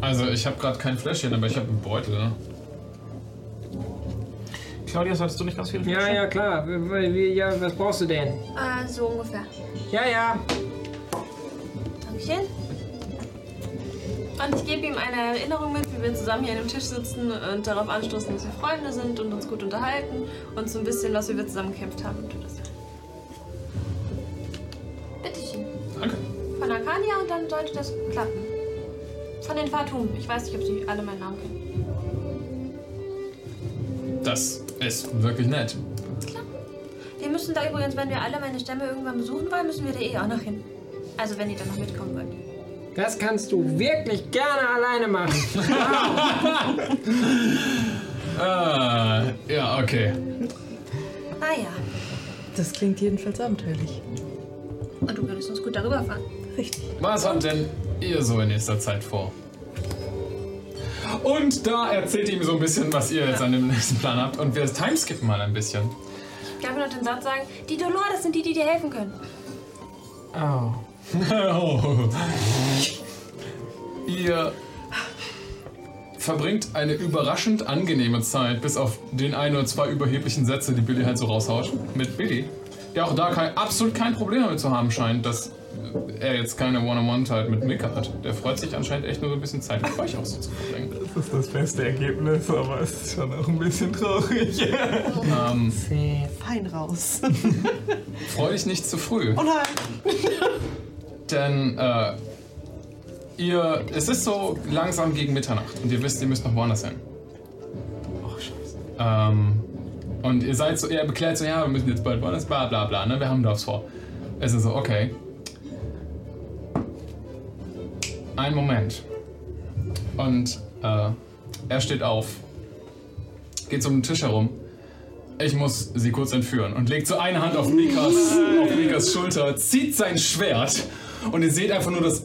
Speaker 2: Also ich habe gerade kein Fläschchen, aber ich habe einen Beutel. ne?
Speaker 10: Claudia, solltest du nicht ganz viel
Speaker 8: Ja, ja, klar. Weil wir- Ja, was brauchst du denn?
Speaker 7: Äh, so ungefähr.
Speaker 8: Ja, ja.
Speaker 7: Dankeschön. Und ich gebe ihm eine Erinnerung mit, wie wir zusammen hier an dem Tisch sitzen und darauf anstoßen, dass wir Freunde sind und uns gut unterhalten und so ein bisschen was, wie wir zusammen gekämpft haben. Und das. Bitteschön.
Speaker 2: Danke.
Speaker 7: Von Arcadia und dann sollte das klappen. Von den Fatum. Ich weiß nicht, ob sie alle meinen Namen kennen.
Speaker 2: Das ist wirklich nett.
Speaker 7: Wir müssen da übrigens, wenn wir alle meine Stämme irgendwann besuchen wollen, müssen wir da eh auch noch hin. Also wenn ihr da noch mitkommen wollt.
Speaker 8: Das kannst du wirklich gerne alleine machen.
Speaker 2: Ah, ja, okay.
Speaker 7: Ah ja.
Speaker 12: Das klingt jedenfalls abenteuerlich.
Speaker 7: Und du würdest uns gut darüber fahren.
Speaker 12: Richtig.
Speaker 2: Was habt denn ihr so in nächster Zeit vor? Und da erzählt ihm so ein bisschen, was ihr jetzt an dem nächsten Plan habt. Und wir timeskippen mal ein bisschen.
Speaker 7: Darf ich noch den Satz sagen? Die Dolores sind die, die dir helfen können.
Speaker 2: Oh. oh. Ihr verbringt eine überraschend angenehme Zeit, bis auf den ein oder zwei überheblichen Sätze, die Billy halt so raushaut, mit Billy. Der auch da kein, absolut kein Problem damit zu haben scheint, dass er jetzt keine One-on-One-Zeit mit Mika hat. Der freut sich anscheinend echt nur so ein bisschen Zeit mit euch auch so zu verbringen.
Speaker 10: Das ist das beste Ergebnis, aber es ist schon auch ein bisschen traurig.
Speaker 2: Ähm,
Speaker 5: Fein raus.
Speaker 2: freu dich nicht zu früh.
Speaker 5: Oh nein.
Speaker 2: Denn äh, ihr, es ist so langsam gegen Mitternacht und ihr wisst, ihr müsst noch woanders hin. Ähm, und ihr seid so, er beklärt so, ja, wir müssen jetzt bald woanders, bla bla bla, ne, wir haben da was vor. Es ist so, okay. Ein Moment. Und äh, er steht auf, geht um den Tisch herum. Ich muss sie kurz entführen und legt so eine Hand auf Mikas, auf Mikas Schulter, zieht sein Schwert und ihr seht einfach nur das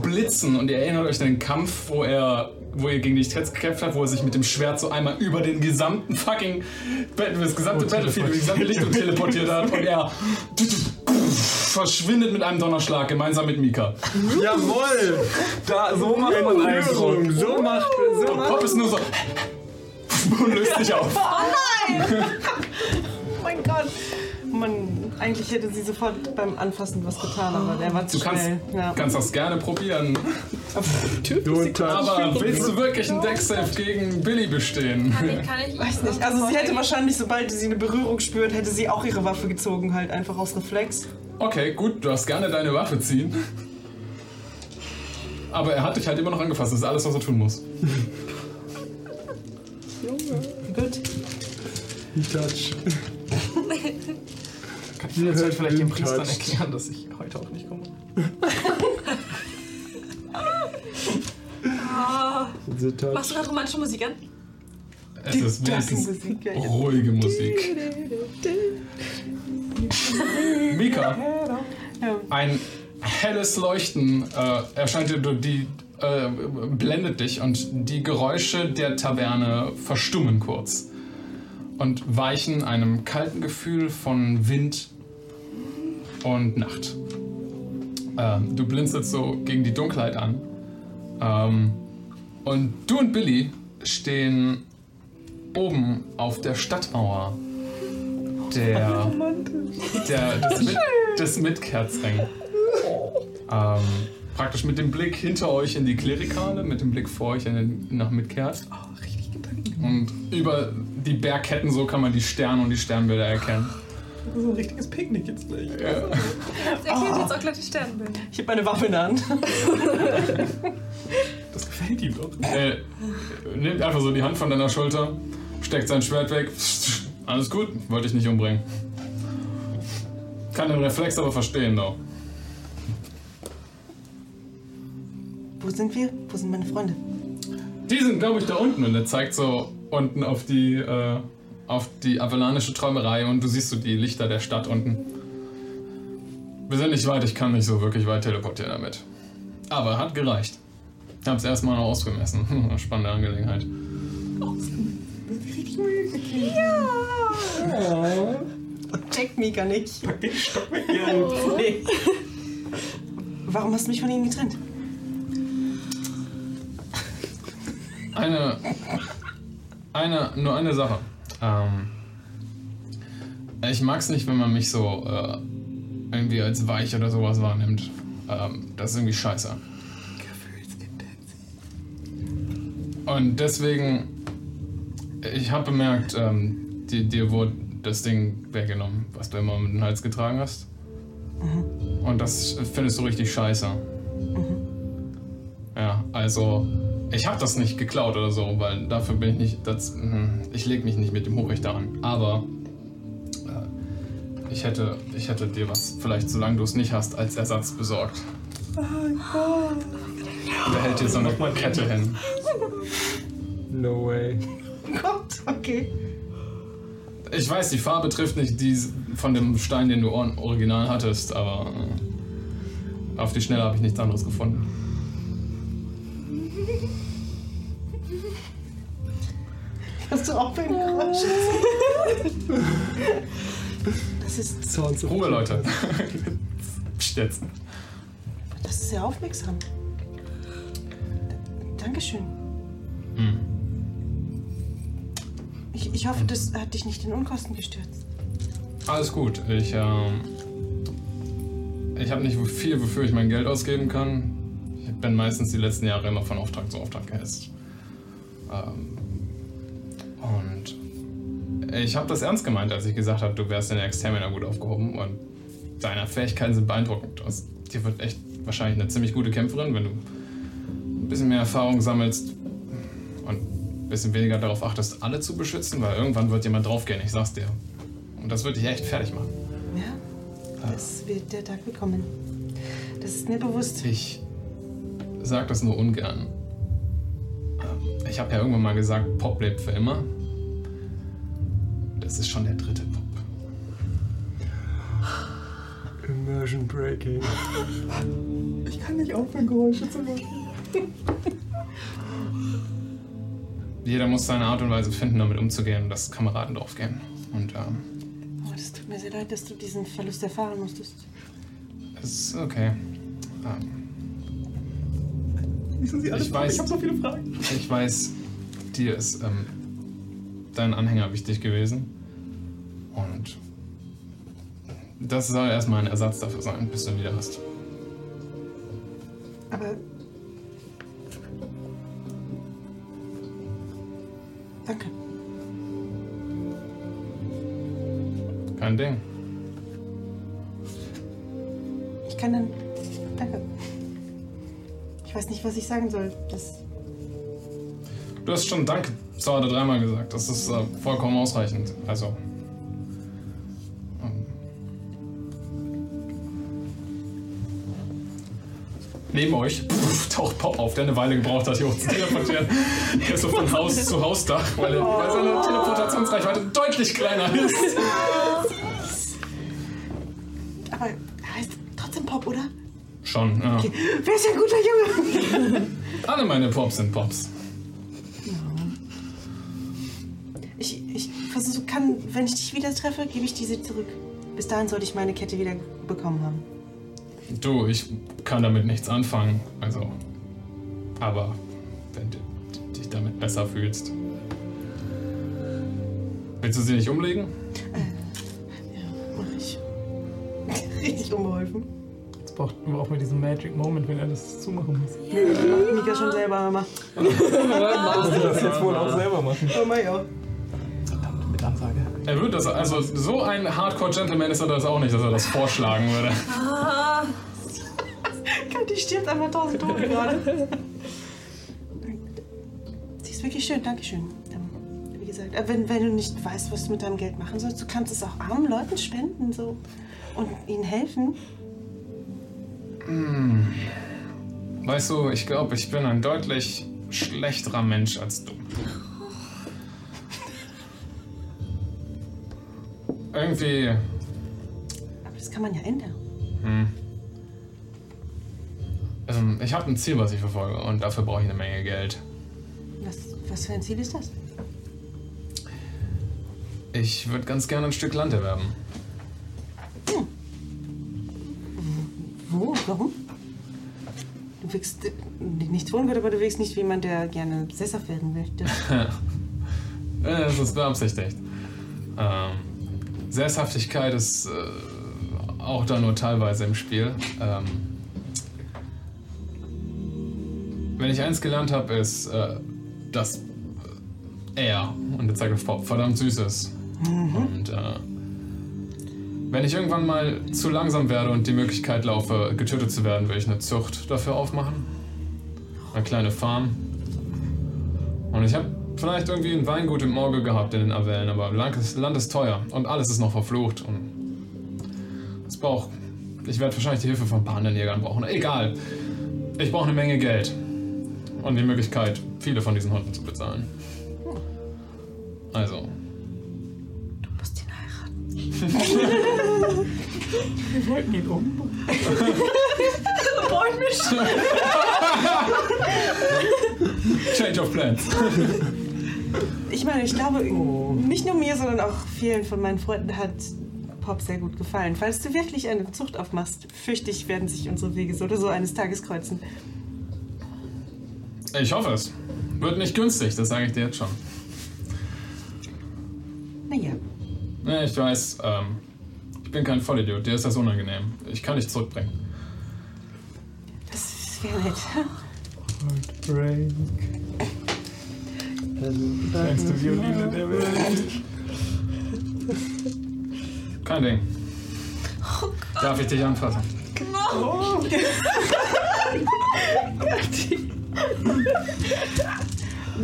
Speaker 2: Blitzen und ihr erinnert euch an den Kampf, wo er wo ihr gegen die Tretz gekämpft habt, wo er sich mit dem Schwert so einmal über den gesamten fucking Bett- das gesamte Battlefield, über die gesamte Lichtung teleportiert hat und er verschwindet mit einem Donnerschlag gemeinsam mit Mika.
Speaker 6: Jawohl!
Speaker 10: Da, so macht man Eindruck.
Speaker 6: So macht so
Speaker 2: Und Pop ist nur so und löst sich auf.
Speaker 5: Oh nein! oh mein Gott. Man, eigentlich hätte sie sofort beim Anfassen was getan, aber der war zu
Speaker 2: Du kannst,
Speaker 5: schnell. Ja.
Speaker 2: kannst das gerne probieren. Aber willst du wirklich einen Deck-Save gegen Billy bestehen?
Speaker 7: Kann ich
Speaker 5: Weiß nicht. Also sie hätte wahrscheinlich, sobald sie eine Berührung spürt, hätte sie auch ihre Waffe gezogen, halt einfach aus Reflex.
Speaker 2: Okay, gut, du darfst gerne deine Waffe ziehen. Aber er hat dich halt immer noch angefasst, das ist alles, was er tun muss.
Speaker 5: Gut.
Speaker 6: Touch.
Speaker 10: Kann ich jetzt vielleicht den Priestern
Speaker 6: Touched.
Speaker 10: erklären, dass ich heute auch nicht komme?
Speaker 7: Ah.
Speaker 6: The
Speaker 7: Machst du gerade romantische Musik an?
Speaker 2: Es ist wenigstens ruhige Musik. Mika, ein helles Leuchten äh, erscheint dir, durch die äh, blendet dich und die Geräusche der Taverne verstummen kurz und weichen einem kalten Gefühl von Wind und Nacht. Ähm, du blinzelst so gegen die Dunkelheit an. Ähm, und du und Billy stehen oben auf der Stadtmauer der, der, des, Mit, des Mitkerzring. Ähm, praktisch mit dem Blick hinter euch in die Klerikale, mit dem Blick vor euch in den, nach Mitkerz.
Speaker 5: Ah,
Speaker 2: Und über die Bergketten so kann man die Sterne und die Sternbilder erkennen.
Speaker 10: Das ist ein richtiges Picknick jetzt gleich.
Speaker 2: Ja.
Speaker 7: Das erklärt
Speaker 2: Ah.
Speaker 7: jetzt auch gleich die Sternbilder.
Speaker 5: Ich habe meine Waffe in der Hand.
Speaker 2: Das gefällt ihm doch. Äh, nimmt einfach so die Hand von deiner Schulter, steckt sein Schwert weg. Alles gut, wollte ich nicht umbringen. Kann den Reflex aber verstehen, doch.
Speaker 5: Wo sind wir? Wo sind meine Freunde?
Speaker 2: Die sind, glaube ich, da unten und er zeigt so unten auf die, äh, auf die avalanische Träumerei und du siehst so die Lichter der Stadt unten. Wir sind nicht weit, ich kann nicht so wirklich weit teleportieren damit. Aber hat gereicht. Ich hab's erstmal noch ausgemessen. Spannende Angelegenheit.
Speaker 5: Ja. Check mich gar nicht. Pack den Stock weg Nee. Warum hast du mich von ihnen getrennt?
Speaker 2: Eine, eine, nur eine Sache. Ähm, ich mag's nicht, wenn man mich so äh, irgendwie als weich oder sowas wahrnimmt. Ähm, das ist irgendwie scheiße. Und deswegen, ich habe bemerkt, ähm, dir, dir wurde das Ding weggenommen, was du immer um den Hals getragen hast. Und das findest du richtig scheiße. Ja, also Ich habe das nicht geklaut oder so, weil dafür bin ich nicht. Das, mh, ich leg mich nicht mit dem Hochrichter an. Aber äh, ich, hätte, ich hätte dir was, vielleicht solange du es nicht hast, als Ersatz besorgt.
Speaker 13: Oh Gott.
Speaker 2: Und er hält dir so eine Kette hin.
Speaker 6: No way.
Speaker 5: Gott, okay.
Speaker 2: Ich weiß, die Farbe trifft nicht die von dem Stein, den du or- original hattest, aber äh, auf die Schnelle habe ich nichts anderes gefunden.
Speaker 5: Hast du auch beim Geräusch? Das ist,
Speaker 2: Sounds Ruhe, Leute. Psst, Jetzt.
Speaker 5: das ist sehr aufmerksam. D- Dankeschön.
Speaker 2: Hm.
Speaker 5: Ich, ich hoffe, das hat dich nicht in Unkosten gestürzt.
Speaker 2: Alles gut. Ich, ähm, ich habe nicht viel, wofür ich mein Geld ausgeben kann. Ich bin meistens die letzten Jahre immer von Auftrag zu Auftrag gehetzt. Ähm, und ich habe das ernst gemeint, als ich gesagt habe, du wärst in der Exterminer gut aufgehoben und deine Fähigkeiten sind beeindruckend. Also, dir wird echt wahrscheinlich eine ziemlich gute Kämpferin, wenn du ein bisschen mehr Erfahrung sammelst und ein bisschen weniger darauf achtest, alle zu beschützen, weil irgendwann wird jemand draufgehen, ich sag's dir. Und das wird dich echt fertig machen.
Speaker 5: Ja, das wird der Tag bekommen. Das ist mir bewusst.
Speaker 2: Ich sag das nur ungern. Ähm, Ich habe ja irgendwann mal gesagt, Pop lebt für immer. Das ist schon der dritte Pop.
Speaker 6: Immersion Breaking.
Speaker 13: Ich kann nicht aufhören, Geräusche zu machen.
Speaker 2: Jeder muss seine Art und Weise finden, damit umzugehen und dass Kameraden draufgehen. Und ähm,
Speaker 5: Oh, das tut mir sehr leid, dass du diesen Verlust erfahren musstest.
Speaker 2: es ist okay. Ähm,
Speaker 10: Wissen Sie alle,
Speaker 2: Ich weiß-
Speaker 10: ich habe so viele Fragen.
Speaker 2: ich weiß, dir ist ähm, dein Anhänger wichtig gewesen. Und das soll erstmal ein Ersatz dafür sein, bis du ihn wieder hast.
Speaker 5: Aber. Danke.
Speaker 2: Kein Ding.
Speaker 5: Ich kann dann. Danke. Ich weiß nicht, was ich sagen soll. Das.
Speaker 2: Du hast schon Danke zwei oder dreimal gesagt. Das ist äh, vollkommen ausreichend. Also. ähm, Neben euch pff, taucht Pop auf, der eine Weile gebraucht hat, hier hoch zu teleportieren. Er ist so von Haus zu Hausdach, weil, er, weil seine Teleportationsreichweite deutlich kleiner ist.
Speaker 5: Aber er heißt trotzdem Pop, oder?
Speaker 2: Schon, ja.
Speaker 5: Okay. Wer ist ein guter Junge?
Speaker 2: Alle meine Pops sind Pops.
Speaker 5: ich ich versuche, kann, wenn ich dich wieder treffe, gebe ich diese zurück. Bis dahin sollte ich meine Kette wieder bekommen haben.
Speaker 2: Du, ich kann damit nichts anfangen. Also. Aber wenn du dich damit besser fühlst. Willst du sie nicht umlegen?
Speaker 5: Mach ich. Richtig unbeholfen.
Speaker 3: Jetzt braucht, braucht man diesen Magic Moment, wenn er das zumachen muss.
Speaker 5: Mika schon selber, Mama.
Speaker 3: Muss er das jetzt wohl auch selber machen.
Speaker 5: Oh mein Gott.
Speaker 3: Mit Ansage.
Speaker 2: Er wird das, also so ein Hardcore-Gentleman ist er das auch nicht, dass er das vorschlagen würde.
Speaker 5: Ah. Gott, die stirbt einfach tausend Tode gerade. Sie ist wirklich schön, Dankeschön. Ähm, Wie gesagt, äh, wenn, wenn du nicht weißt, was du mit deinem Geld machen sollst, du kannst es auch armen Leuten spenden so und ihnen helfen.
Speaker 2: Hm. Weißt du, ich glaube, ich bin ein deutlich schlechterer Mensch als du. Irgendwie.
Speaker 5: Aber das kann man ja ändern.
Speaker 2: Hm. Ähm, ich habe ein Ziel, was ich verfolge, und dafür brauche ich eine Menge Geld.
Speaker 5: Was, was für ein Ziel ist das?
Speaker 2: Ich würde ganz gerne ein Stück Land erwerben.
Speaker 5: Wo? Warum? Du wirkst äh, nicht wohl gut, aber du wirkst nicht wie jemand, der gerne sesshaft werden möchte.
Speaker 2: Äh, Das ist beabsichtigt. Ähm, Sesshaftigkeit ist äh, auch da nur teilweise im Spiel. Ähm, wenn ich eins gelernt habe, ist, äh, dass er, und jetzt sage ich Pop, verdammt süß ist.
Speaker 13: Mhm.
Speaker 2: Und äh, wenn ich irgendwann mal zu langsam werde und die Möglichkeit laufe, getötet zu werden, will ich eine Zucht dafür aufmachen. Eine kleine Farm. Und ich habe vielleicht irgendwie ein Weingut im Auge gehabt in den Avellen, aber Land ist, Land ist teuer und alles ist noch verflucht. Und es braucht. Ich werde wahrscheinlich die Hilfe von Pandenjägern brauchen. Egal. Ich brauche eine Menge Geld. Und die Möglichkeit, viele von diesen Hunden zu bezahlen. Also.
Speaker 13: Du musst ihn heiraten.
Speaker 10: Wir wollten ihn umbringen.
Speaker 13: Freut
Speaker 2: Change of plans.
Speaker 5: Ich meine, ich glaube,
Speaker 2: Oh.
Speaker 5: nicht nur mir, sondern auch vielen von meinen Freunden hat Pop sehr gut gefallen. Falls du wirklich eine Zucht aufmachst, fürchte ich, werden sich unsere Wege so oder so eines Tages kreuzen.
Speaker 2: Ich hoffe es. Wird nicht günstig, das sage ich dir jetzt schon.
Speaker 5: Naja,
Speaker 2: Ja, ich weiß, ähm, ich bin kein Vollidiot, dir ist das unangenehm. Ich kann dich zurückbringen.
Speaker 5: das wäre nett.
Speaker 10: Heartbreak. Kleinste Violine der Welt.
Speaker 2: Kein Ding. Darf ich dich anfassen?
Speaker 13: Oh.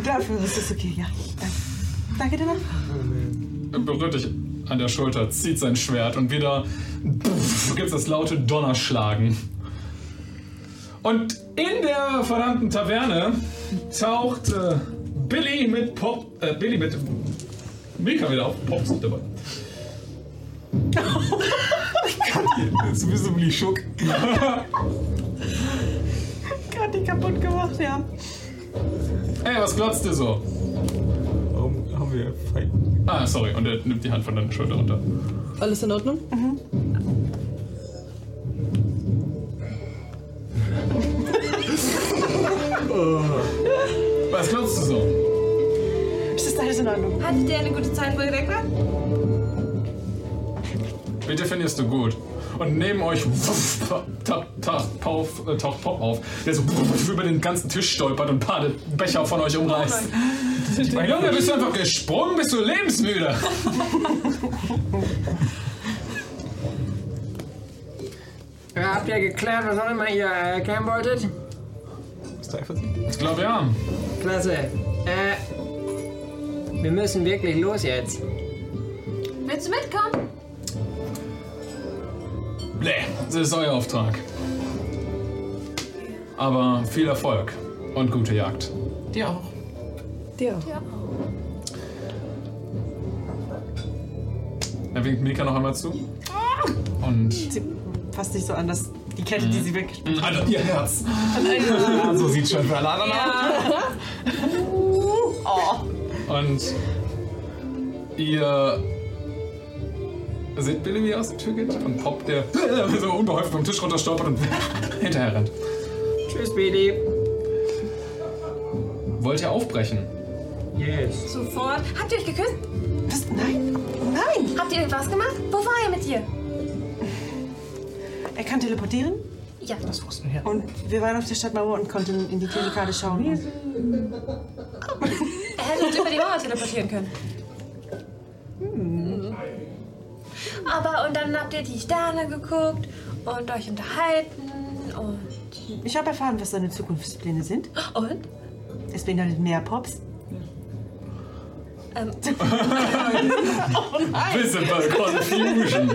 Speaker 5: Dafür ist es okay, ja. Danke danach.
Speaker 2: Er berührt dich an der Schulter, zieht sein Schwert und wieder gibt es das laute Donnerschlagen. Und in der verdammten Taverne taucht äh, Billy mit Pop, äh, Billy mit Mika wieder auf. Pop ist nicht dabei.
Speaker 10: Jetzt bist du wie Schuck.
Speaker 5: Gerade die kaputt gemacht, ja.
Speaker 2: Ey, was glotzt ihr so?
Speaker 10: Warum haben wir Fight?
Speaker 2: Ah, sorry, und er nimmt die Hand von deiner Schulter runter.
Speaker 4: Alles in Ordnung? Mhm.
Speaker 2: Was glaubst du so?
Speaker 5: Ist das alles in Ordnung?
Speaker 7: Hattet ihr eine gute Zeit, wo ihr weg wart?
Speaker 2: Wen definierst du gut? Und neben euch wuff, ta, ta, ta, pauf, äh, taucht Pop auf, der so wuff, über den ganzen Tisch stolpert und ein paar Becher von euch umreißt.
Speaker 10: Oh
Speaker 2: Mein Junge, bist du einfach gesprungen? Bist du lebensmüde?
Speaker 8: Äh, habt ihr geklärt, was auch immer ihr äh, klären wolltet?
Speaker 10: Bist du eifersüchtig?
Speaker 2: Ich glaube ja.
Speaker 8: Klasse. Äh, wir müssen wirklich los jetzt.
Speaker 7: Willst du mitkommen?
Speaker 2: Nee, das ist euer Auftrag. Aber viel Erfolg und gute Jagd.
Speaker 10: Dir auch.
Speaker 4: Dir
Speaker 7: auch.
Speaker 2: Er winkt Mika noch einmal zu. Und
Speaker 5: Sie fasst sich so an, dass die Kette, die sie wegspielt.
Speaker 2: Mhm. Alter, ihr Herz.
Speaker 10: Ah, so sieht schon für alle anderen
Speaker 5: Ja.
Speaker 13: Oh.
Speaker 2: Und ihr seht Billy, wie er aus der Tür geht und Pop, der so unbeholfen vom Tisch runterstolpert und hinterher rennt.
Speaker 8: Tschüss, Baby.
Speaker 2: Wollt ihr aufbrechen?
Speaker 8: Yes.
Speaker 7: Sofort. Habt ihr euch geküsst?
Speaker 5: Was? Nein. Nein.
Speaker 7: Habt ihr irgendwas gemacht? Wo war er mit dir?
Speaker 5: Er kann teleportieren.
Speaker 7: Ja.
Speaker 5: Das wussten wir. Und wir waren auf der Stadtmauer und konnten in die Klinikade schauen.
Speaker 7: Er hätte uns über die Mauer teleportieren können. Hm. Aber und dann habt ihr die Sterne geguckt und euch unterhalten und.
Speaker 5: Ich habe erfahren, was seine Zukunftspläne sind.
Speaker 7: Und?
Speaker 5: Es beinhaltet mehr Pops.
Speaker 7: Ähm.
Speaker 5: oh nein.
Speaker 2: Visible Confusion.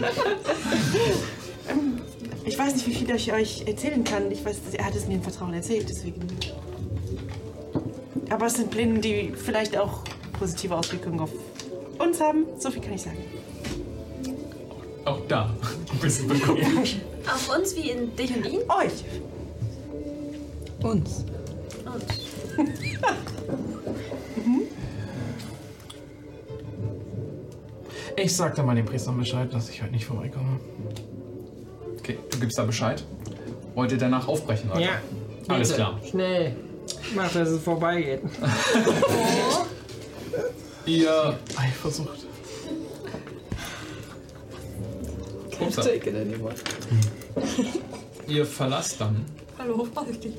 Speaker 5: Ähm, Ich weiß nicht, wie viel ich euch erzählen kann. Ich weiß, dass- er hat es mir im Vertrauen erzählt, deswegen. Aber es sind Pläne, die vielleicht auch positive Auswirkungen auf uns haben. So viel kann ich sagen.
Speaker 2: Auch da. Visible Confusion.
Speaker 7: Auf uns wie in dich und ihn?
Speaker 5: Euch.
Speaker 4: Uns.
Speaker 10: Ich sag dann mal dem Priester Bescheid, dass ich heute nicht vorbeikomme.
Speaker 2: Okay, du gibst da Bescheid. Wollt ihr danach aufbrechen, Leute?
Speaker 8: Ja.
Speaker 2: Alles
Speaker 8: Bitte.
Speaker 2: klar.
Speaker 8: Schnell. Mach, dass es vorbeigeht.
Speaker 2: Ihr.
Speaker 10: Eifersucht.
Speaker 2: Ups,
Speaker 12: Take it anymore.
Speaker 2: ihr verlasst dann
Speaker 12: Hallo, vorsichtig.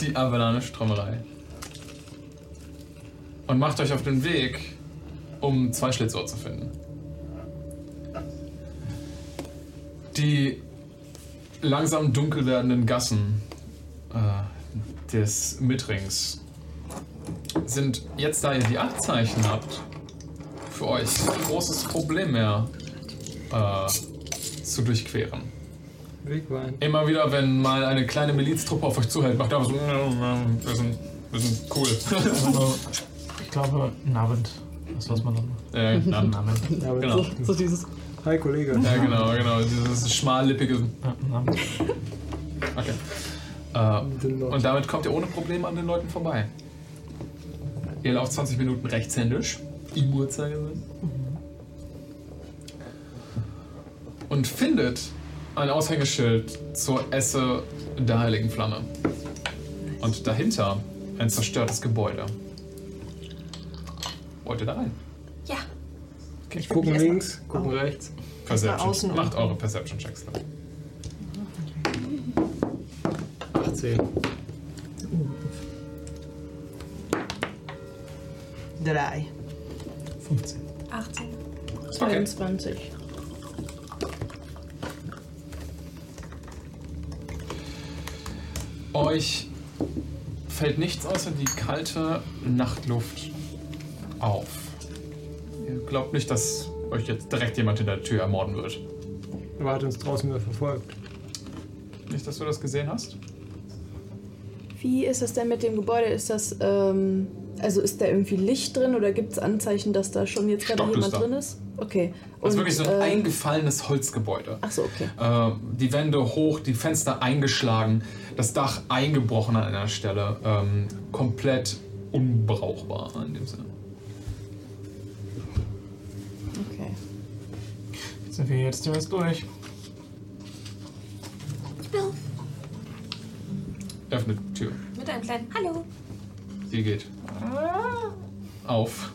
Speaker 2: die Avalanche-Trommelei. Und macht euch auf den Weg, um zwei Schlitzohr zu finden. Die langsam dunkel werdenden Gassen äh, des Mittrings sind jetzt, da ihr die acht Zeichen habt, für euch ein großes Problem mehr äh, zu durchqueren.
Speaker 6: Wegwein.
Speaker 2: Immer wieder, wenn mal eine kleine Miliztruppe auf euch zuhält, macht einfach so, wir sind, wir sind cool.
Speaker 3: Also, ich glaube, Nabend. Das was man dann macht.
Speaker 2: Ja, Namen.
Speaker 3: Nabend.
Speaker 2: Genau.
Speaker 6: So dieses. Hi, Kollege.
Speaker 2: Ja, genau, genau. Dieses schmallippige. Okay. Äh, und damit kommt ihr ohne Probleme an den Leuten vorbei. Ihr lauft 20 Minuten rechtshändisch, im Uhrzeigersinn. Und findet ein Aushängeschild zur Esse der Heiligen Flamme. Und dahinter ein zerstörtes Gebäude. Wollt ihr da rein?
Speaker 7: Ja.
Speaker 2: Okay.
Speaker 6: Ich gucken links, gucken rechts.
Speaker 2: Perception.
Speaker 5: außen um.
Speaker 2: Macht eure Perception-Checks. gleich.
Speaker 6: 18.
Speaker 5: 3.
Speaker 3: 15.
Speaker 7: 18.
Speaker 4: 22.
Speaker 2: Euch fällt nichts außer die kalte Nachtluft auf. Ihr glaubt nicht, dass euch jetzt direkt jemand hinter der Tür ermorden wird.
Speaker 6: Aber hat uns draußen wieder verfolgt.
Speaker 2: Nicht, dass du das gesehen hast?
Speaker 4: Wie ist das denn mit dem Gebäude? Ist das, ähm, also ist da irgendwie Licht drin oder gibt es Anzeichen, dass da schon jetzt gerade jemand
Speaker 2: Stockduster.
Speaker 4: drin ist? Okay.
Speaker 2: Das ist wirklich so ein
Speaker 4: äh,
Speaker 2: eingefallenes Holzgebäude.
Speaker 4: Ach so, okay.
Speaker 2: Äh, die Wände hoch, die Fenster eingeschlagen, das Dach eingebrochen an einer Stelle. Ähm, komplett unbrauchbar in dem Sinne.
Speaker 4: Okay.
Speaker 3: Sind wir jetzt jeweils durch?
Speaker 2: Ihr Öffnet die Tür.
Speaker 7: Mit einem kleinen Hallo.
Speaker 2: Sie geht auf.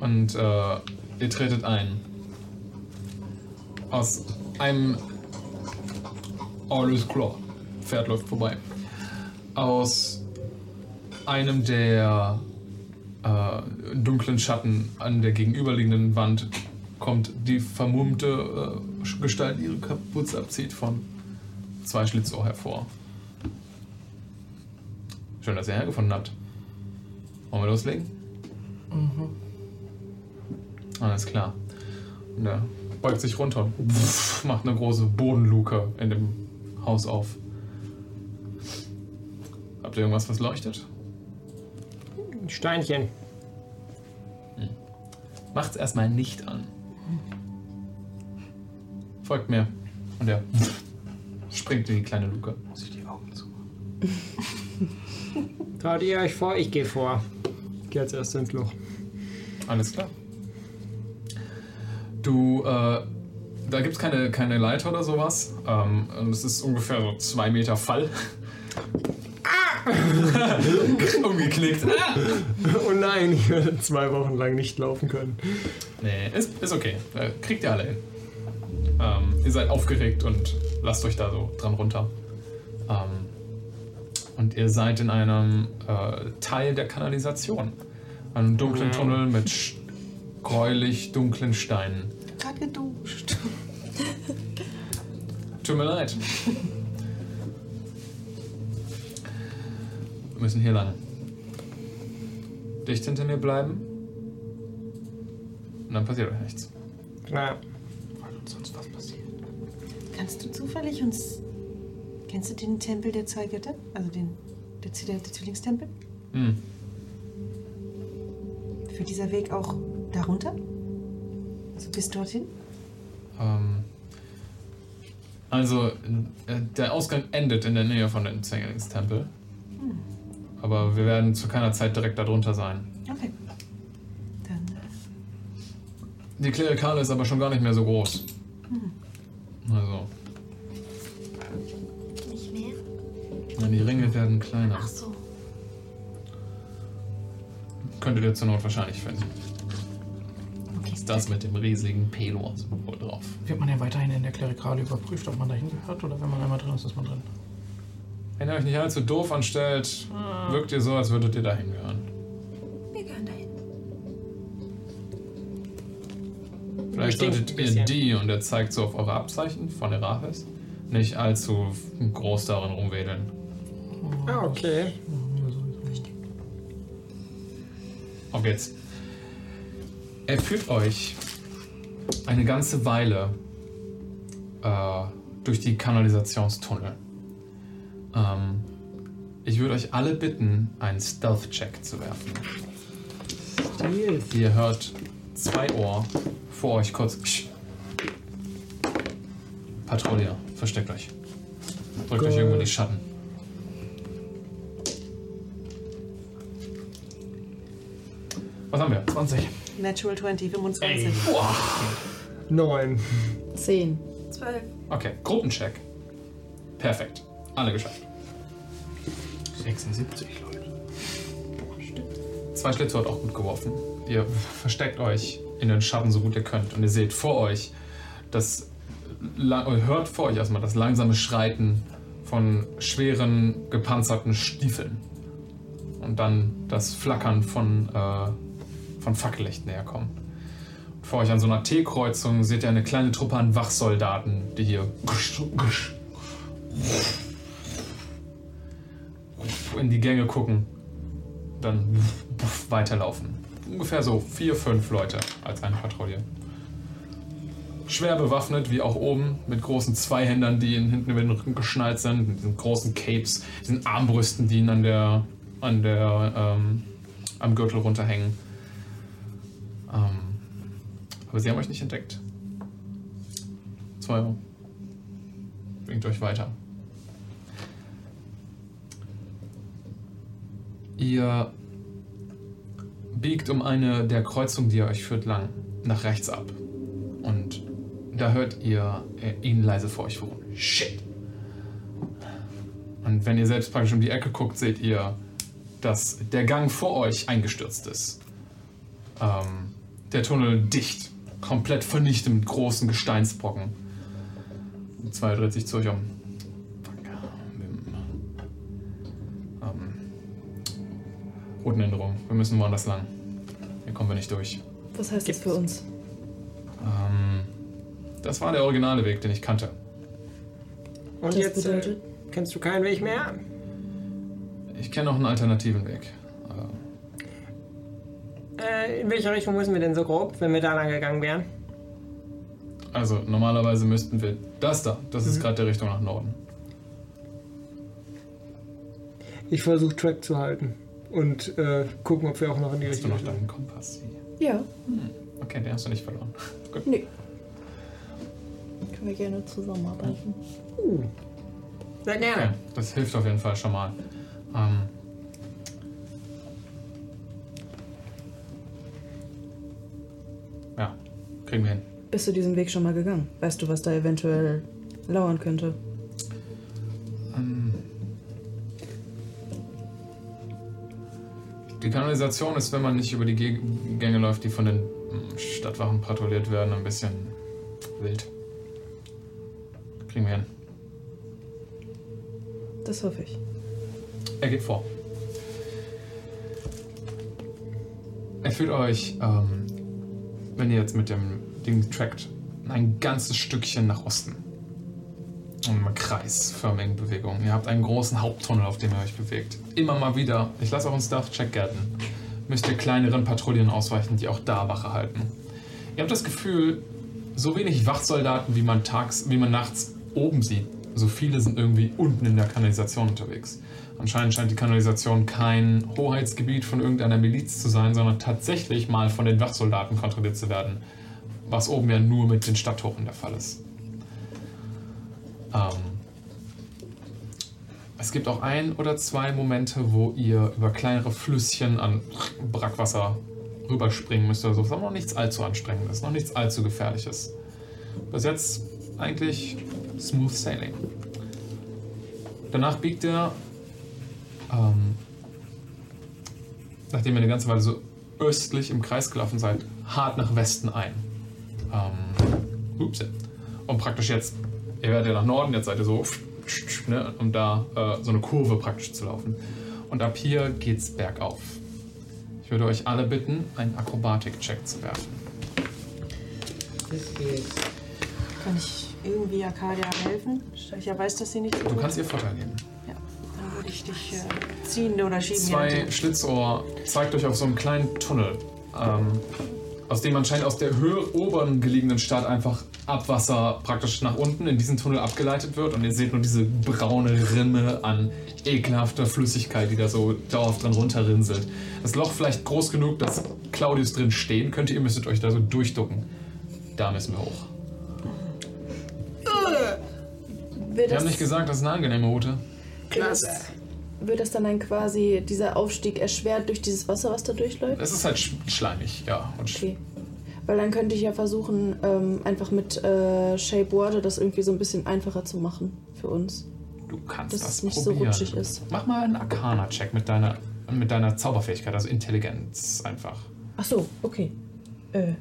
Speaker 2: Und äh, ihr tretet ein. Aus einem Aulus Claw. Pferd läuft vorbei. Aus einem der äh, dunklen Schatten an der gegenüberliegenden Wand kommt die vermummte äh, Gestalt, die ihre Kapuze abzieht, von zwei Schlitzohr hervor. Schön, dass ihr hergefunden habt. Wollen wir loslegen?
Speaker 3: Mhm.
Speaker 2: Alles klar. Und er beugt sich runter und pff, macht eine große Bodenluke in dem Haus auf. Habt ihr irgendwas, was leuchtet?
Speaker 8: Steinchen.
Speaker 2: Macht's erstmal nicht an. Folgt mir. Und er springt in die kleine Luke. Muss ich die Augen zu?
Speaker 8: Traut ihr euch vor? Ich gehe vor.
Speaker 6: Ich geh als erster ins Loch.
Speaker 2: Alles klar. Du, äh, da gibt's keine, keine Leiter oder sowas. Ähm, und es ist ungefähr so zwei Meter Fall. Umgeknickt.
Speaker 6: Oh nein, ich werde zwei Wochen lang nicht laufen können.
Speaker 2: Nee, ist, ist okay. Äh, Kriegt ihr alle hin. Ähm, ihr seid aufgeregt und lasst euch da so dran runter. Ähm, und ihr seid in einem äh, Teil der Kanalisation. Einem dunklen
Speaker 5: Mhm.
Speaker 2: Tunnel mit sch- gräulich dunklen Steinen.
Speaker 5: Gerade geduscht.
Speaker 2: Tut mir leid. Wir müssen hier lang. Dicht hinter mir bleiben. Und dann passiert euch nichts.
Speaker 8: Na,
Speaker 2: Weil uns sonst was passiert.
Speaker 5: Kannst du zufällig uns. Kennst du den Tempel der zwei Götter? Also den. Der, Zw- der, der Zwillingstempel?
Speaker 2: Hm.
Speaker 5: Führt dieser Weg auch darunter? Also bis dorthin?
Speaker 2: Ähm, also, äh, der Ausgang endet in der Nähe von dem Zwillingstempel.
Speaker 5: Hm.
Speaker 2: Aber wir werden zu keiner Zeit direkt darunter sein.
Speaker 5: Okay. Dann.
Speaker 2: Die Klerikale ist aber schon gar nicht mehr so groß.
Speaker 5: Hm.
Speaker 2: Also,
Speaker 7: Nicht mehr?
Speaker 2: ja, die Ringe werden kleiner.
Speaker 7: Ach so.
Speaker 2: Könntet ihr zur Not wahrscheinlich finden. Ist das mit dem riesigen Pelo-Symbol drauf?
Speaker 3: Wird man ja weiterhin in der Klerikale überprüft, ob man dahin gehört oder wenn man einmal drin ist, ist man drin.
Speaker 2: Wenn ihr euch nicht allzu doof anstellt,
Speaker 7: Ah.
Speaker 2: wirkt ihr so, als würdet ihr dahin gehören.
Speaker 7: Wir gehören dahin.
Speaker 2: Vielleicht
Speaker 8: Bestimmt
Speaker 2: solltet
Speaker 8: ein
Speaker 2: ihr
Speaker 8: bisschen.
Speaker 2: die, und er zeigt so auf eure Abzeichen von Erafis, nicht Oh. allzu groß darin rumwedeln.
Speaker 8: Ah, okay.
Speaker 2: Auf geht's. Er führt euch eine ganze Weile äh, durch die Kanalisationstunnel. Ähm, ich würde euch alle bitten, einen Stealth-Check zu werfen. Ihr hört zwei Ohr vor euch kurz. Patrouille, versteckt euch. Drückt euch irgendwo in die Schatten. Was haben wir? 20.
Speaker 5: Natural 20, 25.
Speaker 6: Neun.
Speaker 4: 10.
Speaker 7: 12.
Speaker 2: Okay, Gruppencheck. Perfekt. Alle geschafft. 76 Leute. Zwei Schlitze hat auch gut geworfen. Ihr versteckt euch in den Schatten so gut ihr könnt und ihr seht vor euch das la- oder hört vor euch erstmal das langsame Schreiten von schweren gepanzerten Stiefeln und dann das Flackern von äh, von Fackellicht näher kommen. Und vor euch an so einer T-Kreuzung seht ihr eine kleine Truppe an Wachsoldaten, die hier in die Gänge gucken, dann weiterlaufen. Ungefähr so vier, fünf Leute als eine Patrouille. Schwer bewaffnet, wie auch oben, mit großen Zweihändern, die ihnen hinten über den Rücken geschnallt sind, mit diesen großen Capes, diesen Armbrüsten, die ihnen an der, an der, ähm, am Gürtel runterhängen. Ähm, aber sie haben euch nicht entdeckt. Zwei Euro. Bringt euch weiter. Ihr biegt um eine der Kreuzungen, die ihr euch führt, lang nach rechts ab. Und da hört ihr äh, ihn leise vor euch rufen. Shit! Und wenn ihr selbst praktisch um die Ecke guckt, seht ihr, dass der Gang vor euch eingestürzt ist. Ähm, der Tunnel dicht, komplett vernichtet mit großen Gesteinsbrocken. Und Zwei dreht sich zu euch um. Fuck. Ähm, Routenänderung. Wir müssen woanders lang. Hier kommen wir nicht durch.
Speaker 4: Was heißt das für uns?
Speaker 2: Ähm, das war der originale Weg, den ich kannte.
Speaker 8: Und jetzt äh, kennst du keinen Weg mehr?
Speaker 2: Ich kenne noch einen alternativen Weg. Äh,
Speaker 8: Äh, in welche Richtung müssen wir denn so grob, wenn wir da lang gegangen wären?
Speaker 2: Also normalerweise müssten wir das da. Das ist
Speaker 8: Mhm.
Speaker 2: gerade der Richtung nach Norden.
Speaker 6: Ich versuche Track zu halten und äh, gucken, ob wir auch noch in die Richtung
Speaker 2: noch deinen Kompass?
Speaker 4: Ja.
Speaker 2: Okay, den hast du nicht verloren. Gut.
Speaker 4: Nee. Können wir gerne zusammenarbeiten.
Speaker 2: Oh.
Speaker 8: Sehr gerne.
Speaker 2: Okay, das hilft auf jeden Fall schon mal. Ähm, ja, kriegen wir hin.
Speaker 4: Bist du diesen Weg schon mal gegangen? Weißt du, was da eventuell lauern könnte?
Speaker 2: Ähm, Die Kanalisation ist, wenn man nicht über die Geg- Gänge läuft, die von den mm, Stadtwachen patrouilliert werden, ein bisschen wild. Kriegen wir hin.
Speaker 4: Das hoffe ich.
Speaker 2: Er geht vor. Er führt euch, ähm, wenn ihr jetzt mit dem Ding trackt, ein ganzes Stückchen nach Osten. Und eine kreisförmigen Bewegung. Ihr habt einen großen Haupttunnel, auf dem ihr euch bewegt. Immer mal wieder, ich lasse auch einen Staff-Check gelten, müsst ihr kleineren Patrouillen ausweichen, die auch da Wache halten. Ihr habt das Gefühl, so wenig Wachsoldaten, wie man tags, wie man nachts oben sieht, so viele sind irgendwie unten in der Kanalisation unterwegs. Anscheinend scheint die Kanalisation kein Hoheitsgebiet von irgendeiner Miliz zu sein, sondern tatsächlich mal von den Wachsoldaten kontrolliert zu werden, was oben ja nur mit den Stadttoren der Fall ist. Ähm, es gibt auch ein oder zwei Momente, wo ihr über kleinere Flüsschen an Brackwasser rüberspringen müsst oder so. Das ist aber noch nichts allzu anstrengendes, noch nichts allzu gefährliches. Bis jetzt eigentlich smooth sailing. Danach biegt er, ähm, nachdem ihr eine ganze Weile so östlich im Kreis gelaufen seid, hart nach Westen ein. Ähm, ups. Und praktisch jetzt, ihr werdet ja nach Norden, jetzt seid ihr so, ne, um da äh, so eine Kurve praktisch zu laufen. Und ab hier geht's bergauf. Ich würde euch alle bitten, einen Akrobatik-Check zu werfen.
Speaker 5: Kann ich irgendwie Arcadia helfen? Ich ja weiß, dass sie nicht.
Speaker 2: Du kannst ihr Vorteil geben.
Speaker 5: Dann würde richtig äh, ziehen oder schieben.
Speaker 2: Zwei
Speaker 5: ja.
Speaker 2: Schlitzohr zeigt euch auf so einen kleinen Tunnel, ähm, aus dem anscheinend aus der höher oberen gelegenen Stadt einfach Abwasser praktisch nach unten in diesen Tunnel abgeleitet wird und ihr seht nur diese braune Rinne an ekelhafter Flüssigkeit, die da so dauerhaft dran runterrinselt. Das Loch vielleicht groß genug, dass Claudius drin stehen könnte, ihr müsstet euch da so durchducken. Da müssen wir hoch.
Speaker 4: Wird
Speaker 2: Wir
Speaker 4: das,
Speaker 2: haben nicht gesagt, das ist eine angenehme Route.
Speaker 4: wird das dann, dann quasi dieser Aufstieg erschwert durch dieses Wasser, was da durchläuft?
Speaker 2: Es ist halt sch schleimig, ja. Und sch-
Speaker 4: Okay. Weil dann könnte ich ja versuchen, ähm, einfach mit äh, Shape Water das irgendwie so ein bisschen einfacher zu machen für uns.
Speaker 2: Du kannst
Speaker 4: Dass
Speaker 2: das
Speaker 4: es nicht
Speaker 2: probieren.
Speaker 4: so rutschig ist.
Speaker 2: Mach mal einen Arcana-Check mit deiner, mit deiner Zauberfähigkeit, also Intelligenz einfach.
Speaker 4: Ach so, okay. Äh,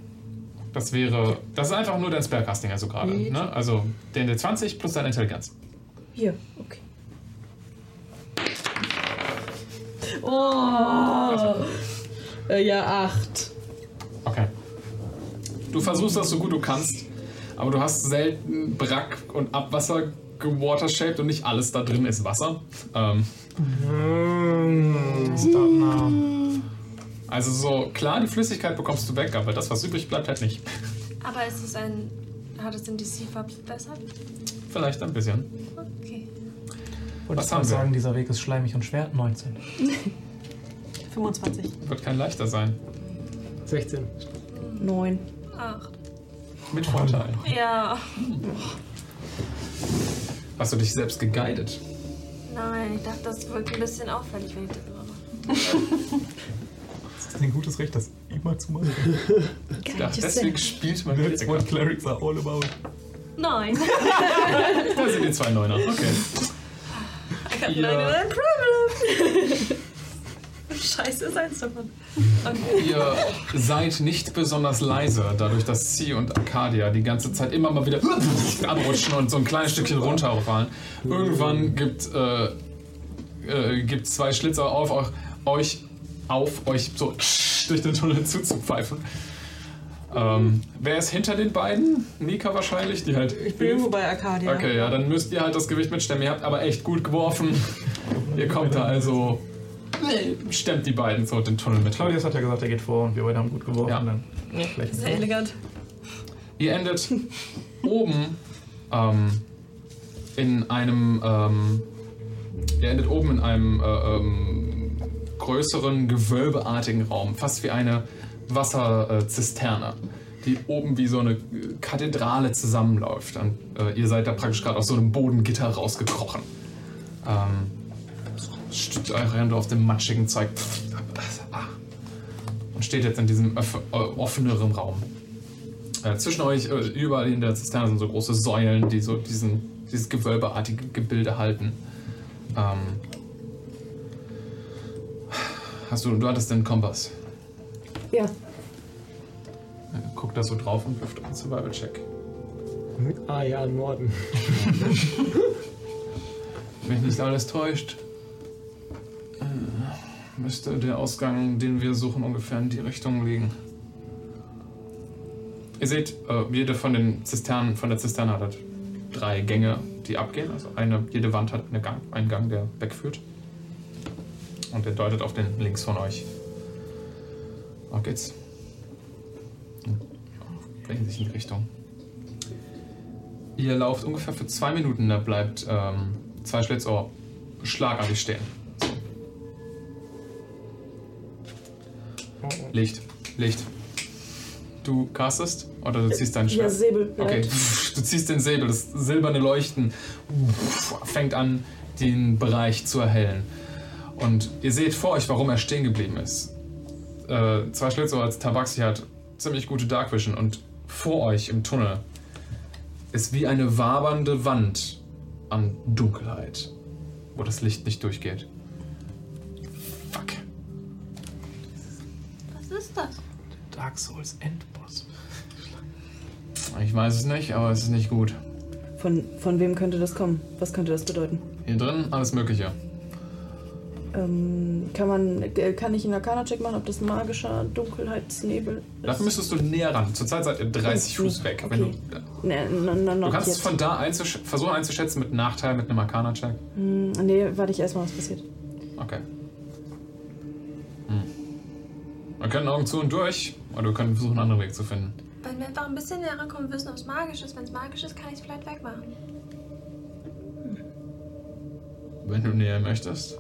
Speaker 2: Das wäre. Das ist einfach nur dein Spellcasting, also gerade.
Speaker 4: Mhm.
Speaker 2: Ne? Also deine 20 plus deine Intelligenz.
Speaker 4: hier, okay.
Speaker 12: Oh. Äh, ja, acht.
Speaker 2: Okay. Du versuchst das so gut du kannst, aber du hast selten Brack und Abwasser gewatershaped und nicht alles da drin ist Wasser. Ähm.
Speaker 3: Mhm.
Speaker 7: Ähm,
Speaker 2: Also so, klar, die Flüssigkeit bekommst du weg, aber das, was übrig bleibt, halt nicht.
Speaker 7: Aber ist es ein. Hat es den DC verbessert?
Speaker 2: Vielleicht ein bisschen.
Speaker 7: Okay.
Speaker 3: Wollte
Speaker 2: Was
Speaker 3: ich mal
Speaker 2: haben wir?
Speaker 3: sagen, dieser Weg ist schleimig und schwer. 19.
Speaker 5: 25.
Speaker 2: Wird kein leichter sein.
Speaker 6: 16.
Speaker 4: Neun.
Speaker 7: Ach.
Speaker 2: Mit Vorteil.
Speaker 7: Ja.
Speaker 2: Hast du dich selbst geguidet?
Speaker 7: Nein, ich dachte, das wirkt ein bisschen auffällig, wenn ich das immer mache.
Speaker 10: Das ist ein gutes Recht, das immer zu machen.
Speaker 2: Ja, deswegen spielt man
Speaker 10: That's what clerics are all about.
Speaker 7: Nein.
Speaker 2: Da sind die zwei Neuner. Okay.
Speaker 7: Ich hab
Speaker 2: Ja.
Speaker 7: leider ein Problem. Scheiße ist eins davon. Okay.
Speaker 2: Ihr seid nicht besonders leise, dadurch, dass Sie und Arcadia die ganze Zeit immer mal wieder abrutschen und so ein kleines Stückchen runterfallen. Irgendwann gibt, äh, äh, gibt zwei Schlitzer auf euch, euch auf euch so durch den Tunnel zuzupfeifen. Ähm, wer ist hinter den beiden? Nika wahrscheinlich, die halt. Ich
Speaker 5: bin irgendwo bei Arcadia.
Speaker 2: Okay, ja, dann müsst ihr halt das Gewicht mitstemmen. Ihr habt aber echt gut geworfen. Ihr kommt da also. Stemmt die beiden so den Tunnel mit.
Speaker 3: Claudius hat ja gesagt, er geht vor und wir beide haben gut geworfen. Dann vielleicht
Speaker 12: Sehr elegant.
Speaker 2: Ihr endet oben ähm, in einem. Ähm, ihr endet oben in einem äh, ähm, größeren, gewölbeartigen Raum, fast wie eine Wasserzisterne, die oben wie so eine Kathedrale zusammenläuft. Und äh, ihr seid da praktisch gerade aus so einem Bodengitter rausgekrochen. Ähm, stützt eure Hände auf dem matschigen Zeug Ah. und steht jetzt in diesem öff- äh, offeneren Raum. Äh, zwischen euch, äh, überall in der Zisterne sind so große Säulen, die so diesen, dieses gewölbeartige Gebilde halten. Ähm, hast du, du hattest den Kompass.
Speaker 4: Ja.
Speaker 2: Guck Äh, da so drauf und wirft einen Survival-Check.
Speaker 6: Ah ja, Norden.
Speaker 2: Wenn mich nicht alles täuscht, äh, müsste der Ausgang, den wir suchen, ungefähr in die Richtung liegen. Ihr seht, äh, jede von den Zisternen, von der Zisterne hat halt drei Gänge, die abgehen. Also eine, jede Wand hat eine Gang, einen Gang, der wegführt. Und der deutet auf den links von euch. Auf geht's. Bringen sich in die Richtung. Ihr lauft ungefähr für zwei Minuten, da bleibt ähm, zwei Schlitzohr schlagartig stehen. Licht, Licht. Du castest oder du ziehst deinen
Speaker 4: Ja,
Speaker 2: Schwert?
Speaker 4: Säbel, ja.
Speaker 2: Okay, du ziehst den Säbel, das silberne Leuchten uh, fängt an, den Bereich zu erhellen. Und ihr seht vor euch, warum er stehen geblieben ist. Äh, zwei Schlitzohr als Tabaxi hat ziemlich gute Dark Vision und vor euch im Tunnel ist wie eine wabernde Wand an Dunkelheit, wo das Licht nicht durchgeht.
Speaker 7: Was ist das?
Speaker 3: Dark Souls Endboss.
Speaker 2: Ich weiß es nicht, aber es ist nicht gut.
Speaker 4: Von, von wem könnte das kommen? Was könnte das bedeuten?
Speaker 2: Hier drin alles Mögliche.
Speaker 4: Ähm, kann, man, äh, kann ich einen Arcana-Check machen, ob das ein magischer Dunkelheitsnebel
Speaker 2: Dafür müsstest du näher ran. Zurzeit seid ihr 30 Fuß weg. Wenn du,
Speaker 4: Ne, na, na,
Speaker 2: du
Speaker 4: Hm, noch
Speaker 2: kannst es
Speaker 4: jetzt.
Speaker 2: von da einzusch- versuchen einzuschätzen mit Nachteil, mit einem Arcana-Check.
Speaker 4: Hm, nee, warte ich erstmal, was passiert.
Speaker 2: Okay. Hm. Wir können Augen zu und durch, oder wir können versuchen, einen anderen Weg zu finden.
Speaker 7: Wenn wir einfach ein bisschen näher rankommen, wissen, ob es magisch ist. Wenn es magisch ist, kann ich es vielleicht wegmachen.
Speaker 2: Wenn du näher möchtest.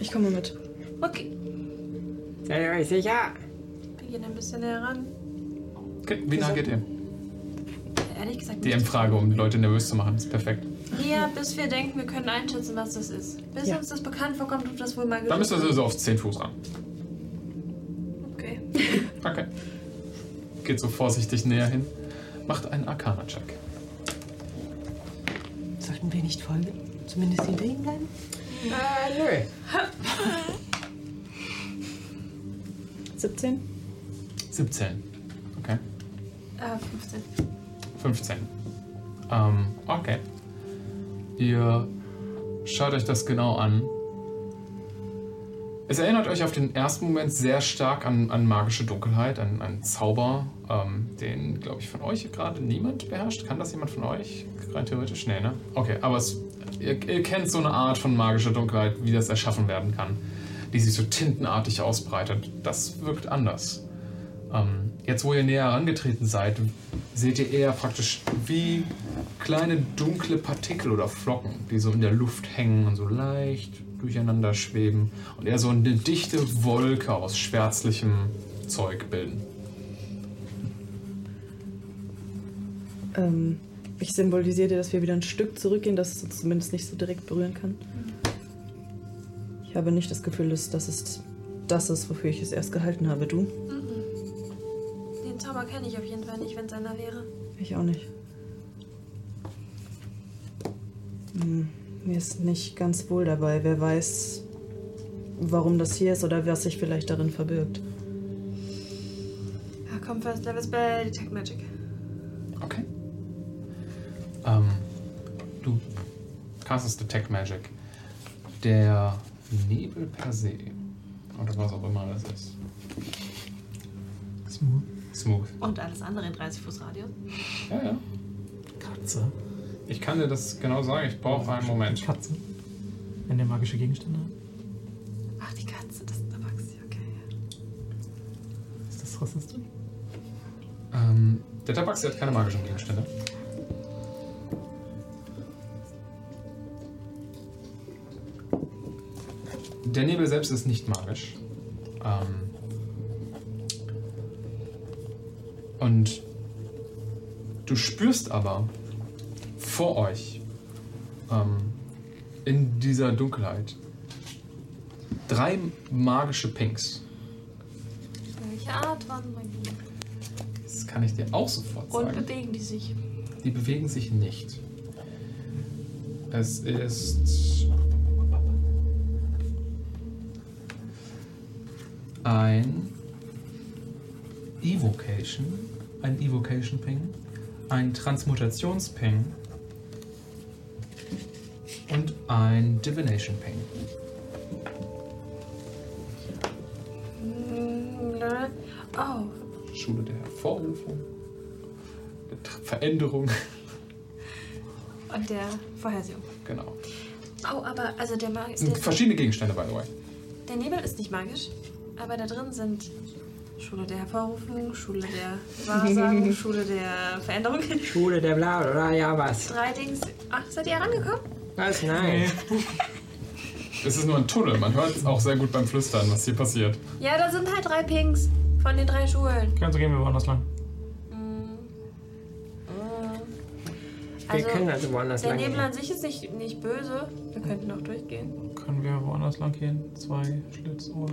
Speaker 4: Ich komme mit.
Speaker 7: Okay,
Speaker 8: Ja, ja, ich sicher.
Speaker 7: wir gehen ein bisschen näher ran.
Speaker 2: Okay, wie nah geht ihr?
Speaker 7: Ehrlich gesagt, nicht.
Speaker 2: DM-Frage, um die Leute nervös zu machen, ist perfekt.
Speaker 7: Näher, bis wir denken, wir können einschätzen, was das ist. Bis uns das bekannt vorkommt, ob das wohl magisch
Speaker 2: Dann müsst ihr also auf 10 Fuß ran.
Speaker 7: Okay.
Speaker 2: Okay. Geht so vorsichtig näher hin. Macht einen Arcana-Check.
Speaker 5: Sollten wir nicht folgen? Zumindest hinter ihm bleiben?
Speaker 8: Äh,
Speaker 5: nö.
Speaker 4: 17?
Speaker 2: 17. Okay.
Speaker 7: Äh, 15.
Speaker 2: 15. Ähm, okay. Ihr schaut euch das genau an. Es erinnert euch auf den ersten Moment sehr stark an, an magische Dunkelheit, an, an Zauber, ähm, den, glaube ich, von euch gerade niemand beherrscht. Kann das jemand von euch? Rein theoretisch? Nee, ne? Okay, aber es, ihr, ihr kennt so eine Art von magischer Dunkelheit, wie das erschaffen werden kann, die sich so tintenartig ausbreitet. Das wirkt anders. Ähm, jetzt, wo ihr näher herangetreten seid, seht ihr eher praktisch wie kleine dunkle Partikel oder Flocken, die so in der Luft hängen und so leicht durcheinander schweben und eher so eine dichte Wolke aus schwärzlichem Zeug bilden.
Speaker 4: Ähm, ich symbolisiere dir, dass wir wieder ein Stück zurückgehen, dass es uns zumindest nicht so direkt berühren kann. Ich habe nicht das Gefühl, dass das ist das ist, wofür ich es erst gehalten habe. Du?
Speaker 7: Den Zauber kenne ich auf jeden Fall nicht, wenn es einer wäre.
Speaker 4: Ich auch nicht. Hm, mir ist nicht ganz wohl dabei. Wer weiß, warum das hier ist oder was sich vielleicht darin verbirgt.
Speaker 7: Ja, Ah, komm, First Level Spell, Detect Magic.
Speaker 2: Okay. Ähm, du castest Detect Magic. Der Nebel per se, oder was auch immer das ist. Smooth. Smooth.
Speaker 7: Und alles andere in 30 Fuß Radius.
Speaker 2: Ja, ja.
Speaker 10: Katze.
Speaker 2: Ich kann dir das genau sagen, ich brauche einen Moment.
Speaker 10: Katze. Wenn der magische Gegenstände hat.
Speaker 7: Ach, die Katze, das ist eine Maxi, okay.
Speaker 10: Ist das rassistisch?
Speaker 2: Ähm, der Tabaxi hat keine magischen Gegenstände. Der Nebel selbst ist nicht magisch. Ähm, und du spürst aber vor euch ähm, in dieser Dunkelheit drei magische Pinks.
Speaker 7: Welche Art von Magie?
Speaker 2: Das kann ich dir auch sofort
Speaker 7: Und
Speaker 2: sagen.
Speaker 7: bewegen die sich?
Speaker 2: Die bewegen sich nicht. Es ist ein Evocation, ein Evocation Ping, ein Transmutations Ping und ein Divination Ping.
Speaker 7: Mm, ne? Oh,
Speaker 2: Schule der Hervorrufung, der Tra- Veränderung,
Speaker 7: und der Vorhersehung.
Speaker 2: genau.
Speaker 7: Oh, aber, also der Mag
Speaker 2: Es sind
Speaker 7: der,
Speaker 2: verschiedene Gegenstände, by the way.
Speaker 7: der Nebel ist nicht magisch, aber da drin sind Schule der Hervorrufung, Schule der Wahrsagen, Schule der Veränderung.
Speaker 8: Schule der Bla, bla, ja, was.
Speaker 7: Drei Dings. Ach, seid ihr herangekommen?
Speaker 8: Was? Nein.
Speaker 2: Es ist nur ein Tunnel, man hört es auch sehr gut beim Flüstern, was hier passiert.
Speaker 7: Ja, da sind halt drei Pings von den drei Schulen. Mm.
Speaker 10: Also gehen wir woanders lang.
Speaker 7: Also,
Speaker 8: können also woanders
Speaker 7: der
Speaker 8: lang
Speaker 7: Nebel
Speaker 8: gehen.
Speaker 7: an sich ist nicht, nicht böse. Wir könnten auch durchgehen.
Speaker 10: Können wir woanders lang gehen? Zwei Schlitzohr.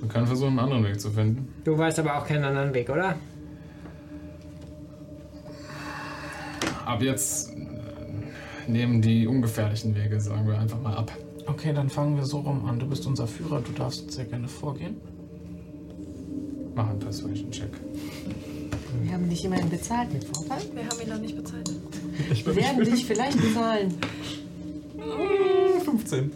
Speaker 2: Man kann versuchen, einen anderen Weg zu finden.
Speaker 8: Du weißt aber auch keinen anderen Weg, oder?
Speaker 2: Ab jetzt äh, nehmen die ungefährlichen Wege, sagen wir einfach mal ab.
Speaker 10: Okay, dann fangen wir so rum an. Du bist unser Führer, du darfst sehr gerne vorgehen.
Speaker 2: Mach einen Persuasion-Check.
Speaker 5: Wir haben dich immerhin bezahlt mit Vorfall.
Speaker 7: Wir haben ihn noch nicht bezahlt.
Speaker 5: Werden dich vielleicht bezahlen.
Speaker 10: 15.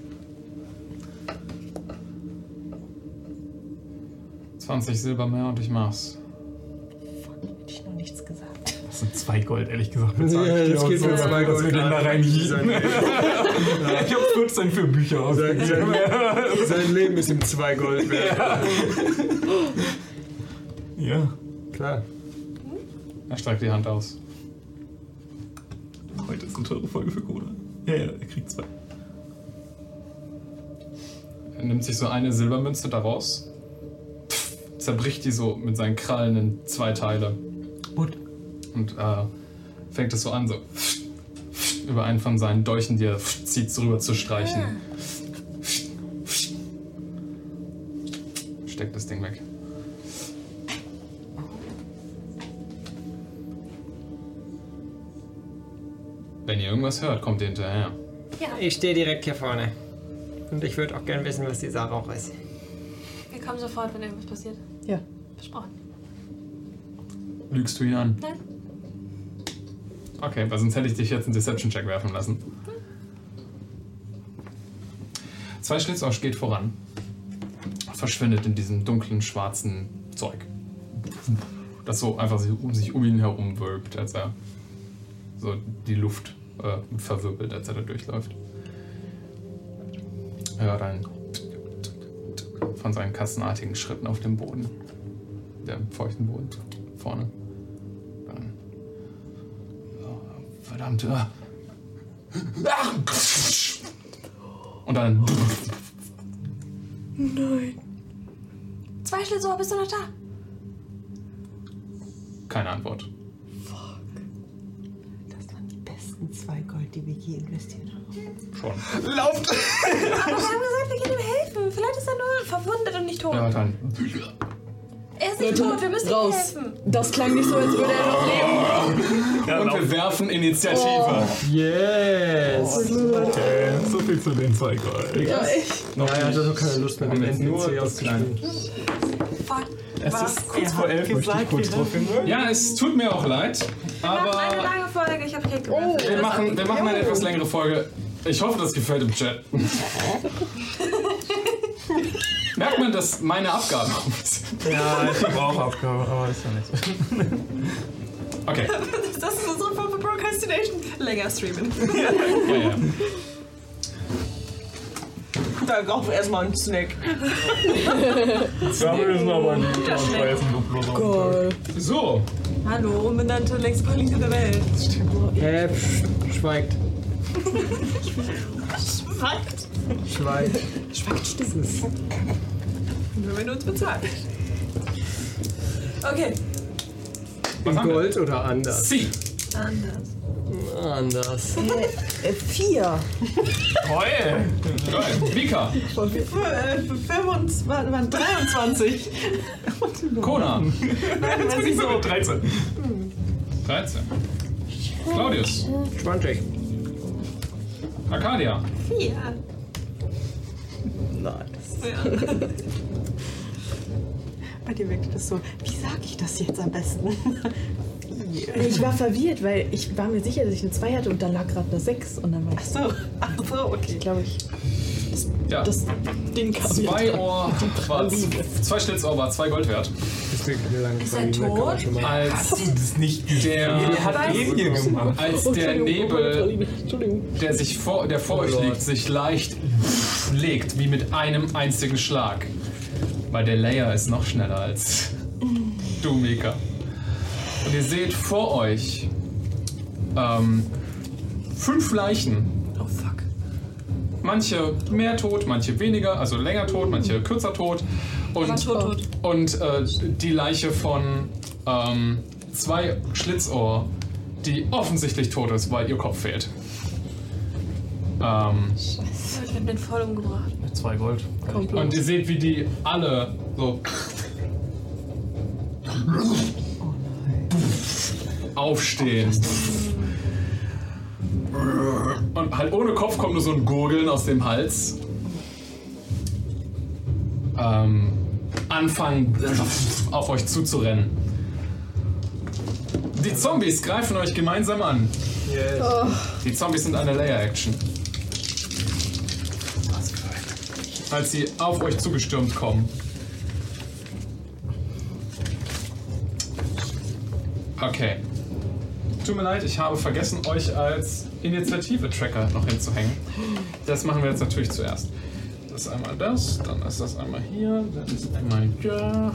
Speaker 2: 20 Silber mehr und ich mach's.
Speaker 5: Hätte ich noch nichts gesagt.
Speaker 10: Das sind zwei Gold, ehrlich gesagt.
Speaker 6: Ja, das geht für zwei Gold
Speaker 10: Wenn
Speaker 6: gerade.
Speaker 10: da rein
Speaker 6: Sein Leben.
Speaker 10: Ich hab 14 für Bücher aus.
Speaker 6: Sein, sein, sein Leben ist ihm zwei Gold wert.
Speaker 10: Ja.
Speaker 6: Klar.
Speaker 2: Er streckt die Hand aus.
Speaker 10: Heute ist eine teure Folge für Koda. Ja, ja, er kriegt zwei.
Speaker 2: Er nimmt sich so eine Silbermünze daraus, pff, zerbricht die so mit seinen Krallen in zwei Teile.
Speaker 10: Gut.
Speaker 2: Und äh, fängt es so an, so pff, pff, über einen von seinen Dolchen, die er pff, zieht, so rüber zu streichen. Pff, pff. Steckt das Ding weg. Wenn ihr irgendwas hört, kommt ihr hinterher.
Speaker 8: Ich stehe direkt hier vorne. Und ich würde auch gern wissen, was dieser Rauch ist.
Speaker 7: Wir kommen sofort, wenn irgendwas passiert.
Speaker 4: Ja.
Speaker 7: Versprochen.
Speaker 2: Lügst du ihn an?
Speaker 7: Nein.
Speaker 2: Okay, weil sonst hätte ich dich jetzt einen Deception-Check werfen lassen. Zwei Schlitzohrsch geht voran. Verschwindet in diesem dunklen, schwarzen Zeug. Das so einfach sich um, sich um ihn herum wölbt, als er so die Luft äh, verwirbelt, als er da durchläuft. Er hört einen von seinen kassenartigen Schritten auf dem Boden. Der feuchten Boden vorne. Dann. Oh, verdammt. ah. Ah! Und dann.
Speaker 7: Nein. Zwei Schlitzohr, bist du noch da?
Speaker 2: Keine Antwort.
Speaker 14: Das waren die besten zwei Gold, die wir je investiert haben.
Speaker 2: Schon.
Speaker 14: Lauft!
Speaker 7: Aber wir haben gesagt, wir können ihm helfen. Vielleicht ist er nur verwundet und nicht tot.
Speaker 2: Er hört einen.
Speaker 7: Er ist nicht
Speaker 4: Leute,
Speaker 7: tot, wir müssen ihm
Speaker 4: raus.
Speaker 7: helfen.
Speaker 4: Das klang nicht so, als würde er noch leben.
Speaker 2: Und wir werfen Initiative.
Speaker 10: Yes!
Speaker 6: Oh,
Speaker 10: Okay, so viel zu den zwei Gold.
Speaker 4: Ja, echt.
Speaker 10: Noch
Speaker 11: Ja,
Speaker 10: nicht.
Speaker 11: ich hab keine Lust mehr,
Speaker 10: Wir haben
Speaker 11: den
Speaker 10: jetzt
Speaker 11: NPC
Speaker 10: nur das Kleine. Es
Speaker 7: Was?
Speaker 10: ist kurz
Speaker 7: Er
Speaker 10: vor
Speaker 7: hat
Speaker 10: elf, möchte ich
Speaker 7: gesagt,
Speaker 10: kurz
Speaker 7: wir
Speaker 10: drauf hinweisen.
Speaker 2: Ja, es tut mir auch leid, aber
Speaker 7: Eine lange Folge, ich hab Cake gewürfelt.
Speaker 2: Oh. wir machen, wir machen eine etwas längere Folge. Ich hoffe, das gefällt im Chat. Merkt man, dass meine Abgaben
Speaker 10: Ja, ich brauche Abgabe, aber ist ja nichts.
Speaker 2: Okay.
Speaker 13: Das ist unsere Form von Procrastination. Länger streamen.
Speaker 2: Ja, ja.
Speaker 5: Da kaufen wir erstmal einen Snack.
Speaker 10: Ja, wir müssen aber nicht ansprechen.
Speaker 12: Goal.
Speaker 2: So.
Speaker 12: Hallo, unbenannte längst verlinkte der Welt.
Speaker 11: Äh, schweigt.
Speaker 12: Fakt.
Speaker 11: Schweigt.
Speaker 12: Schweigt still.
Speaker 13: Nur wenn du uns bezahlst. Okay.
Speaker 11: In Gold oder anders?
Speaker 2: Sie.
Speaker 13: Anders.
Speaker 11: Anders.
Speaker 4: Äh, vier.
Speaker 2: Toll! Geil. Mika.
Speaker 5: Äh, 25, waren 23.
Speaker 2: Kona.
Speaker 5: Nein, das ist so.
Speaker 2: 13. 13. Claudius.
Speaker 11: 20.
Speaker 2: Arcadia.
Speaker 7: Vier.
Speaker 5: Nice. Bei dir wirkte das so. Wie sag ich das jetzt am besten?
Speaker 4: Ich war verwirrt, weil ich war mir sicher, dass ich eine 2 hatte und dann lag gerade eine 6 und dann war ich. Ach
Speaker 5: so, ach so, okay.
Speaker 4: Glaube ich.
Speaker 2: Ja.
Speaker 4: Das Ding kam hier
Speaker 2: Zwei
Speaker 4: dran.
Speaker 2: Ohr war, zwei Schlitzohr war zwei Gold wert.
Speaker 7: Ist er tot?
Speaker 2: Als nicht der,
Speaker 10: Der hat eben hier gemacht.
Speaker 2: Als der Nebel, der sich vor, der
Speaker 10: Oh
Speaker 2: vor euch liegt, sich leicht legt, wie mit einem einzigen Schlag. Weil der Layer ist noch schneller als du, Mika. Und ihr seht vor euch ähm, fünf Leichen. Oh fuck. Manche mehr tot, manche weniger, also länger tot, manche kürzer tot. Und,
Speaker 7: Aber tot, tot.
Speaker 2: und äh, die Leiche von ähm, zwei Schlitzohr, die offensichtlich tot ist, weil ihr Kopf fehlt. Ähm,
Speaker 7: Scheiße. Ich hab den voll umgebracht.
Speaker 2: mit zwei Gold.
Speaker 7: Kommt
Speaker 2: Und
Speaker 7: los.
Speaker 2: ihr seht, wie die alle so aufstehen. Und halt ohne Kopf kommt nur so ein Gurgeln aus dem Hals. Ähm, anfangen auf euch zuzurennen. Die Zombies greifen euch gemeinsam an.
Speaker 13: Oh.
Speaker 2: Die Zombies sind eine Layer-Action. Als sie auf euch zugestürmt kommen. Okay. Tut mir leid, ich habe vergessen, euch als Initiative-Tracker noch hinzuhängen. Das machen wir jetzt natürlich zuerst. Das ist einmal das, dann ist das einmal hier, dann ist einmal da.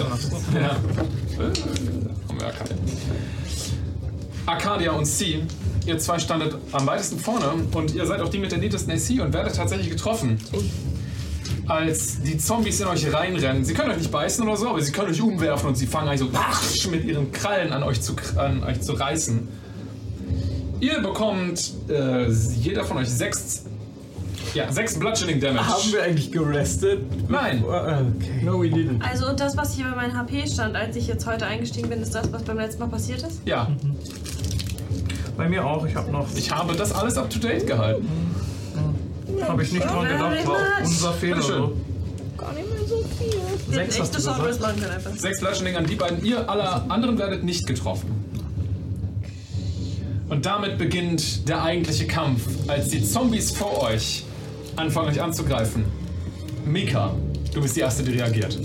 Speaker 2: Ups, ja. ja. Äh, Haben wir Arcadia. Arcadia und C. Ihr zwei standet am weitesten vorne und ihr seid auch die mit der niedrigsten AC und werdet tatsächlich getroffen. Als die Zombies in euch reinrennen, sie können euch nicht beißen oder so, aber sie können euch umwerfen und sie fangen eigentlich so pasch, mit ihren Krallen an euch zu, kr- an euch zu reißen. Ihr bekommt äh, jeder von euch sechs, ja, sechs Bludgeoning Damage.
Speaker 6: Haben
Speaker 2: wir eigentlich gerestet? Nein. Okay.
Speaker 6: No, we didn't.
Speaker 7: Also und das, was hier bei meinem HP stand, als ich jetzt heute eingestiegen bin, ist das, was beim letzten Mal passiert ist?
Speaker 2: Ja.
Speaker 3: Bei mir auch, ich habe noch.
Speaker 2: Ich habe das alles up to date gehalten.
Speaker 3: Habe ich nicht dran gedacht, war auch unser Fehler.
Speaker 2: Bitteschön.
Speaker 7: Gar nicht mehr so viel.
Speaker 2: Sechs hast du gesagt. Sechs Flaschending an die beiden. Ihr aller anderen werdet nicht getroffen. Und damit beginnt der eigentliche Kampf, als die Zombies vor euch anfangen euch anzugreifen. Mika, du bist die Erste, die reagiert.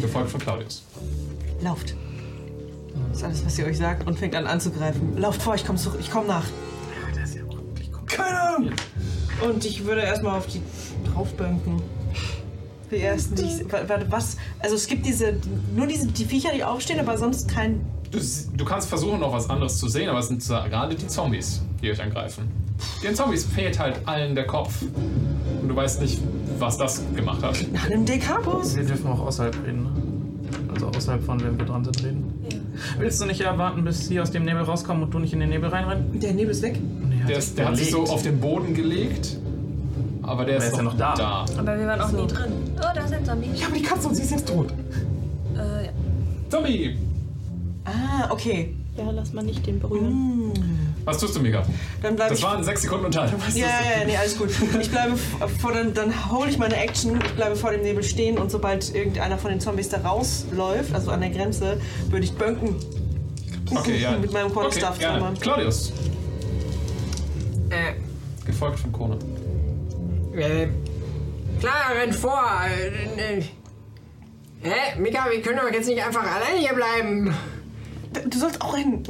Speaker 2: Gefolgt von Claudius.
Speaker 10: Lauft.
Speaker 5: Das ist alles, was ihr euch sagt und fängt an anzugreifen. Lauft vor, ich komm, zurück, ich komm nach. Keine Ahnung! Und ich würde erstmal auf die draufbänken. Die ersten, die ich. wa- Warte, was? Also es gibt diese. Nur diese die Viecher, die aufstehen, aber sonst kein.
Speaker 2: Du, s- du kannst versuchen, noch was anderes zu sehen, aber es sind gerade die Zombies, die euch angreifen. Den Zombies fehlt halt allen der Kopf. Und du weißt nicht, was das gemacht hat.
Speaker 5: An dem Dekabus!
Speaker 3: Wir dürfen auch außerhalb reden, ne? Also außerhalb von, wenn wir dran sind, reden. Willst du nicht erwarten, bis sie aus dem Nebel rauskommen und du nicht in den Nebel reinrennen?
Speaker 5: Der Nebel ist weg.
Speaker 2: Der, ist, der hat sich so
Speaker 3: gelegt.
Speaker 2: auf den Boden gelegt, aber der, ist,
Speaker 3: ist ja
Speaker 2: noch
Speaker 3: noch da.
Speaker 2: da.
Speaker 7: Aber wir waren auch nie drin. Oh, da ist ein Zombie. Ich
Speaker 5: habe die Katze und sie ist jetzt tot.
Speaker 7: Äh, ja.
Speaker 2: Zombie!
Speaker 5: Ah, okay. Mm.
Speaker 15: Ja, lass mal nicht den berühren.
Speaker 2: Was tust du, Mika?
Speaker 5: Dann bleib
Speaker 2: das
Speaker 5: ich-
Speaker 2: waren sechs Sekunden Unterhaltung. weißt du?
Speaker 5: Ja, ja, ja, nee, alles gut. Ich bleibe f- äh, vor dem, dann hole ich meine Action, ich bleibe vor dem Nebel stehen und sobald irgendeiner von den Zombies da rausläuft, also an der Grenze, würde ich bönken.
Speaker 2: Okay, ja.
Speaker 5: Mit meinem Quarterstaff
Speaker 2: okay, gerne.
Speaker 5: zweimal.
Speaker 2: Claudius.
Speaker 8: Äh,
Speaker 2: Gefolgt von Kona.
Speaker 8: äh, klar, rennt vor. Äh, äh, hä, Mika, wir können doch jetzt nicht einfach allein hier bleiben.
Speaker 5: Du sollst auch rennen.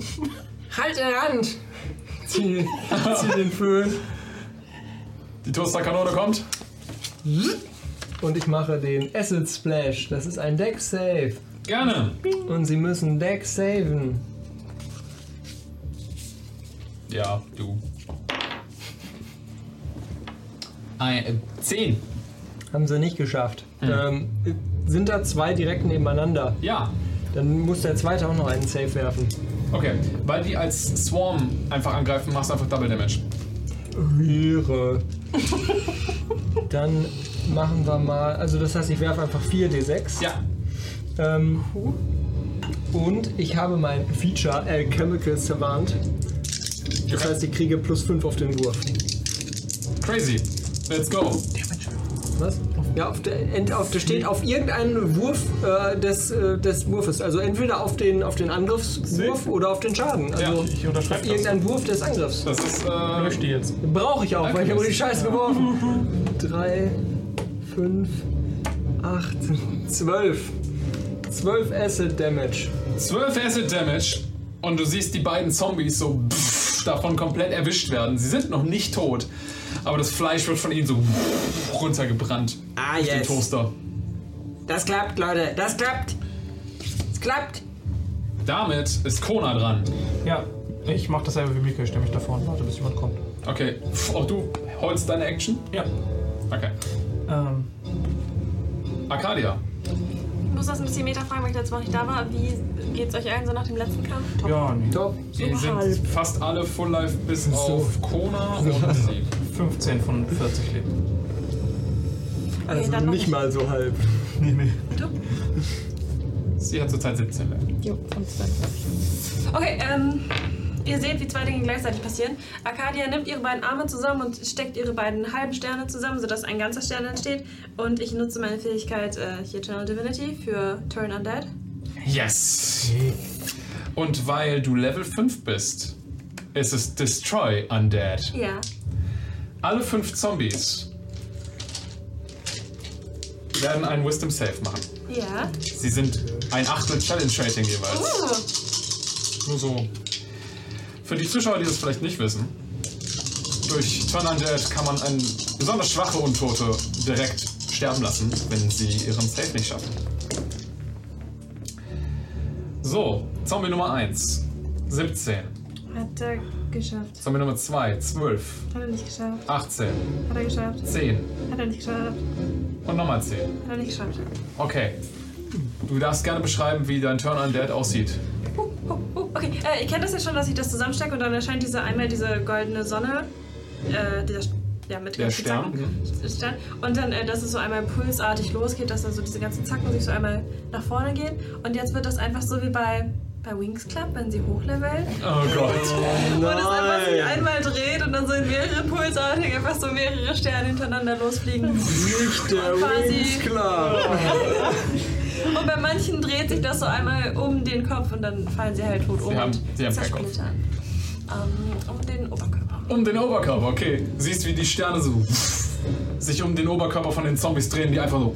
Speaker 8: Halt in der Hand.
Speaker 6: Zieh, zieh den Föhn.
Speaker 2: Die Toasterkanone kommt.
Speaker 6: Und ich mache den Acid Splash. Das ist ein Deck Save.
Speaker 2: Gerne.
Speaker 6: Und Sie müssen Deck saven.
Speaker 2: Ja, du. Ein, äh, zehn. Hm.
Speaker 6: Haben Sie nicht geschafft. Ähm, sind da zwei direkt nebeneinander?
Speaker 2: Ja.
Speaker 6: Dann muss der zweite auch noch einen Save werfen.
Speaker 2: Okay, weil die als Swarm einfach angreifen, machst du einfach Double Damage.
Speaker 6: Ehre. Dann machen wir mal. Also, das heißt, ich werfe einfach 4d6.
Speaker 2: Ja.
Speaker 6: Ähm, und ich habe mein Feature äh, Alchemical Savant. Das heißt, ich kriege plus 5 auf den Wurf.
Speaker 2: Crazy. Let's go.
Speaker 6: Was? Ja, auf der, ent, auf, der steht auf irgendeinen Wurf äh, des, äh, des Wurfes. Also entweder auf den, auf den Angriffswurf oder auf den Schaden. Also
Speaker 3: ich unterschreibe
Speaker 6: auf
Speaker 3: das.
Speaker 6: irgendeinen Wurf des Angriffs.
Speaker 2: Das ist. äh,
Speaker 3: Lösch die jetzt.
Speaker 6: Brauche ich auch, weil ich habe die Scheiße
Speaker 3: Ja.
Speaker 6: geworfen. 3, 5, 8, 12. 12 Acid Damage.
Speaker 2: 12 Acid Damage und du siehst die beiden Zombies so pff, davon komplett erwischt werden. Sie sind noch nicht tot, aber das Fleisch wird von ihnen so pff, runtergebrannt.
Speaker 8: Ah,
Speaker 2: auf den
Speaker 8: yes.
Speaker 2: Toaster.
Speaker 8: Das klappt, Leute. Das klappt. Es klappt.
Speaker 2: Damit ist Kona dran.
Speaker 3: Ja, ich mache dasselbe wie Mika, ich stelle mich da vorne, warte, bis jemand kommt.
Speaker 2: Okay, pff, auch du holst deine Action?
Speaker 3: Ja.
Speaker 2: Okay.
Speaker 3: Ähm,
Speaker 2: Arcadia.
Speaker 7: Ich muss das ein bisschen Meta fragen, weil ich letztes Mal nicht da war. Wie geht's euch allen so nach dem letzten Kampf?
Speaker 3: Ja, nee.
Speaker 6: Top.
Speaker 2: Die sind fast alle Full Life bis auf Kona und sie.
Speaker 3: 15 von 40 Leben.
Speaker 6: Also
Speaker 3: dann noch
Speaker 6: nicht mal so halb.
Speaker 3: Nee, nee.
Speaker 2: Sie hat zurzeit 17 Leben.
Speaker 15: Jo, und dann.
Speaker 7: Okay, ähm, ihr seht, wie zwei Dinge gleichzeitig passieren. Arcadia nimmt ihre beiden Arme zusammen und steckt ihre beiden halben Sterne zusammen, sodass ein ganzer Stern entsteht. Und ich nutze meine Fähigkeit äh, hier Channel Divinity für Turn Undead.
Speaker 2: Yes! Und weil du Level 5 bist, ist es Destroy Undead.
Speaker 7: Ja.
Speaker 2: Alle fünf Zombies werden einen Wisdom Save machen.
Speaker 7: Ja. Uh.
Speaker 2: Sie sind ein Achtel Challenge Rating jeweils. Nur so. Für die Zuschauer, die das vielleicht nicht wissen, durch Turn Undead kann man einen besonders schwache Untote direkt sterben lassen, wenn sie ihren Save nicht schaffen. So, Zombie Nummer 1, 17.
Speaker 7: Hat er geschafft.
Speaker 2: Zombie Nummer 2, 12,
Speaker 7: Hat er nicht geschafft.
Speaker 2: 18,
Speaker 7: Hat er geschafft.
Speaker 2: 10
Speaker 7: Hat er nicht geschafft.
Speaker 2: und nochmal 10.
Speaker 7: Hat er nicht geschafft.
Speaker 2: Okay. Du darfst gerne beschreiben, wie dein Turn Undead aussieht.
Speaker 7: Uh, okay, äh, ihr kennt das ja schon, dass ich das zusammenstecke und dann erscheint diese einmal diese goldene Sonne. Äh, dieser, ja, mit
Speaker 2: Der
Speaker 7: ganzen
Speaker 2: Stern.
Speaker 7: Zacken- Stern. Und dann, äh, dass es so einmal pulsartig losgeht, dass dann so diese ganzen Zacken sich so einmal nach vorne gehen. Und jetzt wird das einfach so wie bei, bei Wings Club, wenn sie hochleveln.
Speaker 2: Oh Gott.
Speaker 7: Und es einfach sich einmal dreht und dann so in mehrere pulsartig einfach so mehrere Sterne hintereinander losfliegen.
Speaker 10: Nicht der
Speaker 7: Und quasi-
Speaker 10: Wings Club.
Speaker 7: Und bei manchen dreht sich das so einmal um den Kopf und dann fallen sie halt tot um.
Speaker 2: Sie haben, sie haben keinen Kopf.
Speaker 7: zersplittern. Ähm, um den Oberkörper.
Speaker 2: Um den Oberkörper, okay. Siehst, wie die Sterne so sich um den Oberkörper von den Zombies drehen, die einfach so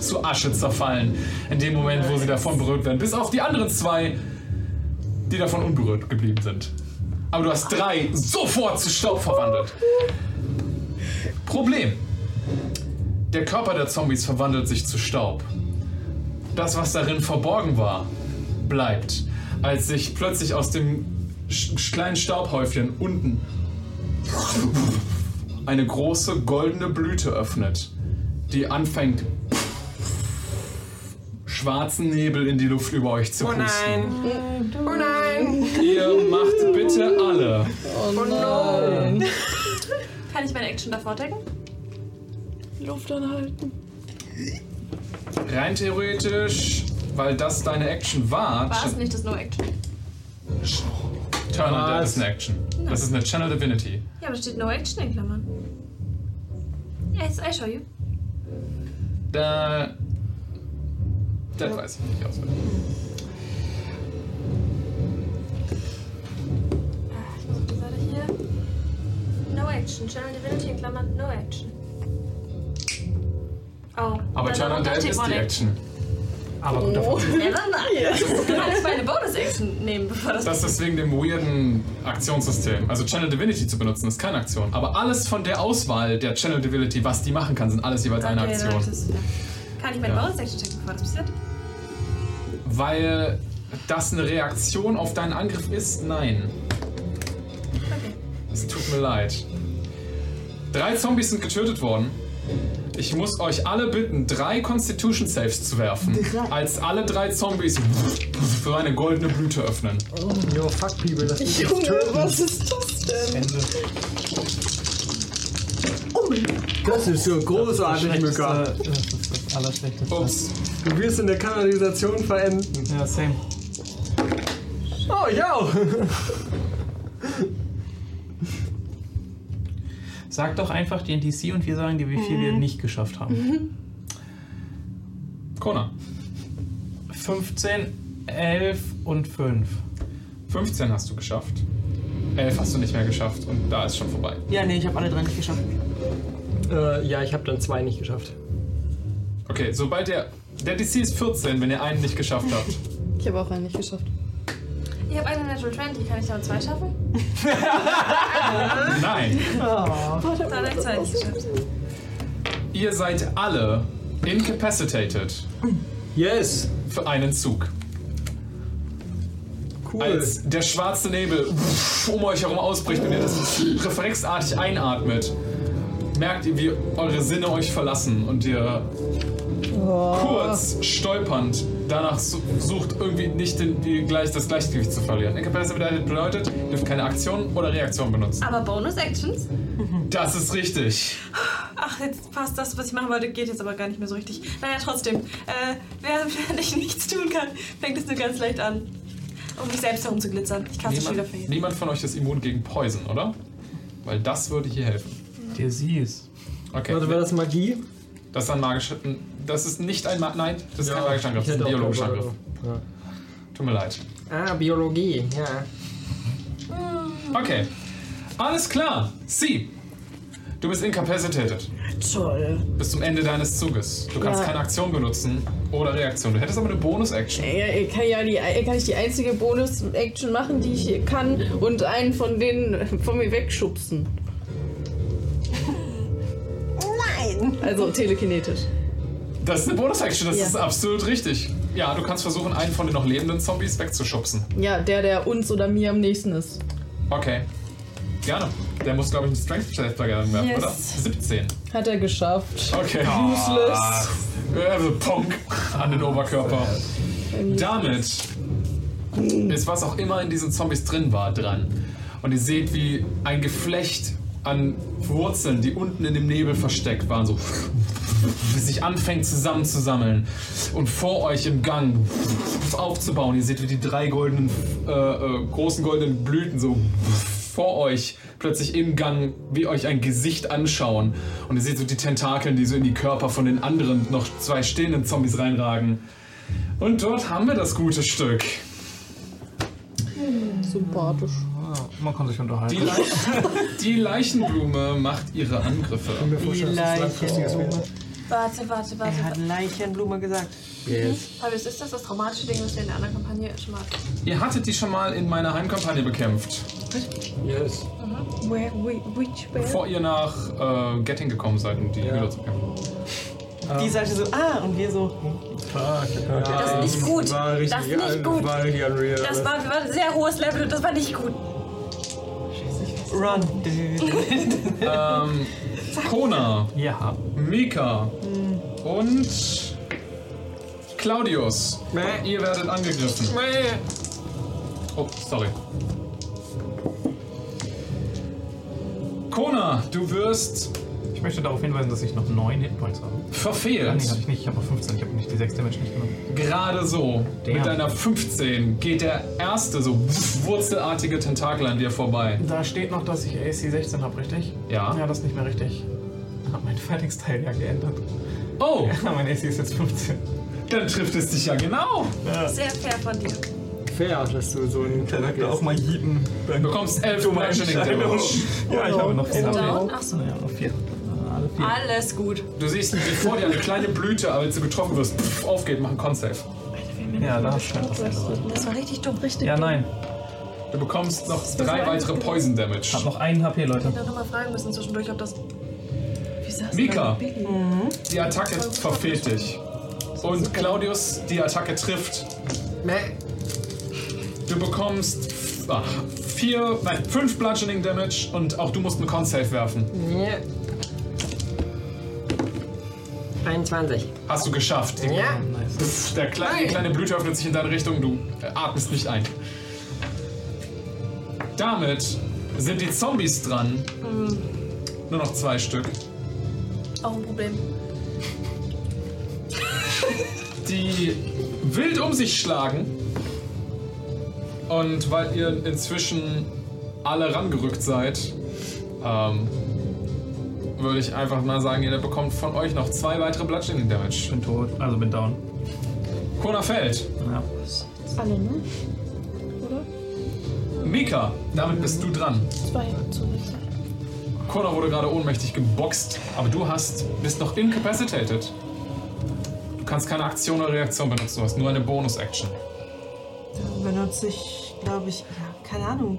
Speaker 2: zu Asche zerfallen. In dem Moment, wo sie davon berührt werden. Bis auf die anderen zwei, die davon unberührt geblieben sind. Aber du hast drei sofort zu Staub verwandelt. Problem. Der Körper der Zombies verwandelt sich zu Staub. Das, was darin verborgen war, bleibt. Als sich plötzlich aus dem sch- sch- kleinen Staubhäufchen unten eine große goldene Blüte öffnet, die anfängt schwarzen Nebel in die Luft über euch zu
Speaker 8: Oh
Speaker 2: pusten.
Speaker 8: nein. Oh nein.
Speaker 2: Ihr macht bitte alle.
Speaker 8: Oh no.
Speaker 7: Kann ich meine Action davor decken?
Speaker 12: Luft anhalten.
Speaker 2: Rein theoretisch, weil das deine Action war.
Speaker 7: War es nicht das No Action?
Speaker 2: Turn on Dead ist eine Action. Das ist eine Channel Divinity.
Speaker 7: Ja, aber steht No Action in Klammern. Yes, I show you.
Speaker 2: Da. Das weiß ich nicht auswendig.
Speaker 7: Was war das hier? No Action. Channel Divinity in Klammern No Action. Oh.
Speaker 2: Aber
Speaker 7: dann-
Speaker 2: Turn on
Speaker 7: dann
Speaker 2: Dead
Speaker 7: steht
Speaker 2: ist
Speaker 7: One
Speaker 2: die Action. Aber gut
Speaker 7: Oh.
Speaker 2: davon.
Speaker 7: Never mind. Ich kann alles meine Bonus-Action nehmen, bevor das.
Speaker 2: Das ist wegen dem weirden Aktionssystem. Also Channel Divinity zu benutzen ist keine Aktion. Aber alles von der Auswahl der Channel Divinity, was die machen kann, sind alles jeweils eine
Speaker 7: Okay, dann hab ich
Speaker 2: Aktion.
Speaker 7: das- Kann ich meine
Speaker 2: Ja.
Speaker 7: Bonus-Action checken, bevor das passiert?
Speaker 2: Weil das eine Reaktion auf deinen Angriff ist? Nein. Es tut mir leid. Drei Zombies sind getötet worden. Ich muss euch alle bitten, drei Constitution Saves zu werfen, als alle drei Zombies für eine goldene Blüte öffnen.
Speaker 11: Yo, fuck people, das
Speaker 2: ist Oh. Junge, töten. was
Speaker 11: ist das denn? Ende. Das ist so großartig, Mücke.
Speaker 10: Das ist das Allerschlechteste.
Speaker 2: Ups.
Speaker 11: Du wirst in der Kanalisation verenden.
Speaker 10: Ja, same.
Speaker 11: Oh, yo!
Speaker 3: Sag doch einfach den DC und wir sagen dir, wie viel
Speaker 5: Mhm.
Speaker 3: wir nicht geschafft haben.
Speaker 2: Kona.
Speaker 3: 15, 11 und 5.
Speaker 2: 15 hast du geschafft. 11 hast du nicht mehr geschafft und da ist schon vorbei.
Speaker 11: Ja, nee, ich habe alle drei nicht geschafft. Äh, ja, ich habe dann zwei nicht geschafft.
Speaker 2: Okay, sobald der. Der DC ist 14, wenn ihr einen nicht geschafft habt.
Speaker 4: Ich habe auch einen nicht geschafft.
Speaker 7: Ich habe eine Natural 20, kann ich damit zwei schaffen?
Speaker 2: Nein. Oh.
Speaker 7: Dann habe ich zwei nicht geschafft.
Speaker 2: Ihr seid alle incapacitated.
Speaker 11: Yes.
Speaker 2: Für einen Zug. Cool. Als der schwarze Nebel um euch herum ausbricht und ihr das reflexartig einatmet, merkt ihr, wie eure Sinne euch verlassen und ihr Oh. kurz stolpernd danach su- sucht, irgendwie nicht den, die, gleich, das Gleichgewicht zu verlieren. Incapacitated bedeutet, ihr dürft keine Aktion oder Reaktion benutzen.
Speaker 7: Aber Bonus-Actions?
Speaker 2: Das ist richtig.
Speaker 7: Ach, jetzt passt das, was ich machen wollte, geht jetzt aber gar nicht mehr so richtig. Naja, trotzdem. Äh, während während ich nichts tun kann, fängt es nur ganz leicht an, um mich selbst herumzuglitzern. Ich kann es schon wieder
Speaker 2: Niemand,
Speaker 7: verhindern.
Speaker 2: niemand von euch ist immun gegen Poison, oder? Weil das würde hier helfen.
Speaker 3: Disease.
Speaker 2: Okay.
Speaker 11: Warte, war das Magie?
Speaker 2: Das ist ein magischer. Das ist nicht ein. Ma Nein, das ist kein magischer Angriff,
Speaker 11: ich
Speaker 2: das ist ein
Speaker 11: hätte auch
Speaker 2: biologischer
Speaker 11: keinen
Speaker 2: Angriff. Tut mir leid.
Speaker 11: Ah, Biologie, ja.
Speaker 5: Hm.
Speaker 2: Okay. Alles klar. Sie. Du bist incapacitated.
Speaker 4: Toll.
Speaker 2: Bis zum Ende deines Zuges. Du kannst
Speaker 4: Ja.
Speaker 2: keine Aktion benutzen oder Reaktion. Du hättest aber eine Bonus-Action.
Speaker 4: Äh, Kann, ja die, äh, kann ich die einzige Bonus-Action machen, die ich kann und einen von denen äh, von mir wegschubsen? Nein! Also telekinetisch.
Speaker 2: Das ist eine Bonus-Action, das
Speaker 4: Ja.
Speaker 2: ist absolut richtig. Ja, du kannst versuchen, einen von den noch lebenden Zombies wegzuschubsen.
Speaker 4: Ja, der, der uns oder mir am nächsten ist.
Speaker 2: Okay. Gerne. Der muss, glaube ich, einen Strength-Check werden, werfen,
Speaker 4: Yes.
Speaker 2: oder? 17.
Speaker 4: Hat er geschafft. Oh.
Speaker 2: Okay.
Speaker 4: Useless.
Speaker 2: Also, Punk an den Oberkörper. Damit ist was auch immer in diesen Zombies drin war dran. Und ihr seht, wie ein Geflecht an Wurzeln, die unten in dem Nebel versteckt waren, so sich anfängt zusammenzusammeln und vor euch im Gang aufzubauen. Ihr seht, wie die drei goldenen, äh, äh, großen goldenen Blüten so vor euch plötzlich im Gang wie euch ein Gesicht anschauen. Und ihr seht so die Tentakeln, die so in die Körper von den anderen noch zwei stehenden Zombies reinragen. Und dort haben wir das gute Stück.
Speaker 4: Sympathisch.
Speaker 3: Ah, Man kann sich
Speaker 2: Die,
Speaker 3: unterhalten.
Speaker 2: Leich die Leichenblume macht ihre Angriffe.
Speaker 5: vorstellen, dass das langfristiges Leben hat.
Speaker 7: Warte, warte, warte.
Speaker 5: Er hat Leichenblume gesagt.
Speaker 7: Aber es ist das das traumatische Ding, was wir in der anderen Kampagne schon mal hatten.
Speaker 2: Ihr hattet die schon mal in meiner Heimkampagne bekämpft,
Speaker 11: Yes.
Speaker 7: Where, where, which, where?
Speaker 2: bevor ihr nach äh, Getting gekommen seid, um die Hühner zu kämpfen. Ähm,
Speaker 5: Die Seite so, ah, und wir so.
Speaker 7: Das ist nicht gut.
Speaker 6: War richtig,
Speaker 7: Das ist nicht gut.
Speaker 6: War richtig unreal.
Speaker 7: Das war, war ein sehr hohes Level und das war nicht gut.
Speaker 5: Run.
Speaker 2: ähm, Kona. Ja. Mika. Und Claudius. Ihr werdet angegriffen. Oh, sorry. Kona, du wirst.
Speaker 3: Ich möchte darauf hinweisen, dass ich noch 9 Hitpoints habe.
Speaker 2: Verfehlt.
Speaker 3: Ah, nee, hatte ich nicht. Ich habe noch 15. Ich habe nicht die 6 Damage nicht genommen.
Speaker 2: Gerade so,
Speaker 3: Damn.
Speaker 2: mit deiner 15, geht der erste so wurzelartige Tentakel an dir vorbei.
Speaker 3: Da steht noch, dass ich AC 16 habe, richtig?
Speaker 2: Ja.
Speaker 3: Ja, das ist nicht mehr richtig. Ich habe meinen Fighting-Style ja geändert.
Speaker 2: Oh!
Speaker 3: Ja, mein AC ist jetzt 15.
Speaker 2: Dann trifft es dich ja genau.
Speaker 7: Sehr fair von dir.
Speaker 6: Fair, dass du so einen Charakter auch mal hieten. Du
Speaker 2: bekommst elf Bludgeoning Damage.
Speaker 3: Ja, ich habe noch
Speaker 7: Ist
Speaker 3: 4
Speaker 7: down? Ach so.
Speaker 3: Ja, noch 4.
Speaker 7: Alles gut.
Speaker 2: Du siehst, wie vor dir eine kleine Blüte, als du getroffen wirst, pff, aufgeht, mach einen Con-Save.
Speaker 3: Ja, da hast du schon was
Speaker 2: Oh.
Speaker 7: Das war richtig dumm, richtig
Speaker 3: Ja,
Speaker 7: dumm.
Speaker 3: nein.
Speaker 2: Du bekommst noch drei weitere Poison Damage. Ich hab
Speaker 3: noch einen HP,
Speaker 7: Ich
Speaker 3: Leute.
Speaker 7: hätte noch mal fragen müssen zwischendurch, ob das. Wie sagst
Speaker 2: Mika, die Attacke verfehlt dich. Und Claudius, die Attacke trifft. Du bekommst ah, vier, nein, fünf Bludgeoning Damage und auch du musst einen Con-Save werfen.
Speaker 11: Ja. 21.
Speaker 2: Hast du geschafft.
Speaker 11: Ja.
Speaker 2: Pff, Der kleine, die kleine Blüte öffnet sich in deine Richtung, du äh, atmest nicht ein. Damit sind die Zombies dran.
Speaker 7: Mhm.
Speaker 2: Nur noch zwei Stück.
Speaker 7: Auch ein Problem.
Speaker 2: die wild um sich schlagen. Und weil ihr inzwischen alle rangerückt seid, ähm, würde ich einfach mal sagen, ihr bekommt von euch noch zwei weitere Bludgeoning Damage. Ich bin tot, also bin down. Kona fällt. Ja.
Speaker 12: Alle, ne? Oder?
Speaker 2: Mika, damit bist du dran.
Speaker 12: Zwei zurück.
Speaker 2: Kona wurde gerade ohnmächtig geboxt, aber du hast, bist noch incapacitated. Du kannst keine Aktion oder Reaktion benutzen, du hast nur eine Bonus-Action.
Speaker 5: Dann benutze ich, glaube ich, ja, keine Ahnung.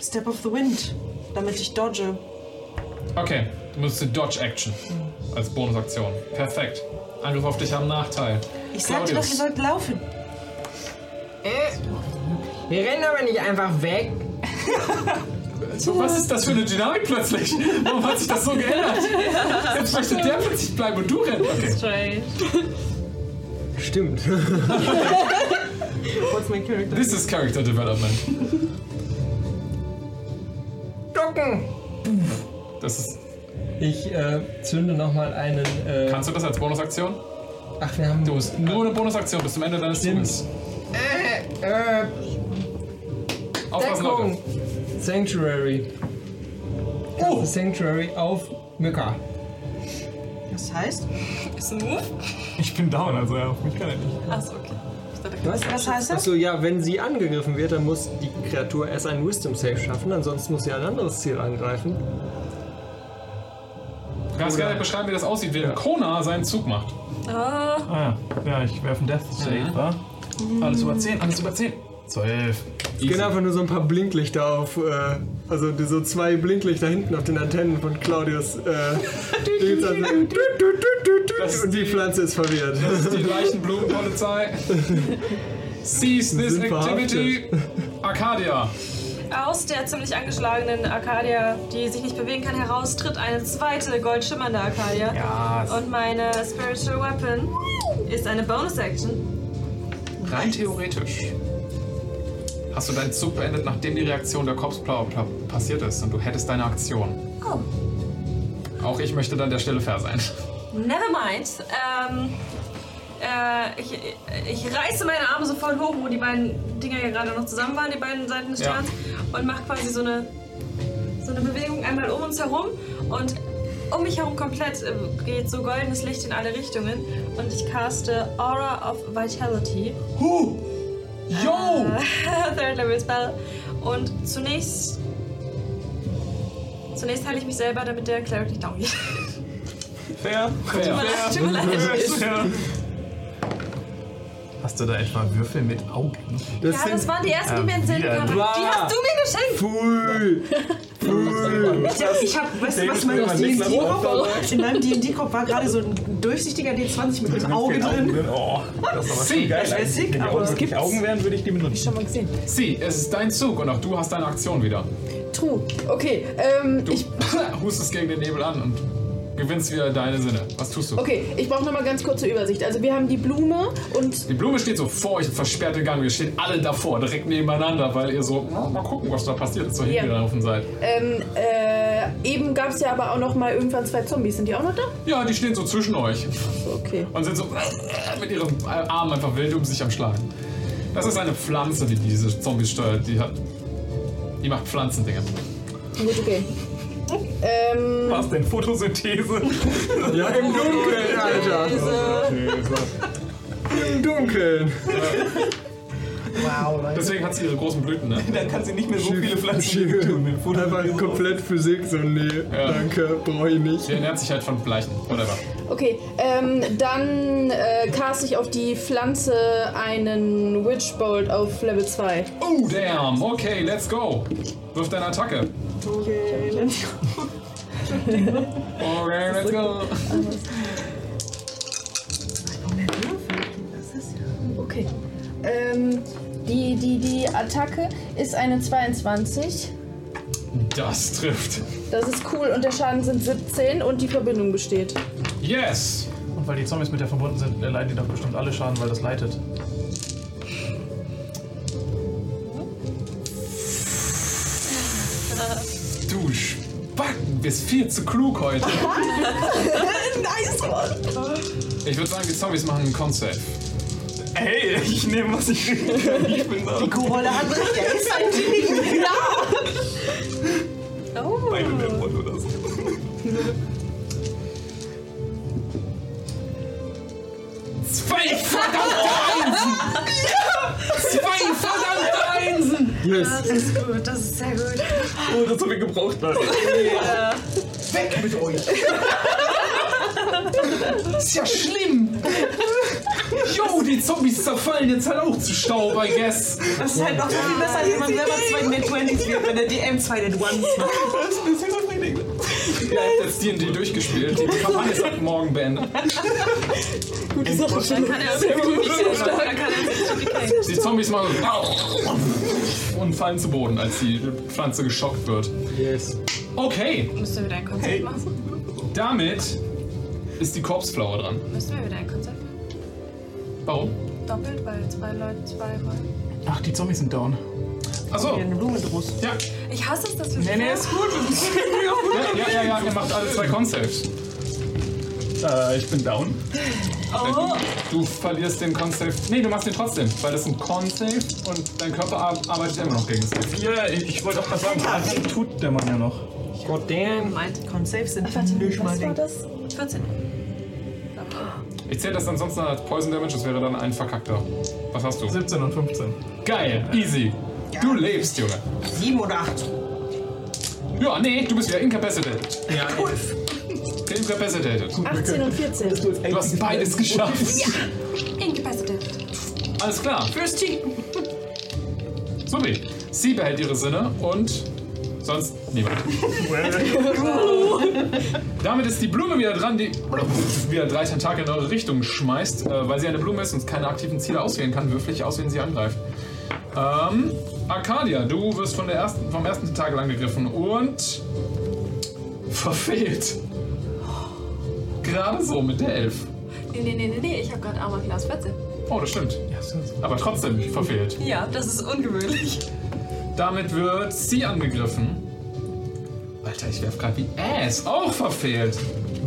Speaker 5: Step of the Wind, damit ich dodge.
Speaker 2: Okay, du musst die Dodge Action als Bonusaktion. Perfekt. Angriff auf dich haben Nachteil.
Speaker 5: Ich sagte doch, ihr sollt laufen.
Speaker 8: Äh,
Speaker 11: Wir rennen aber nicht einfach weg.
Speaker 2: Was ist das für eine Dynamik plötzlich? Warum hat sich das so geändert? Jetzt möchte der plötzlich bleiben und du rennst. Okay.
Speaker 6: Stimmt.
Speaker 5: What's my character?
Speaker 2: This is Character Development.
Speaker 11: Ducken!
Speaker 2: Das ist.
Speaker 16: Ich äh, zünde nochmal einen. Äh,
Speaker 2: Kannst du das als Bonusaktion?
Speaker 16: Ach, wir haben.
Speaker 2: Du musst nur eine Bonusaktion bis zum Ende deines Zuges.
Speaker 11: Äh, äh.
Speaker 2: Aufpassen,
Speaker 11: Deckung. Sanctuary.
Speaker 16: Oh. Sanctuary auf Mücka.
Speaker 5: Das heißt?
Speaker 7: Ist ein Move?
Speaker 16: Ich bin down, also ja, auf mich kann er nicht.
Speaker 7: Achso, okay. Ich dachte,
Speaker 16: Was? Achso, ja, wenn sie angegriffen wird, dann muss die Kreatur erst einen Wisdom Save schaffen, ansonsten muss sie ein anderes Ziel angreifen.
Speaker 2: kannst gerne beschreiben, wie das aussieht, während Kona seinen Zug macht.
Speaker 7: Oh.
Speaker 3: Ah ja, ja ich werfe einen Death Save,
Speaker 2: Mhm.
Speaker 3: wa? Alles über 10, alles über 10. 12.
Speaker 6: Es gehen einfach nur so ein paar Blinklichter auf, äh, also die- so zwei Blinklichter hinten auf den Antennen von Claudius. Äh, Dings an- und die Pflanze ist verwirrt.
Speaker 2: Das ist die Leichenblumenpolizei. Seize this
Speaker 6: Sind
Speaker 2: activity. Arcadia.
Speaker 7: Aus der ziemlich angeschlagenen Arcadia, die sich nicht bewegen kann, heraus tritt eine zweite goldschimmernde Arcadia.
Speaker 2: Yes.
Speaker 7: Und meine Spiritual Weapon ist eine Bonus-Action.
Speaker 2: Rein theoretisch. Hast du deinen Zug beendet, nachdem die Reaktion der Cops Pla- Pla- passiert ist und du hättest deine Aktion.
Speaker 7: Oh.
Speaker 2: Auch ich möchte dann der Stelle fair sein.
Speaker 7: Never mind. Ähm, äh, ich, ich reiße meine Arme so voll hoch, wo die beiden Dinger ja gerade noch zusammen waren, die beiden Seiten des
Speaker 2: Ja.
Speaker 7: Sterns, und mache quasi so eine, so eine Bewegung einmal um uns herum und um mich herum komplett äh, geht so goldenes Licht in alle Richtungen und ich caste Aura of Vitality. Äh,
Speaker 2: Huh! Yo!
Speaker 7: Third Level Spell. Und zunächst. Zunächst heile ich mich selber, damit der Cleric nicht down geht.
Speaker 3: Fair.
Speaker 7: Fair. Tut mir leid, tut mir leid.
Speaker 3: Hast du da etwa Würfel mit Augen?
Speaker 7: ja, das waren die ersten, die
Speaker 2: Ähm,
Speaker 7: mir in den Sinn
Speaker 6: ähm,
Speaker 7: kamen. Die hast du mir geschenkt!
Speaker 6: Pfui!
Speaker 3: Pfui!
Speaker 5: Ich hab, ich hab weißt du, was mein
Speaker 3: Dennis Müller, Niklas
Speaker 5: D&D-Kopf in meinem D&D-Kopf war gerade so ein durchsichtiger D20 mit einem Auge drin.
Speaker 2: ne?
Speaker 10: Oh, das ist aber
Speaker 2: Sie,
Speaker 10: schon geil.
Speaker 2: das
Speaker 5: wär sick,
Speaker 10: Wenn die
Speaker 5: aber
Speaker 10: Augen
Speaker 5: es
Speaker 10: wirklich
Speaker 5: gibt's.
Speaker 10: Augen wären, würde ich die benutzen.
Speaker 4: Schon mal gesehen.
Speaker 2: Sie, es ist dein Zug und auch du hast deine Aktion wieder.
Speaker 4: True. Okay, ähm,
Speaker 2: Du hustest gegen den Nebel an und gewinnst wieder deine Sinne. Was tust du?
Speaker 4: okay, ich brauche nochmal ganz kurze Übersicht. Also wir haben die Blume und
Speaker 2: Die Blume steht so vor euch, versperrt den Gang. Ihr steht alle davor, direkt nebeneinander, weil ihr so, "Na, mal gucken, was da passiert ist, so
Speaker 4: Ja.
Speaker 2: hingelaufen seid.
Speaker 4: ähm, äh, eben gab es ja aber auch noch mal irgendwann zwei Zombies. Sind die auch noch da?
Speaker 2: Ja, die stehen so zwischen euch.
Speaker 4: Okay.
Speaker 2: Und sind so äh, mit ihren Armen einfach wild um sich am Schlagen. Das ist eine Pflanze, die diese Zombies steuert. Die, hat, die macht Pflanzendinge.
Speaker 4: Gut, okay. Ähm,
Speaker 2: Was denn? Photosynthese?
Speaker 6: ja, im Dunkeln, Alter. Im Dunkeln.
Speaker 10: Wow,
Speaker 2: Deswegen hat sie ihre großen Blüten, ne?
Speaker 10: Dann kann sie nicht mehr so viele Pflanzen tun.
Speaker 6: Einfach komplett Physik, so nee, danke, brauche ich nicht.
Speaker 2: Sie ernährt sich halt von Bleichen, whatever.
Speaker 4: Okay, ähm, dann äh, cast ich auf die Pflanze einen Witch Bolt auf Level 2.
Speaker 2: Oh, damn. Okay, let's go. Wirf deine Attacke.
Speaker 5: Okay, let's go.
Speaker 2: Okay, let's go.
Speaker 4: Okay. Ähm, die, die, die Attacke ist eine 22.
Speaker 2: Das trifft.
Speaker 4: Das ist cool und der Schaden sind 17 und die Verbindung besteht.
Speaker 2: Yes!
Speaker 3: Und weil die Zombies mit der verbunden sind, äh, leiden die doch bestimmt alle Schaden, weil das leitet.
Speaker 2: Du Spacken, bist viel zu klug heute.
Speaker 13: nice one!
Speaker 2: Ich würde sagen, die Zombies machen einen Con-Save.
Speaker 10: Hey, ich nehme, was ich kriegen kann. Ich bin da. Die
Speaker 13: Kobolle hat recht, er ist ein Genie.
Speaker 7: Oh.
Speaker 10: Beide werden voll oder so.
Speaker 2: Zwei verdammte Einsen! Zwei verdammte Einsen!
Speaker 10: Yes.
Speaker 7: Das ist gut, das ist sehr gut.
Speaker 10: Oh, das habe ich gebraucht, Leute.
Speaker 7: Ja.
Speaker 10: Weg mit euch!
Speaker 2: Ist ja schlimm! Jo, die Zombies zerfallen jetzt halt auch zu Staub, I guess.
Speaker 5: Das ist halt noch so viel besser, als wenn man selber zwei Net 20s wird, wenn der DM zwei Net 1s macht.
Speaker 10: Das ist ein bisschen befriedigend.
Speaker 2: Ihr habt jetzt D&D durchgespielt. Die Kampagne ist ab morgen beendet.
Speaker 4: Gute Sache,
Speaker 7: Dann kann er irgendwie nicht so stark. Dann kann er sich nicht so
Speaker 2: Die Zombies machen so und fallen zu Boden, als die Pflanze geschockt wird. Yes. Okay,
Speaker 7: Müssen wir wieder ein Konzept machen?
Speaker 2: damit ist die Korpsflower dran.
Speaker 7: Müssen wir wieder ein Konzept machen?
Speaker 2: Warum?
Speaker 7: Doppelt, weil zwei Leute zweimal.
Speaker 3: Ach, die Zombies sind down.
Speaker 2: Achso.
Speaker 5: Eine Blume draus.
Speaker 2: Ja.
Speaker 7: Ich hasse es, dass wir. Nee,
Speaker 2: nee, ist gut. Ja, ja, ja, ja, ihr macht alle zwei Concepts.
Speaker 10: Äh, ich bin down.
Speaker 7: Oh.
Speaker 2: Du verlierst den Con-Save. Nee, du machst den trotzdem, weil das ist ein Con-Save und dein Körper ar- arbeitet immer noch gegen es.
Speaker 10: Ja, ich, ich wollte auch was sagen. Das tut der Mann ja noch. God damn.
Speaker 5: Meint, Con-Saves sind nicht mal Ding.
Speaker 4: das?
Speaker 7: 14.
Speaker 2: Ich zähle das ansonsten als Poison Damage, das wäre dann ein verkackter. Was hast du?
Speaker 3: 17 und 15.
Speaker 2: Geil, easy. Du lebst, Junge.
Speaker 5: Sieben oder acht.
Speaker 2: Ja, nee, du bist wieder incapacitated.
Speaker 10: Ja,
Speaker 2: cool. 10 Capacitated.
Speaker 4: 18 und 14.
Speaker 2: Du hast beides geschafft.
Speaker 7: Incapacitated.
Speaker 2: Alles klar.
Speaker 7: Fürs Team.
Speaker 2: Subi. Sie behält ihre Sinne und sonst niemand. Damit ist die Blume wieder dran, die wieder drei Tentakel in eure Richtung schmeißt. Äh, weil sie eine Blume ist und keine aktiven Ziele auswählen kann, würfel ich aus, wenn sie angreift. Ähm, Arcadia, du wirst von der ersten, vom ersten Tentakel angegriffen und verfehlt. Gerade so mit der Elf.
Speaker 7: Nee, nee, nee, nee, nee. Ich habe gerade Armor Class 14.
Speaker 2: Oh, das stimmt. Aber trotzdem verfehlt.
Speaker 7: Ja, das ist ungewöhnlich.
Speaker 2: Damit wird sie angegriffen. Alter, ich werf grad wie Ass. Auch verfehlt.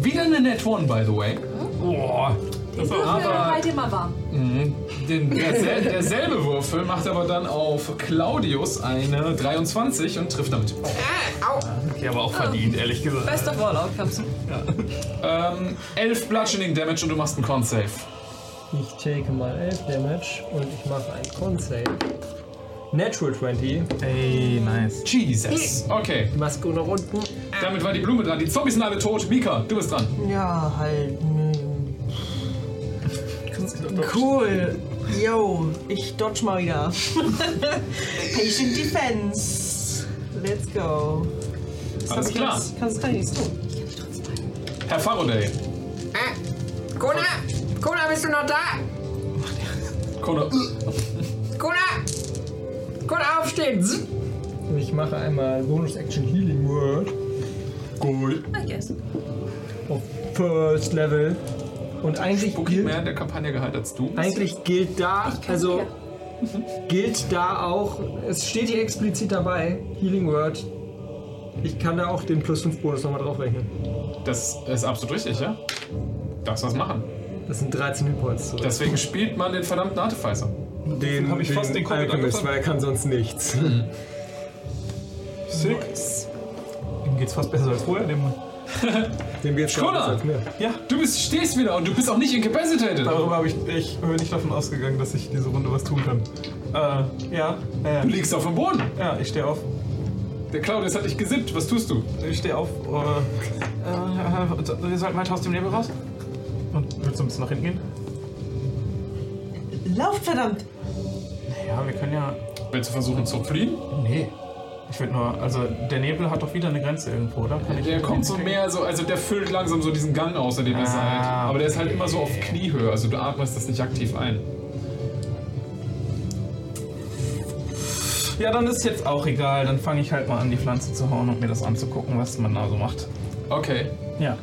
Speaker 2: Wieder eine Net One, by the way. Boah.
Speaker 7: Die Würfel halt immer warm.
Speaker 2: Mhm. Den, dersel, derselbe Würfel macht aber dann auf Claudius eine 23 und trifft damit. Okay, aber auch verdient, ehrlich gesagt.
Speaker 7: Best of all outcomes.
Speaker 2: Ähm, 11 Bludgeoning Damage und du machst einen Con-Save.
Speaker 6: Ich take mal 11 Damage und ich mache ein Con-Save. Natural 20.
Speaker 2: Ey, nice. Jesus. Okay.
Speaker 6: Maske nach unten.
Speaker 2: Damit war die Blume dran. Die Zombies sind alle tot. Mika, du bist dran.
Speaker 5: Ja, halt. mm. Cool. Yo, ich dodge mal wieder. Patient Defense. Let's go.
Speaker 2: Alles klar.
Speaker 5: Kannst du nichts tun.
Speaker 2: Herr Faraday.
Speaker 8: Äh, Kona! Kona, bist du noch da?
Speaker 2: Kona.
Speaker 8: Kona! Kona, aufstehen!
Speaker 6: Ich mache einmal Bonus Action Healing Word. Cool.
Speaker 7: I guess.
Speaker 6: Auf First Level. Und eigentlich
Speaker 2: gilt, mehr in der Kampagne geheilt als du.
Speaker 6: Eigentlich gilt da, also gilt da auch, es steht hier explizit dabei, Healing Word. Ich kann da auch den plus 5 Bonus nochmal drauf rechnen.
Speaker 2: Das ist absolut richtig, ja? Darfst was machen.
Speaker 6: Das sind 13 Hitpoints zurück.
Speaker 2: Deswegen spielt man den verdammten Artificer.
Speaker 6: den
Speaker 2: hab ich fast den Covid
Speaker 6: Alchemist,
Speaker 2: angefangen.
Speaker 6: weil er kann sonst nichts.
Speaker 3: Sick. Ihm geht's fast besser als vorher, dem Mann.
Speaker 6: dem geht's
Speaker 2: Kona!
Speaker 3: Ja.
Speaker 2: Du bist, stehst wieder und du bist auch nicht incapacitated.
Speaker 3: Darüber habe ich, ich bin nicht davon ausgegangen, dass ich diese Runde was tun kann. Äh, ja. Äh,
Speaker 2: Du liegst auf dem Boden.
Speaker 3: Ja, ich stehe auf.
Speaker 2: Der Claudius hat dich gesippt. Was tust du?
Speaker 3: Ich stehe auf. Äh, äh, wir sollten weiter aus dem Nebel raus. Und willst du ein bisschen nach hinten gehen?
Speaker 5: Lauft verdammt!
Speaker 3: Ja, wir können ja.
Speaker 2: Willst du versuchen zu fliehen?
Speaker 3: Nee. Ich will nur. Also, der Nebel hat doch wieder eine Grenze irgendwo, oder? Kann ich
Speaker 2: Der kommt so mehr so, also der füllt langsam so diesen Gang aus, in dem er seid.
Speaker 3: Ah,
Speaker 2: Aber der ist halt immer so auf Kniehöhe, also du atmest das nicht aktiv ein.
Speaker 3: Ja, dann ist jetzt auch egal. Dann fange ich halt mal an, die Pflanze zu hauen und mir das anzugucken, was man da so macht.
Speaker 2: Okay.
Speaker 3: Ja.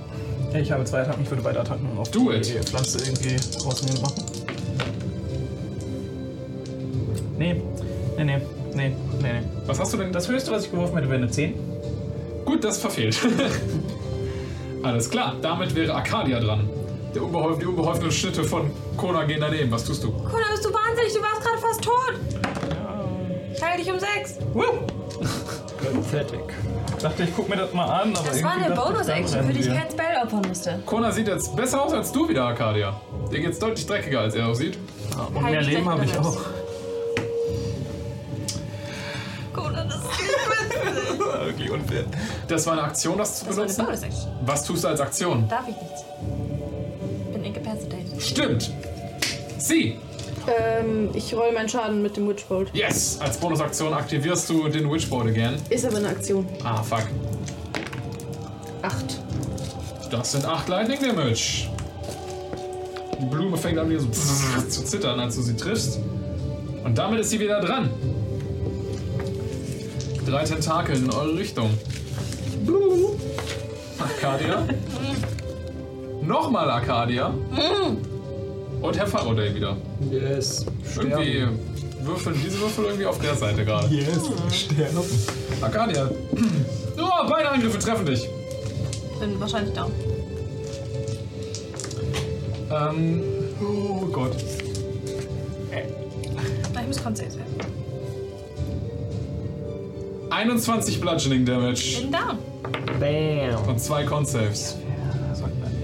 Speaker 3: Ich habe zwei Attacken, ich würde beide Attacken auf
Speaker 2: Do
Speaker 3: die
Speaker 2: it.
Speaker 3: Pflanze irgendwie rausnehmen machen. Nee, nee, nee, nee, nee, nee.
Speaker 2: Was hast du denn?
Speaker 3: Das höchste, was ich geworfen hätte, wäre eine 10.
Speaker 2: Gut, das verfehlt. Alles klar, damit wäre Arcadia dran. Der unbeholfen, die unbeholfenen Schnitte von Kona gehen daneben. Was tust du?
Speaker 7: Kuna, bist du wahnsinnig? Du warst gerade fast tot. Teil dich um sechs.
Speaker 3: Fertig. Dachte ich, guck mir das mal an, aber
Speaker 7: Das war
Speaker 3: irgendwie
Speaker 7: eine
Speaker 3: dachte ich,
Speaker 7: Bonus-Action,
Speaker 3: dann
Speaker 7: für die ich
Speaker 3: rennen
Speaker 7: kein Spell opfern musste.
Speaker 2: Kona sieht jetzt besser aus als du wieder, Arcadia. Dir geht's deutlich dreckiger, als er aussieht.
Speaker 3: wir.
Speaker 7: Halt
Speaker 3: Und mehr Leben habe ich auch.
Speaker 7: Kuna, das ist
Speaker 3: Wirklich unfair.
Speaker 2: Das war eine Aktion, das zu
Speaker 7: Das war eine
Speaker 2: benutzen?
Speaker 7: Bonus-Action.
Speaker 2: Was tust du als Aktion?
Speaker 7: Darf ich nichts. Bin incapacitated.
Speaker 2: Stimmt. Sie.
Speaker 4: Ähm, ich roll meinen Schaden mit dem Witchbolt.
Speaker 2: Yes. Als Bonusaktion aktivierst du den Witchboard again.
Speaker 4: Ist aber eine Aktion.
Speaker 2: Ah, fuck.
Speaker 4: Acht.
Speaker 2: Das sind 8 Lightning Damage. Die Blume fängt an, wieder so zu zittern, als du sie triffst. Und damit ist sie wieder dran. Drei Tentakel in eure Richtung. Arcadia. Nochmal Arcadia. Und Herr Faraday wieder.
Speaker 6: Yes.
Speaker 2: Irgendwie würfeln diese Würfel irgendwie auf der Seite gerade.
Speaker 3: Yes, sterben.
Speaker 2: Arcadia. Oh, beide Angriffe treffen dich.
Speaker 7: Bin wahrscheinlich down.
Speaker 2: Ähm, oh Gott.
Speaker 7: Äh. Nein, ich muss Konsequenz werden.
Speaker 2: 21 Bludgeoning Damage.
Speaker 7: Bin down.
Speaker 2: Bam. Und zwei Con-Saves.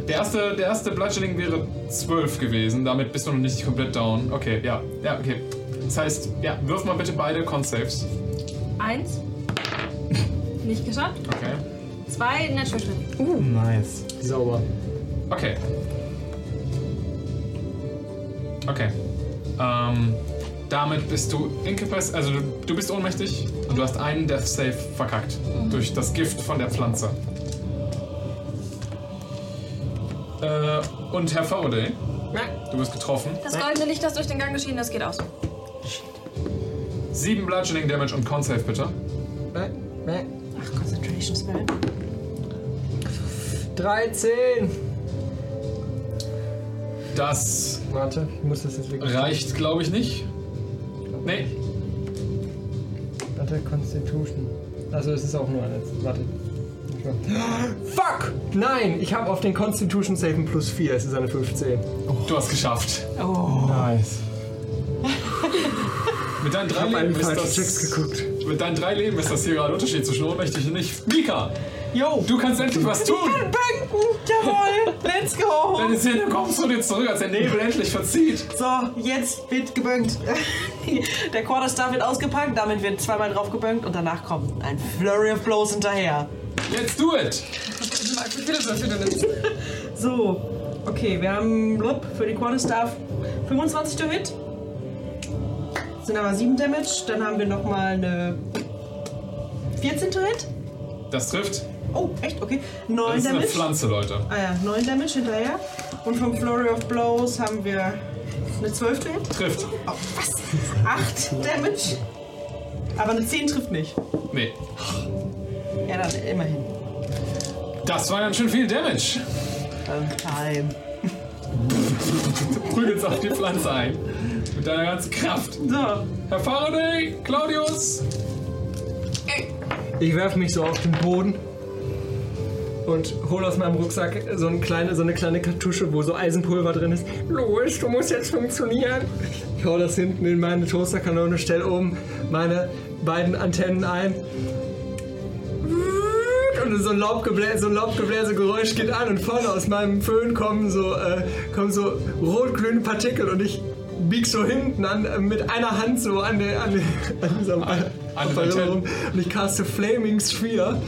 Speaker 2: Der erste, der erste Bludgeoning wäre 12 gewesen, damit bist du noch nicht komplett down. Okay, ja, ja, okay. Das heißt, ja, wirf mal bitte beide Con-Saves.
Speaker 7: Eins. Nicht geschafft.
Speaker 2: Okay.
Speaker 7: Zwei Natural 20.
Speaker 3: Uh, nice.
Speaker 2: Sauber. Okay. Okay. Ähm, damit bist du incapacitated, also du, du bist ohnmächtig und du hast einen Death Save verkackt. Durch das Gift von der Pflanze. Äh, und Herr Faraday, du bist getroffen.
Speaker 7: Das goldene Licht, das durch den Gang geschieden ist, geht aus.
Speaker 2: Sieben Bludgeoning Damage und Con Save bitte.
Speaker 5: Ach, Concentration Spell.
Speaker 17: 13!
Speaker 2: Das
Speaker 6: Warte, ich muss das jetzt wirklich.
Speaker 2: reicht, glaube ich, nicht. Nee,
Speaker 6: Warte, Constitution. Also es ist auch nur eine. Warte. Fuck! Nein, ich habe auf den Constitution Save ein plus 4, es ist eine 15.
Speaker 2: du hast geschafft.
Speaker 6: Oh. Nice.
Speaker 2: Mit deinen drei
Speaker 6: hab einen
Speaker 2: Leben ist
Speaker 6: falschen
Speaker 2: das.
Speaker 6: Text geguckt.
Speaker 2: Mit deinen drei Leben ist das hier gerade Unterschied zwischen ohnmächtig und nicht. Mika! Jo! Du kannst endlich was tun!
Speaker 10: Ich kann
Speaker 2: banken!
Speaker 10: Jawohl, let's go!
Speaker 2: Deine Zähne kommen zu dir zurück, als der Nebel endlich verzieht.
Speaker 5: So, jetzt wird gebönkt. Der Quarterstaff Oh, wird ausgepackt, damit wird zweimal drauf gebönkt und danach kommt ein Flurry of Blows hinterher.
Speaker 2: Let's do it!
Speaker 5: So, okay, wir haben blub, für die Quarterstaff 25 to hit. Sind aber 7 Damage. Dann haben wir nochmal eine 14 to hit.
Speaker 2: Das trifft.
Speaker 5: Oh, echt? Okay. 9
Speaker 2: Das ist eine
Speaker 5: Damage.
Speaker 2: Pflanze, Leute.
Speaker 5: Ah ja, 9 Damage hinterher. Und vom Flurry of Blows haben wir eine 12 to hit.
Speaker 2: Trifft.
Speaker 5: Oh, was? 8 Damage. Aber eine 10 trifft nicht.
Speaker 2: Nee.
Speaker 5: Ja, dann immerhin.
Speaker 2: Das war dann schon viel Damage.
Speaker 5: Time.
Speaker 2: Prügelt es auf die Pflanze ein. Mit deiner ganzen Kraft.
Speaker 5: So.
Speaker 2: Herr Faraday, Claudius.
Speaker 6: Ich werfe mich so auf den Boden und hole aus meinem Rucksack so eine, kleine, so eine kleine Kartusche, wo so Eisenpulver drin ist. Los, du musst jetzt funktionieren. Ich hau das hinten in meine Toasterkanone, stell oben meine beiden Antennen ein. Und so ein, Laubgeblä so ein Laubgebläsegeräusch geht an und vorne aus meinem Föhn kommen so, äh, kommen so rot-grüne Partikel und ich bieg so hinten an, äh, mit einer Hand so an, der, an, der, an diesem
Speaker 2: an den
Speaker 6: Ball
Speaker 2: Antennen.
Speaker 6: rum und ich caste Flaming Sphere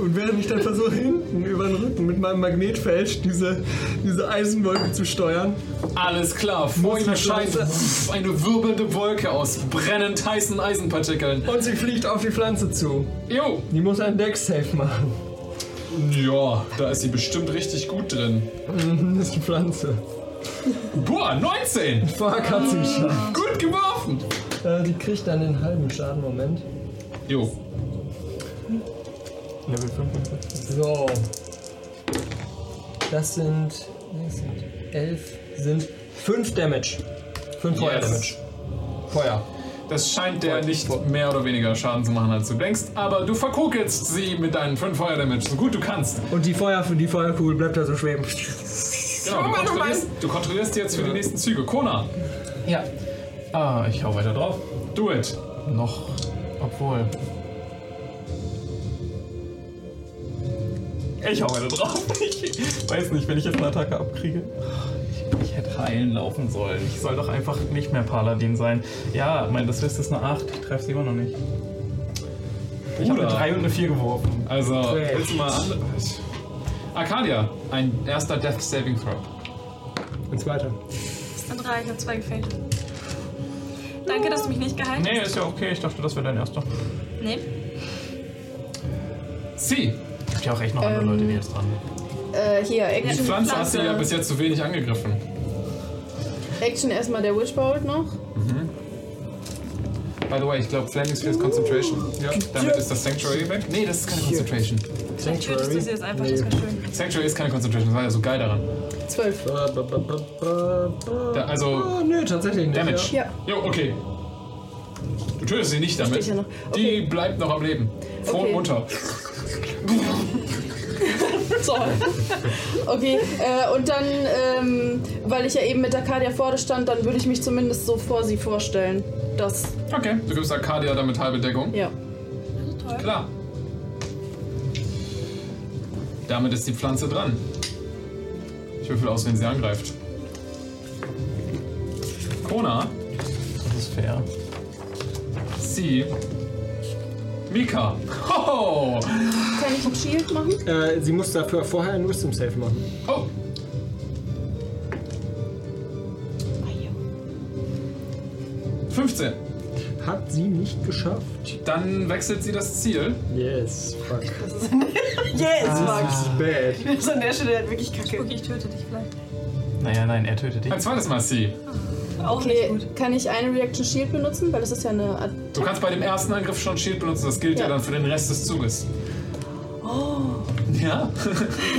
Speaker 6: und während ich dann versuche hinten über den Rücken mit meinem Magnetfeld diese, diese Eisenwolke zu steuern.
Speaker 2: Alles klar, vor ihm erscheint pff, eine wirbelnde Wolke aus brennend heißen Eisenpartikeln.
Speaker 6: Und sie fliegt auf die Pflanze zu.
Speaker 2: Jo!
Speaker 6: Die muss einen Deck-Safe machen.
Speaker 2: Ja, da ist sie bestimmt richtig gut drin.
Speaker 6: Mhm, Das ist die Pflanze.
Speaker 2: Boah, 19!
Speaker 6: Fuck, hat sie geschafft.
Speaker 2: Gut geworfen!
Speaker 6: Äh, die kriegt dann den halben Schaden, Moment.
Speaker 2: Jo.
Speaker 6: Level 55. So. Das sind. nee, das sind 11 sind 5 Damage. 5 Feuer Damage. Feuer.
Speaker 2: Das scheint der nicht mehr oder weniger Schaden zu machen, als du denkst, aber du verkokelst sie mit deinen 5 Fire Damage, so gut du kannst.
Speaker 6: Und die Feuer die Feuerkugel bleibt da so schweben.
Speaker 2: Genau, du, kontrollierst, du kontrollierst die jetzt für die nächsten Züge. Kona!
Speaker 3: Ja.
Speaker 2: Ah, ich hau weiter drauf. Do it!
Speaker 3: Noch. Obwohl. Ich hau weiter drauf. Ich weiß nicht, wenn ich jetzt eine Attacke abkriege. Ich, ich hätte heilen laufen sollen. Ich soll doch einfach nicht mehr Paladin sein. Ja, mein das ist eine 8. Ich treffe sie immer noch nicht. Ich habe eine
Speaker 2: Bruder.
Speaker 3: 3 und eine 4 geworfen.
Speaker 2: Also,
Speaker 3: Trash.
Speaker 2: willst du mal an. Arcadia, ein erster Death Saving Throw.
Speaker 6: Und zweiter.
Speaker 7: Das sind drei, ich habe zwei gefällt. Danke, dass du mich nicht geheilt
Speaker 3: Nee,
Speaker 7: hast.
Speaker 3: ist ja okay. Ich dachte, das wäre dein erster.
Speaker 7: Nee.
Speaker 2: Sie!
Speaker 3: Gibt ja auch echt noch
Speaker 7: Ähm,
Speaker 3: andere Leute, die jetzt dran sind.
Speaker 4: Äh, hier,
Speaker 2: Die
Speaker 4: Action.
Speaker 2: Pflanze hast du ja bis jetzt zu wenig angegriffen.
Speaker 4: Action erstmal der Wishbolt noch.
Speaker 2: Mhm. By the way, ich glaube, Flaming Sphere ist Concentration. Ja. Damit ist das Sanctuary weg. Nee, das ist keine Concentration.
Speaker 7: Vielleicht tötest du sie jetzt einfach, das wäre schön.
Speaker 2: Sanctuary ist keine Concentration, das war ja so geil daran.
Speaker 4: 12.
Speaker 2: Da, also.
Speaker 6: Oh,
Speaker 10: Ah,
Speaker 6: nö, tatsächlich nicht.
Speaker 2: Damage.
Speaker 4: Ja.
Speaker 2: Jo, okay. Du tötest sie nicht damit. Die bleibt noch am Leben. Vor
Speaker 4: Okay.
Speaker 2: und munter.
Speaker 4: So. Okay, äh, und dann, ähm, weil ich ja eben mit Arcadia vorne stand, dann würde ich mich zumindest so vor sie vorstellen. Das.
Speaker 2: Okay. Du gibst Arcadia damit halbe Deckung.
Speaker 4: Ja.
Speaker 2: Klar. Damit ist die Pflanze dran. Ich würfel aus, wenn sie angreift. Kona.
Speaker 3: Das ist fair.
Speaker 2: Sie. Mika. Hoho!
Speaker 4: kann ich ein Shield machen?
Speaker 16: Äh, sie muss dafür vorher einen Wisdom Save machen.
Speaker 2: Oh!
Speaker 4: Ajo.
Speaker 2: 15.
Speaker 16: Hat sie nicht geschafft.
Speaker 2: Dann wechselt sie das Ziel.
Speaker 16: Yes, fuck.
Speaker 5: yes,
Speaker 2: Ah.
Speaker 16: This is bad.
Speaker 5: Max! Das ist an der Stelle halt wirklich kacke.
Speaker 7: Okay, ich töte dich vielleicht.
Speaker 3: Naja, nein, er tötet dich.
Speaker 2: Ein zweites Mal sie.
Speaker 4: Auch okay, kann ich eine Reaction Shield benutzen? Weil das ist ja eine Art.
Speaker 2: Du kannst bei dem ersten Angriff schon Shield benutzen, das gilt ja,
Speaker 4: Ja.
Speaker 2: dann für den Rest des Zuges.
Speaker 4: Oh,
Speaker 2: Ja?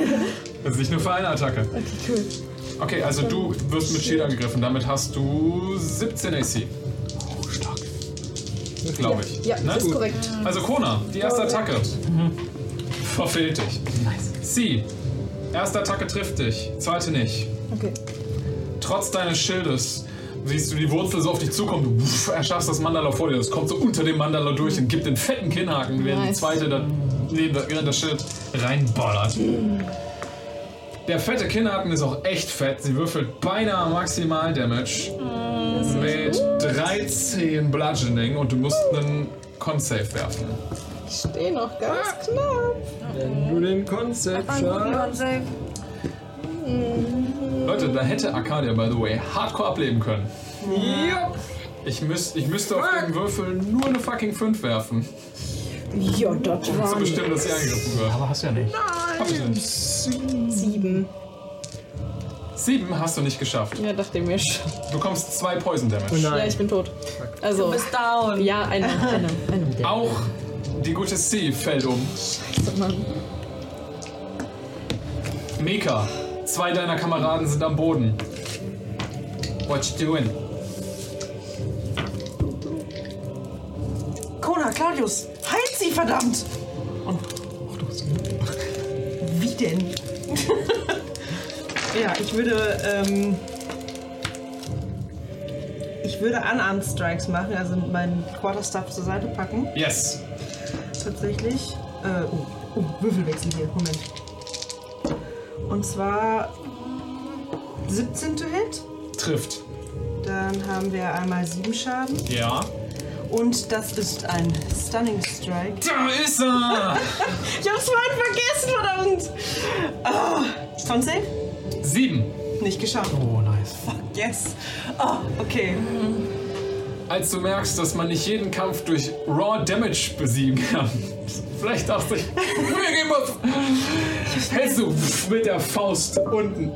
Speaker 2: das ist nicht nur für eine Attacke.
Speaker 4: okay, cool.
Speaker 2: Okay, also du wirst mit Shield angegriffen, damit hast du 17 AC. Oh, stark. Glaube ich.
Speaker 4: Ja, das ist korrekt.
Speaker 2: Also Kona, die erste
Speaker 4: Korrekt.
Speaker 2: Attacke.
Speaker 16: Mhm.
Speaker 2: Verfehlt dich. Nice. Sie, erste Attacke trifft dich, zweite nicht.
Speaker 4: Okay.
Speaker 2: Trotz deines Schildes siehst du die Wurzel so auf dich zukommen. Du wuff, erschaffst das Mandala vor dir. Das kommt so unter dem Mandala durch und gibt den fetten Kinnhaken, während die
Speaker 13: Nice.
Speaker 2: zweite da neben das, während das Schild reinballert. Der fette Kinnhaken ist auch echt fett. Sie würfelt beinahe maximal Damage mit 13 Bludgeoning und du musst einen Con-Save werfen.
Speaker 4: Ich stehe noch ganz
Speaker 2: Ah.
Speaker 4: knapp.
Speaker 16: Wenn du den Konzept schaffst.
Speaker 2: Leute, da hätte Arcadia, by the way, hardcore ableben können. Ich, müß, ich müsste auf den Würfel nur eine fucking 5 werfen.
Speaker 4: Ja, das
Speaker 2: Um zu
Speaker 4: war.
Speaker 2: bestimmen, dass sie angegriffen wird.
Speaker 3: Aber hast du ja nicht.
Speaker 2: Hab ich nicht.
Speaker 4: Sieben.
Speaker 2: Sieben hast du nicht geschafft.
Speaker 4: Ja, dachte mir schon.
Speaker 2: Du bekommst zwei Poison
Speaker 10: Oh
Speaker 3: Oh
Speaker 2: Damage.
Speaker 4: Ja, ich bin tot. Also.
Speaker 2: Du
Speaker 4: bist down. Ja, einer, einer, einer.
Speaker 2: Auch die gute C fällt um. Mika, zwei deiner Kameraden sind am Boden. What you doing?
Speaker 5: Kona, Claudius, heilt sie, verdammt! Und. Ach du hast Wie denn? ja, ich würde. Ähm, ich würde Unarmed Strikes machen, also meinen Quarterstaff zur Seite packen.
Speaker 2: Yes.
Speaker 5: Tatsächlich. Äh, oh, oh, Würfelwechsel hier, Moment. Und zwar. 17 to hit.
Speaker 2: Trifft.
Speaker 5: Dann haben wir einmal 7 Schaden.
Speaker 2: Ja.
Speaker 5: Und das ist ein Stunning Strike.
Speaker 2: Da ist er!
Speaker 5: ich hab's vorhin vergessen, verdammt! Ah, Con Save?
Speaker 2: Sieben.
Speaker 5: Nicht geschafft.
Speaker 3: Oh, nice.
Speaker 5: Fuck, yes.
Speaker 10: Oh,
Speaker 5: Ah, okay.
Speaker 2: Als du merkst, dass man nicht jeden Kampf durch Raw Damage besiegen kann. Vielleicht dachte ich, wir gehen mal. Hältst du mit der Faust unten.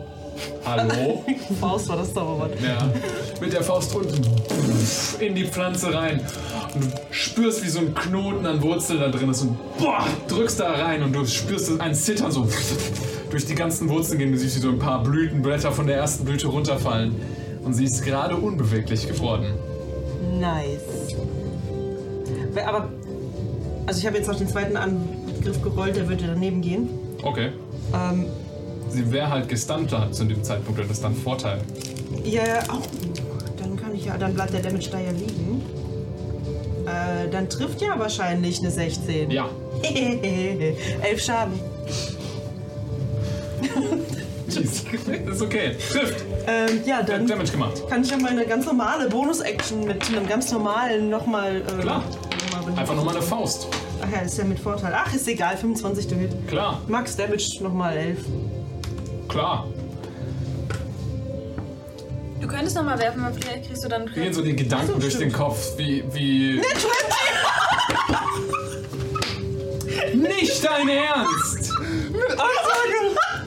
Speaker 2: Hallo?
Speaker 5: Faust war das Zauberwort.
Speaker 2: Ja. Mit der Faust unten in die Pflanze rein. Und du spürst, wie so ein Knoten an Wurzel da drin ist und boah, drückst da rein und du spürst ein Zittern so durch die ganzen Wurzeln gehen. Du siehst, wie so ein paar Blütenblätter von der ersten Blüte runterfallen. Und sie ist gerade unbeweglich geworden.
Speaker 5: Nice. Wer- Aber. Also, ich habe jetzt noch den zweiten Angriff gerollt, der würde daneben gehen.
Speaker 2: Okay.
Speaker 5: Ähm,
Speaker 2: Sie wäre halt gestunt da zu dem Zeitpunkt, das ist dann Vorteil.
Speaker 5: Ja, ja, auch. Dann kann ich ja, dann bleibt der Damage da ja liegen. Äh, dann trifft ja wahrscheinlich eine 16.
Speaker 2: Ja.
Speaker 5: Elf Schaden.
Speaker 2: ist okay. Trifft.
Speaker 5: Ähm, ja, dann
Speaker 2: Damage gemacht.
Speaker 5: kann ich ja meine ganz normale Bonus-Action mit einem ganz normalen nochmal. Äh,
Speaker 2: Klar.
Speaker 5: nochmal
Speaker 2: Einfach nochmal eine Faust.
Speaker 5: Ach ja, ist ja mit Vorteil. Ach, ist egal, 25 to hit.
Speaker 2: Klar.
Speaker 5: Max Damage nochmal 11.
Speaker 2: Klar.
Speaker 7: Du könntest nochmal werfen, weil vielleicht kriegst du dann.
Speaker 2: Mir gehen so die Gedanken durch den Kopf, wie. wie Nicht dein Ernst!
Speaker 5: Also,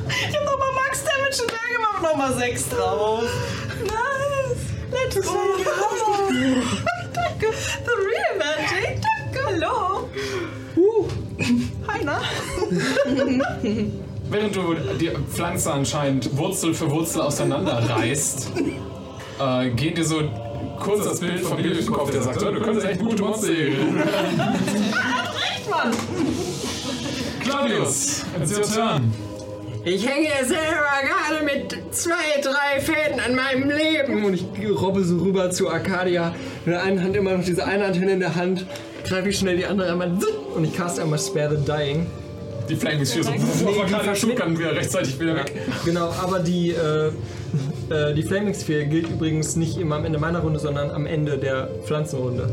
Speaker 5: ich hab nochmal Max Damage und da gemacht, nochmal 6 drauf. Nice! Let's go! Danke! The real magic! Danke! Hallo! Uh. Hi, na?
Speaker 2: Während du die Pflanze anscheinend Wurzel für Wurzel auseinanderreißt, äh, gehen dir so kurz das Bild von Bild im Kopf, der sagt: "Ja, Du könntest echt gute Monster
Speaker 5: Echt, Ah, Mann!
Speaker 2: Claudius, it's your turn.
Speaker 8: Ich hänge selber gerade mit zwei, drei Fäden an meinem Leben.
Speaker 16: Und ich robbe so rüber zu Arcadia. Mit der einen Hand immer noch diese eine Antenne in der Hand. Greife ich schnell die andere einmal. zipp, Und ich cast einmal Spare the Dying.
Speaker 2: Die Flaming Sphere so auf Arcadia Schub kann wieder rechtzeitig wieder weg.
Speaker 16: Genau, aber die, äh, äh, die Flaming Sphere gilt übrigens nicht immer am Ende meiner Runde, sondern am Ende der Pflanzenrunde.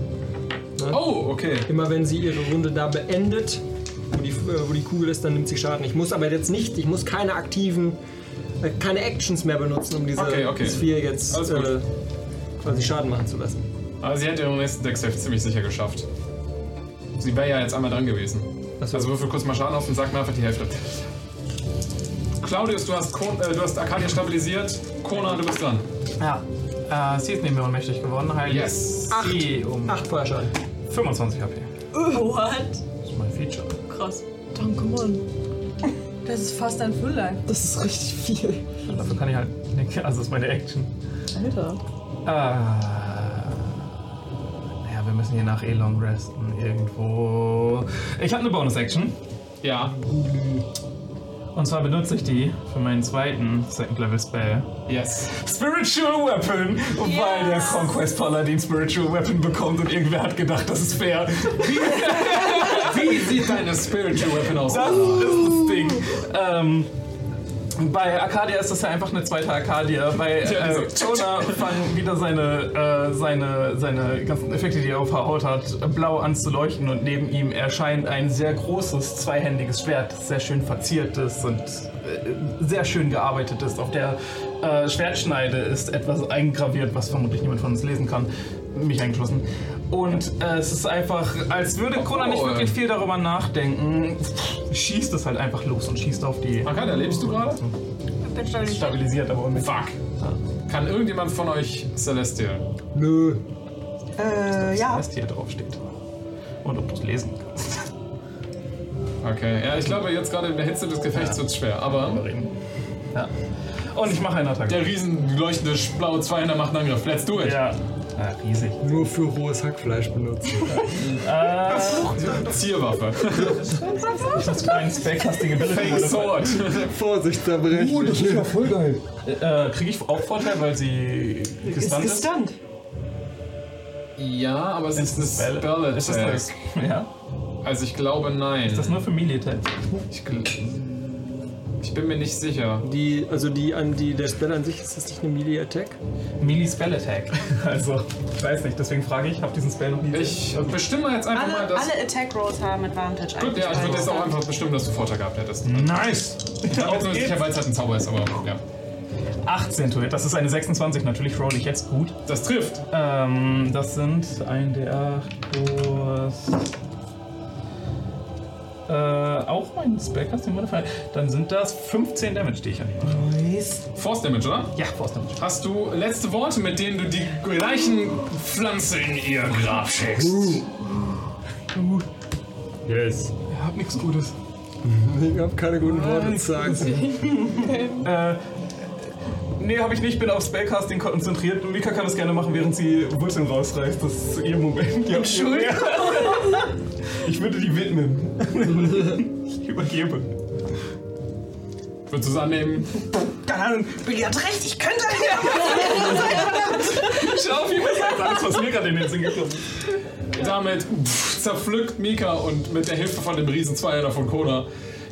Speaker 16: Ne?
Speaker 2: Oh, okay.
Speaker 16: Immer wenn sie ihre Runde da beendet,
Speaker 11: wo die, äh, wo die Kugel ist, dann nimmt sie Schaden. Ich muss aber jetzt nicht, ich muss keine aktiven, äh, keine Actions mehr benutzen, um diese
Speaker 2: Okay, okay.
Speaker 11: Sphere jetzt
Speaker 2: Alles gut.
Speaker 11: äh, quasi Schaden machen zu lassen.
Speaker 2: Aber sie hätte ihren nächsten Deck Save ziemlich sicher geschafft. Sie wäre ja jetzt einmal dran gewesen. Also würfel kurz mal Schaden auf und sag mir einfach die Hälfte. Claudius, du hast, Kon äh, du hast Arcadia stabilisiert. Kona, du bist dran.
Speaker 3: Ja. Äh, sie ist neben mir ohnmächtig geworden. Heilt
Speaker 2: Yes.
Speaker 3: Acht. Sie um Acht Feuerschaden. 25 HP.
Speaker 13: What?
Speaker 3: Das ist mein Feature.
Speaker 13: Krass. Danke, Mann. Das ist fast ein Full Life. Das ist richtig viel.
Speaker 3: Dafür kann ich halt nicht. Also das ist meine Action.
Speaker 13: Alter.
Speaker 3: Äh, naja, wir müssen hier nach Elong resten. Irgendwo. Ich habe eine Bonus-Action.
Speaker 2: Ja.
Speaker 3: Und zwar benutze ich die für meinen zweiten Second-Level-Spell.
Speaker 2: Yes.
Speaker 3: Spiritual Weapon! Und weil der Conquest Paladin Spiritual Weapon bekommt und irgendwer hat gedacht, das ist fair.
Speaker 2: Wie sieht deine Spiritual Weapon aus?
Speaker 3: Das ist das Ding. Ähm, bei Arcadia ist das ja einfach eine zweite Arcadia. Bei
Speaker 2: Ja,
Speaker 3: äh,
Speaker 2: also-
Speaker 3: Jonah fangen wieder seine, äh, seine, seine ganzen Effekte, die er auf der Haut hat, blau an zu leuchten und neben ihm erscheint ein sehr großes, zweihändiges Schwert, das sehr schön verziert ist und äh, sehr schön gearbeitet ist. Auf der äh, Schwertschneide ist etwas eingraviert, was vermutlich niemand von uns lesen kann, mich eingeschlossen. Und äh, es ist einfach, als würde Kona nicht
Speaker 2: Obwohl.
Speaker 3: wirklich viel darüber nachdenken, schießt es halt einfach los und schießt auf die.
Speaker 2: Arcadia, lebst du gerade?
Speaker 3: Stabilisiert, aber unbedingt.
Speaker 2: Fuck. Kann irgendjemand von euch Celestial?
Speaker 3: Nö.
Speaker 5: Äh, ja.
Speaker 3: Was hier draufsteht. Und ob du es lesen kannst.
Speaker 2: Okay, ja, ich glaube, jetzt gerade in der Hitze des Gefechts wird's schwer, aber.
Speaker 3: Ja. Und ich mache einen Attacke.
Speaker 2: Der riesen leuchtende blaue Zweihänder macht einen Angriff. Let's do it.
Speaker 3: Ja. riesig.
Speaker 6: Nur für rohes Hackfleisch benutzen.
Speaker 2: Äh. Zierwaffe.
Speaker 3: Ich habe keinen Spellcasting
Speaker 2: Fake Sword.
Speaker 3: Vorsicht, zerbrechen.
Speaker 2: Uh, das ist ja
Speaker 3: voll geil. Äh, Kriege ich auch Vorteil, weil sie gestunt ist?
Speaker 5: gestunt.
Speaker 2: Ja, aber es ist, eine Spell Attack.
Speaker 3: Ist das das? Ja.
Speaker 2: Also ich glaube, nein. Ist das
Speaker 3: nur für Melee-Types?
Speaker 2: Ich, gl- ich bin mir nicht sicher.
Speaker 16: Die, also die, an die, der Spell an sich, ist das nicht eine Melee-Attack?
Speaker 3: Melee-Spell-Attack. Also, ich weiß nicht, deswegen frage ich, habe diesen Spell noch nie
Speaker 2: Ich bestimme jetzt
Speaker 5: alle, alle Attack Rolls haben Advantage.
Speaker 2: Gut, ja, ich würde jetzt auch einfach bestimmen, dass du Vorteil gehabt hättest. Nice! Ich bin mir jetzt nur sicher, weil es halt ein Zauber ist, aber ja.
Speaker 3: 18 to hit, das ist eine 26, natürlich roll ich jetzt gut.
Speaker 2: Das trifft.
Speaker 3: Ähm, das sind ein D8 plus. Äh, auch mein Spellcasting Modifier. Dann sind das 15 Damage, die ich an ihm mache.
Speaker 2: Nice. Force Damage, oder?
Speaker 3: Ja, Force Damage.
Speaker 2: Hast du letzte Worte, mit denen du die Leichenpflanze in ihr Grab schickst?
Speaker 6: Yes.
Speaker 3: Ich hab nichts Gutes.
Speaker 6: Ich hab keine guten Worte zu sagen.
Speaker 3: äh, nee, habe ich nicht. Bin auf Spellcasting konzentriert. Mika kann das gerne machen, während sie Wurzeln rausreißt. Das ist ihr Moment. Die hat
Speaker 13: Entschuldigung.
Speaker 3: Ich würde die widmen. ich übergebe.
Speaker 2: Würdest du es annehmen?
Speaker 3: Keine Ahnung. Billy hat recht, ich könnte Schau, wie
Speaker 2: das
Speaker 3: das alles, was mir gerade in den Sinn gekommen
Speaker 2: Damit pff, zerpflückt Mika und mit der Hilfe von dem riesen Zweihänder von Kona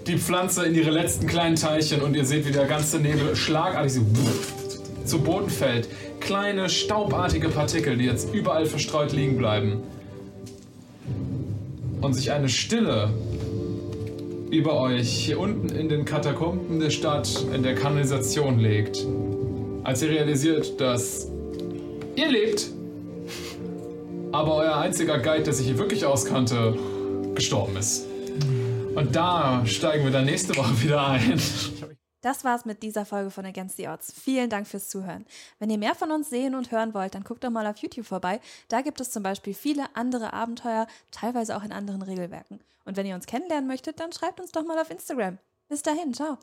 Speaker 2: die Pflanze in ihre letzten kleinen Teilchen und ihr seht, wie der ganze Nebel schlagartig so pff, zu Boden fällt. Kleine, staubartige Partikel, die jetzt überall verstreut liegen bleiben. Und sich eine Stille über euch hier unten in den Katakomben der Stadt in der Kanalisation legt. Als ihr realisiert, dass ihr lebt aber euer einziger Guide, der sich hier wirklich auskannte, gestorben ist. Und da steigen wir dann nächste Woche wieder ein.
Speaker 1: Das war's mit dieser Folge von Against the Odds. Vielen Dank fürs Zuhören. Wenn ihr mehr von uns sehen und hören wollt, dann guckt doch mal auf YouTube vorbei. Da gibt es zum Beispiel viele andere Abenteuer, teilweise auch in anderen Regelwerken. Und wenn ihr uns kennenlernen möchtet, dann schreibt uns doch mal auf Instagram. Bis dahin, ciao.